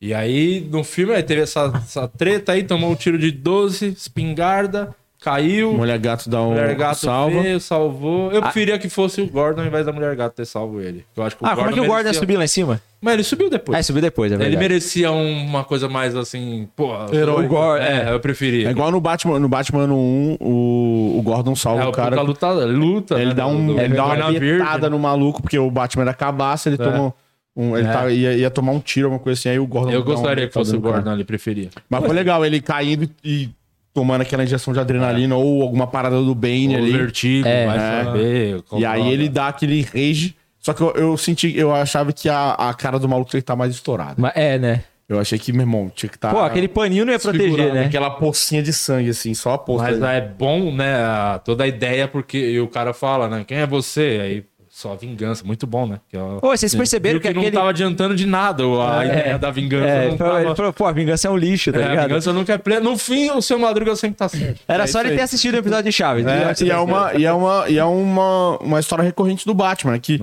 Speaker 1: E aí, no filme, aí teve essa, essa treta aí, tomou um tiro de 12, espingarda, caiu,
Speaker 3: Mulher gato dá um
Speaker 1: mulher gato
Speaker 3: salva.
Speaker 1: veio, salvou. Eu preferia que fosse o Gordon ao invés da mulher gato ter salvo ele. Eu acho que o
Speaker 2: Ah, como é que o Gordon ia
Speaker 1: merecia-
Speaker 2: subir lá em cima?
Speaker 1: Mas ele subiu depois.
Speaker 2: Ah, ele subiu depois, é
Speaker 1: Ele
Speaker 2: verdade.
Speaker 1: merecia um, uma coisa mais assim, pô,
Speaker 2: Herói.
Speaker 1: o Gordon, é, eu preferi.
Speaker 3: É igual no Batman, no Batman ano 1, o, o Gordon salva
Speaker 1: É,
Speaker 3: o cara.
Speaker 1: puta luta, luta,
Speaker 3: Ele
Speaker 1: né,
Speaker 3: dá,
Speaker 1: do-
Speaker 3: um,
Speaker 1: do-
Speaker 3: ele dá
Speaker 1: Lanterna
Speaker 3: uma
Speaker 1: Verde, É.
Speaker 3: apertada no maluco, porque o Batman era cabaça, ele tomou. Um, ele tá- ia, ia tomar um tiro, alguma coisa assim, aí o Gordon.
Speaker 1: Eu
Speaker 3: dá uma
Speaker 1: gostaria que fosse
Speaker 3: apertada
Speaker 1: o
Speaker 3: no um cara.
Speaker 1: Gordon, ele preferia.
Speaker 3: Mas foi legal, ele caindo e tomando aquela injeção de adrenalina ou alguma parada do Bane
Speaker 1: O
Speaker 3: ali.
Speaker 1: vertigo,
Speaker 2: É.
Speaker 1: vai saber.
Speaker 3: E aí ele dá aquele rage. Só que eu, eu senti, eu achava que a, a cara do maluco ele tá mais estourada.
Speaker 2: Mas- É, né?
Speaker 3: Eu achei que, meu irmão, tinha que tá estar.
Speaker 2: Pô, aquele paninho não ia proteger, né?
Speaker 3: Aquela pocinha de sangue, assim, só a poça.
Speaker 1: Mas
Speaker 3: né?
Speaker 1: é bom, né? a- Toda a ideia, porque e o cara fala, né? Quem é você? Aí só vingança. Muito bom, né? Que, ó,
Speaker 2: Pô, vocês perceberam
Speaker 1: viu
Speaker 2: que
Speaker 1: que não
Speaker 2: aquele.
Speaker 1: tava adiantando de nada a ideia da vingança.
Speaker 2: É,
Speaker 1: não
Speaker 2: ele falou-
Speaker 1: tava-
Speaker 2: ele falou, pô, a vingança é um lixo, tá
Speaker 1: É, a
Speaker 2: ligado?
Speaker 1: vingança nunca é plena. No fim, o seu Madruga sempre tá certo.
Speaker 2: Era só ele ter assistido o episódio de Chaves.
Speaker 3: É,
Speaker 2: né?
Speaker 3: e é, uma, e é, uma, e é uma, uma história recorrente do Batman, né? que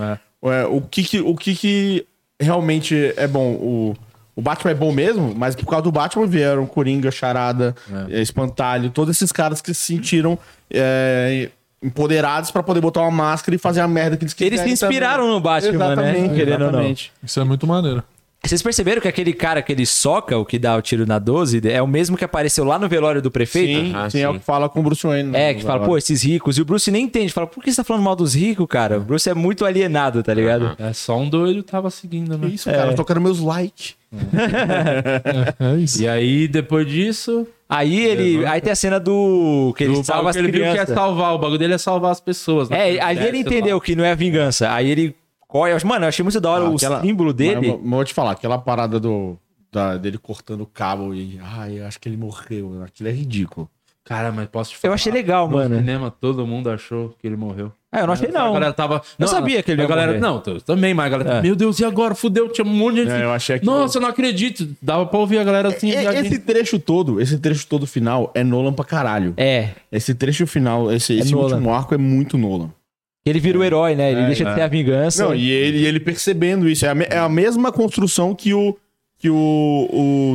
Speaker 3: é, o, que, que- o que, que realmente é bom? O, o Batman é bom mesmo, mas por causa do Batman vieram Coringa, Charada, eh, Espantalho, todos esses caras que se sentiram eh, empoderados pra poder botar uma máscara e fazer a merda que eles
Speaker 2: Eles se
Speaker 3: quiserem também.
Speaker 2: inspiraram no Batman, né?
Speaker 3: Exatamente,
Speaker 2: Querendo ou não.
Speaker 3: exatamente.
Speaker 6: Isso é muito maneiro.
Speaker 2: Vocês perceberam que aquele cara que ele soca, o que dá o tiro na 12, é o mesmo que apareceu lá no velório do prefeito?
Speaker 3: Sim,
Speaker 4: Aham,
Speaker 3: sim, é o
Speaker 4: sim.
Speaker 3: que fala com o Bruce Wayne. né,
Speaker 2: É, que
Speaker 3: na
Speaker 2: fala,
Speaker 3: hora.
Speaker 2: pô, esses ricos. E o Bruce nem entende. Fala, por que você tá falando mal dos ricos, cara? O Bruce é muito alienado, tá ligado?
Speaker 1: É, só um doido tava seguindo,
Speaker 3: Que
Speaker 1: né?
Speaker 3: isso, cara, eu tô querendo meus likes.
Speaker 6: É isso.
Speaker 1: E aí, depois disso,
Speaker 2: Aí ele. Aí tem a cena do. Que ele
Speaker 1: do
Speaker 2: salva
Speaker 1: bagulho
Speaker 2: as
Speaker 1: que ele viu que é
Speaker 2: crianças.
Speaker 1: salvar. O bagulho dele é salvar as pessoas. né?
Speaker 2: É, aí ele
Speaker 1: Desce lá.
Speaker 2: entendeu que não é vingança. Aí ele. corre. Eu- Mano, eu achei muito da hora
Speaker 3: Ah,
Speaker 2: o
Speaker 3: aquela- é
Speaker 2: símbolo
Speaker 3: Mas
Speaker 2: dele.
Speaker 3: eu vou- mas vou te falar, aquela parada do, da- dele cortando o cabo e. Ai, eu acho que ele morreu. Aquilo é ridículo.
Speaker 1: Cara, mas posso te falar.
Speaker 2: Eu achei legal,
Speaker 1: No
Speaker 2: mano.
Speaker 1: cinema, todo mundo achou que ele morreu.
Speaker 2: Ah, eu não achei,
Speaker 1: A
Speaker 2: não.
Speaker 1: galera tava.
Speaker 2: Eu sabia que ele
Speaker 1: a
Speaker 2: ia
Speaker 1: galera,
Speaker 2: morrer. É.
Speaker 1: Não, t- também, mas a galera. Meu Deus, e agora? Fudeu, tinha um monte de gente.
Speaker 3: É, eu achei aquilo-
Speaker 1: Nossa, eu não acredito. Dava pra ouvir a galera assim.
Speaker 3: E-
Speaker 2: É,
Speaker 3: esse trecho todo, esse trecho todo final é Nolan pra caralho.
Speaker 2: É.
Speaker 3: Esse trecho final, esse, esse
Speaker 2: Nolan.
Speaker 3: último arco é muito Nolan.
Speaker 2: Ele vira o herói, né? Ele
Speaker 3: É,
Speaker 2: deixa de ter a vingança.
Speaker 3: Não, e ele, e ele percebendo isso. É a, me- é a mesma construção que o. Que o,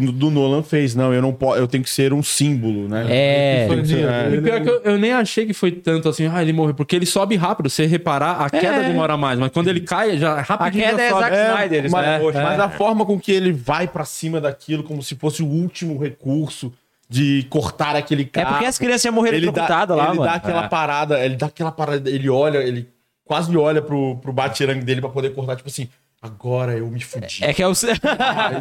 Speaker 3: o do Nolan fez. Não, eu não posso. Eu tenho que ser um símbolo, né?
Speaker 2: É.
Speaker 3: Tem que ser- é.
Speaker 1: E pior que eu, eu nem achei que foi tanto assim, ah, ele morreu, porque ele sobe rápido. Se você reparar, a queda
Speaker 2: É.
Speaker 1: demora mais, mas quando ele cai, já
Speaker 2: A
Speaker 1: rapidinho.
Speaker 2: queda
Speaker 1: já
Speaker 2: é
Speaker 1: sobe.
Speaker 2: Zack Snyder, isso,
Speaker 3: mas, é,
Speaker 2: né?
Speaker 3: poxa, mas a forma com que ele vai pra cima daquilo, como se fosse o último recurso de cortar aquele
Speaker 2: É
Speaker 3: cara.
Speaker 2: porque as crianças iam morrer eletrocutadas lá,
Speaker 3: ele
Speaker 2: mano. É.
Speaker 3: dá aquela parada, ele dá aquela parada, ele olha, ele quase olha pro, pro batirangue dele pra poder cortar, tipo assim, agora eu me fudi.
Speaker 2: É que é o.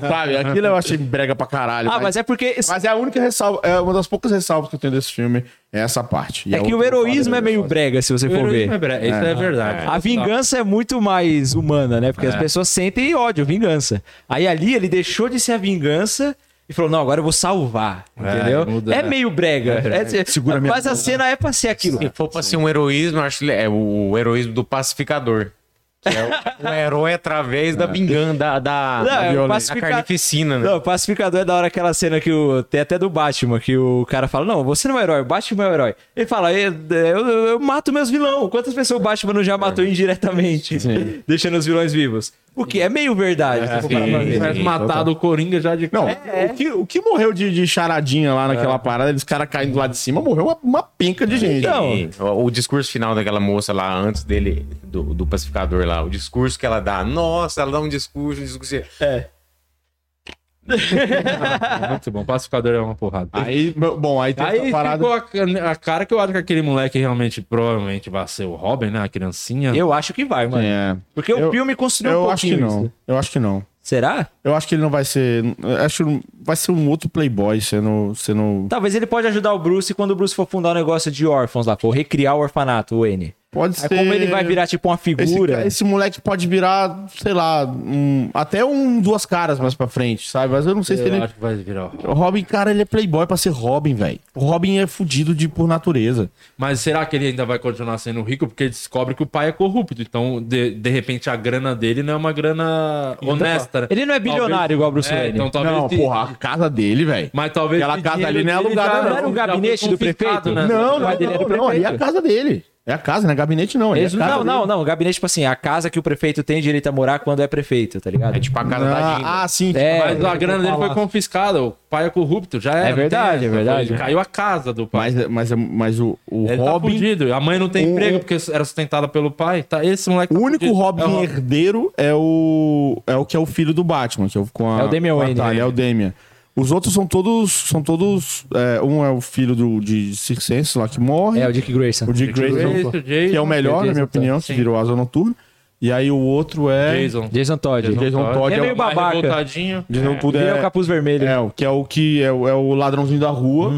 Speaker 3: Sabe? Aquilo eu achei brega pra caralho.
Speaker 2: ah, mas é porque.
Speaker 3: mas é a única ressalva, é uma das poucas ressalvas que eu tenho desse filme, é essa parte. E
Speaker 2: É
Speaker 3: a
Speaker 2: que o
Speaker 3: outra eu
Speaker 2: heroísmo
Speaker 3: falo,
Speaker 2: é meio
Speaker 3: eu
Speaker 2: brega, se você
Speaker 1: O
Speaker 2: for
Speaker 1: heroísmo
Speaker 2: ver.
Speaker 1: é breve, Isso é, verdade.
Speaker 2: A vingança é muito mais humana, né? Porque as pessoas sentem ódio, vingança. Aí ali ele deixou de ser a vingança e falou: não, agora eu vou salvar. Entendeu? É,
Speaker 1: muda, né?
Speaker 2: meio brega. É-
Speaker 3: Segura minha
Speaker 2: mas a cena é pra ser aquilo.
Speaker 4: Se for pra ser um heroísmo, eu acho que é o heroísmo do pacificador. Que é o, o herói através da vingança, da, da,
Speaker 2: Não,
Speaker 4: da
Speaker 2: é o
Speaker 4: violência,
Speaker 2: pacifica-
Speaker 4: da carnificina, né?
Speaker 2: Não, o pacificador é da hora aquela cena que o. Tem até do Batman, que o cara fala: Não, você não é herói, o Batman é o herói. Ele fala: Eu, eu, eu mato meus vilões. Quantas pessoas o Batman não já matou indiretamente? Deixando os vilões vivos. O que é meio verdade. se for parar pra ver.
Speaker 1: Se tivesse matado o Coringa já de
Speaker 3: Não,
Speaker 2: é,
Speaker 3: o, que, o que morreu de, de charadinha lá naquela parada, eles caras caindo lá de cima, morreu uma, uma pinca de gente.
Speaker 2: Então,
Speaker 4: E O, o discurso final daquela moça lá, antes dele, do, do pacificador lá, o discurso que ela dá, nossa, ela dá um discurso, um discurso.
Speaker 1: Muito bom. O pacificador é uma porrada.
Speaker 3: Aí, bom, aí tem
Speaker 1: Tá Aí
Speaker 3: essa parada.
Speaker 1: ficou a, a cara que eu acho que aquele moleque realmente provavelmente vai ser o Robin, né? A criancinha.
Speaker 2: eu acho que vai, mano.
Speaker 3: É.
Speaker 2: Porque o
Speaker 3: Eu-
Speaker 2: filme construiu um
Speaker 3: Eu acho
Speaker 2: pouquinho
Speaker 3: que
Speaker 2: isso.
Speaker 3: não. Eu acho que não.
Speaker 2: Será?
Speaker 3: Eu acho que ele não vai ser. eu Acho que vai ser um outro Playboy sendo. sendo
Speaker 2: Talvez ele pode ajudar o Bruce quando o Bruce for fundar um negócio de órfãos lá, pô, recriar o orfanato, o N.
Speaker 3: pode
Speaker 2: Aí
Speaker 3: ser.
Speaker 2: É como ele vai virar tipo uma
Speaker 3: esse,
Speaker 2: figura.
Speaker 3: ca- esse moleque pode virar, sei lá, um- até um duas caras mais pra frente, sabe? Mas eu não sei se
Speaker 1: eu
Speaker 3: ele.
Speaker 1: acho que vai virar o Robin.
Speaker 3: O Robin, cara, ele é Playboy pra ser Robin, velho. O Robin é fudido de, por natureza.
Speaker 1: Mas será que ele ainda vai continuar sendo rico? Porque ele descobre que o pai é corrupto. Então, de, de repente, a grana dele não é uma grana honesta. né?
Speaker 2: Ele não é bilionário igual o Bruce
Speaker 1: É,
Speaker 2: Wayne.
Speaker 1: então talvez.
Speaker 3: não,
Speaker 1: esse-
Speaker 3: porra, a casa dele, velho.
Speaker 1: Mas talvez.
Speaker 3: Aquela
Speaker 1: esse
Speaker 3: casa
Speaker 1: dinheiro
Speaker 3: ali não é
Speaker 1: dele
Speaker 3: alugada,
Speaker 1: já-
Speaker 3: não.
Speaker 2: Não era o
Speaker 1: já foi
Speaker 2: gabinete do
Speaker 1: confiscado,
Speaker 2: prefeito?
Speaker 1: né?
Speaker 3: Não, não,
Speaker 2: Mas ele é do
Speaker 3: não, não, ali é a
Speaker 2: prefeito.
Speaker 3: casa dele. É a casa, não é gabinete, não. ali é
Speaker 2: Eles-
Speaker 3: a casa
Speaker 2: não,
Speaker 3: dele.
Speaker 2: não, não. Gabinete, tipo assim, a casa que o prefeito tem direito a morar quando é prefeito, tá ligado?
Speaker 4: É tipo a casa da Dinda.
Speaker 3: Ah, ah, sim.
Speaker 2: É,
Speaker 1: Mas a grana dele foi confiscada. O pai é corrupto, já era.
Speaker 2: É verdade,
Speaker 1: não tem
Speaker 2: é
Speaker 1: essa.
Speaker 2: verdade.
Speaker 1: Ele caiu a casa do pai.
Speaker 3: Mas, mas, mas o, o
Speaker 1: Ele tá
Speaker 3: Robin.
Speaker 1: fudido. A mãe não tem
Speaker 3: O-
Speaker 1: emprego porque era sustentada pelo pai. Tá, esse moleque
Speaker 3: O
Speaker 1: tá
Speaker 3: único
Speaker 1: fudido.
Speaker 3: Robin
Speaker 1: É o
Speaker 3: herdeiro é o é o que é o filho do Batman, que é o com a
Speaker 2: É o Damian
Speaker 3: com a
Speaker 2: Wayne,
Speaker 3: Talia,
Speaker 2: né?
Speaker 3: é o Damian. Os outros são todos são todos é, um é o filho do de Circense lá que morre,
Speaker 2: É, o Dick Grayson.
Speaker 3: o Dick Grayson,
Speaker 1: Grayson, Jason,
Speaker 3: que é o melhor na
Speaker 2: Jason
Speaker 3: minha opinião, que virou Asa Noturna. E aí o outro é
Speaker 1: Jason.
Speaker 2: Jason Todd.
Speaker 3: Jason Todd,
Speaker 2: Ele é meio
Speaker 3: o-
Speaker 1: mais
Speaker 2: babaca.
Speaker 1: revoltadinho.
Speaker 3: Jason Todd
Speaker 2: Ele é o
Speaker 3: é,
Speaker 2: capuz vermelho.
Speaker 1: Uhum.
Speaker 3: é, o que é o que é, o- é o ladrãozinho da rua.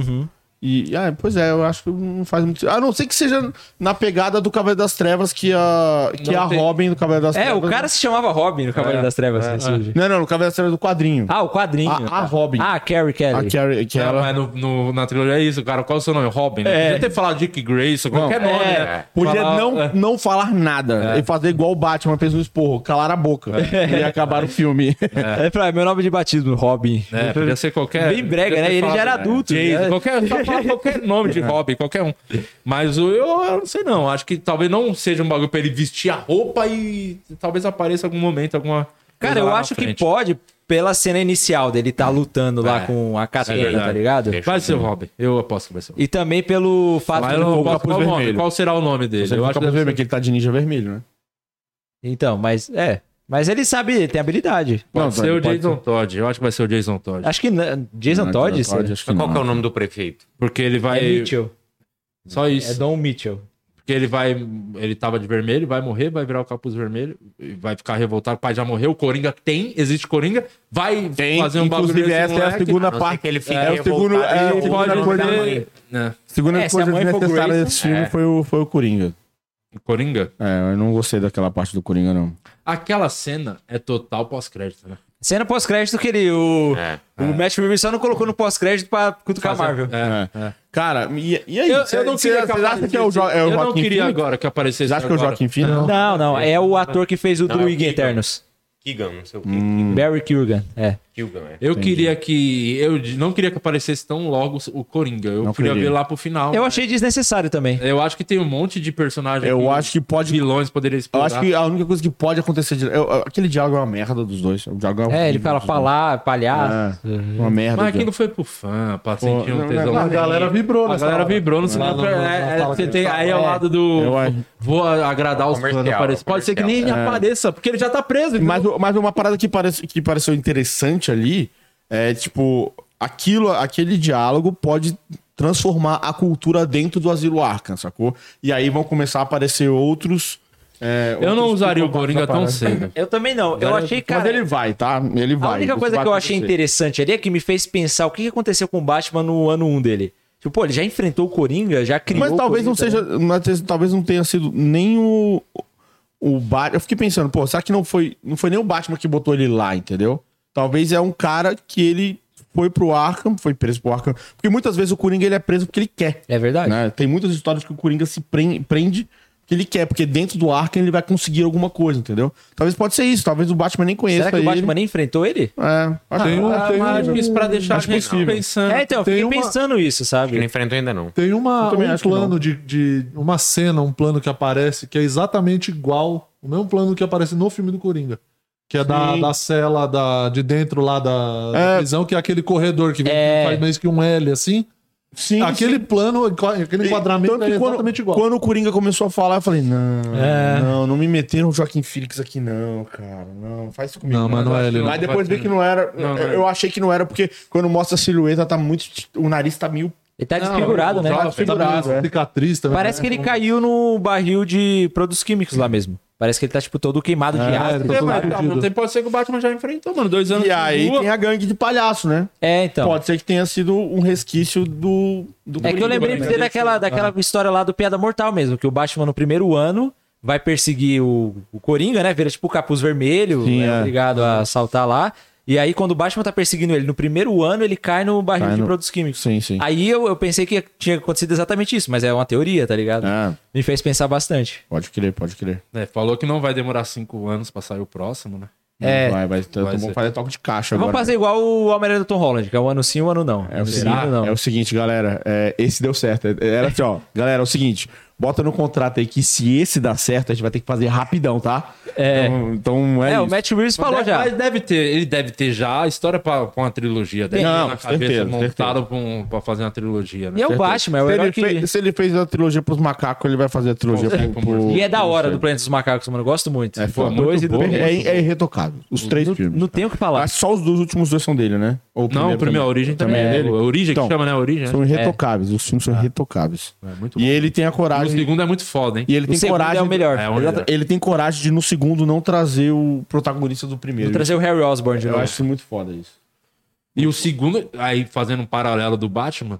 Speaker 3: E, ah, pois é, eu acho que não faz muito A não ser que seja na pegada do Cavaleiro das Trevas, que a, que
Speaker 1: Não
Speaker 3: a
Speaker 1: tem-
Speaker 3: Robin do Cavaleiro das
Speaker 2: É,
Speaker 3: Trevas.
Speaker 2: o cara se chamava Robin no Cavaleiro das Trevas. assim, surge.
Speaker 3: Não, não, no Cavaleiro das Trevas do quadrinho.
Speaker 2: Ah, o quadrinho.
Speaker 3: A- a
Speaker 1: é.
Speaker 3: Robin.
Speaker 2: Ah, a Carrie
Speaker 3: a
Speaker 2: Kelly.
Speaker 3: Carrie, que ela.
Speaker 1: Mas no, no- na trilogia é isso, cara. Qual é o seu nome? Robin? né? Podia ter falado Dick Grayson, qualquer nome, né?
Speaker 3: Podia
Speaker 1: Falar-
Speaker 3: não,
Speaker 1: é.
Speaker 3: não falar nada e fazer igual o Batman fez no esporro, calar a boca
Speaker 1: É.
Speaker 3: e acabar o filme.
Speaker 2: É. pra- meu nome de batismo, Robin.
Speaker 1: É, podia ser qualquer.
Speaker 2: Bem brega,
Speaker 1: podia
Speaker 2: né?
Speaker 1: ter
Speaker 2: Ele já era
Speaker 1: falado,
Speaker 2: adulto,
Speaker 1: né? Jason,
Speaker 2: né?
Speaker 1: Qualquer, só falar qualquer nome de Robin, qualquer um. Mas o- eu, eu não sei, não. Acho que talvez não seja um bagulho pra ele vestir a roupa e talvez apareça em algum momento, alguma.
Speaker 2: Cara, eu acho que pode pela cena inicial dele tá lutando lá
Speaker 1: É.
Speaker 2: com
Speaker 1: Isso
Speaker 2: a
Speaker 1: é
Speaker 2: Katana,
Speaker 1: verdade.
Speaker 2: tá ligado?
Speaker 4: Fechou.
Speaker 1: Vai ser o Robin. Eu aposto que vai ser o Robin.
Speaker 2: E também pelo fato
Speaker 1: Mas eu
Speaker 2: de...
Speaker 1: não posso-
Speaker 3: capuz
Speaker 1: qual, o nome?
Speaker 3: vermelho.
Speaker 1: Qual será o nome dele?
Speaker 3: Você
Speaker 1: eu
Speaker 3: não
Speaker 1: acho
Speaker 3: fica
Speaker 1: que deve
Speaker 3: vermelho,
Speaker 1: ser-
Speaker 3: que ele tá de ninja vermelho, né?
Speaker 2: Então, mas é. Mas ele sabe, ele tem habilidade.
Speaker 3: Não,
Speaker 1: pode
Speaker 3: tá,
Speaker 1: ser o
Speaker 3: pode ser. É
Speaker 1: Jason Todd. Eu acho que vai ser o Jason Todd.
Speaker 2: Acho que na- Jason Todd,
Speaker 3: Jason Todd,
Speaker 2: será?
Speaker 3: acho que
Speaker 4: Mas qual
Speaker 3: não.
Speaker 4: que é o nome do prefeito?
Speaker 1: Porque ele vai.
Speaker 2: É Mitchell.
Speaker 1: Só isso.
Speaker 2: É Don Mitchell.
Speaker 1: Porque ele vai. Ele tava de vermelho, vai morrer, vai virar o capuz vermelho, e vai ficar revoltado. O pai já morreu, o Coringa tem, existe Coringa, vai
Speaker 3: Tem,
Speaker 1: fazer um bagulho.
Speaker 3: inclusive
Speaker 1: desse
Speaker 3: essa é a
Speaker 1: moleque,
Speaker 3: segunda
Speaker 4: A não ser
Speaker 3: parte.
Speaker 4: que ele fique
Speaker 3: É, o segundo-
Speaker 4: revoltado,
Speaker 3: é,
Speaker 4: ele
Speaker 3: o
Speaker 4: rouba
Speaker 3: segundo
Speaker 4: o nome da
Speaker 3: poder-
Speaker 4: mãe.
Speaker 1: né?
Speaker 3: Segunda
Speaker 2: É, se a
Speaker 3: coisa
Speaker 2: mãe for
Speaker 3: desnecessária
Speaker 2: Grayson-
Speaker 3: desse filme
Speaker 4: É.
Speaker 3: foi, o, foi o Coringa.
Speaker 1: Coringa?
Speaker 3: É, eu não gostei daquela parte do Coringa, não.
Speaker 1: Aquela cena é total pós-crédito, né?
Speaker 2: Cena pós-crédito que ele, o,
Speaker 4: É.
Speaker 2: o Matt Reeves só não colocou no pós-crédito pra cutucar a Marvel.
Speaker 1: É.
Speaker 3: Cara, e, e aí?
Speaker 1: Eu, eu
Speaker 3: Cê-
Speaker 1: não
Speaker 3: cê-
Speaker 1: queria
Speaker 3: cê acha
Speaker 1: aparecesse-
Speaker 3: que é o, jo é
Speaker 1: eu
Speaker 3: o
Speaker 1: não
Speaker 3: Joaquim
Speaker 1: queria
Speaker 3: Phoenix?
Speaker 1: agora que aparecesse.
Speaker 3: Vocês acham que é o
Speaker 1: agora.
Speaker 3: Joaquim Phoenix?
Speaker 2: Não, não, é o ator que fez o
Speaker 4: Não, é o
Speaker 2: Druig
Speaker 4: Keegan.
Speaker 2: Eternos.
Speaker 4: Keegan, não sei o quê.
Speaker 2: Barry Kurgan, é.
Speaker 4: Keegan, é.
Speaker 1: Eu queria que. Eu não queria que aparecesse tão logo o Coringa. Eu
Speaker 3: Não
Speaker 1: queria
Speaker 3: queria.
Speaker 1: ver lá pro final.
Speaker 2: Eu achei desnecessário também.
Speaker 1: Eu acho que tem um monte de personagem.
Speaker 3: Eu acho que pode-
Speaker 1: Vilões poderiam
Speaker 3: Eu
Speaker 1: explorar.
Speaker 3: acho que a única coisa que pode acontecer. De... eu- aquele diálogo é uma merda dos dois. O diálogo
Speaker 2: É, ele
Speaker 3: horrível
Speaker 2: fala
Speaker 3: dos dois.
Speaker 2: falar, palhaço.
Speaker 3: É,
Speaker 1: Mas
Speaker 3: uma merda. o diálogo.
Speaker 1: aquilo foi pro fã, pra sentir um
Speaker 3: não,
Speaker 1: tesão.
Speaker 3: não,
Speaker 6: A galera vibrou,
Speaker 1: A
Speaker 6: nessa
Speaker 1: galera
Speaker 6: hora.
Speaker 1: vibrou no
Speaker 6: Não,
Speaker 1: cinema.
Speaker 6: não, não,
Speaker 1: É,
Speaker 6: não
Speaker 1: é,
Speaker 6: fala
Speaker 1: você
Speaker 6: que
Speaker 1: tem,
Speaker 6: ele
Speaker 1: aí ao
Speaker 2: fala.
Speaker 1: lado do.
Speaker 3: Eu acho.
Speaker 1: Vou agradar os fãs.
Speaker 4: Comercial,
Speaker 1: aparece. Pode ser que nem
Speaker 4: comercial.
Speaker 1: apareça, porque ele já tá preso.
Speaker 3: Mas, mas uma parada que, parece, que pareceu interessante ali é, tipo, aquilo, aquele diálogo pode transformar a cultura dentro do asilo Arkham, sacou? E aí vão começar a aparecer outros. é,
Speaker 1: eu
Speaker 3: outros
Speaker 1: não usaria o
Speaker 3: psicopatas
Speaker 1: Coringa
Speaker 3: na
Speaker 1: tão
Speaker 3: parada.
Speaker 1: cedo.
Speaker 2: Eu também não. Eu achei, cara.
Speaker 3: Mas ele vai, tá? Ele vai.
Speaker 2: A única
Speaker 3: isso
Speaker 2: coisa
Speaker 3: vai
Speaker 2: que eu achei
Speaker 3: acontecer.
Speaker 2: interessante ali é que me fez pensar o que que aconteceu com o Batman no ano 1 dele. Tipo, pô, ele já enfrentou o Coringa, já criou.
Speaker 3: Mas
Speaker 2: o né?
Speaker 3: talvez não
Speaker 2: Coringa,
Speaker 3: seja. mas te- talvez não tenha sido nem o. O Batman. Eu fiquei pensando, pô, será que não foi, não foi nem o Batman que botou ele lá, entendeu? Talvez é um cara que ele foi pro Arkham, foi preso pro Arkham. Porque muitas vezes o Coringa ele é preso porque ele quer.
Speaker 2: né? É verdade.
Speaker 3: né? Tem muitas histórias que o Coringa se pren- prende porque ele quer, porque dentro do Arkham ele vai conseguir alguma coisa, entendeu? Talvez pode ser isso, talvez o Batman nem conheça
Speaker 2: Será que o
Speaker 3: ele.
Speaker 2: Batman nem enfrentou ele?
Speaker 3: É, acho que
Speaker 6: Tem um-
Speaker 1: Ah,
Speaker 6: tem
Speaker 1: mas acho
Speaker 6: um-
Speaker 1: que isso pra deixar a
Speaker 3: Acho
Speaker 1: gente
Speaker 3: possível.
Speaker 1: pensando.
Speaker 2: É, então, eu fiquei
Speaker 6: Tem uma-
Speaker 2: pensando isso,
Speaker 4: Ele não
Speaker 2: sabe?
Speaker 4: enfrentou ainda não.
Speaker 6: Tem uma,
Speaker 3: Eu também
Speaker 6: um
Speaker 3: acho que não.
Speaker 6: plano de, de. Uma cena, um plano que aparece que é exatamente igual. O mesmo plano que aparece no filme do Coringa. Que é da,
Speaker 3: Sim.
Speaker 6: da cela da, de dentro lá da, da
Speaker 3: É.
Speaker 6: prisão, que é aquele corredor que vem,
Speaker 2: É.
Speaker 6: faz meio que um L assim.
Speaker 3: Sim,
Speaker 6: aquele plano, aquele
Speaker 3: E
Speaker 6: enquadramento
Speaker 3: tanto
Speaker 6: é
Speaker 3: que quando-
Speaker 6: exatamente igual.
Speaker 3: Quando o Coringa começou a falar, eu falei, não,
Speaker 2: É.
Speaker 3: não, não me meteram o Joaquim Phoenix aqui não, cara, não, faz isso comigo.
Speaker 6: Não, mas não é ele, não.
Speaker 3: Mas depois vi que não era,
Speaker 1: Não, não
Speaker 3: eu
Speaker 1: é.
Speaker 3: eu achei que não era, porque quando mostra a silhueta, tá muito, o nariz tá meio...
Speaker 2: Ele tá desfigurado,
Speaker 1: Tá
Speaker 2: né?
Speaker 1: né?
Speaker 6: Tá meio
Speaker 1: figurado, é.
Speaker 6: cicatriz também. né?
Speaker 2: Parece que ele caiu no barril de produtos químicos lá mesmo. Parece que ele tá, tipo, todo queimado de
Speaker 6: É,
Speaker 2: ácido.
Speaker 6: ele tá
Speaker 1: É,
Speaker 6: todo
Speaker 1: mas tá,
Speaker 6: fudido.
Speaker 1: não tem- pode ser que o Batman já enfrentou, mano. Dois anos
Speaker 3: E
Speaker 1: de
Speaker 3: aí
Speaker 1: rua.
Speaker 3: tem a gangue de palhaço, né?
Speaker 2: É, Tá então.
Speaker 3: Pode ser que tenha sido um resquício do... do
Speaker 2: É que eu
Speaker 3: Coringa,
Speaker 2: lembrei
Speaker 3: né?
Speaker 2: pra você daquela, daquela história lá do Piada Mortal mesmo, que o Batman no primeiro ano vai perseguir o, o Coringa, né? Vira tipo o capuz vermelho,
Speaker 3: Sim,
Speaker 2: é
Speaker 3: é.
Speaker 2: obrigado a saltar lá. E aí, quando o Batman tá perseguindo ele no primeiro ano, ele cai no barril
Speaker 3: Cai
Speaker 2: de
Speaker 3: no-
Speaker 2: produtos químicos.
Speaker 3: Sim, sim.
Speaker 2: Aí eu, eu pensei que tinha acontecido exatamente isso, mas é uma teoria, tá ligado?
Speaker 3: É,
Speaker 2: Me fez pensar bastante.
Speaker 3: pode crer, pode crer.
Speaker 1: É, falou que não vai demorar cinco anos pra sair o próximo, né?
Speaker 2: É.
Speaker 3: Vai, vai, então
Speaker 1: Vai
Speaker 3: vamos
Speaker 1: ser.
Speaker 3: fazer toque de caixa
Speaker 2: Vamos
Speaker 3: agora.
Speaker 2: fazer igual o Homem-Aranha do Tom Holland, que é um ano sim, um ano não.
Speaker 3: É o,
Speaker 2: Um sim,
Speaker 3: seguinte,
Speaker 2: um não.
Speaker 3: é o seguinte, galera. é, esse deu certo. É, Era assim, ó. Galera, é o seguinte. Bota no contrato aí que se esse dar certo, a gente vai ter que fazer rapidão, tá?
Speaker 2: É.
Speaker 3: Então, então é,
Speaker 2: É, o
Speaker 3: isso.
Speaker 2: Matt Reeves falou
Speaker 1: deve,
Speaker 2: já.
Speaker 1: Mas deve ter, ele deve ter já a história pra, pra uma trilogia. Deve
Speaker 3: Não,
Speaker 1: ter na cabeça
Speaker 3: certeza, certeza.
Speaker 1: montado pra, um- pra fazer uma trilogia, né?
Speaker 2: E é o Batman, é o
Speaker 3: se,
Speaker 2: herói
Speaker 3: ele
Speaker 2: que...
Speaker 3: fez, se ele fez a trilogia pros macacos, ele vai fazer a trilogia
Speaker 1: Com
Speaker 3: pro,
Speaker 1: certeza.
Speaker 3: pro-
Speaker 2: E é da
Speaker 3: pro-
Speaker 2: hora do Planeta dos Macacos, mano. Eu gosto muito.
Speaker 3: É, foi
Speaker 2: Do
Speaker 3: muito
Speaker 2: dois e do
Speaker 3: bom.
Speaker 2: primeiro.
Speaker 3: É, é irretocável. Os três filmes.
Speaker 2: Não tem o que falar.
Speaker 3: Acho que só os dois últimos dois são dele, né? Ou
Speaker 1: Não, o primeiro, a origem também,
Speaker 3: Também é
Speaker 1: é
Speaker 3: dele?
Speaker 1: A origem
Speaker 3: Então,
Speaker 1: que chama, né? A origem. né?
Speaker 3: São
Speaker 2: é.
Speaker 3: irretocáveis. Os filmes são irretocáveis.
Speaker 1: muito
Speaker 3: e ele tem a
Speaker 1: O
Speaker 3: coragem...
Speaker 1: segundo é muito foda, hein?
Speaker 3: E ele
Speaker 2: O
Speaker 3: tem
Speaker 2: segundo
Speaker 3: coragem...
Speaker 2: é o melhor.
Speaker 1: É o melhor.
Speaker 3: Ele tem coragem de, no segundo, não trazer o protagonista do primeiro.
Speaker 2: Vou trazer o Harry Osborn de
Speaker 3: Eu
Speaker 2: novo.
Speaker 3: acho muito foda isso.
Speaker 1: E o segundo, aí fazendo um paralelo do Batman,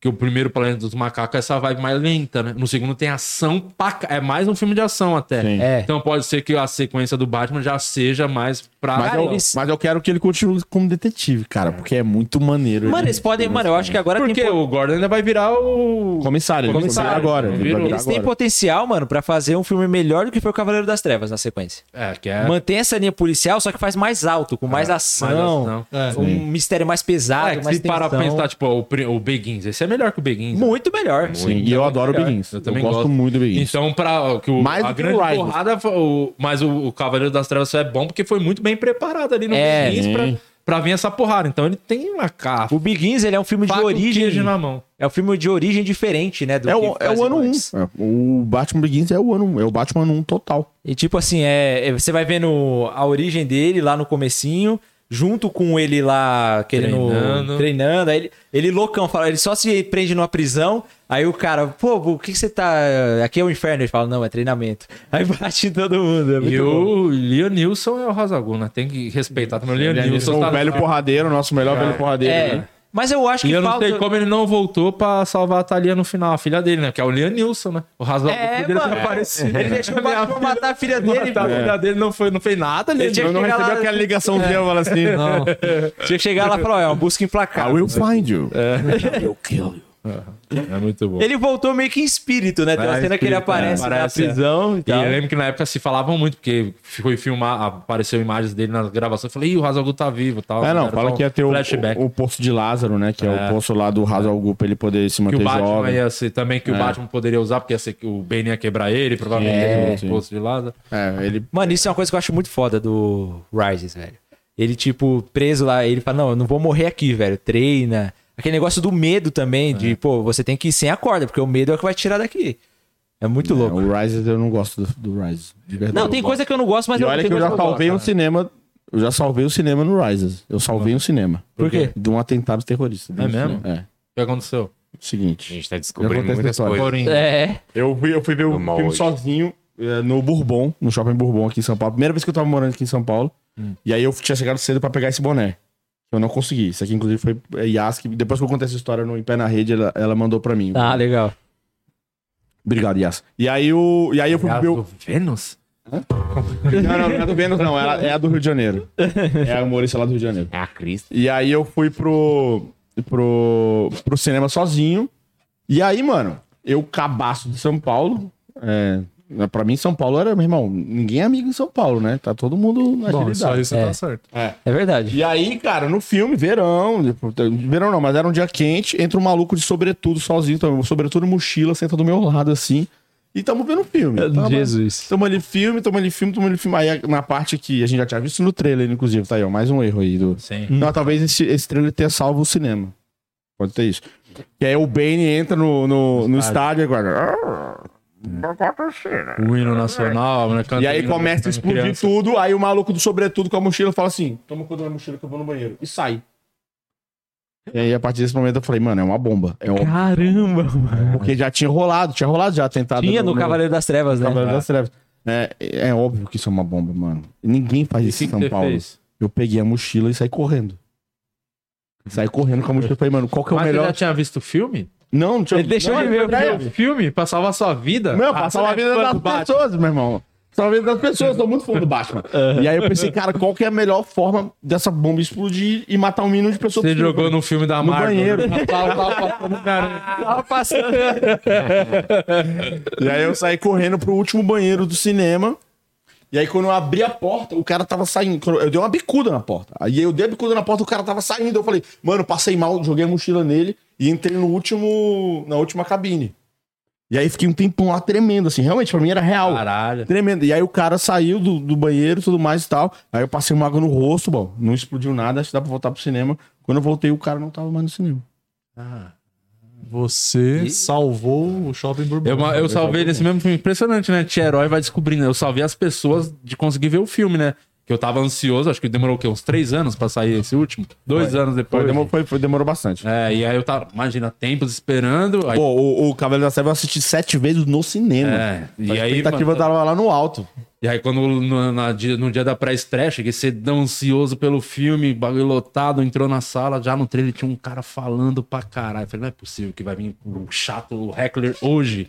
Speaker 1: Que o primeiro Planeta dos Macacos é essa vibe mais lenta, né? No segundo tem ação pra... ca- É mais um filme de ação até.
Speaker 3: Sim.
Speaker 2: É.
Speaker 1: Então pode ser que a sequência do Batman já seja mais pra...
Speaker 3: Mas, é eu,
Speaker 2: eles-
Speaker 3: mas eu quero que ele continue como detetive, cara, porque é muito maneiro.
Speaker 2: Mano,
Speaker 3: ele-
Speaker 2: eles podem. Mano, eu acho que agora
Speaker 1: Porque
Speaker 2: tem. po-
Speaker 1: o Gordon ainda vai virar o...
Speaker 3: Comissário, ele
Speaker 2: Comissário,
Speaker 3: vai virar agora. Ele vai virar
Speaker 2: Eles têm
Speaker 3: agora.
Speaker 2: potencial, mano, pra fazer um filme melhor do que foi o Cavaleiro das Trevas na sequência.
Speaker 1: É, que é...
Speaker 2: Mantém essa linha policial, só que faz mais alto, com mais
Speaker 1: mais
Speaker 2: ação.
Speaker 1: ação.
Speaker 2: um mistério mais pesado,
Speaker 1: É, que
Speaker 2: mais
Speaker 1: se parar pra
Speaker 2: tensão.
Speaker 1: pensar, tipo, o, pri- o Beguins. Esse é melhor que o Beguins. né?
Speaker 2: Muito melhor.
Speaker 3: Sim, e eu adoro o Begins. Eu, gosto, muito do Begins.
Speaker 1: Então, pra, que o,
Speaker 3: Mais
Speaker 1: a
Speaker 3: do que
Speaker 1: grande
Speaker 3: o Rivals.
Speaker 1: porrada, foi o, mas o, o Cavaleiro das Trevas só é bom porque foi muito bem preparado ali no
Speaker 2: É,
Speaker 1: Begins pra,
Speaker 3: sim.
Speaker 1: pra vir essa porrada. Então ele tem uma cara
Speaker 2: O Begins, ele é um filme de
Speaker 1: faca e o queijo
Speaker 2: origem.
Speaker 1: na mão.
Speaker 2: É um filme de origem diferente, né? Do
Speaker 3: É
Speaker 2: que
Speaker 3: o, é o
Speaker 2: fazem
Speaker 3: ano 1. Um.
Speaker 2: antes.
Speaker 3: É, O Batman Begins é o ano 1. Um. É o Batman 1 total.
Speaker 2: E tipo assim, é, é- você vai vendo a origem dele lá no comecinho, junto com ele lá querendo treinando,
Speaker 1: Treinando.
Speaker 2: aí ele, ele loucão, fala, ele só se prende numa prisão, aí o cara, pô, o que, que você tá, aqui é o inferno, ele fala, não, é treinamento. Aí bate em todo mundo, é muito
Speaker 1: E
Speaker 2: bom.
Speaker 1: o Leonilson é o Razaguna. Tem que respeitar também o Leonilson.
Speaker 3: o
Speaker 1: tá-
Speaker 3: velho porradeiro, nosso melhor velho porradeiro.
Speaker 2: É,
Speaker 3: né?
Speaker 2: mas eu acho
Speaker 1: E
Speaker 2: que
Speaker 1: eu não
Speaker 2: falta...
Speaker 1: sei como ele não voltou pra salvar a Thalia no final, a filha dele, né? Que é o Leonilson, né? O Razaguna
Speaker 2: É,
Speaker 1: poderia ter
Speaker 2: mano,
Speaker 1: aparecido.
Speaker 2: ele deixou o Batman matar a filha dele,
Speaker 1: A
Speaker 2: pô.
Speaker 1: filha dele não, foi, não fez nada,
Speaker 2: É. Ele é
Speaker 1: Leonilson.
Speaker 2: tinha que
Speaker 3: Não
Speaker 2: chegar
Speaker 3: recebeu
Speaker 2: lá,
Speaker 3: aquela ligaçãozinha, eu falo assim.
Speaker 2: tinha que chegar lá e falar, ó, é uma
Speaker 1: Ah,
Speaker 2: busca
Speaker 3: I
Speaker 2: implacável.
Speaker 3: will find you.
Speaker 2: assim.
Speaker 1: É muito bom.
Speaker 2: Ele voltou meio que em espírito, né? Tem uma
Speaker 1: É,
Speaker 2: cena que ele
Speaker 1: espírito,
Speaker 2: aparece,
Speaker 1: é.
Speaker 2: na
Speaker 1: Aparece, é.
Speaker 2: prisão e
Speaker 1: E
Speaker 2: tal.
Speaker 1: eu lembro que na época se falavam muito, porque foi filmar, apareceu imagens dele nas gravações. Eu falei, ih, o Hazalgu tá vivo e tal.
Speaker 3: É, não,
Speaker 1: Era
Speaker 3: fala
Speaker 1: só um
Speaker 3: que ia ter o,
Speaker 1: Flashback.
Speaker 3: o, o poço de Lázaro, né? Que é, o poço lá do Hazal Gu pra ele poder se
Speaker 1: que
Speaker 3: manter
Speaker 1: o Batman
Speaker 3: jovem.
Speaker 1: ia ser também, que o Batman poderia usar, porque ia ser que o Ben ia quebrar ele, provavelmente
Speaker 3: É,
Speaker 1: ele
Speaker 3: sim.
Speaker 1: no posto de Lázaro.
Speaker 3: É, ele.
Speaker 2: Mano, isso é uma coisa que eu acho muito foda do Rises, velho. Ele, tipo, preso lá, ele fala, não, eu não vou morrer aqui, velho. Treina. Aquele negócio do medo também,
Speaker 3: É.
Speaker 2: de, pô, você tem que ir sem a corda, porque o medo é o que vai te tirar daqui. É muito
Speaker 3: é,
Speaker 2: louco.
Speaker 3: o Rise eu não gosto do, do Rise. De verdade.
Speaker 2: Não, tem coisa que eu não gosto, mas
Speaker 3: E olha
Speaker 2: tem
Speaker 3: que eu
Speaker 2: coisa
Speaker 3: já salvei um
Speaker 2: gosto,
Speaker 3: cinema. Eu já salvei o cinema no Rises. Eu salvei um cinema.
Speaker 2: Por quê?
Speaker 3: De um atentado terrorista.
Speaker 1: É mesmo?
Speaker 3: É.
Speaker 1: O que aconteceu?
Speaker 4: A
Speaker 3: Seguinte.
Speaker 4: gente tá
Speaker 3: Eu
Speaker 4: descobrindo
Speaker 3: vou ter
Speaker 4: muitas
Speaker 3: essa história.
Speaker 4: coisas.
Speaker 1: Coringa.
Speaker 2: né?
Speaker 3: Eu fui, eu fui ver o
Speaker 4: Tô mal
Speaker 3: filme
Speaker 4: hoje.
Speaker 3: sozinho eh, no Bourbon, no shopping Bourbon aqui em São Paulo. Primeira vez que eu tava morando aqui em São Paulo. E aí eu tinha chegado cedo pra pegar esse boné. Eu não consegui. Isso aqui, inclusive, foi eh, Yas que Depois que eu contei essa história no Em Pé na Rede, ela, ela mandou pra mim.
Speaker 2: É. Ah, legal.
Speaker 3: Obrigado, Yas. E aí, o, e aí eu fui ver.
Speaker 1: Do
Speaker 3: o-
Speaker 1: Vênus?
Speaker 3: Não, não, não é do Vênus, não. Ela, é a do Rio de Janeiro. É a humorista lá do Rio de Janeiro.
Speaker 4: É a Cris.
Speaker 3: E aí eu fui pro, pro, pro cinema sozinho. E aí, mano, eu cabaço de São Paulo. É, pra mim, São Paulo era, meu irmão, ninguém é amigo em São Paulo, né? Tá todo mundo na
Speaker 6: Bom, só
Speaker 3: agilidade.
Speaker 6: isso
Speaker 2: É.
Speaker 6: tá certo.
Speaker 2: É verdade.
Speaker 3: E aí, cara, no filme, verão, tipo, verão não, mas era um dia quente, entra um maluco de sobretudo sozinho, então, sobretudo e mochila, senta do meu lado assim, e tamo vendo o
Speaker 6: É,
Speaker 3: filme.
Speaker 6: Tá
Speaker 3: Tava-
Speaker 2: Jesus.
Speaker 3: Toma ali filme, toma ali filme, toma ali filme. Aí na parte que a gente já tinha visto no trailer, inclusive, tá aí, ó. Mais um erro aí do.
Speaker 1: Sim.
Speaker 3: Não, talvez esse, esse trailer tenha salvo o cinema. Pode ter isso. E aí o Bane entra no, no, no estádio agora.
Speaker 1: O hino nacional, a mulher canta
Speaker 3: E aí
Speaker 1: o hino
Speaker 3: começa a
Speaker 1: nacional,
Speaker 3: explodir
Speaker 1: criança.
Speaker 3: tudo. Aí o maluco do sobretudo com a mochila fala assim: toma conta da minha mochila que eu vou no banheiro. E sai. E aí, a partir desse momento, eu falei, mano, é uma bomba. É uma...
Speaker 2: Caramba, mano.
Speaker 3: Porque já tinha rolado, tinha rolado já tentado.
Speaker 2: Tinha no Cavaleiro das Trevas, né?
Speaker 3: Cavaleiro das Trevas. É, é óbvio que isso é uma bomba, mano. Ninguém faz isso em São Paulo. Eu peguei a mochila e saí correndo. Saí correndo com a mochila e falei, mano, qual que é o
Speaker 1: Mas você
Speaker 3: melhor.
Speaker 1: já tinha visto o filme?
Speaker 3: Não, não tinha.
Speaker 2: Ele deixou
Speaker 3: não,
Speaker 2: ele ver o
Speaker 3: não,
Speaker 2: filme.
Speaker 1: Filme? Pra salvar sua vida? Ah,
Speaker 3: Não, passava
Speaker 1: tá,
Speaker 3: a vida das pessoas, meu irmão. Passava a vida das pessoas, tô muito fã do Batman. E aí eu pensei, cara, qual que é a melhor forma dessa bomba explodir e matar um mínimo de pessoas
Speaker 1: Você
Speaker 3: possível?
Speaker 1: jogou no filme da
Speaker 3: no
Speaker 1: Marvel. né?
Speaker 3: banheiro.
Speaker 1: Tava- tava passando, cara.
Speaker 2: Tava passando.
Speaker 3: E aí eu saí correndo pro último banheiro do cinema. E aí quando eu abri a porta, o cara tava saindo. Quando Eu dei uma bicuda na porta. Aí eu dei a bicuda na porta, o cara tava saindo. Eu falei, mano, passei mal, joguei a mochila nele e entrei no último. na última cabine. E aí fiquei um tempão lá tremendo, assim. Realmente, pra mim era real.
Speaker 1: Caralho.
Speaker 3: Tremendo. E aí o cara saiu do, do banheiro e tudo mais e tal. Aí eu passei uma água no rosto, bom, não explodiu nada, acho que dá pra voltar pro cinema. Quando eu voltei, o cara não tava mais no cinema.
Speaker 1: Ah.
Speaker 6: Você salvou o Shopping Bourbon.
Speaker 1: Eu, ma- eu salvei nesse mesmo filme. Impressionante, né? Tia-herói vai descobrindo. Eu salvei as pessoas de conseguir ver o filme, né? Que eu tava ansioso, acho que demorou o quê? Uns três anos pra sair esse último? Dois anos depois.
Speaker 3: Foi, demorou, foi- foi- demorou bastante.
Speaker 1: É, e aí eu tava, imagina, tempos esperando. Aí,
Speaker 3: Pô, o, o Cavaleiro da Treva eu assisti sete vezes no cinema.
Speaker 1: é, e
Speaker 3: a
Speaker 1: aí.
Speaker 3: expectativa
Speaker 1: mano,
Speaker 3: tava lá no alto.
Speaker 1: E aí, quando no, na dia- no dia da pré-estreia, cheguei cedão, ansioso pelo filme, bagulho lotado, entrou na sala, já no trailer tinha um cara falando pra caralho. Eu Falei, não é possível que vai vir o chato, o heckler hoje.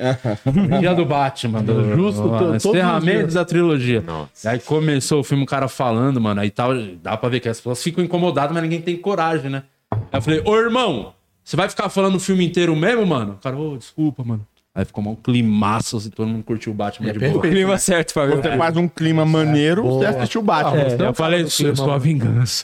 Speaker 1: dia do Batman, do,
Speaker 6: Justo,
Speaker 1: justo,
Speaker 6: to- todos os dias.
Speaker 1: encerramento da trilogia.
Speaker 4: Nossa.
Speaker 1: E aí começou o filme, o cara falando, mano, aí tal, dá pra ver que as pessoas ficam incomodadas, mas ninguém tem coragem, né? Aí eu falei, ô irmão, você vai ficar falando o filme inteiro mesmo, mano? O cara, ô, desculpa, mano. Aí ficou mal um climaço, assim, todo mundo curtiu o Batman
Speaker 6: É
Speaker 1: de boa.
Speaker 2: Clima certo pra ver. o
Speaker 3: Você faz um clima maneiro, você assiste o Batman.
Speaker 6: Então,
Speaker 1: Eu falei,
Speaker 6: cara,
Speaker 1: eu sou a vingança.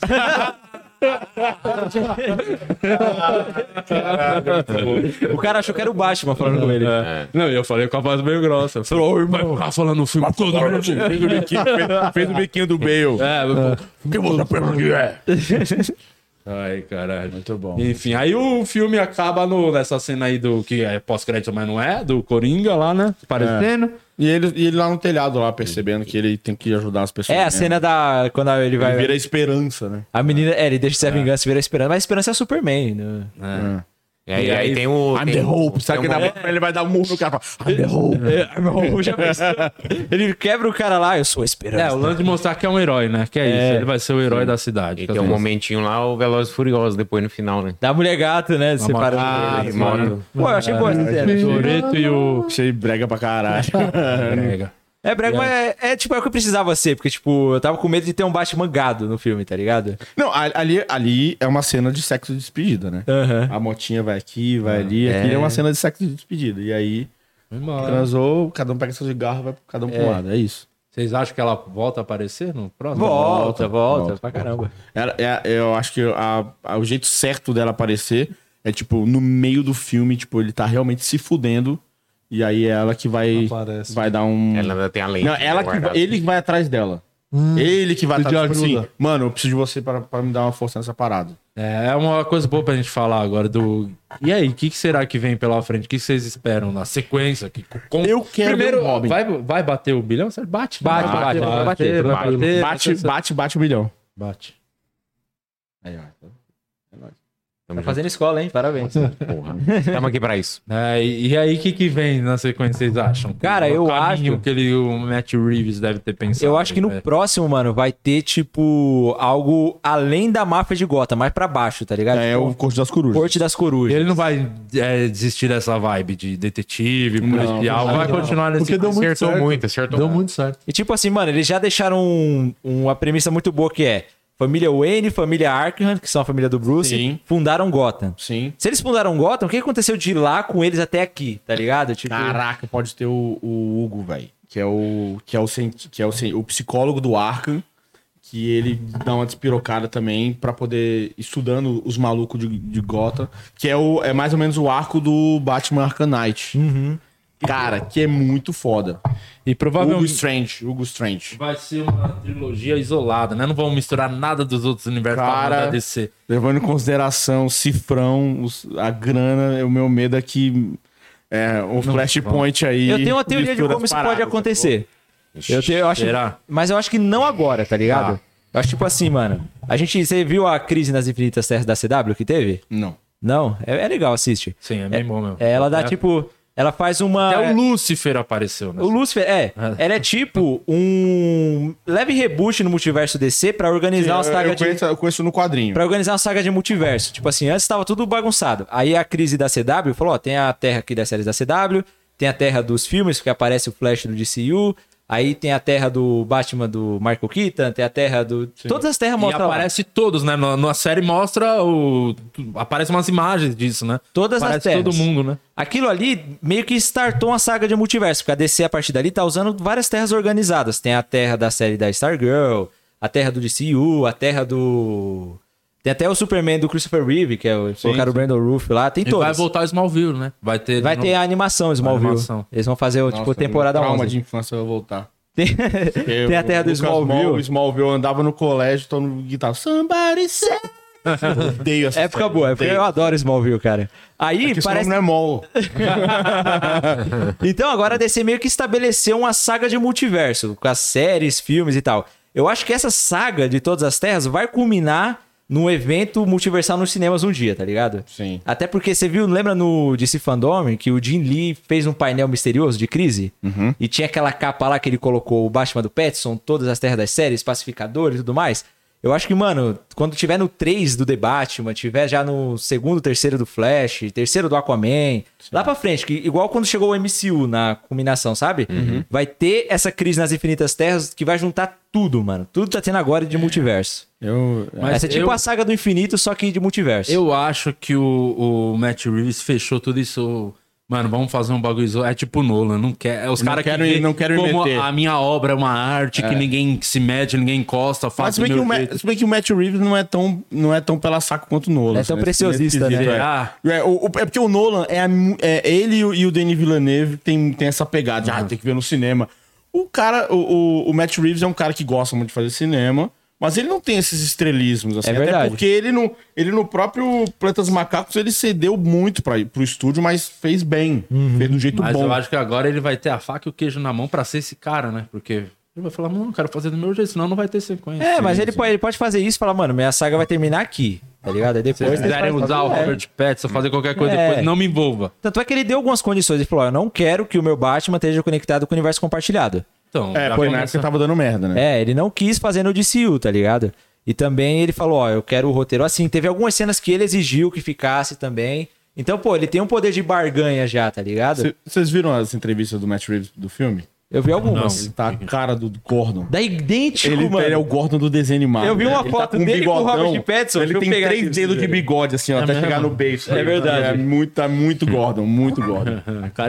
Speaker 2: filme. O cara achou que era o Batman falando com ele.
Speaker 3: É.
Speaker 1: Não, e eu falei com a voz meio grossa. Eu falei, ô irmão, vai ficar falando o filme todo mesmo?
Speaker 3: Fez o biquinho, fez, fez o biquinho do Bale.
Speaker 1: É, eu falei,
Speaker 3: Que você pensa que é?
Speaker 1: Ai, caralho.
Speaker 3: Muito bom.
Speaker 1: Enfim, aí o filme acaba no, nessa cena aí do que é pós-crédito, mas não é, do Coringa lá, né? Parecendo.
Speaker 3: E ele, e ele lá no telhado, lá, percebendo que ele tem que ajudar as pessoas.
Speaker 2: É, a
Speaker 3: né?
Speaker 2: cena da. Quando ele vai.
Speaker 3: Ele vira a esperança, né?
Speaker 2: A menina. É, ele deixa de ser a vingança e vira a esperança. Mas a esperança é o Superman. né?
Speaker 4: E aí,
Speaker 1: E aí-
Speaker 4: aí tem o.
Speaker 3: I'm
Speaker 4: tem
Speaker 3: the
Speaker 4: o-
Speaker 3: hope. Sabe que
Speaker 4: tem uma-
Speaker 3: dá- ele vai dar um murro no cara e fala, I'm the hope.
Speaker 2: Já pensou? ele quebra o cara lá, eu sou a esperança.
Speaker 1: É, o lance de mostrar que é um herói, né? Que é, isso, ele vai ser o herói da cidade.
Speaker 4: E
Speaker 3: é
Speaker 4: tem um momentinho lá, o Velozes e Furiosos, depois no final, né?
Speaker 2: Da mulher gata, né? Separando.
Speaker 4: Ah,
Speaker 2: ele.
Speaker 4: mano.
Speaker 2: Pô, eu achei boa essa cena.
Speaker 1: O Toreto e o...
Speaker 3: Achei brega pra caralho.
Speaker 2: É brega, mas é, é, tipo, é o que eu precisava ser, porque, tipo, eu tava com medo de ter um Batman gado no filme, tá ligado?
Speaker 3: Não, a- ali, ali é uma cena de sexo de despedida, né?
Speaker 2: Aham.
Speaker 3: A motinha vai aqui, vai ali. Aqui é uma cena de sexo de despedida. E aí, transou, cada um pega seu cigarro, vai cada um pro lado. É isso.
Speaker 1: Vocês acham que ela volta a aparecer no próximo?
Speaker 2: Volta, volta,
Speaker 3: volta.
Speaker 2: pra caramba.
Speaker 3: Ela- é- eu acho que a- a- o jeito certo dela aparecer é, tipo, no meio do filme, tipo, ele tá realmente se fudendo. E aí é ela que vai,
Speaker 6: Aparece.
Speaker 3: vai dar um.
Speaker 4: Ela ainda tem a lente. né?
Speaker 3: Não, ela que,
Speaker 4: guardada.
Speaker 3: vai- ele que vai atrás dela.
Speaker 6: Hum,
Speaker 3: ele que vai
Speaker 6: pedir
Speaker 3: atrás tipo
Speaker 6: ajuda.
Speaker 3: assim, mano, eu preciso de você pra, pra me dar uma força nessa parada.
Speaker 1: É uma coisa boa pra gente falar agora do. E aí, o que, que será que vem pela frente? O que, que vocês esperam na sequência? Que, com...
Speaker 3: Eu quero
Speaker 1: Primeiro,
Speaker 3: ver o Robin.
Speaker 1: vai, vai bater o bilhão? Sério, Bate,
Speaker 2: Bate, bate,
Speaker 1: vai bater,
Speaker 2: vai bater,
Speaker 1: vai
Speaker 4: bate,
Speaker 1: bater.
Speaker 3: Bate, bate, bate o milhão.
Speaker 1: bate.
Speaker 3: Aí, ó.
Speaker 4: Tamo
Speaker 2: Tá fazendo escola, hein? Parabéns.
Speaker 4: junto, porra. Tamo aqui pra isso.
Speaker 1: É, e e aí, o que, que vem na sequência, vocês acham?
Speaker 2: Cara,
Speaker 1: O
Speaker 2: eu
Speaker 1: caminho
Speaker 2: acho-
Speaker 1: que ele, o Matt Reeves deve ter pensado.
Speaker 2: Eu acho que no
Speaker 1: É.
Speaker 2: próximo, mano, vai ter, tipo, algo além da máfia de Gota, mais pra baixo, tá ligado?
Speaker 3: É, é o Corte das Corujas.
Speaker 2: Corte das
Speaker 1: E
Speaker 2: Corujas.
Speaker 1: ele não vai é, desistir dessa vibe de detetive, policial. vai continuar nesse
Speaker 6: Porque deu muito
Speaker 4: Acertou
Speaker 6: certo.
Speaker 4: muito, acertou
Speaker 6: Deu
Speaker 4: muito.
Speaker 6: muito certo.
Speaker 2: E tipo assim, mano, eles já deixaram um- uma premissa muito boa que é família Wayne, família Arkham, que são a família do Bruce,
Speaker 3: Sim.
Speaker 2: fundaram Gotham.
Speaker 3: Sim.
Speaker 2: Se eles fundaram Gotham, o que aconteceu de lá com eles até aqui, tá ligado? Tipo,
Speaker 3: Caraca, pode ter o, o Hugo, velho. Que é o. Que é o, cien- que é o, cien- o psicólogo do Arkham. Que ele dá uma despirocada também pra poder. Estudando os malucos de, de Gota. Que é, o, é mais ou menos o arco do Batman Arkham Knight. Cara, que é muito foda.
Speaker 1: E
Speaker 3: Hugo
Speaker 1: provavelmente
Speaker 3: Strange. Hugo Strange.
Speaker 1: vai ser uma trilogia isolada, né? Não vão misturar nada dos outros universos
Speaker 3: Cara,
Speaker 1: da DC.
Speaker 3: Levando em consideração o cifrão, os- a grana, o meu medo é que. É, o flashpoint aí.
Speaker 2: eu tenho uma teoria de
Speaker 3: mistura
Speaker 2: como
Speaker 3: as
Speaker 2: isso
Speaker 3: paradas,
Speaker 2: pode acontecer. Eu, tenho, eu acho,
Speaker 1: tá Será?
Speaker 2: mas eu acho que não agora, tá ligado? Eu acho tipo assim, mano. A gente, você viu a crise nas infinitas terras da CW que teve?
Speaker 3: Não.
Speaker 2: Não, é, é legal, assiste.
Speaker 1: Sim, é bem bom mesmo.
Speaker 2: É, ela dá tipo, ela faz uma
Speaker 1: Até o Lúcifer apareceu, né?
Speaker 2: O Lucifer, é. Ela é tipo um leve reboot no multiverso DC pra organizar uma
Speaker 3: Eu,
Speaker 2: saga
Speaker 3: eu, conheço, assim.
Speaker 2: de.
Speaker 3: eu conheço no quadrinho.
Speaker 2: Pra organizar uma saga de multiverso. Tipo assim, antes tava tudo bagunçado. Aí a crise da CW falou: ó, tem a terra aqui das séries da CW, tem a terra dos filmes, que aparece o Flash do DCU, aí tem a terra do Batman do Michael Keaton, tem a terra do. Todas as terras
Speaker 1: E
Speaker 2: mostram. lá.
Speaker 1: aparece todos, né? Na, na série mostra o. tu- Aparecem umas imagens disso, né?
Speaker 2: Todas as
Speaker 1: aparece
Speaker 2: terras.
Speaker 1: todo mundo, né?
Speaker 2: Aquilo ali meio que startou uma saga de multiverso, porque a DC a partir dali tá usando várias terras organizadas. Tem a terra da série da Stargirl, a terra do DCU, a terra do... Tem até o Superman do Christopher Reeve, que é o... colocaram o Brandon Roof lá, tem
Speaker 1: E vai
Speaker 2: todas. Vai,
Speaker 1: voltar o Smallville, né? Vai ter. de
Speaker 2: ter
Speaker 1: novo.
Speaker 2: a animação Smallville.
Speaker 1: animação.
Speaker 2: Eles vão fazer, o tipo,
Speaker 3: Nossa,
Speaker 2: temporada
Speaker 3: trauma
Speaker 2: 11.
Speaker 3: de infância eu vou voltar.
Speaker 2: Tem... tem a terra do
Speaker 3: Small,
Speaker 2: Smallville.
Speaker 3: Smallville eu andava no colégio, tô no guitarra. Somebody say. Odeio essa
Speaker 2: Época
Speaker 3: série,
Speaker 2: boa, época-
Speaker 3: odeio.
Speaker 2: eu adoro Smallville, cara. Aí
Speaker 3: Porque esse
Speaker 2: parece
Speaker 3: nome não é mol.
Speaker 2: Então agora a DC meio que estabeleceu uma saga de multiverso, com as séries, filmes e tal. Eu acho que essa saga de todas as terras vai culminar num evento multiversal nos cinemas um dia, tá ligado?
Speaker 3: Sim.
Speaker 2: Até porque você viu, lembra no DC Fandom que o Jim Lee fez um painel misterioso de crise?
Speaker 1: Uhum.
Speaker 2: E tinha aquela capa lá que ele colocou o Batman do Petson, todas as terras das séries, pacificadores e tudo mais. Eu acho que, mano, quando tiver no 3 do The Batman, tiver já no segundo, terceiro do Flash, terceiro do Aquaman, lá pra frente, que igual quando chegou o MCU na combinação, sabe?
Speaker 1: Uhum.
Speaker 2: Vai ter essa crise nas infinitas terras que vai juntar tudo, mano. Tudo tá tendo agora de multiverso.
Speaker 3: Eu,
Speaker 1: É. Mas
Speaker 2: Essa é tipo
Speaker 1: eu-
Speaker 2: a saga do infinito, só que de multiverso.
Speaker 1: Eu acho que o, o Matt Reeves fechou tudo isso. Mano, vamos fazer um bagulho. isolado. É tipo Nolan, não quer. É os
Speaker 3: Não
Speaker 1: caras que
Speaker 3: quero ir-
Speaker 1: vê
Speaker 3: não quero ir
Speaker 1: como
Speaker 3: meter.
Speaker 1: a minha obra é uma arte que ninguém se mede, ninguém encosta,
Speaker 3: Mas
Speaker 1: faz
Speaker 3: se
Speaker 1: do
Speaker 3: bem, que
Speaker 1: meu
Speaker 3: o Ma-
Speaker 1: jeito.
Speaker 3: se bem que o Matt Reeves não é tão, não é tão pela saco quanto o Nolan.
Speaker 2: É tão
Speaker 3: assim, nesse-
Speaker 2: preciosista,
Speaker 3: nesse
Speaker 2: né?
Speaker 3: quesito, é.
Speaker 1: Ah.
Speaker 3: É, o- o- é porque o Nolan, é, a mu- é ele e o, e o Denis Villeneuve tem, tem essa pegada de, ah,
Speaker 1: Uhum.
Speaker 3: tem que ver no cinema. O cara, o, o- o Matt Reeves é um cara que gosta muito de fazer cinema, mas ele não tem esses estrelismos, assim.
Speaker 2: É verdade.
Speaker 3: Até porque ele no, ele no próprio Planetas Macacos, ele cedeu muito pra, pro estúdio, mas fez bem.
Speaker 2: Uhum.
Speaker 3: Fez de um jeito
Speaker 1: Mas
Speaker 3: bom.
Speaker 1: eu acho que agora ele vai ter a faca e o queijo na mão pra ser esse cara, né? Porque ele vai falar, mano, eu quero fazer do meu jeito, senão não vai ter sequência.
Speaker 2: É, mas ele pode, ele pode fazer isso e falar, mano, minha saga vai terminar aqui, tá ligado? Aí
Speaker 1: Se eles
Speaker 2: depois.
Speaker 1: quiserem
Speaker 2: vocês fazem-
Speaker 1: usar o
Speaker 2: É.
Speaker 1: Robert Pattinson, fazer qualquer coisa
Speaker 2: É.
Speaker 1: depois, não me envolva.
Speaker 2: Tanto é que ele deu algumas condições. Ele falou: ó, eu não quero que o meu Batman esteja conectado com o universo compartilhado.
Speaker 1: Então,
Speaker 3: É,
Speaker 1: já
Speaker 3: pô, na
Speaker 1: começa-
Speaker 2: tá
Speaker 3: época tava dando merda, né?
Speaker 2: É, ele não quis fazer no DCU, tá ligado? E também ele falou: ó, eu quero o roteiro assim. Teve algumas cenas que ele exigiu que ficasse também. Então, pô, ele tem um poder de barganha já, tá ligado?
Speaker 3: Cê- Vocês viram as entrevistas do Matt Reeves do filme?
Speaker 2: Eu vi algumas.
Speaker 3: Ele tá a cara do Gordon.
Speaker 2: Dá idêntico,
Speaker 3: Ele,
Speaker 2: mano.
Speaker 3: ele é o Gordon do desenho animado.
Speaker 2: Eu vi uma
Speaker 3: Ele
Speaker 2: foto
Speaker 3: com um
Speaker 2: dele com o
Speaker 3: bigodão.
Speaker 2: Robert Pattinson. Deixa
Speaker 3: Ele
Speaker 2: eu
Speaker 3: tem
Speaker 2: pegar
Speaker 3: três
Speaker 2: aqui,
Speaker 3: dedos de
Speaker 2: velho.
Speaker 3: bigode, assim, ó, até chegar no beijo. É
Speaker 2: verdade.
Speaker 3: É muito, tá muito Gordon, muito Gordon.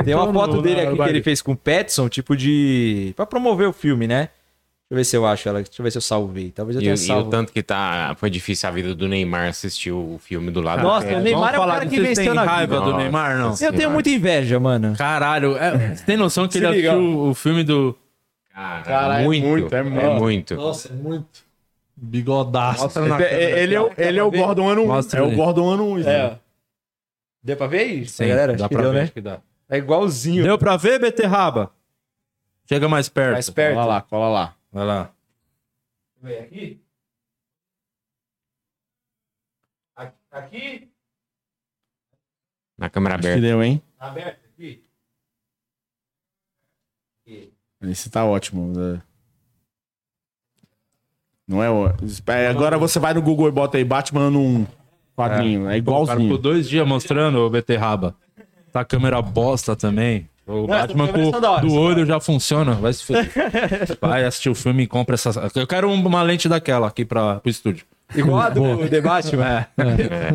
Speaker 2: Tem uma foto
Speaker 1: Não,
Speaker 2: dele
Speaker 1: não,
Speaker 2: aqui que
Speaker 1: Barbie.
Speaker 2: ele fez com o Petson, tipo de. pra promover o filme, né? Deixa eu ver se eu acho ela. Deixa eu ver se eu salvei. Talvez eu
Speaker 4: E,
Speaker 2: tenha
Speaker 4: e o
Speaker 2: salvo.
Speaker 4: tanto que tá. Foi difícil a vida do Neymar assistir o filme do lado
Speaker 2: Nossa,
Speaker 4: da
Speaker 2: o
Speaker 4: tela.
Speaker 2: Neymar é o
Speaker 1: falar
Speaker 2: cara
Speaker 1: que
Speaker 2: que
Speaker 1: vocês têm
Speaker 2: venceu na
Speaker 1: raiva
Speaker 2: vida.
Speaker 1: do Neymar, não.
Speaker 2: Eu tenho muita inveja, mano.
Speaker 1: Caralho, é, você tem noção que ele
Speaker 3: liga,
Speaker 1: assistiu o filme do.
Speaker 4: Cara,
Speaker 3: Cara, é
Speaker 4: muito,
Speaker 3: muito, é
Speaker 4: é
Speaker 3: muito.
Speaker 4: muito.
Speaker 6: Nossa, muito. Bigodaço.
Speaker 1: tá
Speaker 3: Ele, é- ele é, o- ele é o Gordon ano 1.
Speaker 1: Mostra
Speaker 3: é o
Speaker 1: aí.
Speaker 3: Gordon ano 1.
Speaker 2: É. Deu pra ver isso?
Speaker 1: Sim,
Speaker 2: galera,
Speaker 1: dá
Speaker 2: acho que
Speaker 1: pra
Speaker 2: deu,
Speaker 1: ver,
Speaker 2: né?
Speaker 1: acho que dá.
Speaker 2: É igualzinho.
Speaker 1: Deu pra ver, beterraba? Chega mais perto.
Speaker 2: Mais perto.
Speaker 3: Cola lá, cola lá.
Speaker 1: Vai lá.
Speaker 2: Aqui? Aqui?
Speaker 4: Na câmera
Speaker 3: Acho que
Speaker 4: aberta.
Speaker 3: deu, hein?
Speaker 2: Aberto aqui?
Speaker 3: Esse tá ótimo. né? Não é o... é, Agora você vai no Google e bota aí Batman ano 1. Quadrinho.
Speaker 1: O cara
Speaker 3: É,
Speaker 1: ficou
Speaker 3: igualzinho.
Speaker 1: dois dias mostrando o beterraba. Tá a câmera bosta também. O Batman
Speaker 2: essas câmeras
Speaker 1: com,
Speaker 2: são da hora,
Speaker 1: do
Speaker 2: são
Speaker 1: olho já funciona. Vai se fuder. Vai assistir o filme e compra essas. Eu quero uma lente daquela aqui pra, pro estúdio.
Speaker 2: Igual a do debate, mano.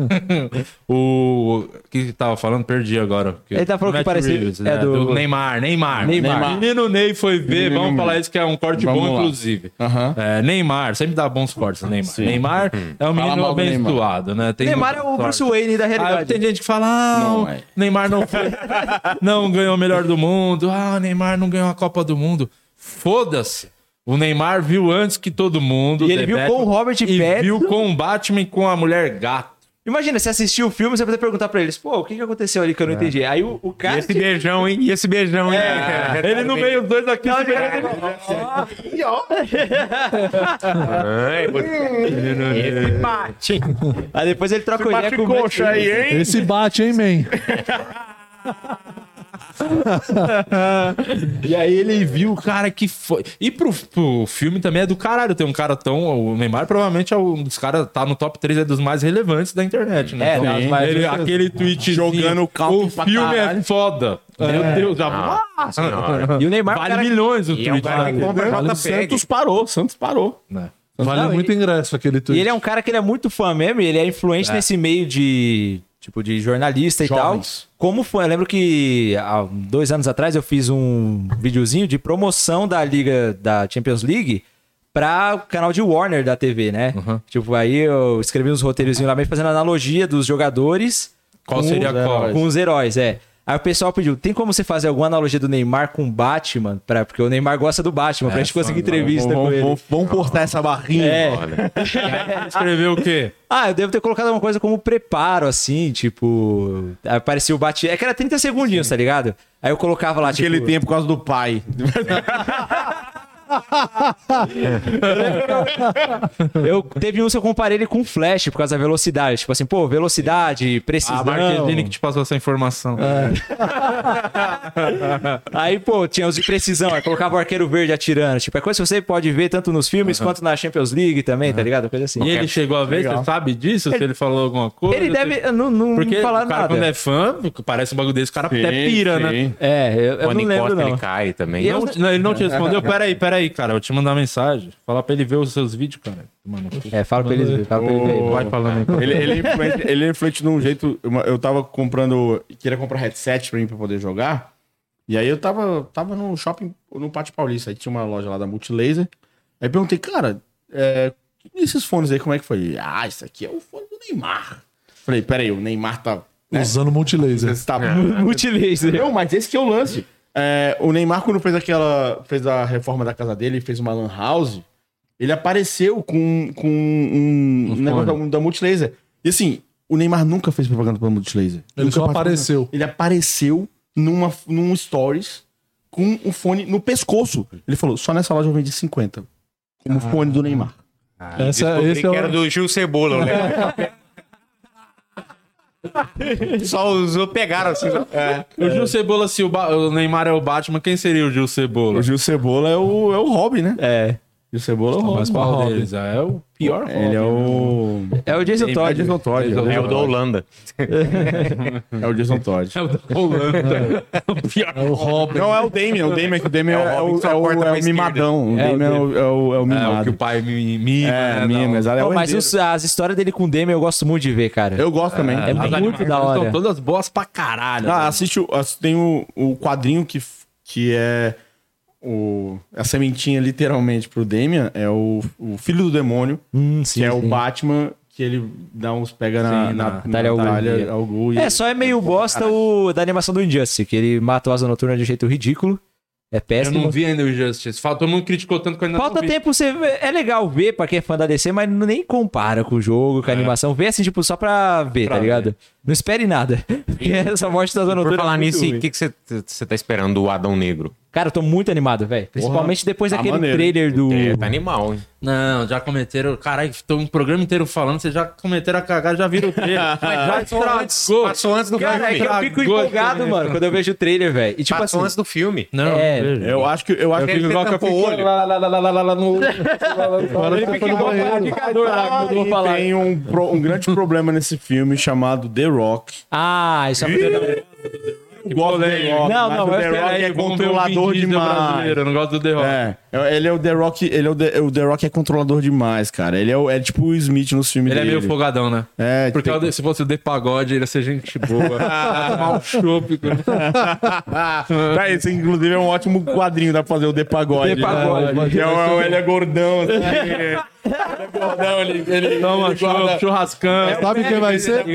Speaker 1: O. O que que tava falando? Perdi agora.
Speaker 2: Ele tá falando que
Speaker 1: Matt
Speaker 2: parecia-
Speaker 1: Reeves,
Speaker 2: é
Speaker 1: né?
Speaker 2: do-
Speaker 1: do... Neymar, Neymar.
Speaker 2: Neymar.
Speaker 1: Menino Ney foi ver.
Speaker 3: Menino
Speaker 1: vamos
Speaker 3: Ney.
Speaker 1: falar isso que é um corte
Speaker 3: Vamos
Speaker 1: bom,
Speaker 3: lá.
Speaker 1: inclusive.
Speaker 3: Aham. Hum.
Speaker 1: É, Neymar, sempre dá bons cortes, Neymar. Neymar é um menino
Speaker 3: mal do Neymar.
Speaker 1: abençoado, né? Tem
Speaker 2: Neymar é o né?
Speaker 1: muita
Speaker 2: Bruce
Speaker 1: sorte.
Speaker 2: Wayne da
Speaker 1: Ah,
Speaker 2: realidade.
Speaker 1: tem gente que fala, ah,
Speaker 3: Não,
Speaker 1: o
Speaker 3: é.
Speaker 1: Neymar não foi, não ganhou o melhor do mundo, ah, o Neymar não ganhou a Copa do Mundo. Foda-se. O Neymar viu antes que todo mundo.
Speaker 2: E ele
Speaker 1: The
Speaker 2: viu
Speaker 1: Batman,
Speaker 2: com o Robert
Speaker 1: e
Speaker 2: Pattinson.
Speaker 1: viu com o Batman e com a mulher gato.
Speaker 2: Imagina, você assistiu o filme, você vai perguntar pra eles, pô, o que, que aconteceu ali que
Speaker 1: É.
Speaker 2: eu não entendi? Aí o, o cara.
Speaker 4: Esse beijão, hein? E esse beijão, hein?
Speaker 2: É.
Speaker 1: É. Ele no meio dos dois aqui. se
Speaker 4: Ai, você- Esse bate, hein?
Speaker 2: Aí depois ele troca o ideia com o Matt
Speaker 3: Coxa aí, hein?
Speaker 6: Esse bate, hein, man?
Speaker 1: E aí ele viu o cara que foi. E pro, pro filme também é do caralho. Tem um cara tão. O Neymar provavelmente é um dos caras, tá no top 3 é dos mais relevantes da internet, né?
Speaker 2: É,
Speaker 1: Então,
Speaker 2: das mais-
Speaker 1: ele, aquele tweet
Speaker 3: Jogando o caldo
Speaker 1: O
Speaker 3: pra
Speaker 1: filme é
Speaker 3: caralho."
Speaker 1: foda. Meu Deus, já. Ah,
Speaker 4: senhora.
Speaker 2: E o Neymar,
Speaker 1: vale
Speaker 2: o cara-
Speaker 1: milhões o
Speaker 4: E é um
Speaker 1: tweet.
Speaker 4: cara que
Speaker 1: dele.
Speaker 4: compra JPEG.
Speaker 3: Santos parou, Santos parou.
Speaker 1: Né?
Speaker 6: Valeu
Speaker 2: Não,
Speaker 6: muito ingresso aquele
Speaker 2: E
Speaker 6: tweet.
Speaker 2: ele é um cara que ele é muito fã mesmo, e ele é influente nesse meio de, tipo, de jornalista
Speaker 3: Jovens.
Speaker 2: e tal. Como fã, eu lembro que há dois anos atrás eu fiz um videozinho de promoção da Liga, da Champions League, pra o canal de Warner da TV, né? Tipo, aí eu escrevi uns roteirozinhos lá, meio fazendo analogia dos jogadores
Speaker 1: Qual
Speaker 2: com
Speaker 1: seria
Speaker 2: os
Speaker 1: qual?
Speaker 2: heróis. Com os heróis, é. Aí o pessoal pediu, tem como você fazer alguma analogia do Neymar com Batman? Pra, porque o Neymar gosta do Batman, pra gente conseguir entrevista com ele.
Speaker 3: vamos cortar essa barrinha.
Speaker 2: É.
Speaker 4: Olha.
Speaker 1: Escreveu o quê?
Speaker 2: Ah, eu devo ter colocado alguma coisa como preparo, assim, tipo. Apareceu o bate. É que era 30 segundinhos, tá ligado? Aí eu colocava lá,
Speaker 3: Que
Speaker 2: tipo.
Speaker 3: ele tem por causa do pai.
Speaker 2: Eu teve um que eu comparei ele com Flash por causa da velocidade. Tipo assim, pô, velocidade, precisão.
Speaker 1: A Marquezine que te passou essa informação.
Speaker 2: É. Aí, pô, tinha os de precisão, aí colocava o arqueiro verde atirando. Tipo, é coisa que você pode ver tanto nos filmes quanto na Champions League também, tá ligado? Coisa assim.
Speaker 1: E ele chegou a ver,
Speaker 3: Legal.
Speaker 1: você sabe disso? Se ele falou alguma coisa?
Speaker 2: Ele
Speaker 1: se-
Speaker 2: deve. eu Não, não,
Speaker 1: Porque
Speaker 2: não falar
Speaker 1: o cara, quando
Speaker 2: nada.
Speaker 1: é fã, parece um bagulho desse, o cara até pira, né?
Speaker 2: É, eu, eu
Speaker 4: Quando
Speaker 2: não lembro,
Speaker 4: encosta,
Speaker 2: não.
Speaker 4: ele cai também.
Speaker 2: E
Speaker 1: Não,
Speaker 2: eu-
Speaker 1: não, ele não te respondeu? Peraí, peraí, cara. Eu te mandar mensagem. Falar pra ele ver os seus vídeos, cara. Mano,
Speaker 2: É, fala pra eles verem, fala pra eles verem.
Speaker 1: vai falando aí.
Speaker 3: Ele, ele, reflete, ele reflete de um jeito. uma- Eu tava comprando. Queria comprar headset pra mim pra poder jogar. E aí eu tava, tava no shopping, no Pátio Paulista. Aí tinha uma loja lá da Multilaser. Aí perguntei, cara, é, e esses fones aí, como é que foi? Ah, isso aqui é o fone do Neymar. Falei, peraí, o Neymar tá.
Speaker 2: um-
Speaker 6: Usando multilaser.
Speaker 3: tá
Speaker 2: Multilaser.
Speaker 3: não, mas esse que é o lance. É, o Neymar, quando fez aquela. fez a reforma da casa dele, fez uma lan house, ele apareceu com, com um, um negócio da, da multilaser. E assim, o Neymar nunca fez propaganda pra multilaser.
Speaker 6: Ele
Speaker 3: Nunca
Speaker 6: só
Speaker 3: participou.
Speaker 6: apareceu.
Speaker 3: Ele apareceu numa, num stories com o fone no pescoço. Ele falou: só nessa loja eu vendi 50. Como fone do Neymar.
Speaker 6: Essa,
Speaker 4: Descobri
Speaker 6: esse é
Speaker 4: que era
Speaker 6: o...
Speaker 4: do Gil Cebola, eu lembro. Só usou, pegaram assim. só-
Speaker 1: O Gil Cebola, se o, Ba- o Neymar é o Batman, quem seria o Gil Cebola?
Speaker 3: O Gil Cebola é o, é o Robin, né?
Speaker 2: É.
Speaker 3: Gil Cebola é o Robin.
Speaker 1: Mas qual deles? Ah, É o pior
Speaker 3: Ele é o.
Speaker 2: É o Jason
Speaker 3: É o
Speaker 2: Todd.
Speaker 3: Jason Todd.
Speaker 4: É o da Holanda.
Speaker 3: É o Jason Todd.
Speaker 6: É o Robin.
Speaker 3: Não, é o Damien. O Damien, que o Damien é,
Speaker 4: É, o Robin
Speaker 3: o,
Speaker 4: só
Speaker 3: é, o,
Speaker 4: corta pra
Speaker 3: é o
Speaker 4: esquerda.
Speaker 3: mimadão. O
Speaker 2: É,
Speaker 3: Damien é o, é o, é o
Speaker 1: É, o que
Speaker 3: mimado.
Speaker 1: o pai me mima.
Speaker 3: É,
Speaker 1: né,
Speaker 3: mima,
Speaker 1: não.
Speaker 3: exato. É
Speaker 2: Pô,
Speaker 3: o
Speaker 2: mas
Speaker 3: herdeiro.
Speaker 2: os- as histórias dele com o Demi eu gosto muito de ver, cara.
Speaker 3: Eu gosto também.
Speaker 2: É
Speaker 1: As
Speaker 2: muito
Speaker 1: animações
Speaker 2: da hora.
Speaker 1: São todas boas pra caralho.
Speaker 3: Ah, assiste o, ass- tem o, o quadrinho que, f- que é o, a sementinha, literalmente, pro Damien. É o, o Filho do Demônio,
Speaker 2: Hum, sim,
Speaker 3: que é o
Speaker 2: sim.
Speaker 3: Batman, que ele dá uns pega na,
Speaker 1: Sim,
Speaker 3: na,
Speaker 1: na
Speaker 3: na
Speaker 2: Talia al Ghul.
Speaker 3: Talia al Ghul e-
Speaker 2: É, só é meio bosta o da animação do Injustice, que ele mata o Asa Noturna de um jeito ridículo. É
Speaker 1: eu
Speaker 2: péssimo.
Speaker 1: não vi ainda o Injustice. Fala, Todo mundo criticou tanto que eu ainda
Speaker 2: Falta
Speaker 1: não vi.
Speaker 2: tempo, você vê- é legal ver pra quem é fã da DC, mas nem compara com o jogo, com a animação. Vê assim, tipo, só pra ver, tá ligado? Não espere nada. Porque essa morte da Zona
Speaker 4: Por
Speaker 2: Noturna.
Speaker 4: falar
Speaker 2: é muito
Speaker 4: nisso, o
Speaker 2: ruim.
Speaker 4: que que você você tá esperando do Adão Negro?
Speaker 2: Cara, eu tô muito animado, velho. Principalmente depois
Speaker 3: tá
Speaker 2: daquele
Speaker 3: maneiro.
Speaker 2: trailer do.
Speaker 4: É, tá animal, hein?
Speaker 1: Não, já cometeram. Caralho, tô um programa inteiro falando, vocês já cometeram a cagar, já viram o trailer. já estragou.
Speaker 4: Passou antes do
Speaker 2: Cara, é que
Speaker 4: filme.
Speaker 2: eu fico
Speaker 1: Cagou,
Speaker 2: empolgado,
Speaker 1: cara.
Speaker 2: mano, quando eu vejo o trailer, velho. E tipo
Speaker 4: Passou
Speaker 2: assim.
Speaker 4: antes do filme.
Speaker 1: Não,
Speaker 2: É.
Speaker 1: veja.
Speaker 3: Eu acho que eu acho
Speaker 4: Ele
Speaker 3: que igual
Speaker 4: tampou
Speaker 3: fico-
Speaker 4: o olho.
Speaker 3: lá, lá, lá, lá, lá, lá, lá, no-
Speaker 6: Agora ele foi no banheiro.
Speaker 1: ah,
Speaker 2: eu vou
Speaker 3: E
Speaker 2: falar.
Speaker 3: Tem um, pro- um grande problema nesse filme chamado The Rock.
Speaker 2: Ah, isso é muito.
Speaker 3: Gosto do The Rock,
Speaker 2: Não,
Speaker 3: mas
Speaker 2: não,
Speaker 3: o
Speaker 2: mas
Speaker 3: The
Speaker 2: pera
Speaker 3: Rock
Speaker 2: aí,
Speaker 3: é
Speaker 1: Vamos ver o Vin
Speaker 3: controlador
Speaker 1: Diesel
Speaker 3: demais.
Speaker 1: um brasileiro, Eu não gosto do The Rock.
Speaker 3: É, ele é o The Rock, ele é o The, o The Rock é controlador demais, cara. Ele é, o- é tipo o Smith nos filmes
Speaker 1: Ele é
Speaker 3: dele.
Speaker 1: meio folgadão, né?
Speaker 3: É,
Speaker 1: Porque
Speaker 3: tem-
Speaker 1: o de- se fosse o De Pagode, ele ia ser gente boa. Ia tomar um chope.
Speaker 3: Tá aí, esse, inclusive é um ótimo quadrinho, dá pra fazer o The Pagode.
Speaker 2: The Pagode,
Speaker 3: né?
Speaker 2: mas-
Speaker 3: Que é o- ele é gordão, assim. ele é gordão, ele, ele,
Speaker 1: Toma
Speaker 3: ele guarda- É
Speaker 1: chope, churrascão.
Speaker 6: Sabe quem vai
Speaker 2: é
Speaker 6: ser?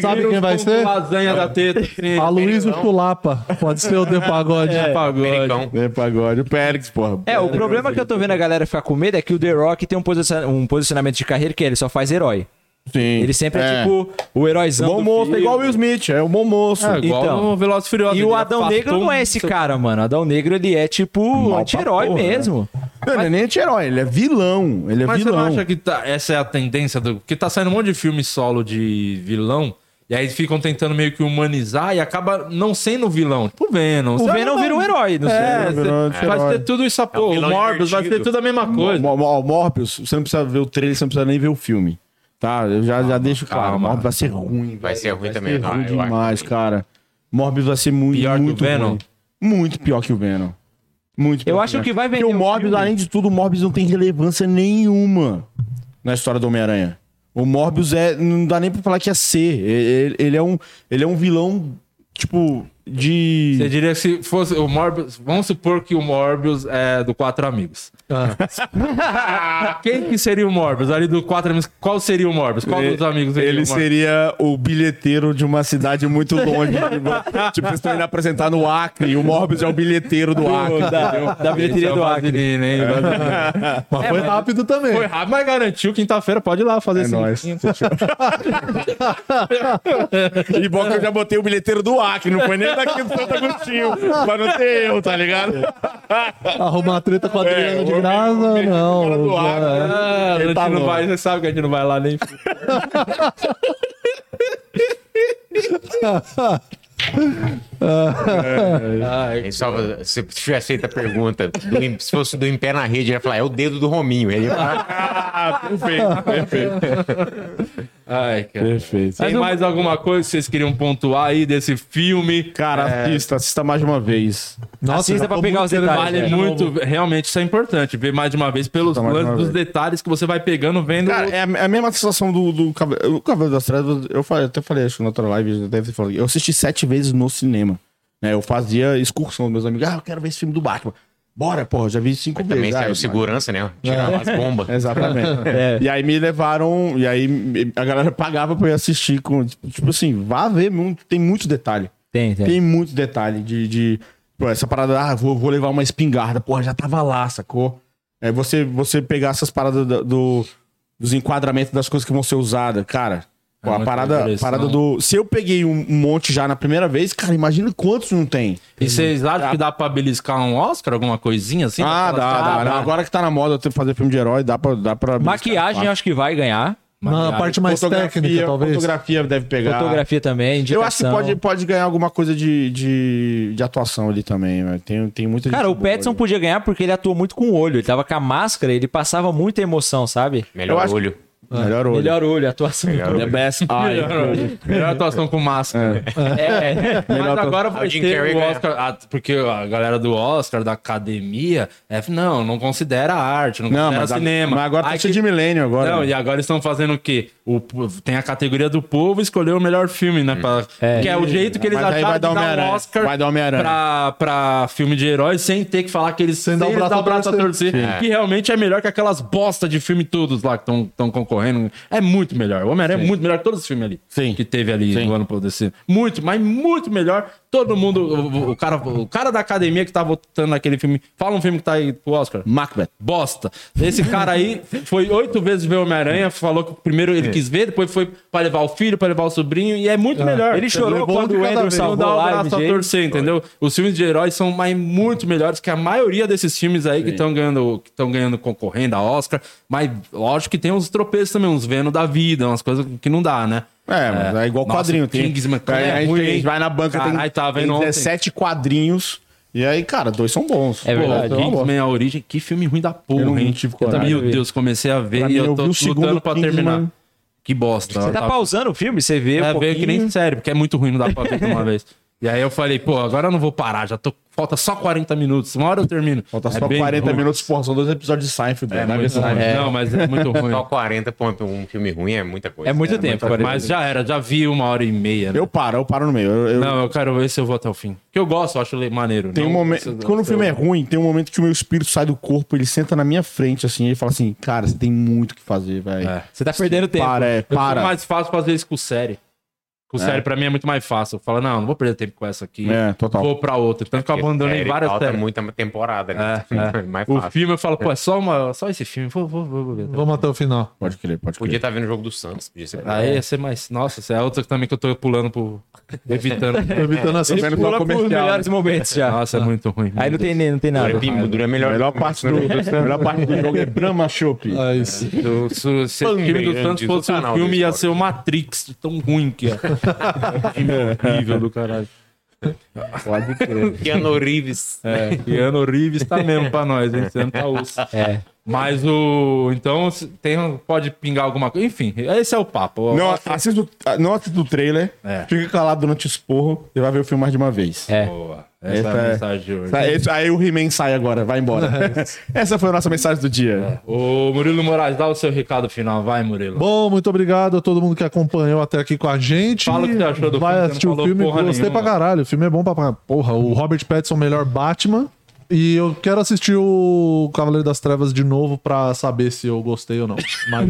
Speaker 6: Sabe quem vai
Speaker 2: um
Speaker 6: ser?
Speaker 1: Lasanha da teta. assim.
Speaker 6: A Luísa Chulapa. Pode ser o De Pagode.
Speaker 3: É.
Speaker 1: De Pagode.
Speaker 2: né?
Speaker 4: Pericão.
Speaker 3: The Pagode, o Périx, porra.
Speaker 2: É, o problema que eu tô vendo a galera ficar com medo é que o The Rock tem um, posi- um posicionamento de carreira que ele só faz herói.
Speaker 3: Sim.
Speaker 2: Ele sempre é,
Speaker 3: É.
Speaker 2: tipo o heróizão.
Speaker 3: Bom
Speaker 2: do
Speaker 3: moço, é
Speaker 2: filme.
Speaker 3: igual o Will Smith, é o bom moço.
Speaker 1: É, igual
Speaker 2: Então.
Speaker 1: no Velozes e Furiosos.
Speaker 2: E
Speaker 1: ele
Speaker 2: o Adão
Speaker 1: afastou
Speaker 2: Negro não é
Speaker 1: um-
Speaker 2: esse cara, mano. Adão Negro ele é tipo
Speaker 3: pra
Speaker 2: anti-herói
Speaker 3: porra, né?
Speaker 2: mesmo.
Speaker 3: Não, ele é nem anti-herói, ele é vilão. Ele é
Speaker 1: Mas você
Speaker 3: vilão.
Speaker 1: não acha que tá- essa é a tendência do. Porque tá saindo um monte de filme solo de vilão. E aí ficam tentando meio que humanizar e acaba não sendo vilão. Tipo o Venom.
Speaker 2: O
Speaker 1: Você
Speaker 2: Venom
Speaker 1: não-
Speaker 2: vira um herói, não
Speaker 3: É,
Speaker 2: sei.
Speaker 3: virou anti-herói.
Speaker 1: Vai ser tudo isso, pô. o
Speaker 4: vilão
Speaker 1: Morbius vai ser
Speaker 4: divertido.
Speaker 1: tudo a mesma coisa.
Speaker 3: Mo- Mo- Morbius, você não precisa ver o trailer, você não precisa nem ver o filme. Tá? Eu já, já deixo claro.
Speaker 1: calma.
Speaker 3: Morbius vai ser ruim,
Speaker 4: Vai ser ruim também.
Speaker 3: velho.
Speaker 4: Ah,
Speaker 3: Ruim
Speaker 4: eu acho
Speaker 3: demais,
Speaker 4: ruim.
Speaker 3: cara. Morbius vai ser muito,
Speaker 1: Pior que o
Speaker 3: muito
Speaker 1: Venom?
Speaker 3: ruim. Muito pior que o Venom. Muito pior
Speaker 2: Eu acho
Speaker 3: Venom.
Speaker 2: que vai vender um
Speaker 3: Porque o
Speaker 2: o
Speaker 3: Morbius,
Speaker 2: filme.
Speaker 3: além de tudo, o Morbius não tem relevância nenhuma na história do Homem-Aranha. O Morbius é. Não dá nem pra falar que é C. Ele, ele é, um, ele é um vilão, tipo, de.
Speaker 1: Você diria que se fosse o Morbius. Vamos supor que o Morbius é do Quatro Amigos.
Speaker 6: Ah,
Speaker 1: Quem que seria o Morbius? Ali do Quatro Amigos, qual seria o Morbius? Qual dos amigos seria
Speaker 3: Ele
Speaker 1: o Morbius?
Speaker 3: seria o bilheteiro de uma cidade muito longe. tipo, tipo, eles estão indo apresentar no Acre. e O Morbius é o bilheteiro do Acre.
Speaker 2: Da, da bilheteria
Speaker 1: Esse é o
Speaker 2: do Acre.
Speaker 1: Vaseline, hein? Vaseline.
Speaker 6: Mas foi rápido também.
Speaker 1: Foi rápido, mas garantiu. Quinta-feira pode ir lá fazer
Speaker 3: É
Speaker 1: esse
Speaker 3: nóis.
Speaker 1: link.
Speaker 3: E bom que eu já botei o bilheteiro do Acre. Não foi nem daqui do Santo Agostinho. Pra não ter eu, tá ligado?
Speaker 6: Arrumar uma treta com
Speaker 2: É,
Speaker 6: a Adriana de graça,
Speaker 3: cara
Speaker 6: não.
Speaker 3: do ar,
Speaker 6: cara.
Speaker 3: né?
Speaker 1: Ah, a
Speaker 3: Ele
Speaker 1: gente
Speaker 3: tá
Speaker 1: não
Speaker 3: louco.
Speaker 1: vai, você sabe que a gente não vai lá nem.
Speaker 4: Aí só, se tivesse feito a pergunta, do em- se fosse do em pé na rede, ele ia falar, é o dedo do Rominho. Ele ia falar, "Ah,
Speaker 3: Perfeito, perfeito.
Speaker 1: Ai, cara.
Speaker 3: Perfeito.
Speaker 1: Tem mais alguma coisa que vocês queriam pontuar aí desse filme?
Speaker 3: Cara, assista, assista mais de uma vez.
Speaker 2: Nossa,
Speaker 6: já
Speaker 2: Assista pra
Speaker 6: tô
Speaker 2: pegar os
Speaker 6: muito
Speaker 2: detalhes.
Speaker 1: Vale
Speaker 2: né?
Speaker 1: muito, realmente isso é importante, ver mais de uma vez pelos
Speaker 3: Tá mais
Speaker 1: lances
Speaker 3: uma
Speaker 1: dos
Speaker 3: vez.
Speaker 1: detalhes que você vai pegando, vendo.
Speaker 3: Cara, é a, é a mesma sensação do, do Cavaleiro, o Cavaleiro das Trevas. Eu, falei, até falei, acho que na outra live, deve ter falado. Eu assisti sete vezes no cinema. Né? Eu fazia excursão dos meus amigos. Ah, eu quero ver esse filme do Batman. Bora, porra, já vi cinco vezes.
Speaker 4: também
Speaker 3: Ah,
Speaker 4: saiu
Speaker 3: mas-
Speaker 4: segurança, né? Tirava as bombas.
Speaker 3: Exatamente. E aí me levaram, e aí me- a galera pagava pra eu assistir. Com, tipo assim, vá ver, muito- tem muito detalhe.
Speaker 2: Tem, tem.
Speaker 3: Tem muito detalhe de. de pô, essa parada, ah, vou, vou levar uma espingarda. Porra, já tava lá, sacou? É você, você pegar essas paradas da- do, dos enquadramentos das coisas que vão ser usadas, cara.
Speaker 2: É
Speaker 3: pô, a
Speaker 1: muita
Speaker 3: parada,
Speaker 1: direção.
Speaker 3: parada
Speaker 2: né?
Speaker 3: do. Se eu peguei um um monte já na primeira vez, cara, imagina quantos não tem.
Speaker 1: E vocês acham que dá pra beliscar um Oscar, alguma coisinha assim? né?
Speaker 3: ah,
Speaker 1: Daquelas-
Speaker 3: dá, dá,
Speaker 1: dá.
Speaker 3: dá. Agora que tá na moda ter- fazer filme de herói, dá pra. Dá pra
Speaker 2: Maquiagem
Speaker 3: Tá.
Speaker 2: é eu acho que vai ganhar.
Speaker 6: Na parte mais
Speaker 3: Fotografia,
Speaker 6: técnica, talvez.
Speaker 3: Fotografia deve pegar.
Speaker 2: Fotografia também,
Speaker 3: Tá. Eu acho que
Speaker 2: indicação.
Speaker 3: pode, pode ganhar alguma coisa de, de, de atuação ali também, velho. Tem, tem muita gente
Speaker 2: Cara, o
Speaker 3: boa né?
Speaker 2: Petson
Speaker 3: ali.
Speaker 2: podia ganhar porque ele atuou muito com o olho. Ele tava com a máscara, ele passava muita emoção, sabe?
Speaker 3: Eu
Speaker 4: Melhor
Speaker 3: acho-
Speaker 4: olho.
Speaker 3: Melhor olho.
Speaker 2: Melhor olho, atuação.
Speaker 4: Melhor olho.
Speaker 3: best eye.
Speaker 1: Melhor atuação com máscara.
Speaker 2: É,
Speaker 1: Mas
Speaker 3: Melhor
Speaker 1: agora vai
Speaker 4: O Jim
Speaker 1: ter
Speaker 4: Carrey
Speaker 1: o
Speaker 4: ganha.
Speaker 1: Oscar, ah, porque a galera do Oscar, da academia, é, não, não considera arte, não,
Speaker 3: Não,
Speaker 1: considera
Speaker 3: mas, a-
Speaker 1: cinema.
Speaker 3: mas agora tá
Speaker 1: Aí
Speaker 3: cheio
Speaker 1: que-
Speaker 3: de milênio agora.
Speaker 1: Não,
Speaker 3: né?
Speaker 1: e agora eles estão fazendo o quê? O, po- tem a categoria do povo escolher o melhor filme, né? pra- que é o jeito que eles
Speaker 3: Hum. Mas aí
Speaker 1: acharam
Speaker 3: vai dar
Speaker 1: de dar um
Speaker 3: Homem-Aranha.
Speaker 1: Oscar
Speaker 3: Vai dar Homem-Aranha.
Speaker 1: pra, pra filme de herói sem ter que falar que eles
Speaker 6: Sem dar o
Speaker 1: eles
Speaker 6: braço
Speaker 1: dar
Speaker 6: a torcer.
Speaker 1: torcer, Que realmente é melhor que aquelas bosta de filme todos lá que estão concorrendo. É muito melhor. O Homem-Aranha é muito melhor que todos os filmes ali.
Speaker 3: Sim.
Speaker 1: Que teve ali no ano pra desse. Muito, mas muito melhor. Todo mundo, o, o cara, o cara da academia que tá votando naquele filme. Fala um filme que tá aí pro Oscar
Speaker 3: Macbeth.
Speaker 1: bosta. Esse cara aí foi oito vezes ver Homem-Aranha, falou que primeiro ele quis ver, depois foi pra levar o filho, pra levar o sobrinho, e é muito melhor.
Speaker 2: Ele chorou
Speaker 6: levou um
Speaker 2: quando
Speaker 6: de
Speaker 2: o
Speaker 6: cada
Speaker 2: Andrew
Speaker 6: vez.
Speaker 1: Não
Speaker 2: salvou
Speaker 1: dá o
Speaker 2: lá
Speaker 1: braço a
Speaker 2: MJ.
Speaker 1: torcer, entendeu? Os filmes de heróis são mais, muito melhores que a maioria desses filmes aí que estão ganhando, que tão ganhando concorrendo a Oscar, mas lógico que tem uns tropeços também, uns vendo da vida, umas coisas que não dá, né?
Speaker 3: É, mas é igual
Speaker 1: Nossa,
Speaker 3: quadrinho. Tem,
Speaker 1: Kingsman,
Speaker 3: aí
Speaker 1: cara, é
Speaker 3: a gente,
Speaker 1: ruim,
Speaker 3: a gente
Speaker 1: hein?
Speaker 3: vai na banca, tem,
Speaker 1: Caralho, tava
Speaker 3: tem
Speaker 1: vendo ontem.
Speaker 3: 17 quadrinhos. E aí, cara, dois são bons.
Speaker 2: É verdade.
Speaker 1: Pô, Kingsman, a origem, que filme ruim da porra,
Speaker 3: Eu não
Speaker 1: hein?
Speaker 3: tive
Speaker 1: Meu
Speaker 3: coragem.
Speaker 1: Deus, comecei a ver
Speaker 3: Pra
Speaker 1: e
Speaker 3: mim,
Speaker 1: eu
Speaker 3: eu
Speaker 1: tô
Speaker 3: vi o segundo
Speaker 1: lutando pra
Speaker 3: Kingsman.
Speaker 1: terminar. Que bosta. né?
Speaker 2: Você
Speaker 1: eu
Speaker 2: tá
Speaker 1: tava-
Speaker 2: pausando o filme? Você vê
Speaker 1: É,
Speaker 2: um
Speaker 1: veio que
Speaker 2: pouquinho.
Speaker 1: nem sério, porque é muito ruim, não dá pra ver de uma vez. E aí eu falei, pô, agora eu não vou parar, já tô. Falta só 40 minutos, uma hora eu termino.
Speaker 3: Falta
Speaker 1: É
Speaker 3: só
Speaker 1: bem
Speaker 3: 40
Speaker 1: ruim.
Speaker 3: minutos, porra, são dois episódios de Seinfeld.
Speaker 1: É
Speaker 3: né?
Speaker 1: muito
Speaker 3: Vai
Speaker 1: ruim.
Speaker 3: ver
Speaker 1: Não, mas é muito ruim.
Speaker 4: Só 40 pontos, um filme ruim é muita coisa.
Speaker 2: É muito tempo. agora.
Speaker 1: Mas já era, já vi uma hora e meia. né?
Speaker 3: é, Eu paro, eu paro no meio. Eu, eu-
Speaker 1: Não, eu quero ver se eu vou até o fim. Que eu gosto, eu acho le- maneiro.
Speaker 3: Tem um
Speaker 1: Não
Speaker 3: momento.
Speaker 1: precisa-
Speaker 3: Quando o filme é ruim, tem um momento que o meu espírito sai do corpo, ele senta na minha frente, assim, e ele fala assim: Cara, você tem muito o que fazer, velho.
Speaker 2: Você tá perdendo tempo.
Speaker 3: Para, é,
Speaker 1: É. Eu
Speaker 3: para.
Speaker 1: fico mais fácil fazer isso com série. Com série, pra mim, é muito mais fácil. Eu falo, não, não vou perder tempo com essa aqui.
Speaker 3: É, total.
Speaker 1: Vou pra outra. Então eu fico abandonando em várias
Speaker 4: Falta
Speaker 1: séries.
Speaker 4: é muita temporada, né?
Speaker 1: É, é.
Speaker 4: Mais
Speaker 1: O
Speaker 4: fácil.
Speaker 1: filme eu falo, pô, é só, uma, só esse filme. Vou, vou, vou, vou ver.
Speaker 6: Vamos até o final.
Speaker 3: Pode crer, pode crer.
Speaker 4: Podia estar vendo o jogo do Santos. Podia ser.
Speaker 1: Aí ia ser mais. Nossa, essa é a outra também que eu tô pulando pro. evitando.
Speaker 6: Tô evitando essa
Speaker 3: Ele pula pro
Speaker 2: Os melhores momentos já.
Speaker 1: Nossa, é muito ruim.
Speaker 2: Aí não tem, nem- não tem nada.
Speaker 4: Dura, pim- dura melhor.
Speaker 3: A melhor parte do, a melhor parte do jogo é Brahma Chopp.
Speaker 6: Ah, isso.
Speaker 1: Eu- se, se o filme do Santos
Speaker 4: Bandeirantes,
Speaker 1: fosse
Speaker 4: o
Speaker 1: um
Speaker 4: canal
Speaker 1: filme,
Speaker 4: do
Speaker 1: ia
Speaker 4: esporte.
Speaker 1: ser o Matrix, de tão ruim que é. Filme horrível do caralho.
Speaker 3: Pode crer.
Speaker 4: Keanu Reeves.
Speaker 1: É, Keanu Reeves tá mesmo pra nós, hein? Esse ano tá osso.
Speaker 2: É.
Speaker 1: Mas o. Então, se tem, um- pode pingar alguma coisa. Enfim, esse é o papo.
Speaker 3: Não, assista o- não assista o trailer,
Speaker 1: É.
Speaker 3: fica calado durante o esporro e vai ver o filme mais de uma vez.
Speaker 2: É.
Speaker 1: Boa. Essa
Speaker 3: Essa
Speaker 1: é a
Speaker 3: é-
Speaker 1: mensagem de hoje.
Speaker 3: Tá, esse- Aí o He-Man sai agora, vai embora. Essa foi a nossa mensagem do dia.
Speaker 1: Ô, Murilo Moraes, dá o seu recado final. Vai, Murilo.
Speaker 6: Bom, muito obrigado a todo mundo que acompanhou até aqui com a gente.
Speaker 1: Fala o que você achou do
Speaker 6: Vai
Speaker 1: filme, você
Speaker 6: assistir
Speaker 1: não
Speaker 6: o
Speaker 1: falou
Speaker 6: filme,
Speaker 1: porra
Speaker 6: gostei
Speaker 1: nenhuma.
Speaker 6: pra caralho. O filme é bom pra pra- porra. O Robert Pattinson, melhor Batman. E eu quero assistir o Cavaleiro das Trevas de novo pra saber se eu gostei ou não. Mas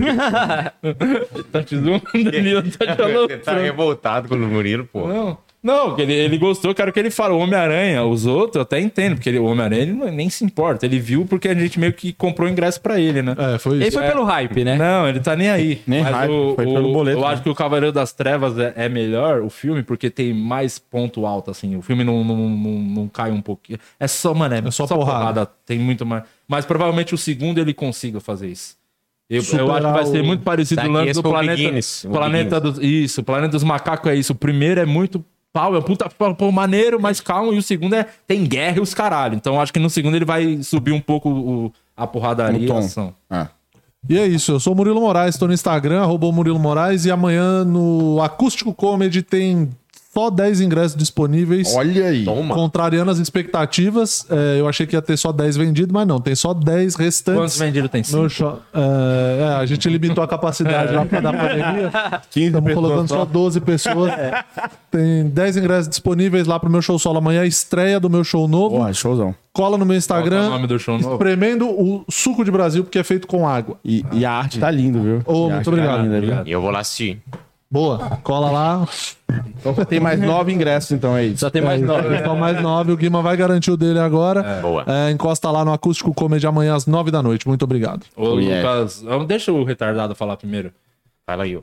Speaker 1: Tá te zoando, Danilo, tá te
Speaker 4: Você tá
Speaker 1: aloprando.
Speaker 4: revoltado com o Murilo, pô.
Speaker 1: Não. Não, ele, ele gostou, quero que ele fale. O Homem-Aranha, os outros, eu até entendo, porque ele- o Homem-Aranha ele não- nem se importa. Ele viu porque a gente meio que comprou ingresso pra ele, né?
Speaker 6: É, foi
Speaker 2: Ele
Speaker 6: isso.
Speaker 2: foi pelo hype, né?
Speaker 1: Não, ele tá nem aí.
Speaker 3: Nem hype, foi pelo boleto,
Speaker 1: Eu
Speaker 3: né?
Speaker 1: acho que o Cavaleiro das Trevas é, é melhor, o filme, porque tem mais ponto alto, assim. O filme não, não, não, não cai um pouquinho. É só, mano, é,
Speaker 6: só porrada.
Speaker 1: Tem muito mais. Mas provavelmente o segundo ele consiga fazer isso. Eu, eu acho que vai
Speaker 6: Superar
Speaker 1: ser
Speaker 6: o-
Speaker 1: muito parecido
Speaker 4: Tá
Speaker 1: com o
Speaker 4: aqui,
Speaker 1: lance
Speaker 4: esse
Speaker 1: do
Speaker 4: foi o
Speaker 1: planeta.
Speaker 4: Beginnings, o
Speaker 1: planeta dos, isso, o Planeta dos Macacos é isso. O primeiro é muito pau, é um puta pau, pau maneiro, mas calmo. E o segundo é tem guerra e os caralho. Então acho que no segundo ele vai subir um pouco o, a porradaria
Speaker 3: O
Speaker 1: e a
Speaker 3: tom.
Speaker 1: ação.
Speaker 3: Ah.
Speaker 6: E é isso, eu sou o Murilo Moraes, tô no Instagram, arroba o Murilo Moraes, e amanhã no Acústico Comedy tem só 10 ingressos disponíveis.
Speaker 3: Olha aí.
Speaker 4: Toma.
Speaker 6: Contrariando as expectativas, é, eu achei que ia ter só 10 vendidos, mas não, tem só 10
Speaker 1: Quantos
Speaker 6: restantes.
Speaker 1: vendidos tem? É.
Speaker 6: No show. É, é, a gente limitou a capacidade lá para da pandemia.
Speaker 3: 15
Speaker 6: Estamos
Speaker 3: pessoas
Speaker 6: colocando só 12 pessoas.
Speaker 1: É.
Speaker 6: Tem 10 ingressos disponíveis lá pro meu show solo amanhã, estreia do meu show novo.
Speaker 3: Porra, showzão.
Speaker 6: Cola no meu
Speaker 1: Qual
Speaker 6: Instagram.
Speaker 1: que é o nome do show novo?
Speaker 6: Espremendo o suco de Brasil, porque é feito com água.
Speaker 3: E, e a arte tá linda, viu?
Speaker 6: Ô,
Speaker 3: E a
Speaker 6: muito
Speaker 3: arte
Speaker 6: obrigado.
Speaker 3: Tá linda,
Speaker 1: Obrigado.
Speaker 3: obrigado.
Speaker 4: E eu vou lá assistir.
Speaker 6: Boa. Cola lá.
Speaker 3: Então só tem mais nove ingressos, então é isso.
Speaker 2: Só tem mais nove.
Speaker 6: Só mais 9. O Guima vai garantir o dele agora.
Speaker 4: Boa.
Speaker 6: É, encosta lá no Acústico Comedy amanhã às 9 da noite. Muito obrigado.
Speaker 1: Ô, Lucas, ah, deixa o retardado falar primeiro.
Speaker 4: Fala aí, ó.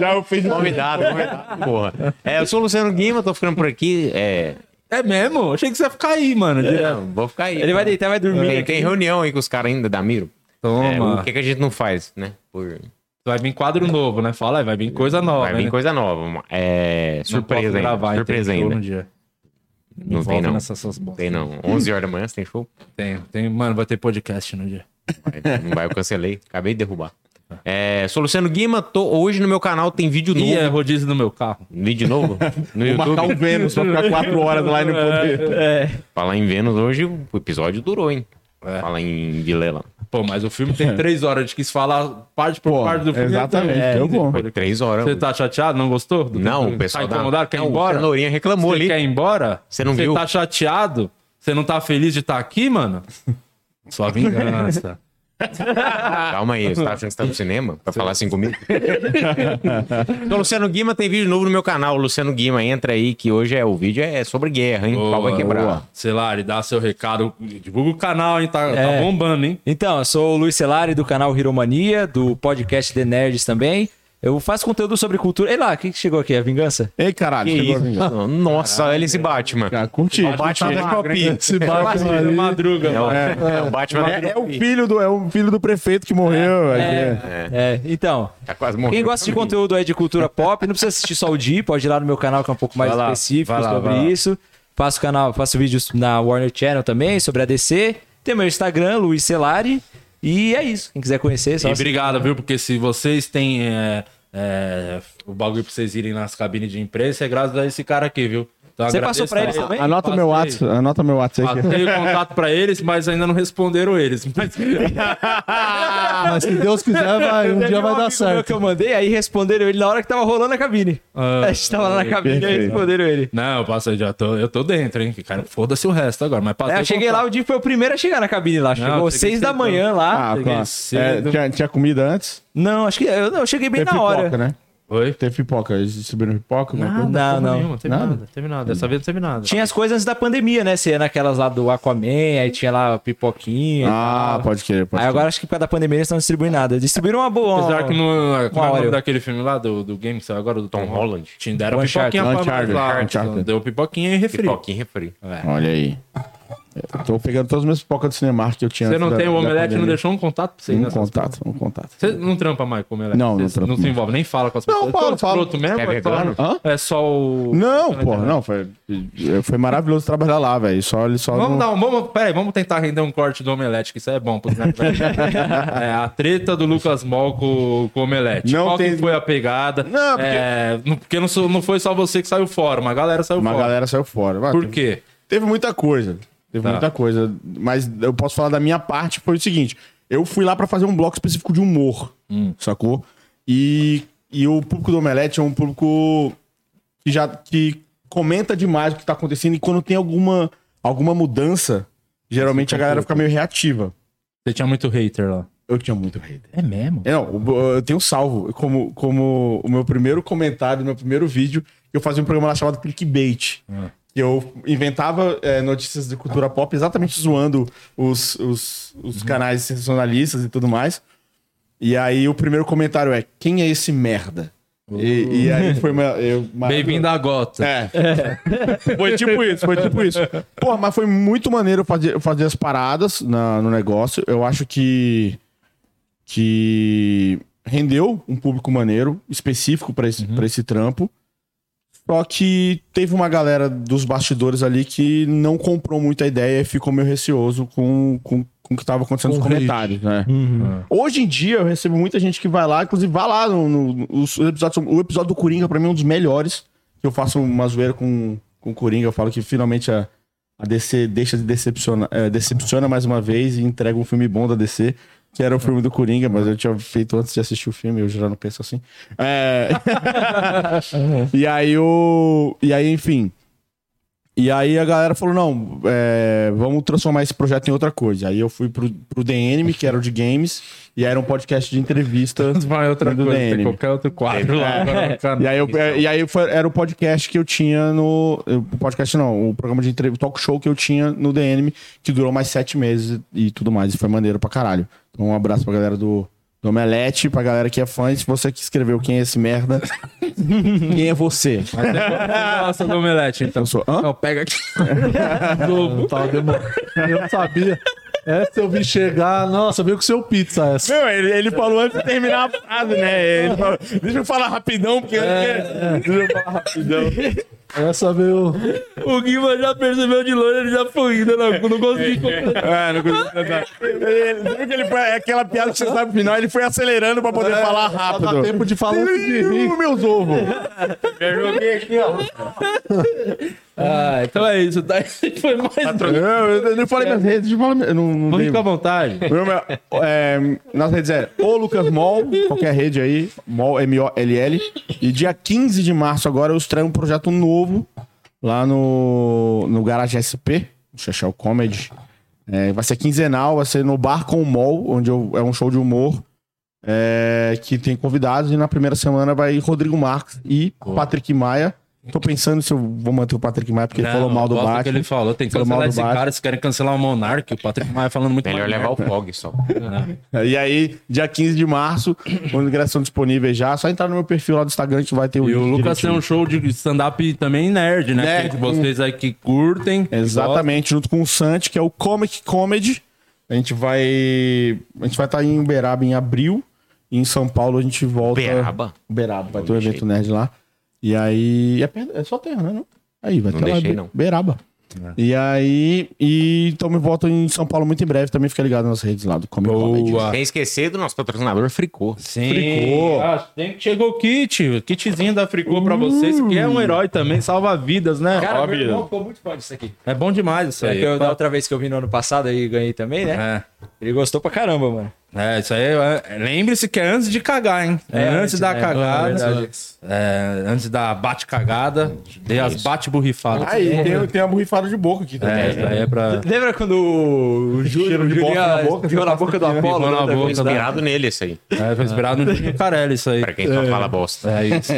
Speaker 4: Já fiz convidado, convidado. Porra. É, eu sou o Luciano Guima, tô ficando por aqui. É,
Speaker 1: É mesmo? Achei que você ia ficar aí, mano. É,
Speaker 4: não, vou ficar aí.
Speaker 2: Ele vai deitar, vai dormir.
Speaker 4: Tem, tem reunião aí com os caras ainda da Miro. É,
Speaker 1: Toma.
Speaker 4: o que, que a gente não faz, né? Por...
Speaker 1: Vai vir quadro novo, né? Fala aí, vai vir coisa nova.
Speaker 4: Vai vir
Speaker 1: né?
Speaker 4: coisa nova. É,
Speaker 1: Não posso
Speaker 4: surpresa ainda.
Speaker 1: gravar, então,
Speaker 4: surpresa
Speaker 1: show
Speaker 4: ainda.
Speaker 1: no dia.
Speaker 4: Não tem
Speaker 1: Volta
Speaker 4: não.
Speaker 1: nessas suas
Speaker 4: Não
Speaker 1: bosta.
Speaker 4: tem não. 11 horas da manhã, você tem show?
Speaker 1: Tem, tem, mano, vai ter podcast no dia.
Speaker 4: Vai, não vai, eu cancelei. Acabei de derrubar. É, sou Luciano Guima, tô, hoje no meu canal tem vídeo novo.
Speaker 1: E é rodízio no meu carro.
Speaker 4: Vídeo novo? No YouTube.
Speaker 3: Matar o Vênus pra ficar quatro horas lá e não poder.
Speaker 4: Falar em Vênus hoje, o episódio durou, hein?
Speaker 1: É.
Speaker 4: Falar em Vilela.
Speaker 1: Pô, mas o filme tem três horas, a gente quis falar parte por
Speaker 3: Pô,
Speaker 1: parte do filme. é
Speaker 3: exatamente,
Speaker 1: até-
Speaker 3: deu bom.
Speaker 4: Foi três horas.
Speaker 1: Você tá chateado? Não gostou? do-
Speaker 4: Não,
Speaker 1: tá
Speaker 4: o pessoal da-
Speaker 1: incomodado? Quer ir
Speaker 4: Não, é o
Speaker 1: embora?
Speaker 4: Cenourinha reclamou
Speaker 1: Você
Speaker 4: ali.
Speaker 1: quer ir embora?
Speaker 4: Você não viu?
Speaker 1: Você tá chateado? Você não tá feliz de estar aqui, mano? Sua vingança.
Speaker 4: Calma aí, você tá achando que você tá no cinema? Pra falar assim comigo? então, Luciano Guima tem vídeo novo no meu canal. Luciano Guima, entra aí, que hoje é o vídeo é sobre guerra, hein? Pau vai quebrar.
Speaker 1: Sei lá, ele dá seu recado. Divulga o canal, hein? Tá,
Speaker 2: É.
Speaker 1: tá bombando, hein?
Speaker 2: Então, eu sou o Luiz Celari do canal Hiromania, do podcast The Nerds também. Eu faço conteúdo sobre cultura. Ei lá, quem que chegou aqui? A vingança?
Speaker 3: Ei, caralho,
Speaker 4: Que
Speaker 3: chegou a
Speaker 4: isso?
Speaker 3: vingança.
Speaker 4: Nossa, ele se bate, mano.
Speaker 3: Ah, curti.
Speaker 4: Batman
Speaker 3: Tá
Speaker 4: é
Speaker 3: magro, hein?
Speaker 4: shopping.
Speaker 6: Esse barco
Speaker 1: Madruga,
Speaker 6: ali.
Speaker 1: madruga, mano.
Speaker 4: É, o Batman
Speaker 3: É, é o né? filho do, é o filho do prefeito que morreu. é que-
Speaker 2: É, então.
Speaker 4: Tá quase morrendo.
Speaker 2: Quem gosta de conteúdo aí de cultura pop, não precisa assistir só o Di, pode ir lá no meu canal que é um pouco mais
Speaker 1: Vai lá,
Speaker 2: específico
Speaker 1: vai lá,
Speaker 2: sobre
Speaker 1: vai lá.
Speaker 2: isso. Faço canal, faço vídeos na Warner Channel também sobre a DC. Tem meu Instagram, Luiz Celari. E é isso. Quem quiser conhecer, é só
Speaker 1: E obrigado, viu? Porque se vocês têm é, é, o bagulho pra vocês irem nas cabines de imprensa, é graças a esse cara aqui, viu? Então,
Speaker 2: Você
Speaker 1: agradeço
Speaker 2: passou pra
Speaker 1: a-
Speaker 2: eles também?
Speaker 3: Anota meu
Speaker 1: Passei.
Speaker 3: WhatsApp, anota meu WhatsApp aqui.
Speaker 1: Passei o contato pra eles, mas ainda não responderam eles. Mas
Speaker 6: Ah, Mas se Deus quiser, vai, um
Speaker 2: Teve
Speaker 6: dia vai
Speaker 2: é amigo
Speaker 6: dar
Speaker 2: meu
Speaker 6: certo.
Speaker 2: que eu mandei, aí responderam ele na hora que tava rolando a cabine.
Speaker 1: Ah,
Speaker 2: a gente tava lá na cabine e
Speaker 3: perfeito.
Speaker 2: responderam ele.
Speaker 1: Não, eu passei, já tô, eu tô dentro, hein? Que Cara, foda-se o resto agora. Mas passei
Speaker 2: É,
Speaker 1: o
Speaker 2: eu cheguei lá,
Speaker 1: Ah, contato.
Speaker 2: o Di foi o primeiro a chegar na cabine lá. Chegou
Speaker 1: eu cheguei
Speaker 2: às seis da
Speaker 1: cedo. então.
Speaker 2: manhã lá.
Speaker 3: Ah,
Speaker 1: Cheguei
Speaker 3: claro.
Speaker 1: cedo.
Speaker 3: É, tinha, tinha comida antes?
Speaker 2: Não, acho que eu, não, eu cheguei bem
Speaker 3: Teve
Speaker 2: na
Speaker 3: pipoca,
Speaker 2: hora. Ah,
Speaker 3: né?
Speaker 1: Oi?
Speaker 3: Teve pipoca. Eles distribuíram pipoca? alguma coisa?
Speaker 2: Não, não.
Speaker 1: Nenhuma, teve
Speaker 3: Nada?
Speaker 1: nada, teve nada. Dessa vez não teve nada.
Speaker 2: Tinha as coisas antes da pandemia, né? Você ia naquelas lá do Aquaman, aí tinha lá pipoquinha.
Speaker 3: Ah, pode querer, pode
Speaker 2: Aí agora acho que por causa da pandemia eles não distribuíram nada. Eles Distribuíram uma boa.
Speaker 1: Apesar que no, como é o nome
Speaker 2: Oreo.
Speaker 1: daquele filme lá, do, do game que saiu agora, do Tom, Holland, te deram
Speaker 2: Uncharted.
Speaker 1: pipoquinha pra nós
Speaker 3: Uncharted,
Speaker 1: lá.
Speaker 3: Uncharted.
Speaker 1: então, Deu pipoquinha e refri.
Speaker 4: Pipoquinha refri.
Speaker 3: querer. Olha aí. Eu tô pegando todas as minhas pipocas do cinema que eu tinha
Speaker 1: Você
Speaker 3: antes
Speaker 1: não
Speaker 3: da-
Speaker 1: tem o
Speaker 3: da
Speaker 1: omelete, não
Speaker 3: pandemia.
Speaker 1: deixou um contato pra você
Speaker 3: Um
Speaker 1: né?
Speaker 3: contato, um contato.
Speaker 1: Você não trampa mais com o omelete?
Speaker 3: Não,
Speaker 1: Você
Speaker 3: não trampo
Speaker 1: Não se
Speaker 3: mais.
Speaker 1: envolve, nem fala com as
Speaker 3: Não,
Speaker 1: pessoas.
Speaker 3: falo,
Speaker 1: Você é
Speaker 3: falo.
Speaker 1: escroto mesmo?
Speaker 4: É
Speaker 1: vai
Speaker 4: vegano?
Speaker 1: falar-
Speaker 3: Hã?
Speaker 1: É só o...
Speaker 3: Não, pô, não, foi, foi maravilhoso trabalhar lá, velho. Só ele só.
Speaker 1: Vamos
Speaker 3: não-
Speaker 1: dar um. Vamos, peraí, vamos tentar render um corte do Omelete, que isso aí é bom. pros netos. é, a treta do Lucas Mol com, com o Omelete.
Speaker 3: Não
Speaker 1: Qual que
Speaker 3: tem-
Speaker 1: foi a pegada?
Speaker 3: Não, porque-
Speaker 1: É, não, porque não, sou- não foi só você que saiu fora, uma galera saiu
Speaker 3: Uma
Speaker 1: fora.
Speaker 3: galera saiu fora. Vai,
Speaker 1: Por
Speaker 3: teve-
Speaker 1: quê?
Speaker 3: Teve muita coisa. Teve
Speaker 1: Tá.
Speaker 3: muita coisa. Mas eu posso falar da minha parte, foi o seguinte. Eu fui lá pra fazer um bloco específico de humor, sacou? E, e o público do Omelete é um público que já que comenta demais o que tá acontecendo. E quando tem alguma, alguma mudança, geralmente a galera fica meio reativa.
Speaker 1: Você tinha muito hater lá.
Speaker 3: Eu tinha muito hater.
Speaker 1: É mesmo?
Speaker 3: É, não, o- eu tenho salvo como, como o meu primeiro comentário, meu primeiro vídeo. eu fazia um programa lá chamado Clickbait.
Speaker 1: Ah.
Speaker 3: que Eu inventava é, notícias de cultura pop exatamente zoando os, os, os
Speaker 1: Uhum.
Speaker 3: canais sensacionalistas e tudo mais. E aí o primeiro comentário é: quem é esse merda? E, e aí foi uma. eu- uma-
Speaker 1: Uhum. Bem-vindo à Gota.
Speaker 3: é. foi tipo isso, foi tipo isso. Porra, mas foi muito maneiro eu fazer, eu fazer as paradas na- no negócio. Eu acho que. que rendeu um público maneiro, específico pra
Speaker 6: Uhum.
Speaker 3: esse, pra esse trampo. Só que teve uma galera dos bastidores ali que não comprou muito a ideia e ficou meio receoso com, com, com o que tava acontecendo nos
Speaker 6: Com o hate. Uhum.
Speaker 3: comentários, né? Hoje em dia eu recebo muita gente que vai lá, inclusive vai lá no, no- os episódios, são- o episódio do Coringa pra mim é um dos melhores. que Eu faço uma zoeira com com o Coringa, eu falo que finalmente a, a DC deixa de decepcionar, eh, decepciona mais uma vez e entrega um filme bom da DC, que era o filme do Coringa, mas eu tinha feito antes de assistir o filme, eu já não penso assim. É... e aí o e aí enfim, e aí a galera falou, não, é, vamos transformar esse projeto em outra coisa. Aí eu fui pro, pro DNM, que era o de games, e aí era um podcast de entrevista.
Speaker 1: Vai outra
Speaker 3: Do
Speaker 1: coisa, tem
Speaker 3: DN.
Speaker 1: qualquer outro quadro lá. agora no canal.
Speaker 3: É. e aí, eu- e aí foi- era o podcast que eu tinha no... O podcast não, o programa de entrevista, talk show que eu tinha no DNM, que durou mais sete meses e tudo mais, e foi maneiro pra caralho. Então um abraço pra galera do... Do Omelete, pra galera que é fã, e se você que escreveu quem é esse merda, quem é você?
Speaker 1: Nossa, do omelete, então.
Speaker 3: Eu sou, hã?
Speaker 1: Não, pega aqui.
Speaker 6: Eu não tava demorando. Tá, Eu não sabia. Essa eu vi chegar. Nossa, veio com seu pizza essa.
Speaker 3: Meu, ele, ele falou antes de terminar a frase, né? Ele falou, deixa eu falar rapidão, porque eu Deixa eu falar rapidão.
Speaker 6: Essa veio.
Speaker 1: O Guima já percebeu de longe, ele já foi indo, não, não consegui.
Speaker 3: É, não consigo cantar. Ele, ele, viu que ele foi- é aquela piada que você sabe no final, ele foi acelerando pra poder falar
Speaker 6: É, Dá
Speaker 3: rápido.
Speaker 6: tempo de falar antes de rir.
Speaker 3: meus ovos.
Speaker 1: Ah, então é isso, tá? Esse Foi mais.
Speaker 3: Eu, eu não
Speaker 1: é.
Speaker 3: falei minhas redes, eu falo- eu não, não
Speaker 1: Fica à
Speaker 3: lembro.
Speaker 1: vontade.
Speaker 3: Meu nome é- é, nas redes é o Lucas Mol, qualquer rede aí, Mol, M-O-L-L. E dia 15 de março agora eu estreio um projeto novo lá no, no Garage SP, no Chechel Comedy. É, vai ser quinzenal, vai ser no Bar com o Mol, onde eu- é um show de humor é, que tem convidados. E na primeira semana vai Rodrigo Marques e Patrick Maia. Tô pensando se eu vou manter o Patrick Maia, porque ele falou mal do
Speaker 1: gosto
Speaker 3: Batman.
Speaker 1: que ele falou, tem que
Speaker 3: Falou mal
Speaker 1: cancelar
Speaker 3: do
Speaker 1: esse
Speaker 3: Batman.
Speaker 1: cara, se querem cancelar o Monark, o Patrick Maia falando muito
Speaker 4: Melhor
Speaker 1: mais
Speaker 4: levar
Speaker 1: merda.
Speaker 4: o POG só.
Speaker 3: E aí, dia 15 de março, os ingressos estão disponíveis já. é Só entrar no meu perfil lá do Instagram que vai ter o
Speaker 1: E o
Speaker 3: link
Speaker 1: Lucas tem
Speaker 3: direitinho.
Speaker 1: um show de stand-up também nerd, né?
Speaker 3: Nerd,
Speaker 1: Que vocês aí que curtem. que
Speaker 3: Exatamente, junto com o Santi, que é o Comic Comedy. A gente vai. A gente vai estar em Uberaba em abril. E em São Paulo a gente volta.
Speaker 4: Uberaba?
Speaker 3: Uberaba, vai ter um evento nerd lá. E aí. É, perto- é só terra, né? Não? Aí, vai
Speaker 4: Não
Speaker 3: ter lá
Speaker 4: deixei,
Speaker 3: Ube-
Speaker 4: não.
Speaker 3: Uberaba. E aí. E, então me volto em São Paulo muito em breve. Também fica ligado nas redes lá do Comic Comedy.
Speaker 1: Boa.
Speaker 4: Sem esquecer do nosso patrocinador Fricô.
Speaker 1: Sim.
Speaker 3: Fricô.
Speaker 1: Ah, tem que chegou o kit, o kitzinho da Fricô pra vocês, que é um herói também, salva vidas, né?
Speaker 2: Cara,
Speaker 3: Óbvio.
Speaker 2: meu irmão ficou muito fã disso aqui.
Speaker 1: É bom demais isso
Speaker 2: É
Speaker 1: aí.
Speaker 2: que eu, da outra vez que eu vim no ano passado aí ganhei também, né?
Speaker 1: É.
Speaker 2: Ele gostou pra caramba, mano.
Speaker 1: É, isso aí. é- Lembre-se que é antes de cagar, hein? É, antes da
Speaker 2: é, é
Speaker 1: cagada.
Speaker 2: verdade.
Speaker 1: É, antes da bate-cagada. Dê as bate-burrifadas.
Speaker 3: Aí, tem, tem a borrifada de boca aqui tá? também.
Speaker 1: É, isso aí é pra.
Speaker 2: Lembra quando o Júlio
Speaker 3: Cheiro de bosta na boca,
Speaker 2: virou na boca do Apolo?
Speaker 1: Ficou na
Speaker 2: né, da
Speaker 1: boca
Speaker 2: vez da-
Speaker 4: Inspirado nele esse aí.
Speaker 1: É, foi inspirado no Júlio Carelli, isso aí.
Speaker 4: Pra quem só fala bosta.
Speaker 1: É isso.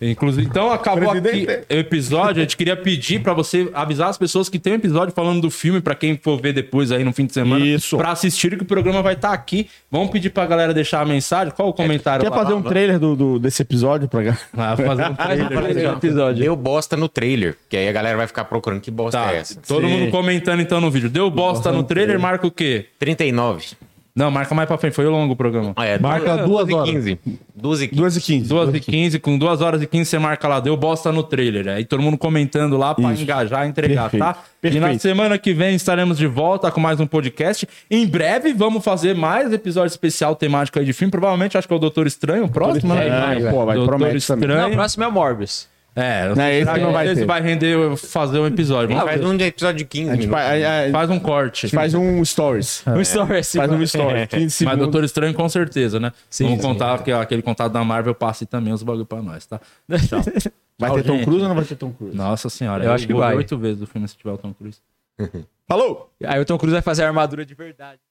Speaker 1: Inclusive, então acabou aqui
Speaker 3: Presidente.
Speaker 1: o episódio. A gente queria pedir pra você avisar as pessoas que tem um episódio falando do filme pra quem for ver depois aí no fim de semana.
Speaker 3: Isso.
Speaker 1: Pra assistir que o programa vai estar aqui. Vamos pedir pra galera deixar a mensagem. Qual o comentário?
Speaker 3: Quer
Speaker 1: lá?
Speaker 3: fazer um trailer do, do- desse episódio pra galera?
Speaker 1: Ah, fazer um trailer.
Speaker 2: episódio.
Speaker 4: Deu bosta no trailer. Que aí a galera vai ficar procurando que bosta
Speaker 1: Tá,
Speaker 4: é essa.
Speaker 1: todo mundo comentando então no vídeo. Deu bosta no trailer, marca o quê?
Speaker 4: 39.
Speaker 1: Não, marca mais pra frente. Foi longo o programa.
Speaker 4: Ah, É,
Speaker 6: Marca duas horas.
Speaker 4: 15. 12 e 15.
Speaker 3: 2 e 15.
Speaker 1: 2 e 15, com 2 horas e 15 você marca lá, deu bosta no trailer. Aí todo mundo comentando lá pra
Speaker 3: Isso.
Speaker 1: engajar, entregar,
Speaker 3: Perfeito.
Speaker 1: tá? E na
Speaker 3: Perfeito.
Speaker 1: semana que vem estaremos de volta com mais um podcast. Em breve vamos fazer mais episódio especial temático aí de filme. Provavelmente acho que é o Doutor Estranho, o próximo,
Speaker 3: É,
Speaker 1: né?
Speaker 3: pô, vai, promete também.
Speaker 2: Não, o
Speaker 1: Estranho.
Speaker 2: próximo é o Morbius.
Speaker 1: É,
Speaker 3: Não, esse
Speaker 1: será
Speaker 3: não
Speaker 1: que
Speaker 3: vai
Speaker 1: esse
Speaker 3: ter.
Speaker 1: vai render eu fazer um episódio. Vamos
Speaker 4: Faz
Speaker 1: fazer-
Speaker 4: um episódio de 15
Speaker 3: A gente
Speaker 4: minutos.
Speaker 3: fa- a- a- a gente faz,
Speaker 1: faz um corte.
Speaker 3: um stories.
Speaker 2: Um story assim.
Speaker 3: Faz um story. 15
Speaker 1: Mas
Speaker 3: segundos.
Speaker 1: Doutor Estranho com certeza, né? Vamos
Speaker 2: sim.
Speaker 1: contar que aquele contato da Marvel passe também os bagulho pra nós, tá?
Speaker 3: Vai
Speaker 1: Tchau,
Speaker 3: ter Tom
Speaker 1: gente.
Speaker 3: Cruise ou não vai ter Tom Cruise?
Speaker 1: Nossa senhora,
Speaker 2: Eu acho que
Speaker 1: vou ver
Speaker 2: vai.
Speaker 1: oito vezes o filme se tiver o Tom Cruise.
Speaker 3: Falou!
Speaker 2: Aí o Tom Cruise vai fazer a armadura de verdade.